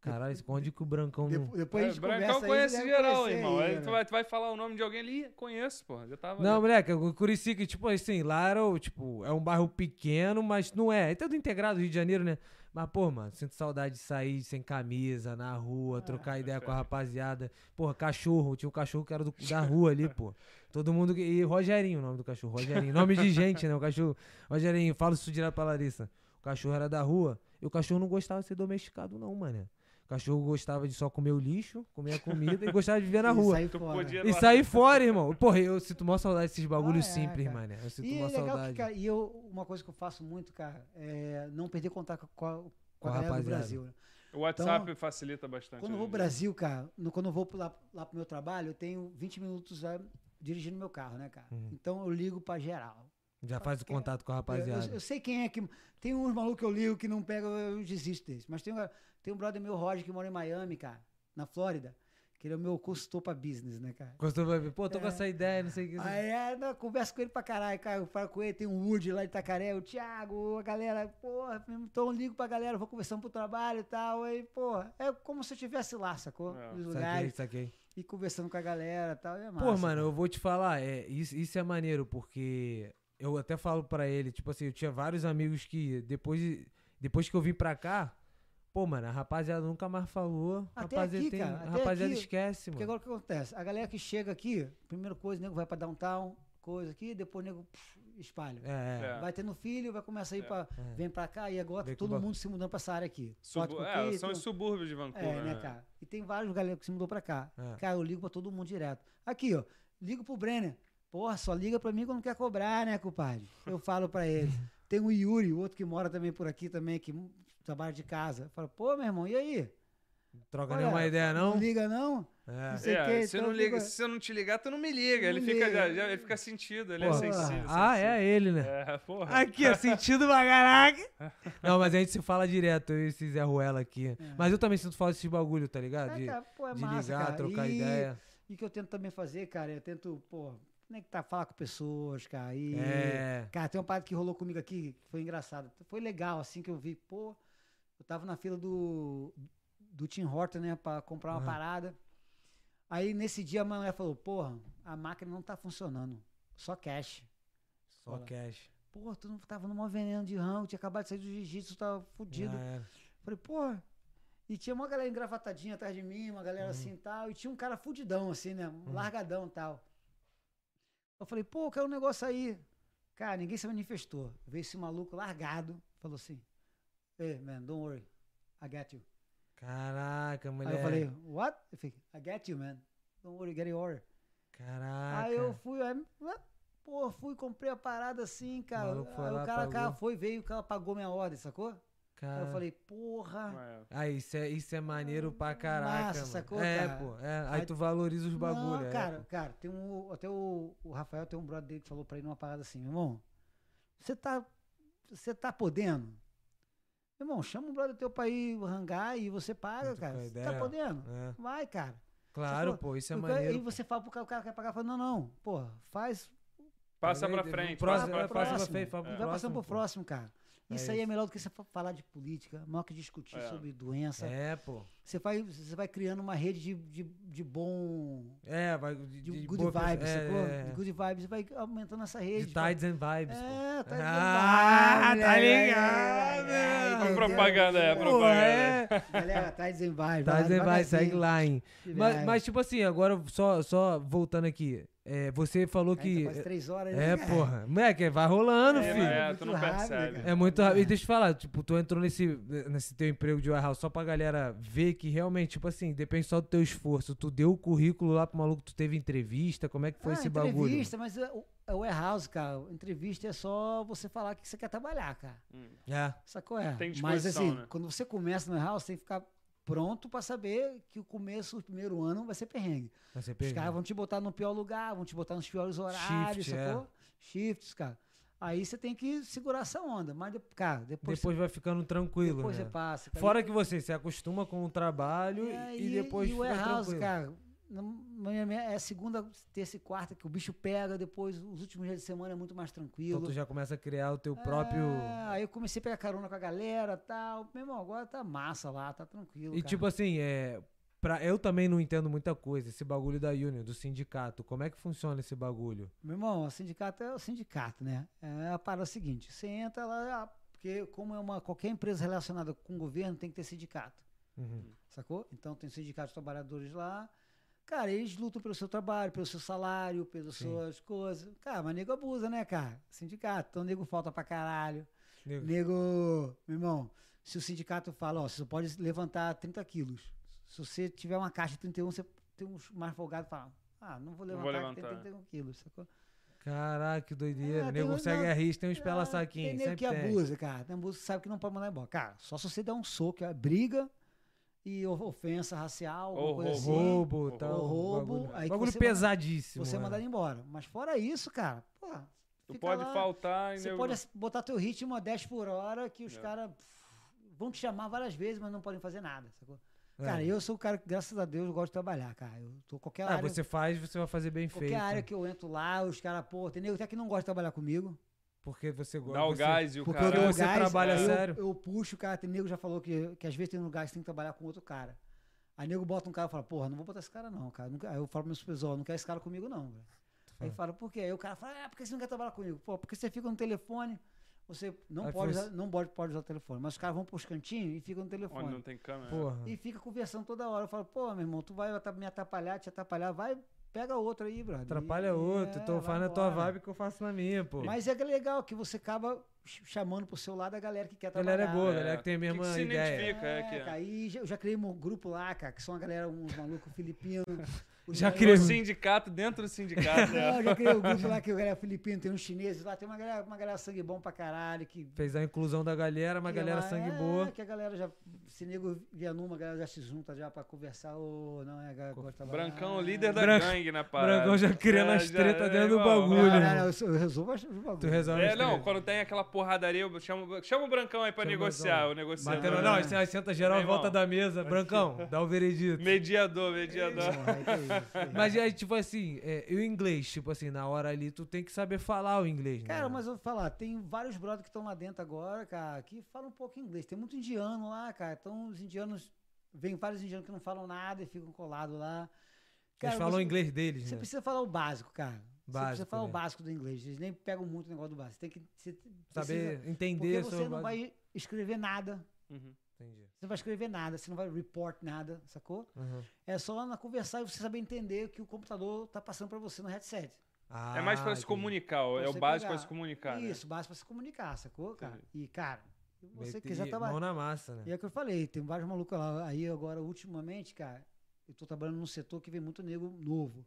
Caralho, esconde que o Brancão Depo- não... depois a gente conversa É, Brancão aí, conhece deve geral, conhecer irmão. aí, Aí né? tu vai, tu vai falar o nome de alguém ali, conheço, porra. Já tava. Não, moleque, o Curicica, tipo assim, lá era, o- tipo, é um bairro pequeno, mas não é. É tudo integrado Rio de Janeiro, né? Mas, pô, mano, sinto saudade de sair sem camisa, na rua, trocar ideia com a rapaziada. Porra, cachorro, tinha um cachorro que era do- da rua ali, pô. Todo mundo. que- E Rogerinho, o nome do cachorro. Rogerinho. Nome de gente, né? O cachorro. Rogerinho, falo isso direto pra Larissa. O cachorro era da rua e o cachorro não gostava de ser domesticado, não, mano. O cachorro gostava de só comer o lixo, comer a comida e gostava de viver na E rua. sair Tu fora. podia E lá- sair fora, irmão. Porra, eu sinto mó saudade desses bagulhos Ah, é, simples, cara. mano. Eu sinto E mó é legal saudade. que, cara, e eu, uma coisa que eu faço muito, cara, é não perder contato com a, com a Com a galera do rapaziada. Brasil. né? O WhatsApp facilita bastante. Quando eu vou hoje pro em dia. Brasil, cara, no- quando eu vou pro- lá, lá pro meu trabalho, eu tenho 20 minutos ah, dirigindo meu carro, né, cara? Uhum. Então eu ligo pra geral. Já faz o contato com a é- Eu- Eu, rapaziada. eu sei quem é que. Tem uns malucos que eu ligo que não pega, eu desisto desse. Mas tem, um- tem um brother meu, Roger, que mora em Miami, cara, na Flórida, que ele é o meu consultor pra business, né, cara? Gostou vai ver? Pô, tô com essa ideia, não sei o que. É. Aí é, não, eu converso com ele pra caralho, cara. Eu falo com ele, tem o Woody lá de Itacaré, o Thiago, a galera, porra, então eu ligo pra galera, vou conversando pro trabalho e tal. Aí, porra, é como se eu estivesse lá, sacou? É. Nos Saquei, lugares saquei. e conversando com a galera e tal. E é massa. Pô, mano, eu vou te falar, é, isso, isso é maneiro, porque eu até falo pra ele, tipo assim, eu tinha vários amigos que depois, de- depois que eu vim pra cá, pô, mano, a rapaziada nunca mais falou. Até rapaziada aqui, tem- cara, a até rapaziada aqui, esquece, Porque mano. agora o que acontece? A galera que chega aqui, primeira coisa, o nego vai pra downtown, coisa aqui, depois o nego pff, espalha. É, É. Vai tendo filho, vai começar a ir É. pra. É. Vem pra cá e agora tá Vem com todo ba- mundo se mudando pra essa área aqui. Subu- Código é, Pi, são os tem- subúrbios de Vancouver. É, né, cara? E tem vários galera que se mudou pra cá. É. Cara, eu ligo pra todo mundo direto. Aqui, ó, [LAUGHS] ligo pro Brenner. Porra, só liga pra mim quando quer cobrar, né, compadre? Eu falo pra ele. Tem o Yuri, o outro que mora também por aqui também, que trabalha de casa. Fala, pô, meu irmão, e aí? Troca Olha, nenhuma ideia, não? Não liga, não? É. sei o quê, se, eu então não liga- liga- se eu não te ligar, tu não me liga. Não ele, fica, liga. já- já- ele fica sentido, ele Porra. é sensível. Ah, é ele, né? sensível. É, porra. Aqui, ó, sentido pra caraca. [LAUGHS] Não, mas a gente se fala direto, eu e esse Zé Ruela aqui. Mas eu também sinto falta desses bagulho, tá ligado? É, De, cara, pô, é de massa, ligar, cara. trocar E- ideia. E o que eu tento também fazer, cara, eu tento, pô, como é que tá? Falar com pessoas, cara. E, É. Cara, tem uma parada que rolou comigo aqui, que foi engraçado. Foi legal, assim, que eu vi, pô, eu tava na fila do, do Tim Horton, né, pra comprar uma Aham. parada. Aí, nesse dia, a minha mulher falou, porra, a máquina não tá funcionando, só cash. Só cash. Pô, tu não tava numa veneno de rango, tinha acabado de sair do jiu-jitsu, tu tava fudido. Já era. Falei, porra. E tinha uma galera engravatadinha atrás de mim, uma Uhum. galera assim e tal. E tinha um cara fudidão, assim, né? Um Largadão e tal. Eu falei, pô, quero um negócio aí. Cara, ninguém se manifestou. Veio esse maluco largado, falou assim: Hey, man, don't worry. I got you. Caraca, mulher. Aí eu falei, what? Eu falei, I got you, man. Don't worry, get your order. Caraca. Aí eu fui, aí, ué, pô, fui, comprei a parada assim, cara. maluco foi Aí lá, o cara, cara pagou. Ah. foi, veio, o cara pagou minha ordem, sacou? Aí Cara... eu falei, porra. É. Aí isso é, isso é maneiro pra caraca, Massa, mano. sacou, é, cara? pô. é, aí Aí- tu valoriza os é. bagulhos. Não, cara, cara, tem um. Até o, o Rafael tem um brother dele que falou pra ele numa parada assim, meu irmão, você tá. Você tá podendo? Meu irmão, chama um brother teu pra ir rangar e você paga, Muito cara. boa Você ideia. tá podendo? É. Vai, cara. Claro, Sacou? pô, isso é E o cara- maneiro. E você fala pro cara, o cara quer pagar, fala, não, não, porra, faz. Passa Valeu, pra teve um frente, próximo- passa pra é, passa pra frente. frente, fala E pro vai passando próximo, pro pô. próximo, cara. É Isso aí é isso. melhor do que você fa- falar de política, maior que discutir É. sobre doença. É, pô. Você, vai, você vai criando uma rede de, de, de bom É, vai. De, de, um de good boa pessoa- vibes, é, sacou? é, De good vibes, vai aumentando essa é. rede. De tides and vibes, pô. É, tá Ah, dizendo, tá vai, ligado, vai, vai, né? A vai, É, entendeu? propaganda, é, a Pô, propaganda. é. Galera, tá dizendo vai, Tides vai. and vibes, devagarzinho, segue lá, hein? Mas, devagar. mas, tipo assim, agora só, só voltando aqui. É, você falou A gente que. tá quase três horas, né, É, cara? porra. Moleque, vai rolando, É, filho. mas é, muito tu não rápido, percebe. cara. É muito rápido. E deixa eu te falar, tipo, tu entrou nesse, nesse teu emprego de warehouse só pra galera ver que realmente, tipo assim, depende só do teu esforço. Tu deu o currículo lá pro maluco, tu teve entrevista, como é que foi Ah, esse bagulho? entrevista, mas é o, é o warehouse, cara. Entrevista é só você falar que você quer trabalhar, cara. Hum. É. Sacou? É. Tem disposição, Mas assim, né? quando você começa no warehouse, tem que ficar pronto pra saber que o começo, o primeiro ano vai ser perrengue. Vai ser Os caras pergunta. vão te botar no pior lugar, vão te botar nos piores horários, Shift, é. sacou? Shifts, cara. Aí você tem que segurar essa onda. Mas, de- cara, depois, Depois vai ficando você, tranquilo, depois né? você passa. cara. Fora que você se acostuma com o trabalho É, e, depois e o fica warehouse, tranquilo. cara. na manhã- É segunda, terça e quarta que o bicho pega, depois os últimos dias de semana é muito mais tranquilo. Então tu já começa a criar o teu próprio... É, aí eu comecei a pegar carona com a galera e tal. Meu irmão, agora tá massa lá, tá tranquilo. E cara. tipo assim, é... Pra, eu também não entendo muita coisa, esse bagulho da Union, do sindicato. Como é que funciona esse bagulho? Meu irmão, o sindicato é o sindicato, né? É a parada seguinte: você entra lá, ah, porque como é uma qualquer empresa relacionada com o governo tem que ter sindicato, Uhum. sacou? Então tem sindicato de trabalhadores lá. Cara, eles lutam pelo seu trabalho, pelo seu salário, pelas Sim. suas coisas. Cara, mas nego abusa, né, cara? Sindicato. Então nego falta pra caralho. Nego- Nego, meu irmão, se o sindicato fala, ó, você só pode levantar 30 quilos. Se você tiver uma caixa de 31, você tem um mais folgado e fala, ah, não vou Não levantar, vou que tem levantar. 31 quilos, sacou? Caraca, que doideira. É, nego tem uns- consegue não, a risca, tem uns É, pela saquinho. Tem nego sempre que tem. abusa, cara. Tem abuso que sabe que não pode mandar embora. Cara, só se você der um soco, é briga e of- ofensa racial, alguma Ou coisa roubo, assim, Roubo, Ou tal. roubo, bagulho aí que bagulho você manda- pesadíssimo. você é. mandar ele embora. Mas fora isso, cara, pô, Tu fica pode lá, faltar e Você nego- pode ass- botar teu ritmo a 10 por hora que os É. caras vão te chamar várias vezes, mas não podem fazer nada, sacou? É. Cara, eu sou o cara que, graças a Deus, eu gosto de trabalhar, cara. Eu tô qualquer Ah, área. você um faz, você vai fazer bem Qualquer feito. área que eu entro lá, os caras, pô, tem nego até que não gosta de trabalhar comigo. Porque você gosta. Dá o você- gás e o Porque cara. eu dou você gás, é. trabalha eu, sério. Eu puxo, cara, tem nego já falou que, que às vezes tem um lugar que você tem que trabalhar com outro cara. Aí nego bota um cara e fala, porra, não vou botar esse cara não, cara. Nunca- Aí eu falo pro meu supervisor, não quero esse cara comigo não, velho. Tá. Aí fala, por quê? Aí o cara fala, ah, por que você não quer trabalhar comigo? Pô, porque você fica no telefone, você não, Aí pode foi- usar, não pode, pode usar o telefone. Mas os caras vão pros cantinhos e ficam no Onde não telefone. tem câmera. Porra. E fica conversando toda hora. Eu falo, pô, meu irmão, tu vai ata- me atrapalhar, te atrapalhar, vai, pega outro aí, brother. Atrapalha E- outro. é, Então vai faz na tua embora. vibe que eu faço na minha, pô. Mas é que é legal que você acaba ch- chamando pro seu lado a galera que quer A galera é trabalhar. boa, a É. galera que tem a Que que mesma se ideia. Fica, é que é. cara, e já- eu já criei um grupo lá, cara, que são a galera, uns [LAUGHS] malucos filipinos. uns Já malucos- criei No sindicato, dentro do sindicato. Não, [LAUGHS] né? eu já criei um grupo lá que o galera filipino, tem uns chineses lá, tem uma galera, uma galera sangue bom pra caralho, que Fez a inclusão da galera, uma Que galera lá- sangue é, boa. Que a galera já, se nego via numa, a galera já se junta já pra conversar, ou não, é, a galera gosta de trabalhar. Brancão, líder da Branco- gangue na parada. É, Brancão já criando as treta dentro do irmão, Não, bagulho. não, Olha, não, irmão. eu sou- eu resolvo, as- eu resolvo. Tu resolve É, as não, três. quando tem aquela porradaria, eu chamo, chama o Brancão aí pra Chama o negociar, Brancão. o negociador. né? Batendo, Ah. não, aí você aí senta geral à Meu irmão, volta da mesa. Brancão, dá o veredito. Mediador, mediador. Porra, é que é isso, é. Mas aí, tipo assim, é, e o inglês? Tipo assim, na hora ali, tu tem que saber falar o inglês, né? Cara, mas eu vou falar, tem vários brothers que estão lá dentro agora, cara, que falam um pouco inglês. Tem muito indiano lá, cara. Então os indianos. Vem vários indianos que não falam nada e ficam colados lá. Eles Cara, falam o você- inglês deles, Você né? precisa falar o básico, cara. você precisa Básico, falar o né? básico do inglês. Eles nem pegam muito o negócio do básico. Tem que. Você precisa- Saber entender Porque sobre você o não base- vai escrever nada. Uhum. Entendi. Você não vai escrever nada, você não vai report nada, sacou? Uhum. É só lá na conversar e você saber entender o que o computador tá passando para você no headset. É mais pra Ah, se entendi. comunicar, ó, é o Você básico pra pegar. se comunicar, né? Isso, basta para se comunicar, sacou, cara? E, cara, se você Meter quiser Mão trabalhar. na massa, né? E é o que eu falei, tem vários malucos lá. Aí agora, ultimamente, cara, eu tô trabalhando num setor que vem muito nego novo.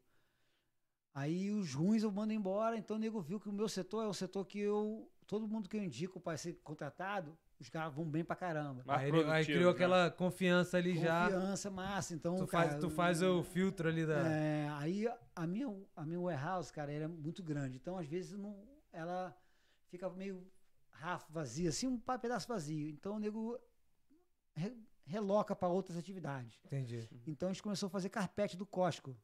Aí os ruins eu mando embora, então o nego viu que o meu setor é um setor que eu. Todo mundo que eu indico para ser contratado, os caras vão bem pra caramba. Mais Aí, ele- aí produtivo, criou né? aquela confiança ali já. Confiança, massa. Então, Tu cara, faz, tu faz o filtro ali da. É, aí a minha, a minha warehouse, cara, era muito grande. Então, às vezes, não, ela fica meio rafo, vazia, assim, um pa- pedaço vazio. Então, o nego re- reloca para outras atividades. Entendi. Então, a gente começou a fazer carpete do Costco.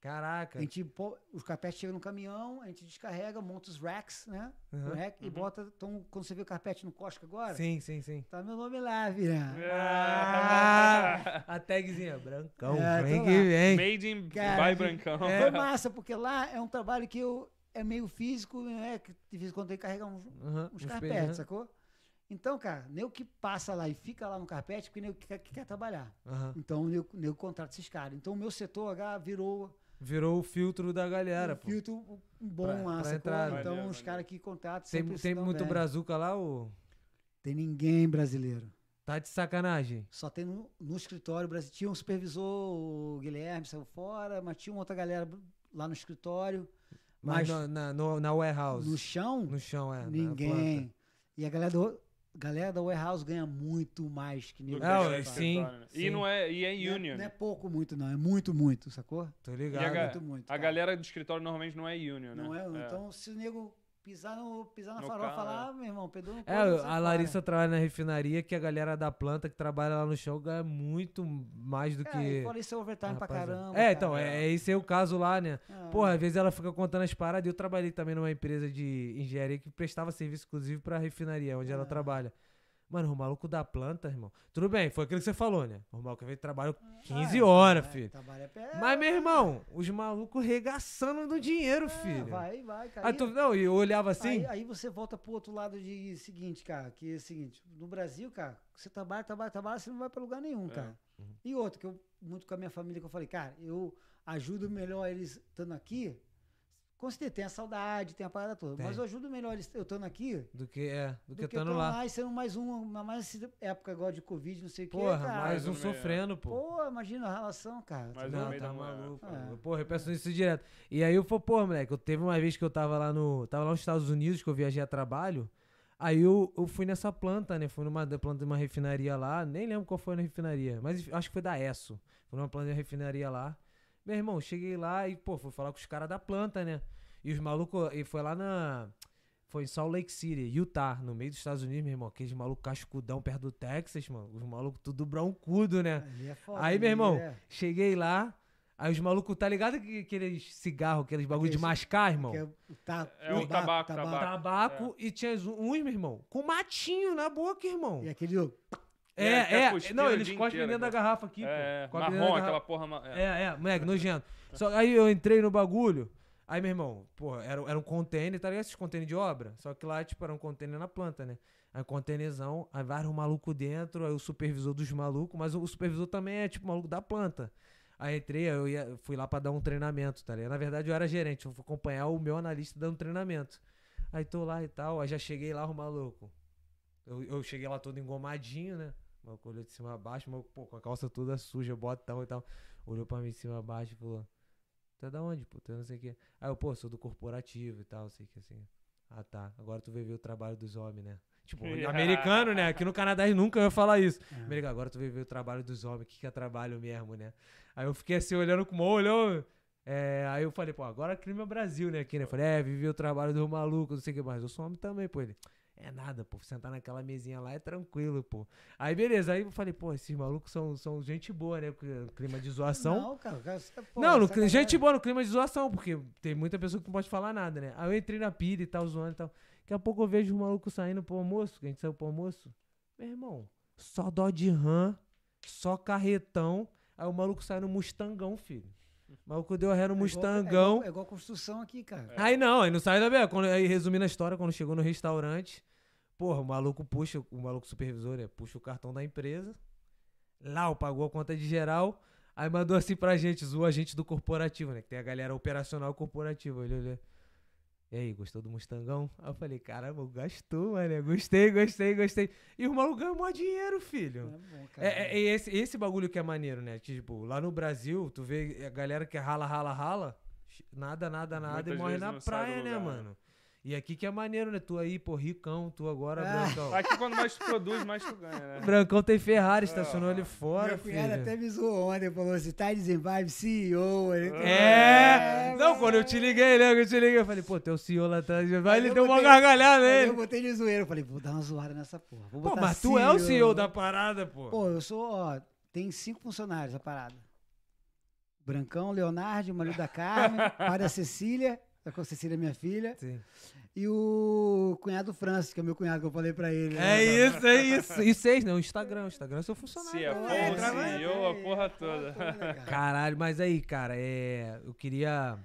Caraca. A gente, pô- os carpetes chegam no caminhão, a gente descarrega, monta os racks, né? O Uhum. rack, E Uhum. bota. Então, quando você vê o carpete no Costco agora, Sim, sim, sim. tá meu nome né? lá, vira. [LAUGHS] Ah, a tagzinha, brancão, É, vem tô que lá. vem. Made in Cara, by gente, Brancão. É. Foi massa, porque lá é um trabalho que eu. É meio físico, né? Que de vez em quando tem que carregar uns, Uhum, uns um carpetes, espelho, né? sacou? Então, cara, nem o que passa lá e fica lá no carpete, porque nem o que quer, que quer trabalhar. Aham. Então, nem o nem o contrato esses caras. Então, o meu setor H virou Virou o filtro da galera, um pô. filtro bom Pra- lá, pra sacou? entrada. Então, Maneiro, os maneiro. caras que contratam Tem, sempre se tem dão muito bem. brazuca lá, ô. Tem ninguém brasileiro. Tá de sacanagem. Só tem no, no escritório brasileiro. Tinha um supervisor, o Guilherme saiu fora, mas tinha uma outra galera lá no escritório. Mas Mas, no- na, no- na warehouse. no chão, No chão, é. na planta. ninguém. E a galera, do, galera da Warehouse ganha muito mais que Do ninguém. que Ah, é ué, esse sim, escritório, né? sim. E não é, e é Não é- union. Não é pouco muito, não. É muito, muito, sacou? é Tô E a ligado. ga- muito, muito. A cara. galera do escritório normalmente não é union, né? Tá. Não é, Então, se o nego pisar, no, pisar na No farofa carro, lá, meu irmão, pedou no É, colo, sai a fora. Larissa trabalha na refinaria, que a galera da planta que trabalha lá no chão ganha muito mais do É, que. e fora isso é overtime pra rapaziada. caramba. é, cara. então, é, é esse é o caso lá, né? Ah, Porra, às vezes ela fica contando as paradas. Eu trabalhei também numa empresa de engenharia que prestava serviço exclusivo pra refinaria, onde ela Ah. trabalha. Mano, o maluco da planta, irmão. Tudo bem, foi aquilo que você falou, né? O maluco veio trabalho 15 é, horas, é, filho. trabalha pé, Mas, meu irmão, os malucos regaçando do dinheiro, é, filho. vai, vai, cara. Aí tu, não, e eu olhava assim. Aí, aí você volta pro outro lado de seguinte, cara, que é o seguinte, no Brasil, cara, você trabalha, trabalha, trabalha, você não vai pra lugar nenhum, É. cara. Uhum. E outro, que eu, muito com a minha família, que eu falei, cara, eu ajudo melhor eles estando aqui, com certeza, tem a saudade, tem a parada toda, Tem. mas eu ajudo melhor eles eu estando aqui Do que é, do, do que que estando tão lá. e sendo mais um, mais essa época agora de Covid, não sei o que, Porra, cara. mais um Mais ou menos. sofrendo, pô. Pô, imagina a relação, cara. Mas- Mais um não, meio tá da manhã. maluco. É. mano. Porra, eu penso nisso direto. E aí eu falei, pô, moleque, eu teve uma vez que eu tava lá no. Tava lá nos Estados Unidos, que eu viajei a trabalho. Aí eu, eu fui nessa planta, né? Fui numa da- planta de uma refinaria lá. Nem lembro qual foi a refinaria, mas enfim, acho que foi da ESSO. Fui numa planta de refinaria lá. Meu irmão, cheguei lá e, pô, fui falar com os caras da planta, né? E os malucos. E foi lá na. Foi em Salt Lake City, Utah, no meio dos Estados Unidos, meu irmão. Aqueles malucos cascudão perto do Texas, mano. Os malucos tudo broncudo, né? Ali é foda, Aí, meu ali irmão, é- cheguei lá. Aí os malucos, tá ligado que aqueles cigarro, aqueles bagulho de Aqueles- mascar, irmão? que é, o ta- É o tabaco, tabaco. é. Tabaco e tinha uns, uns, meu irmão, com matinho na boca, irmão. E aquele outro, É, É, é. até postilha Não, o eles dia cospem inteiro, dentro da garrafa aqui, É, é, pô. Cospem dentro marrom, da garrafa. tá- aquela porra. ma- É, É. é, moleque, nojento. Só que aí eu entrei no bagulho. Aí, meu irmão, porra, era, era um container, tá ligado? Esses container de obra. Só que lá, tipo, era um container na planta, né? Aí, um containerzão, aí vários malucos dentro, aí o supervisor dos malucos, mas o, o supervisor também é, tipo, maluco da planta. Aí entrei, aí eu ia, fui lá pra dar um treinamento, tá ligado? Na verdade, eu era gerente, eu fui acompanhar o meu analista dando treinamento. Aí tô lá e tal, aí já cheguei lá, o maluco. Eu, eu cheguei lá todo engomadinho, né? O maluco olhou de cima a baixo, o maluco, pô, com a calça toda suja, botão e tal. Olhou pra mim de cima a baixo e falou: Tu é da onde, pô? Tu é não sei o quê. Aí eu, pô, sou do corporativo e tal, sei que assim. Ah tá, agora tu veio ver o trabalho dos homens, né? Tipo, americano, né? Aqui no Canadá eu nunca ia falar isso. Americano, agora tu veio ver o trabalho dos homens, o que, que é trabalho mesmo, né? Aí eu fiquei assim, olhando com o olhou. É, aí eu falei, pô, agora crime é Brasil, né? Aqui, né? Eu falei, é, vivi o trabalho do maluco, não sei o que mais. Eu sou homem também, pô. Ele, é nada, pô. Sentar naquela mesinha lá é tranquilo, pô. Aí beleza, aí eu falei, pô, esses malucos são, são gente boa, né? Porque o Clima de zoação. Não, cara, o cara você tá, pô, Não, no cli- sacanagem. gente boa, no clima de zoação, porque tem muita pessoa que não pode falar nada, né? Aí eu entrei na pilha e tal, zoando e tal. Daqui a pouco eu vejo os malucos saindo pro almoço, que a gente saiu pro almoço. Meu irmão, só dó de RAM, só carretão. Aí o maluco sai no Mustangão, filho. O maluco deu ré no É igual- É Mustangão. É. igual, é igual construção aqui, cara. Aí não, aí não sai da beira. Quando, aí resumindo a história, quando chegou no restaurante, porra, o maluco puxa, o maluco supervisor, né? Puxa o cartão da empresa. Lá, o pagou a conta de geral. Aí mandou assim pra gente, zoou a gente do corporativo, né? Que tem a galera operacional corporativa. Ele olhou. E aí, gostou do Mustangão? Aí eu falei, caramba, gastou, mano. Gostei, gostei, gostei. E o maluco ganhou mó dinheiro, filho. É bom, cara. É, é- é esse, esse bagulho que é maneiro, né? Tipo, lá no Brasil, tu vê a galera que rala, rala, rala, ch- nada, nada, nada Muitas e morre vezes na não sai do praia, né, lugar, né? mano? E aqui que é maneiro, né? Tu aí, pô, ricão, tu agora, Ah. brancão. é. Aqui quando mais tu produz, mais tu ganha, né? Brancão tem Ferrari, estacionou Ah. ali fora, Meu cunhado filho. até me zoou ontem, falou assim, Thales Embibe, CEO. ele- É. né? É! Não, quando eu te liguei, né? Eu te liguei, eu falei, pô, teu CEO lá atrás. Vai, Mas ele eu deu uma botei- gargalhada Aí eu nele. botei de zoeira, eu falei, vou dar uma zoada nessa porra. Vou Pô, botar mas tu é o CEO CEO da parada, pô. né? Pô, eu sou, ó, tem cinco funcionários a parada. Brancão, Leonardo, Marido [LAUGHS] da Carmen, Maria Cecília, com a Cecília é minha filha, Sim. e o cunhado Francis, que é o meu cunhado que eu falei pra ele. É né? isso, é isso. E seis, não, o Instagram. O Instagram é seu funcionário. Se é né? bom, É, se trabalha eu, a bem, porra a toda. né, cara. Caralho, mas aí, cara, é, eu queria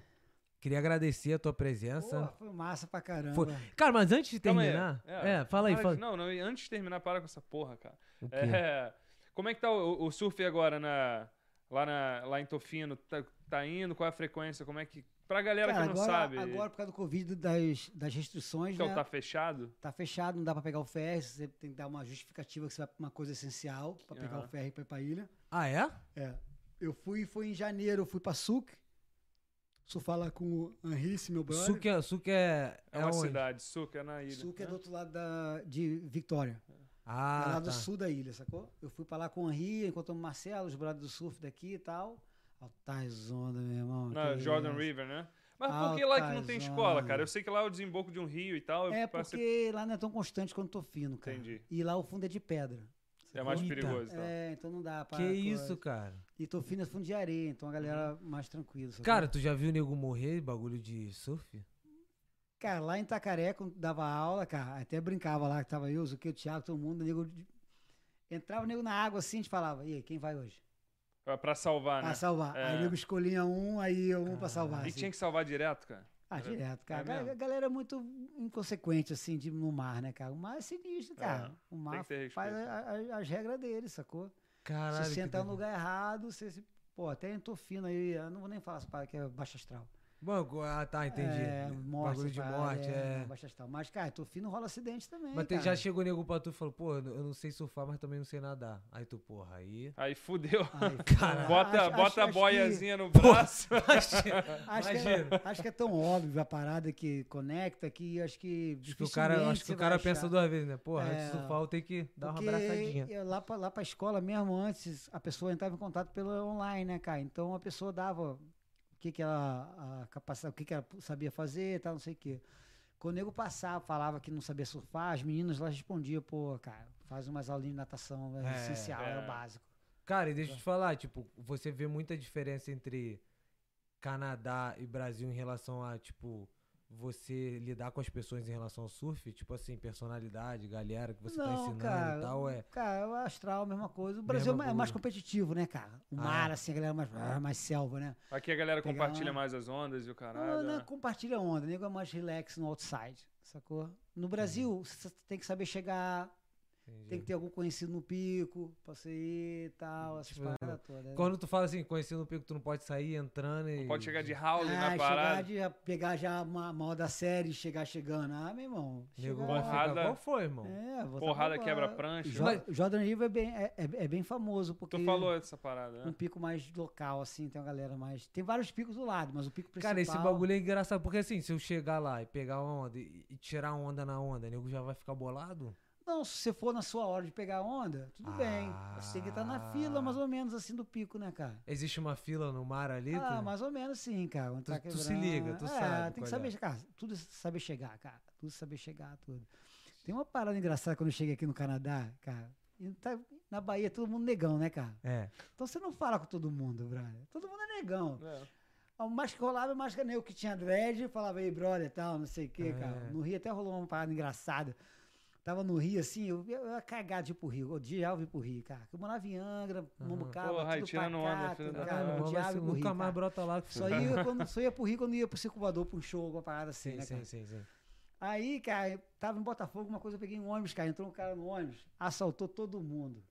queria agradecer a tua Porra, presença. foi massa pra caramba. Foi- Cara, mas antes de Calma aí. terminar, é, fala aí, de- fala. Não, não, e antes de terminar, para com essa porra, cara. O quê? É, como é que tá o, o surf agora na, lá, na, lá em Tofino? Tá, tá indo? Qual é a frequência? Como é que. Pra galera Cara, que não agora, sabe. agora, por causa do Covid, das, das restrições, então, né? tá fechado? tá fechado, não dá pra pegar o ferry, você tem que dar uma justificativa que você vai pra uma coisa essencial pra pegar Aham. o ferry pra ir pra ilha. Ah, é? É. Eu fui, foi em janeiro, eu fui pra Suc. Surfar lá com o Henrice, meu brother. Suque é, Suque é, É, uma onde? cidade, Suca, é na ilha. Suc é né? do outro lado da, de Vitória. Ah, é lá tá. do sul da ilha, sacou? Eu fui pra lá com o Henri, encontramos o Marcelo, os brothers do surf daqui e tal. Altas ondas, meu irmão. Na que Jordan isso. River, né? Mas por Ah, que lá que não tem Altazona. escola, cara? Eu sei que lá é o desemboco de um rio e tal. eu tá, É passei- porque lá não é tão constante quanto tô fino, cara. Entendi. E lá o fundo é de pedra. É mais Eita. perigoso. Então. É, então não dá pra. Que coisa. isso, cara? E tô fino é fundo de areia, então a galera Uhum. mais tranquila. sacou? Cara, tu já viu nego morrer, bagulho de surf? Cara, lá em Itacaré, quando dava aula, cara, até brincava lá, que tava eu, o Zuqueu, o Thiago, todo mundo, nego. de- Entrava o nego na água assim, a gente falava, e aí, quem vai hoje? Pra- Pra salvar, né? Pra salvar. É. Ah, Aí o nego escolhia um, aí eu um pra salvar. E assim. tinha que salvar direto, cara. Ah, direto, cara. É a mesmo? galera é muito inconsequente, assim, de, no mar, né, cara? O mar é sinistro, cara. É, O mar que ter faz respeito. a- a- as regras dele, sacou? Caralho. se que sentar no doido. lugar errado, você se. Pô, até entrou fino aí, eu não vou nem falar essa parada que é baixa astral. Banco, ah, tá, entendi. É, morte, bagulho de essa parada, morte, é. Baixa astral. Mas, cara, tô fino rola acidente também. Mas tem- cara. já chegou nego pra tu e falou, pô, eu não eu não sei surfar, mas também não sei nadar. Aí tu, porra, [LAUGHS] aí. Aí fudeu. [LAUGHS] [LAUGHS] Ai, Cara, Bota, acho- acho- bota a acho que- boiazinha no braço. Acho que, é, acho que é tão óbvio a parada que conecta que acho que. Acho que o cara, acho dificilmente que você o cara vai pensa achar. duas vezes, né? Porra, antes É, do surfar eu tenho que dar Porque uma abraçadinha. eu Lá pra, lá pra escola mesmo, antes, a pessoa entrava em contato pelo online, né, cara? Então a pessoa dava o que, que ela a capacidade, o que, que ela sabia fazer e tal, não sei o quê. Quando o nego passava, falava que não sabia surfar, as meninas lá respondiam, pô, cara, faz umas aulinhas de natação, é, É, essencial, é. é. o básico. Cara, e deixa eu te falar, tipo, você vê muita diferença entre Canadá e Brasil em relação a, tipo, você lidar com as pessoas em relação ao surf? Tipo assim, personalidade, galera que você tá ensinando e tal, é. Cara, o astral, mesma coisa. O Brasil é Mesma ma- é mais coisa. competitivo, né, cara? O Ah, mar, é. assim, a galera mais, ah, mais selva, né? Aqui a galera Pegar compartilha uma- mais as ondas e o Não, caralho. não, né? compartilha onda, é Uhum. o nego é mais relax no outside, sacou? No Brasil, você tem que saber chegar, Tem Entendi. que ter algum conhecido no pico, pra você ir e tal, essas Tipo, paradas todas. né? Quando tu fala assim, conhecendo o pico, tu não pode sair entrando e. né, Não pode chegar de howling ah, na parada. chegar de já pegar já uma mal da série e chegar chegando. Ah, meu irmão. Nego chegar- vai ficar, Porrada. Qual foi, irmão? É, vou tá Porrada bombado. quebra-prancha. Jo- Mas- Jordan River é bem, é, é- é bem famoso, porque Tu falou essa parada, um né? pico mais local, assim, tem uma galera mais. Tem vários picos do lado, mas o pico principal. Cara, esse bagulho é engraçado, porque assim, se eu chegar lá e pegar uma onda e, e tirar onda na onda, nego já vai ficar bolado? Não, se você for na sua hora de pegar onda, tudo bem. Você tem que estar na Ah. fila, mais ou menos, assim, do pico, né, cara? Existe uma fila no mar ali? Ah, tu- mais ou menos sim, cara. Quando tá Tu- tu se quebrando. liga, tu é, sabe Tem qual que é. saber, cara, tudo é saber chegar, cara. Tudo é saber chegar, tudo. Tem uma parada engraçada quando eu cheguei aqui no Canadá, cara. e tá- na Bahia, todo mundo negão, né, cara? É. Então você não fala com todo mundo, brother. Todo mundo é negão. É. O mais que rolava, o mais que nem eu que tinha dread, falava aí, brother, tal, não sei o quê, cara. É. No Rio até rolou uma parada engraçada. Tava no Rio, assim, eu, eu, eu ia cagado de ir pro Rio. Eu odiava ir pro Rio, cara. Eu morava em Angra, Aham. Mambucaba, Porra, aí tudo tirando pacato, onda, filho da cara. Caramba, Eu mas odiava você ir pro assim, nunca Rio, mais é cara. brota lá. que Só foi. ia, quando, só ia pro Rio quando ia pro Circulador, pra um show, alguma parada assim, Sim, né, sim, cara? sim, sim. Aí, cara, eu tava em Botafogo, uma coisa eu peguei um ônibus, cara. Entrou um cara no ônibus, assaltou todo mundo.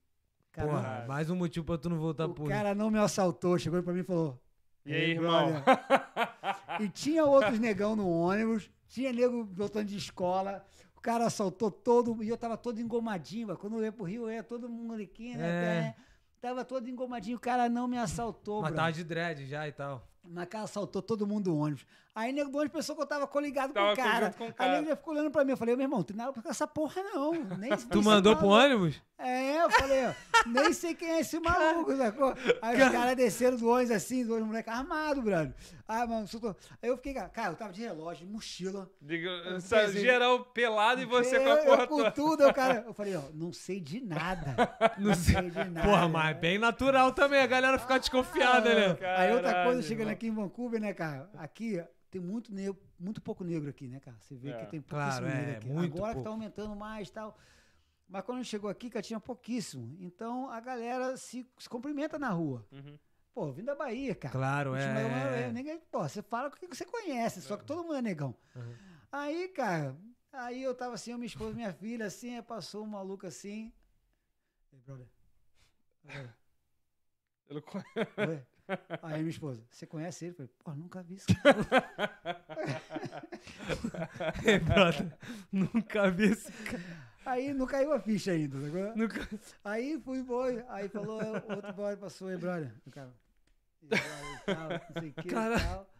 Cara, Porra, Caralho. mais um motivo pra tu não voltar o pro Rio. cara não me assaltou, chegou pra mim e falou. E "Ei, aí, irmão? brother." [LAUGHS] E tinha outros negão no ônibus, tinha nego voltando de escola. O cara assaltou todo e eu tava todo engomadinho. mas Quando eu ia pro Rio, eu ia todo É. molequinho, né? Tava todo engomadinho, o cara não me assaltou, Mas brother. tava de dread já e tal. Mas cara assaltou todo mundo do ônibus. Aí nego do ônibus pensou que eu tava coligado com Tava o cara. junto com o Aí cara. nego já ficou olhando pra mim. Eu falei, meu irmão, tem nada pra essa porra não. Nem, nem Tu sei mandou qual pro é o nome." ônibus? É, eu falei, ó, nem sei quem é esse maluco, sacou? Aí os caras desceram do ônibus assim, dois moleques armados, brother. Aí, mano, soltou. Aí eu fiquei, cara, eu tava de relógio, de mochila. Digo, Eu sa- pensei- geral pelado e você eu, com a porra eu, com toda. tudo, eu, cara. Eu falei, ó, não sei de nada. Não [LAUGHS] sei. de nada. Porra, mas é bem natural também a galera ficar desconfiada, né? Aí outra Caralho, coisa, chegando irmão. aqui em Vancouver, né, cara? Aqui tem muito negro, muito pouco negro aqui, né, cara? Você vê É. que tem Claro, pouquíssimo é, negro aqui. muito Agora que pouco. tá aumentando mais e tal. Mas quando a gente chegou aqui, cara, tinha pouquíssimo. Então a galera se, se cumprimenta na rua. Uhum. Pô, vim da Bahia, cara. Claro, A gente é. mora lá, é, é, é. ninguém- pô, você fala com o que você conhece, só que todo mundo é negão. Uhum. Aí, cara, aí eu tava assim, eu, minha esposa, minha filha, assim, aí passou um maluco assim. Ei, brother. Oi. Ele co- Né, Oi. Aí minha esposa, você conhece ele? Eu falei, pô, nunca vi isso. É, [LAUGHS] brother, nunca vi esse Aí não caiu a ficha ainda, sacou? Nunca... Aí fui boy, aí falou, "É, outro boy passou, e brother, o cara, e brother, e tal, não sei o que, Cara. tal.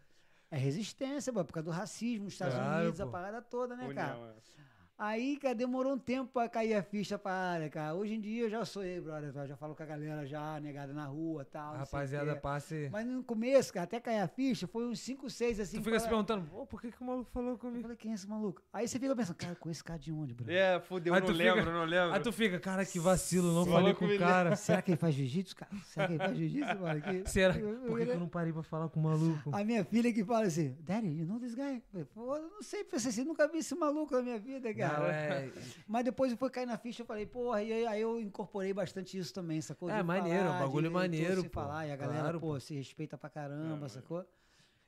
É resistência, boy, por causa do racismo, nos Estados Claro, Unidos, a pô. parada toda, né, cara? União, é. Aí, cara, demorou um tempo pra cair a ficha pra área, cara. Hoje em dia eu já sou eu, brother. tá? Eu já falo com a galera já, negada na rua e tal. Ah, não sei o Rapaziada, quê. passe. Mas no começo, cara, até cair a ficha, foi uns 5, 6, assim. Tu fica se fala- perguntando, "Pô, por que, que o maluco falou Eu comigo? falei, quem é esse maluco? Aí você fica pensando, cara, eu conheço esse cara de onde, brother? É, fudeu, Aí não tu fica- lembro, não lembro. Aí tu fica, cara, que vacilo, não Esse falei maluco com o me [LAUGHS] cara. Será que ele faz jiu-jitsu, cara? Será que ele faz jiu-jitsu, mano? [LAUGHS] Que- Será? Eu- eu- Por que, que eu não parei pra falar com o maluco? A minha filha que fala assim, Daddy, you know this guy? Eu falei, pô, eu não sei, pensei assim, nunca vi esse maluco na minha vida, cara. Não, é, Mas depois foi cair na ficha, eu falei, porra, e aí, aí eu incorporei bastante isso também, sacou? É, De maneiro, é um falar, bagulho de- de maneiro, Se pô. falar, e a galera, Claro, pô, pô. se respeita pra caramba, É, sacou? [LAUGHS]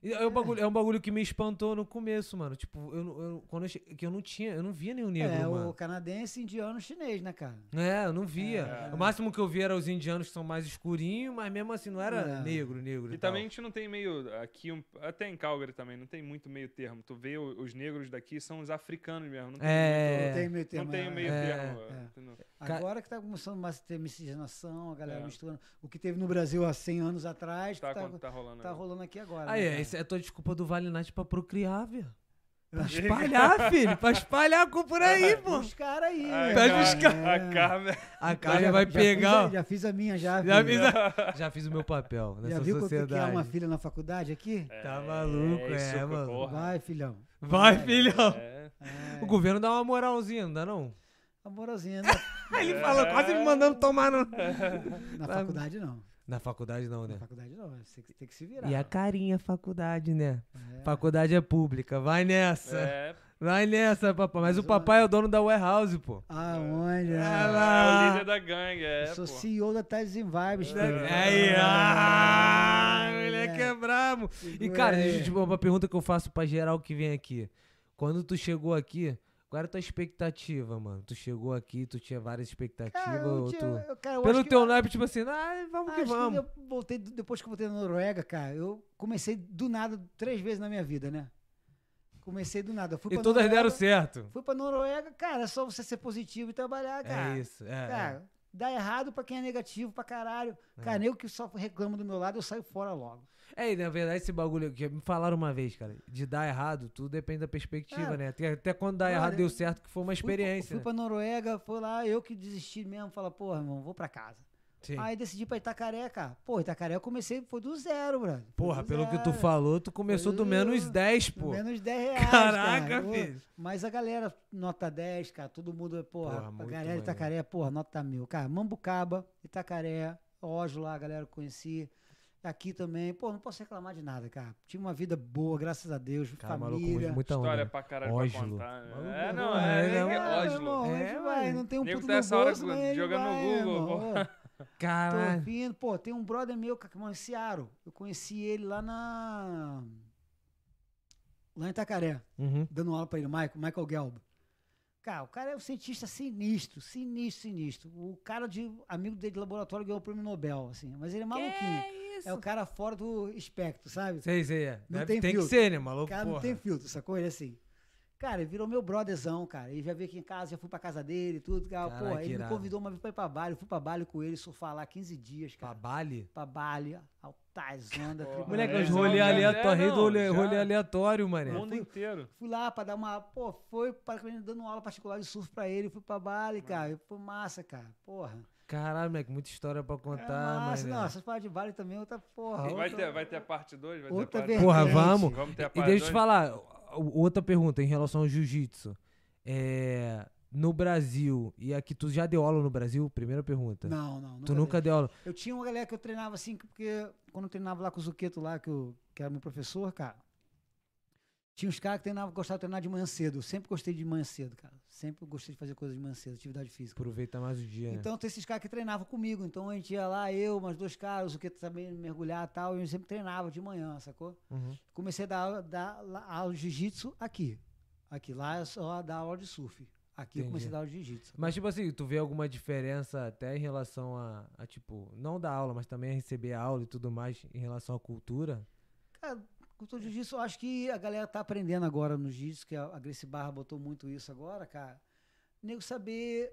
E É um, bagulho, é um bagulho que me espantou no começo, mano. Tipo, eu, não- eu- quando eu che- que eu não tinha, eu não via nenhum negro, é, mano. o canadense, indiano, chinês, né, cara? É, eu não via. É. O máximo que eu via era os indianos que são mais escurinhos, mas mesmo assim não era É. negro, negro. E tal. também a gente não tem meio. Aqui, um- até em Calgary também, não tem muito meio termo. Tu vê o- os negros daqui são os africanos mesmo. Não tem É. Não tem meio muito. termo. Não tem né? meio É. termo. É. entendeu? Agora que tá começando mais a ter miscigenação, a galera É. misturando. O que teve no Brasil há 100 anos atrás, Tá, tá, acon- tá rolando. tá agora. rolando aqui agora. Aí, né, é, cara? essa é a tua desculpa do Vale Night pra procriar, velho. Pra [LAUGHS] espalhar, filho. Pra espalhar a culpa por É. aí, pô. Os caras aí. Ai, né, Tá cara, buscando. A Carmen. A Eu já- Carmen vai já fiz pegar. a- ó. Já fiz a minha, já. Já, filho. fiz a- [LAUGHS] já fiz o meu papel nessa Já viu o que que é sociedade. uma filha na faculdade aqui? [LAUGHS] Tá maluco, é, isso, mano. Porra. Vai, filhão. Vai, filhão. É. É. [LAUGHS] O governo dá uma moralzinha, não dá não? Amorosinha, né? Aí ele falou, quase me mandando tomar [LAUGHS] no... Na Tá. faculdade não. Na faculdade não, Na né? faculdade não. Você que- tem que se virar. E a carinha faculdade, né? É. Faculdade é pública, vai nessa. É, Vai nessa, papai. Mas o Mas o- papai é o dono da warehouse, pô. Aonde? né? Ah, é o líder da gangue, é. Eu sou pô. CEO da Tais em Vibes, filho. É. Aí, É. ah, moleque é brabo. E, Segura cara, aí. deixa eu te- uma pergunta que eu faço pra geral que vem aqui. Quando tu chegou aqui, Qual era a tua expectativa, mano? Tu chegou aqui, tu tinha várias expectativas? Cara, É, eu ou tinha- tu... eu- cara, eu acho Pelo que- teu naipe, tipo assim, ah, vamos que acho vamos. eu voltei, do- depois que eu voltei na Noruega, cara, eu comecei do nada três vezes na minha vida, né? Comecei do nada. Eu Fui E pra todas Noruega, deram certo. Fui pra Noruega, cara, é só você ser positivo e trabalhar, cara. É isso. É, é. Cara, dá errado pra quem é negativo pra caralho. Cara, nem o que só reclama do meu lado, eu saio fora logo. É, e na verdade, esse bagulho que me falaram uma vez, cara, de dar errado, tudo depende da perspectiva, Cara, né? Até, até quando dá olha, errado deu certo, que foi uma Fui pra- experiência. né? Fui pra Noruega, foi lá, eu que desisti mesmo, fala, porra, irmão, vou pra casa. Sim. Aí decidi pra Itacaré, cara. Pô, Itacaré eu comecei, foi do zero, brother. Foi Porra, do pelo que tu zero. falou, tu começou do menos Eu- 10, pô. é. [LAUGHS] Menos 10 reais. Caraca, cara. Pô, filho. Mas a galera, nota 10, cara, todo mundo, porra, Porra, a muito galera de maneiro. Itacaré, porra, nota mil. Cara, Mambucaba, Itacaré, Ojo lá, a galera que eu conheci. Aqui também, pô, não posso reclamar de nada, cara. Tive uma vida boa, graças a Deus, Cara, maluco, família. muita onda. História né? pra caralho pra Óslo. contar. né? Maluco, É, não, não, é, é, é, não. Ah, Oslo. irmão, a gente É, vai, mano. não tem um Nego puto tá no essa hora bolso, mas a gente jogando no vai, Google, irmão. Ô, Tô Caralho. vindo. Pô, tem um brother meu, cara, que mora em Searo. Eu conheci ele lá na. Lá em Itacaré, Uhum. dando aula pra ele, Michael, Michael Gelb. Cara, o cara é um cientista sinistro, sinistro, sinistro. O cara de amigo dele de laboratório ganhou o prêmio Nobel, assim. Mas ele é maluquinho. isso? É o cara fora do espectro, sabe? Sei, sei. é. Não Deve- tem tem que filtro. ser, né, O maluco? cara não Porra. tem filtro, sacou? Ele é assim. Cara, ele virou meu brotherzão, cara. Ele já veio aqui em casa, já fui pra casa dele, e tudo. Cara, Caraca, porra, ele me irado. convidou uma vez pra ir pra Bali. Eu fui pra Bali com ele, surfar lá 15 dias, cara. Pra Bali? pra Bali, altas ondas. né? Porra. tribuna. Moleque, é, os não, rolê já- é, aleatório, rei do não, rolê, já- rolê aleatório, O mané. mundo inteiro. Fui lá pra dar uma. Pô, foi para dando uma aula particular de surf pra ele. Fui pra Bali, cara. Foi massa, cara. Porra. Caralho, moleque, muita história pra É contar, massa. mané. Não, essas paradas de Bali também, é outra porra. Vai outra- ter, vai ter a parte 2? Vai outra ter a parte Porra, vertente. vamos. Vamos ter a E parte deixa eu te 2? falar, o- outra pergunta em relação ao jiu-jitsu. É, no Brasil, e aqui tu já deu aula no Brasil? Primeira pergunta. Não, não. Tá. tu nunca deu aula. Eu tinha uma galera que eu treinava assim, que- porque quando eu treinava lá com o Zuqueto lá, que, eu, que era meu professor, cara. Tinha uns caras que treinavam, gostavam de treinar de manhã cedo. Eu sempre gostei de manhã cedo, cara. Sempre gostei de fazer coisas de manhã cedo, atividade física. Aproveita mais o dia, né? Então tem esses caras que treinavam comigo. Então a gente ia lá, eu, mais dois caras, o que também mergulhar e tal. E eu sempre treinava de manhã, sacou? Uhum. Comecei a dar, aula- dar la- aula de jiu-jitsu aqui. Aqui lá eu só dava aula de surf. Aqui eu Entendi. comecei a dar aula de jiu-jitsu. Mas, tipo assim, tu vê alguma diferença até em relação a, a, tipo, não da aula, mas também a receber aula e tudo mais em relação à cultura? Cara, cultura de jiu-jitsu, eu acho que a galera tá aprendendo agora no jiu-jitsu, que a a Gracie Barra botou muito isso agora, cara. Nego saber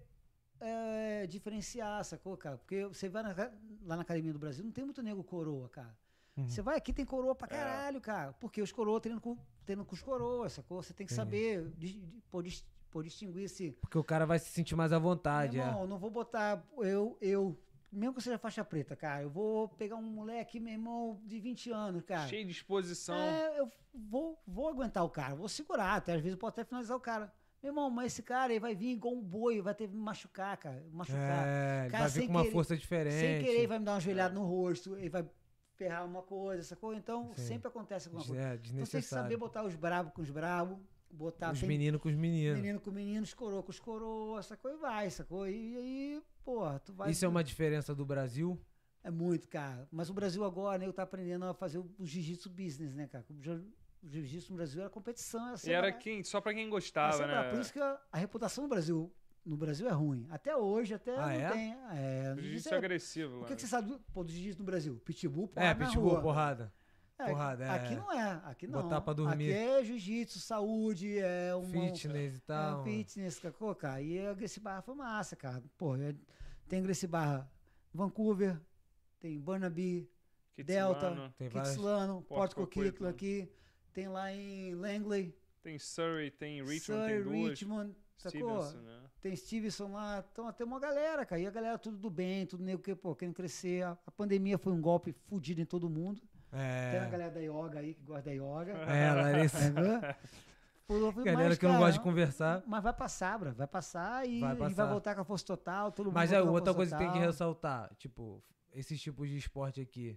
é, diferenciar, sacou, cara? Porque você vai na ca- lá na Academia do Brasil, não tem muito nego coroa, cara. Uhum. Você vai aqui, tem coroa pra É. caralho, cara. Porque os coroa treinam com, treinam com os coroas, sacou? Você tem que Entendi. saber dis, di- pô, dis- pô, distinguir assim, se. Porque o cara vai se sentir mais à vontade, Meu é. irmão, eu não vou botar. Eu, eu, mesmo que eu seja faixa preta, cara, eu vou pegar um moleque, meu irmão, de 20 anos, cara. Cheio de exposição. É, eu vou, vou aguentar o cara, vou segurar, até às vezes eu posso até finalizar o cara. Meu irmão, mas esse cara ele vai vir igual um boi, vai ter que me machucar, cara. Machucar. É, ele Cara, vai vir sem com uma querer- força É, diferente. É. Sem querer, ele vai me dar uma joelhada no rosto, ele vai ferrar uma coisa, essa coisa. Então Sim. sempre acontece alguma coisa. É, Então tem que saber desnecessário. botar os bravos com os bravos, botar os tem meninos com os meninos. menino com menino, os coroa com os coroa, essa coisa e vai, essa coisa. E aí, porra, tu vai. Isso é uma diferença do Brasil? É muito, cara. Mas o Brasil agora, né, eu tá aprendendo a fazer o, o jiu-jitsu business, né, cara? O jiu- o jiu-jitsu no Brasil era competição. Era E era separado. quem, só pra quem Ah, gostava, sei lá, né? Por isso que a, a reputação do Brasil, no Brasil é ruim. Até hoje, até Ah, não é? tem. É, O jiu-jitsu jiu-jitsu é é- agressivo, o mano. que, que você sabe do, pô, do jiu-jitsu no Brasil? Pitbull, porrada É, na pitbull, rua. porrada. É, porrada, Aqui é. não é, aqui não. Botar pra dormir. Aqui é jiu-jitsu, saúde, é um... Fitness e É um tal. fitness, sacou, cara? E a Gracie Barra foi massa, cara. Pô, é- tem Gracie Barra Vancouver, tem Burnaby, Kitsumano, Delta. Tem várias. né? Kitsilano, Port Porto Coquitlam Coquitlam. aqui, tem lá em Langley, Tem Surrey, tem Richmond, tem Surrey, duas. Richmond, sacou? Stevenson, né? Tem Stevenson lá, então tem uma galera, cara. E a galera tudo do bem, tudo nego que, pô, querendo crescer. A, a pandemia foi um golpe fudido em todo mundo. Tem a É. galera da yoga aí que gosta [LAUGHS] da yoga. É, Larissa. [LAUGHS] sacou? Pô, eu falei, Galera mas, que não cara, gosta de conversar. Mas vai passar, bro. Vai passar e e Vai vai, passar. voltar com a força total. Todo mundo Mas é volta com a outra coisa força que tem que total. ressaltar. Tipo, esses tipos de esporte aqui,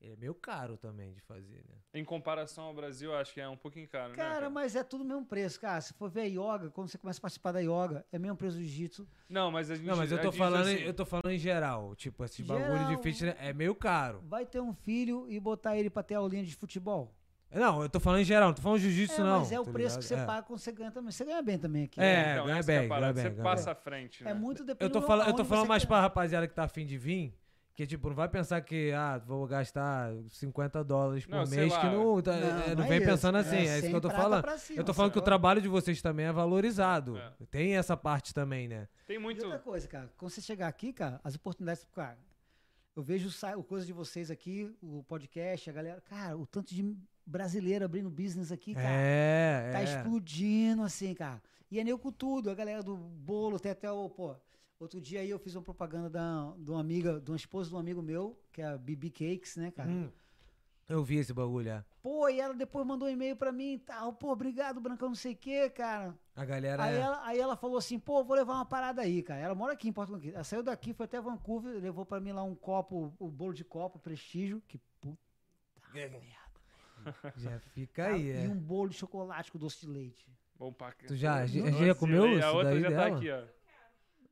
ele é meio caro também de fazer, né? Em comparação ao Brasil, acho que é um pouquinho caro, né? Cara, mas é tudo o mesmo preço, cara. Se for ver a yoga, quando você começa a participar da yoga, é mesmo preço do jiu-jitsu. Não, mas a gente... Não, mas eu a tô gente, falando, em- assim, eu tô falando em geral. Tipo, esse bagulho de Geral. fitness é meio caro. Vai ter um filho e botar ele pra ter aulinha de futebol. Não, eu tô falando em geral, não tô falando jiu-jitsu, é, não. mas é o tá preço ligado? que você É. paga quando você ganha também. Você ganha bem também aqui. É, né? ganha essa que é a bem, parada, ganha Você bem, ganha passa bem. à frente, né? É muito Eu dependendo tô, falando, eu tô aonde falando você mais quer. pra rapaziada que tá afim de vir, que tipo, não vai pensar que, ah, vou gastar 50 dólares por Não, sei mês, lá. que não, tá- Não, é, não não é vem isso. pensando assim, É é, isso que eu tô 100 prata falando. pra cima, Eu tô falando que o sacou? trabalho de vocês também é valorizado. É. Tem essa parte também, né? Tem E muito. outra coisa, cara, quando você chegar aqui, cara, as oportunidades, cara, eu vejo o coisa de vocês aqui, o podcast, a galera, cara, o tanto de brasileiro abrindo business aqui, cara, É, tá é. explodindo assim, cara. E é nem com tudo, a galera do bolo, tem até o, pô, outro dia aí eu fiz uma propaganda da, de uma amiga, de uma esposa de um amigo meu, que é a BB Cakes, né, cara. Hum. Eu vi esse bagulho, é. Pô, e ela depois mandou um e-mail pra mim e tal, pô, obrigado, Brancão, não sei o quê, cara. A galera. Aí é- ela, aí ela falou assim, pô, eu vou levar uma parada aí, cara. Ela mora aqui em Porto Conquista. Ela saiu daqui, foi até Vancouver, levou pra mim lá um copo, o bolo de copo, prestígio, que puta merda. Já fica aí, E é. um bolo de chocolate com doce de leite. Bom pra cá. Tu já- a gente já Nossa, comeu e isso A outra daí já dela? tá aqui, ó. Tá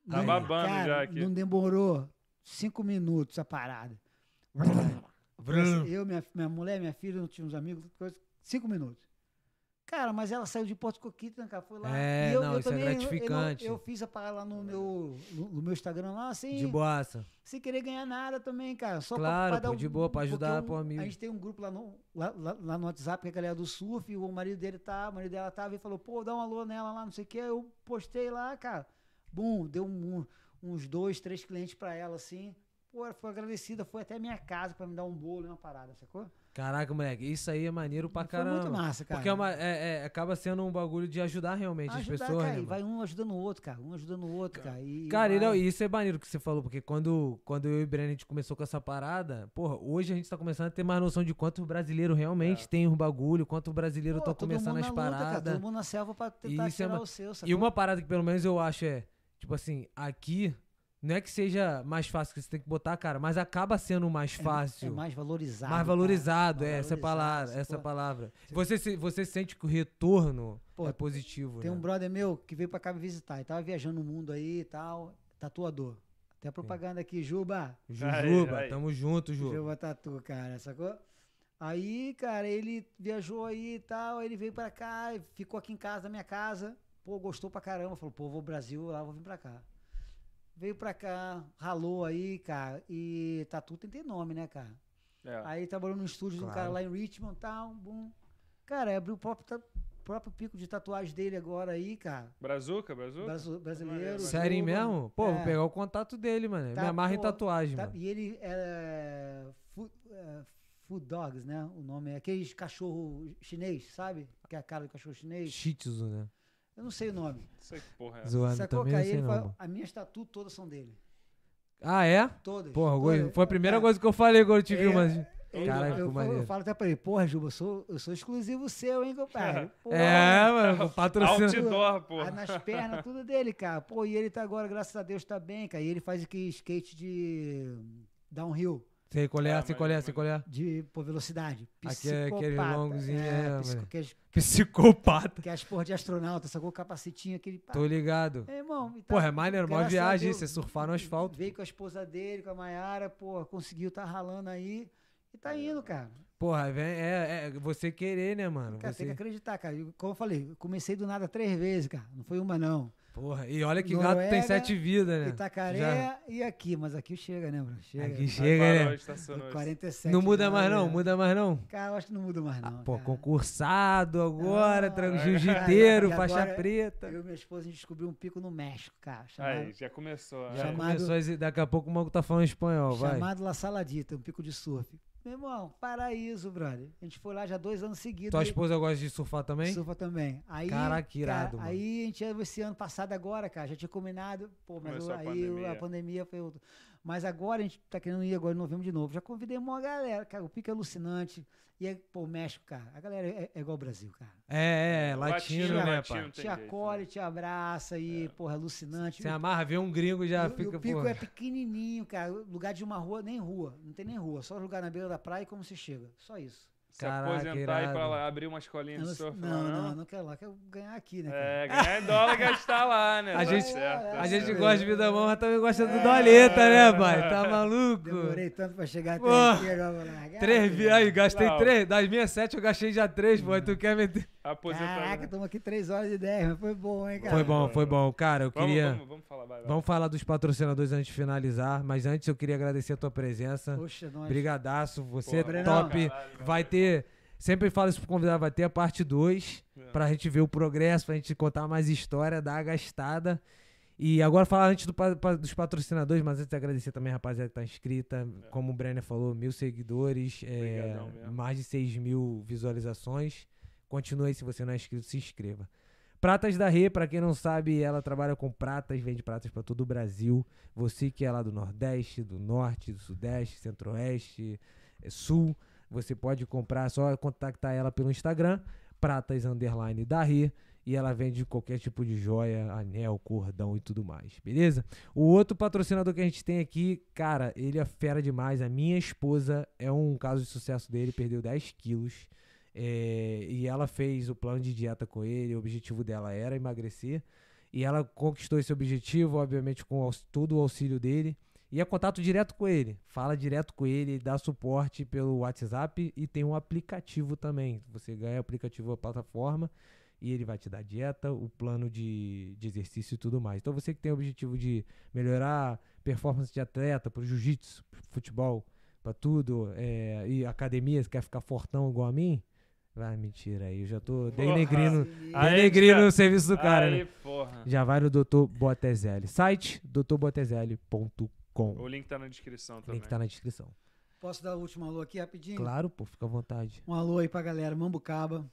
Mas, babando cara, já aqui. Não demorou cinco minutos a parada. Vrum. assim, Eu, minha, minha mulher, minha filha, não tinha uns amigos, coisa, cinco minutos. Cara, mas ela saiu de Porto Coquita, cara, foi lá. É, e eu, não, eu isso é também, eu- eu não- gratificante. Eu, fiz a parada lá no meu, no, no meu Instagram lá, assim. De boaça. sem querer ganhar nada também, cara. Só pra- Claro, pra dar pô, um- de boa, pra porque ajudar, um, pô, amigo. A gente tem um grupo lá no, lá, lá- lá no WhatsApp, que é a galera do surf, e o marido dele tá, o marido dela tava e falou, pô, dá um alô nela lá, não sei o quê. Eu postei lá, cara. Bum, deu um- uns dois, três clientes pra ela, assim. Pô, ela foi agradecida, foi até a minha casa pra me dar um bolo e uma parada, sacou? Caraca, moleque, isso aí é maneiro pra foi caramba. muito massa, cara. Porque é uma- é- é- acaba sendo um bagulho de ajudar realmente as Ajudar, pessoas, cara, né? e mano? vai um ajudando o outro, cara. Um ajudando o outro, cara. E Cara, e vai- não, e isso é maneiro que você falou, porque quando, quando eu e o Breno a gente começou com essa parada, porra, hoje a gente tá começando a ter mais noção de quanto o brasileiro realmente É. tem o bagulho, quanto o brasileiro Pô, tá todo começando mundo as na luta, cara, paradas. Todo mundo na selva pra tentar Isso é tirar ma- o seu, sacou? E uma parada que pelo menos eu acho é, tipo assim, aqui não é que seja mais fácil que você tem que botar, cara, mas acaba sendo mais É- fácil. É mais valorizado. mais cara. valorizado, é, essa Valorizado, palavra, sacou? essa palavra. Você, se- você sente que o retorno Pô, é positivo, Tem né? um brother meu que veio pra cá me visitar e tava viajando no mundo aí e tal, tatuador. Até a propaganda aqui, Juba. Jujuba, Aí, aí. tamo junto, Ju. Juba é Tatu, cara, sacou? Aí, cara, ele viajou aí e tal, aí ele veio pra cá, e ficou aqui em casa, na minha casa. Pô, gostou pra caramba. Falou, pô, vou pro Brasil lá, vou vir pra cá. Veio pra cá, ralou aí, cara, e Tatu tem que ter nome, né, cara? É. Aí trabalhou no estúdio de um cara Claro. lá em Richmond, tal, bum. Cara, abriu o próprio, ta- próprio pico de tatuagem dele agora aí, cara. Brazuca, Brazuca? Brasil- brasileiro. Sério Juba. mesmo? Pô, vou É. pegar o contato dele, mano. Me Tá, amarra em pô, tatuagem, Tá- mano. e ele é food, é, food dogs, né? O nome é aqueles cachorro chinês, sabe? Que é a cara do cachorro chinês. Shih Tzu, né? Eu não sei o nome. Não sei que porra é. essa. Zoando Sacou? também, Que não aí sei ele não. fala, mano. as minhas tatu todas são dele. Ah, é? Todas. Porra, todas. foi a primeira É, coisa que eu falei quando eu te vi, É, mas... Caralho, ele- eu, ficou falo- eu maneiro. falo até pra ele, porra, Juba, eu sou, eu sou exclusivo seu, hein, [LAUGHS] compadre? Porra, É, mano, patrocina. Outdoor, Ah, porra. nas pernas, tudo dele, cara. Pô, e ele tá agora, graças a Deus, tá bem, cara. E ele faz aqui skate de downhill, Sem Ah, É, colher, mas- sem colher, sem mas- colher. de pô, velocidade. Aqui é aquele Psicopata. longozinho, é, é, psico- mano. aqueles- [LAUGHS] Psicopata. que é as porras de astronauta, sacou? Capacetinho, aquele. pá. Tô ligado. É, irmão. e tá- Porra, é maneiro, maior graças a viagem Deus, isso, é surfar no asfalto. Veio com a esposa dele, com a Mayara, porra, conseguiu, tá ralando aí. E tá indo, cara. Porra, vem, é, é você querer, né, mano? Cara, tem Você... que acreditar, cara. E Como eu falei, eu comecei do nada três vezes, cara. Não foi uma, não. Porra, e olha que gato tem Noruega, sete vidas, né? Itacaré Já- e aqui, mas aqui chega, né, Bruno? tá Chega. Aqui Aí chega, parou, né? estacionou. 47. Não muda mais não, né? muda mais não. Cara, eu acho que não muda mais Ah, não. pô, cara. concursado agora, Ah, tran- é. jiu-jiteiro, [LAUGHS] E agora- faixa preta. Eu e minha esposa, a gente descobriu um pico no México, cara. Aí, Chamado, já começou. Já né? Chamado- começou, esse- daqui a pouco o maluco tá falando espanhol, vai. chamado La Saladita, um pico de surf. Meu irmão, paraíso, brother. A gente foi lá já dois anos seguidos. Tua e esposa gosta de surfar também? Surfa também. Aí, Caraca, que cara, irado, mano. Aí a gente, esse ano passado agora, cara, já tinha combinado, pô, mas Começou o- a aí pandemia. a pandemia foi outro. Mas agora a gente tá querendo ir agora em novembro de novo. Já convidei uma galera, cara, o pico é alucinante. E é, pô, o México, cara, a galera é, é igual ao Brasil, cara. É, é, é latino, Latino, né, latino. pai? Não tem te jeito, acolhe, né? te abraça e, porra, é alucinante. Você O- amarra, vê um gringo e já o- e fica, o pico porra. é pequenininho, cara. Lugar de uma rua, nem rua. Não tem nem rua. Só lugar na beira da praia e como você chega. Só isso. né? Se Caraca, aposentar e ir pra irado. lá, abrir uma escolinha Eu de não, surf lá, não, não, não quero lá, quero ganhar aqui, né? cara? né? É, ganhar [LAUGHS] em dólar e gastar lá, né? A Tá gente- certo, tá A gente É. certo. gosta de vida mão, mas também gosta do É. doleta, né, pai? [LAUGHS] Tá maluco? Demorei tanto pra chegar até Pô, aqui, agora eu vou largar. né? Três vi- aí, gastei Não. três. Das minhas sete eu gastei já três, pô. Aí Hum. tu quer meter. Aposentar. Caraca, estamos aqui 3 horas e 10, mas foi bom, hein, cara? Foi bom, foi bom. Cara, eu vamos, queria. vamos, vamos falar, vai, vai. Vamos falar dos patrocinadores antes de finalizar, mas antes eu queria agradecer a tua presença. Poxa, nós. Brigadaço, você Pô, é Brenão. top. Caralho, Vai valeu. ter, sempre falo isso pro convidado, vai ter a parte 2 É. pra gente ver o progresso, pra gente contar mais história, dar a gastada. E agora falar antes do pa- pa- dos patrocinadores, mas antes agradecer também a rapaziada que tá inscrita. Como o Brenner falou, mil seguidores, é, É. Obrigadão mesmo. mais de 6 mil visualizações. Continue aí, se você não é inscrito, se inscreva. Pratas da Rê, pra quem não sabe, ela trabalha com pratas, vende pratas pra todo o Brasil. Você que é lá do Nordeste, do Norte, do Sudeste, Centro-Oeste, eh, Sul, você pode comprar, é só contactar ela pelo Instagram, pratas underline da Rê, e ela vende qualquer tipo de joia, anel, cordão e tudo mais, beleza? O outro patrocinador que a gente tem aqui, cara, ele é fera demais. A minha esposa é um caso de sucesso dele, perdeu 10 quilos. É, e ela fez o plano de dieta com ele, o objetivo dela era emagrecer. E ela conquistou esse objetivo, obviamente, com o aux- todo o auxílio dele. E é contato direto com ele. Fala direto com ele, dá suporte pelo WhatsApp e tem um aplicativo também. Você ganha o aplicativo da plataforma e ele vai te dar dieta, o plano de, de exercício e tudo mais. Então você que tem o objetivo de melhorar performance de atleta pro jiu-jitsu, pro futebol, pra tudo, é, e academia, você quer ficar fortão igual a mim? Vai, mentira aí, eu já tô denegrindo, Aí, denegrindo cara. o serviço do cara, né? Aí, porra. Já vai no Dr. Botezelli. Site doutorbotezelli.com. O link tá na descrição também. Link tá na descrição. Posso dar o último alô aqui rapidinho? Claro, pô, fica à vontade. Um alô aí pra galera, Mambucaba.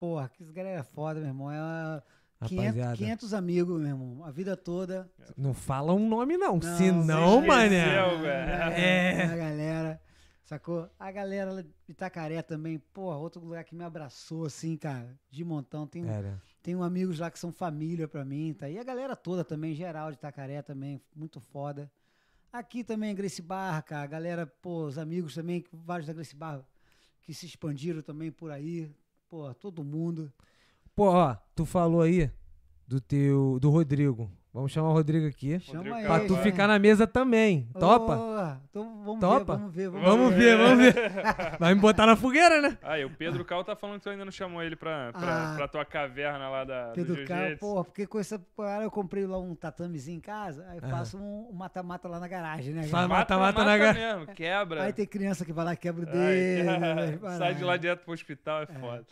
Porra, que galera é foda, meu irmão. É 500, Rapaziada, 500 amigos, meu irmão. A vida toda. não fala um nome não, é Não, senão, se mané. esqueceu. Ah, velho. É. A galera, sacou? A galera lá de Itacaré também, porra, outro lugar que me abraçou, assim, cara, de montão. Tem, Cara, tenho amigos lá que são família pra mim, tá? E a galera toda também, geral de Itacaré também, muito foda. Aqui também, Grace Barra, cara, a galera, pô, os amigos também, que- vários da Grace Barra, que se expandiram também por aí, pô, todo mundo. pô, ó, tu falou aí do teu, do Rodrigo. Vamos chamar o Rodrigo aqui, Chama aí. Rodrigo pra tu Carvalho. ficar na mesa também. Topa? Porra, então vamos Topa? ver, vamos ver, vamos, Vamos ver. ver, vamos ver. Vai me botar na fogueira, né? Aí, o Pedro Cal tá falando que tu ainda não chamou ele pra, pra, Ah. pra tua caverna lá da, do Pedro Carro, Jiu-Jitsu. porra, porque com essa parada eu comprei lá um tatamezinho em casa, aí faço um um mata-mata lá na garagem, né? Faz cara? Mata, mata na gar- mesmo, quebra. Aí tem criança que vai lá, quebra o dedo. [LAUGHS] Ai, vai sai de lá lá. direto pro hospital, é foda.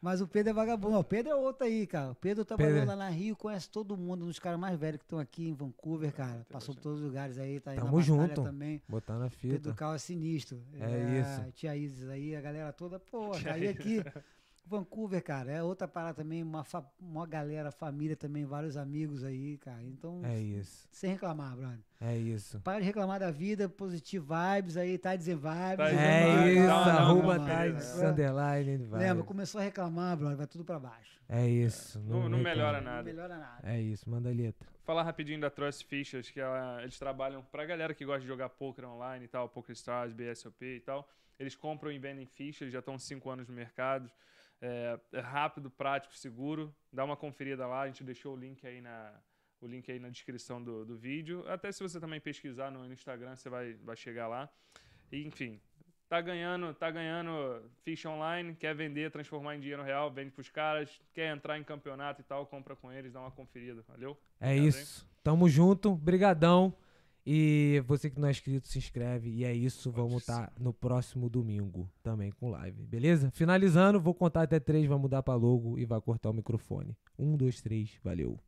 Mas o Pedro é vagabundo. Não, O Pedro é outro aí, cara. O Pedro trabalhou Pedro. lá na Rio, conhece todo mundo, um dos caras mais velhos que estão aqui em Vancouver, cara. Passou por todos os lugares aí, tá aí Tamo na batalha junto. também. Botar na Pedro fita. Cal é sinistro. É isso. Tia Isis aí, a galera toda, pô, Tia aí aqui. Vancouver, cara, é outra parada também, uma, fa- uma galera, família também, vários amigos aí, cara. Então, É isso, sem reclamar, brother. é isso. Para de reclamar da vida, positive vibes aí, Tides and vibes. Tides and É vibes, isso, dá uma- dá uma arroba tá conferida, Tides né? Underline. vai. Lembra, começou a reclamar, brother, vai tudo pra baixo. É isso. Não, não reclama. melhora né? Não nada. melhora nada. É isso, manda a letra. Falar rapidinho da Troyce Fichas, que ela- eles trabalham pra galera que gosta de jogar poker online e tal, Poker Stars, BSOP e tal. Eles compram e vendem fichas, já estão há 5 anos no mercado. É, é rápido, prático, seguro. Dá uma conferida lá, a gente deixou o link aí na, o link aí na descrição do, do vídeo. Até se você também pesquisar no, no Instagram, você vai, vai chegar lá. E, enfim, tá ganhando, tá ganhando ficha online, quer vender, transformar em dinheiro real, vende pros caras, quer entrar em campeonato e tal, compra com eles, dá uma conferida, valeu? É Obrigado, hein? isso. Tamo junto, brigadão. E você que não é inscrito, se inscreve. E é isso, vamos estar no próximo domingo também com live, beleza? Finalizando, vou contar até três, vai mudar pra logo e vai cortar o microfone. Um, dois, três, valeu.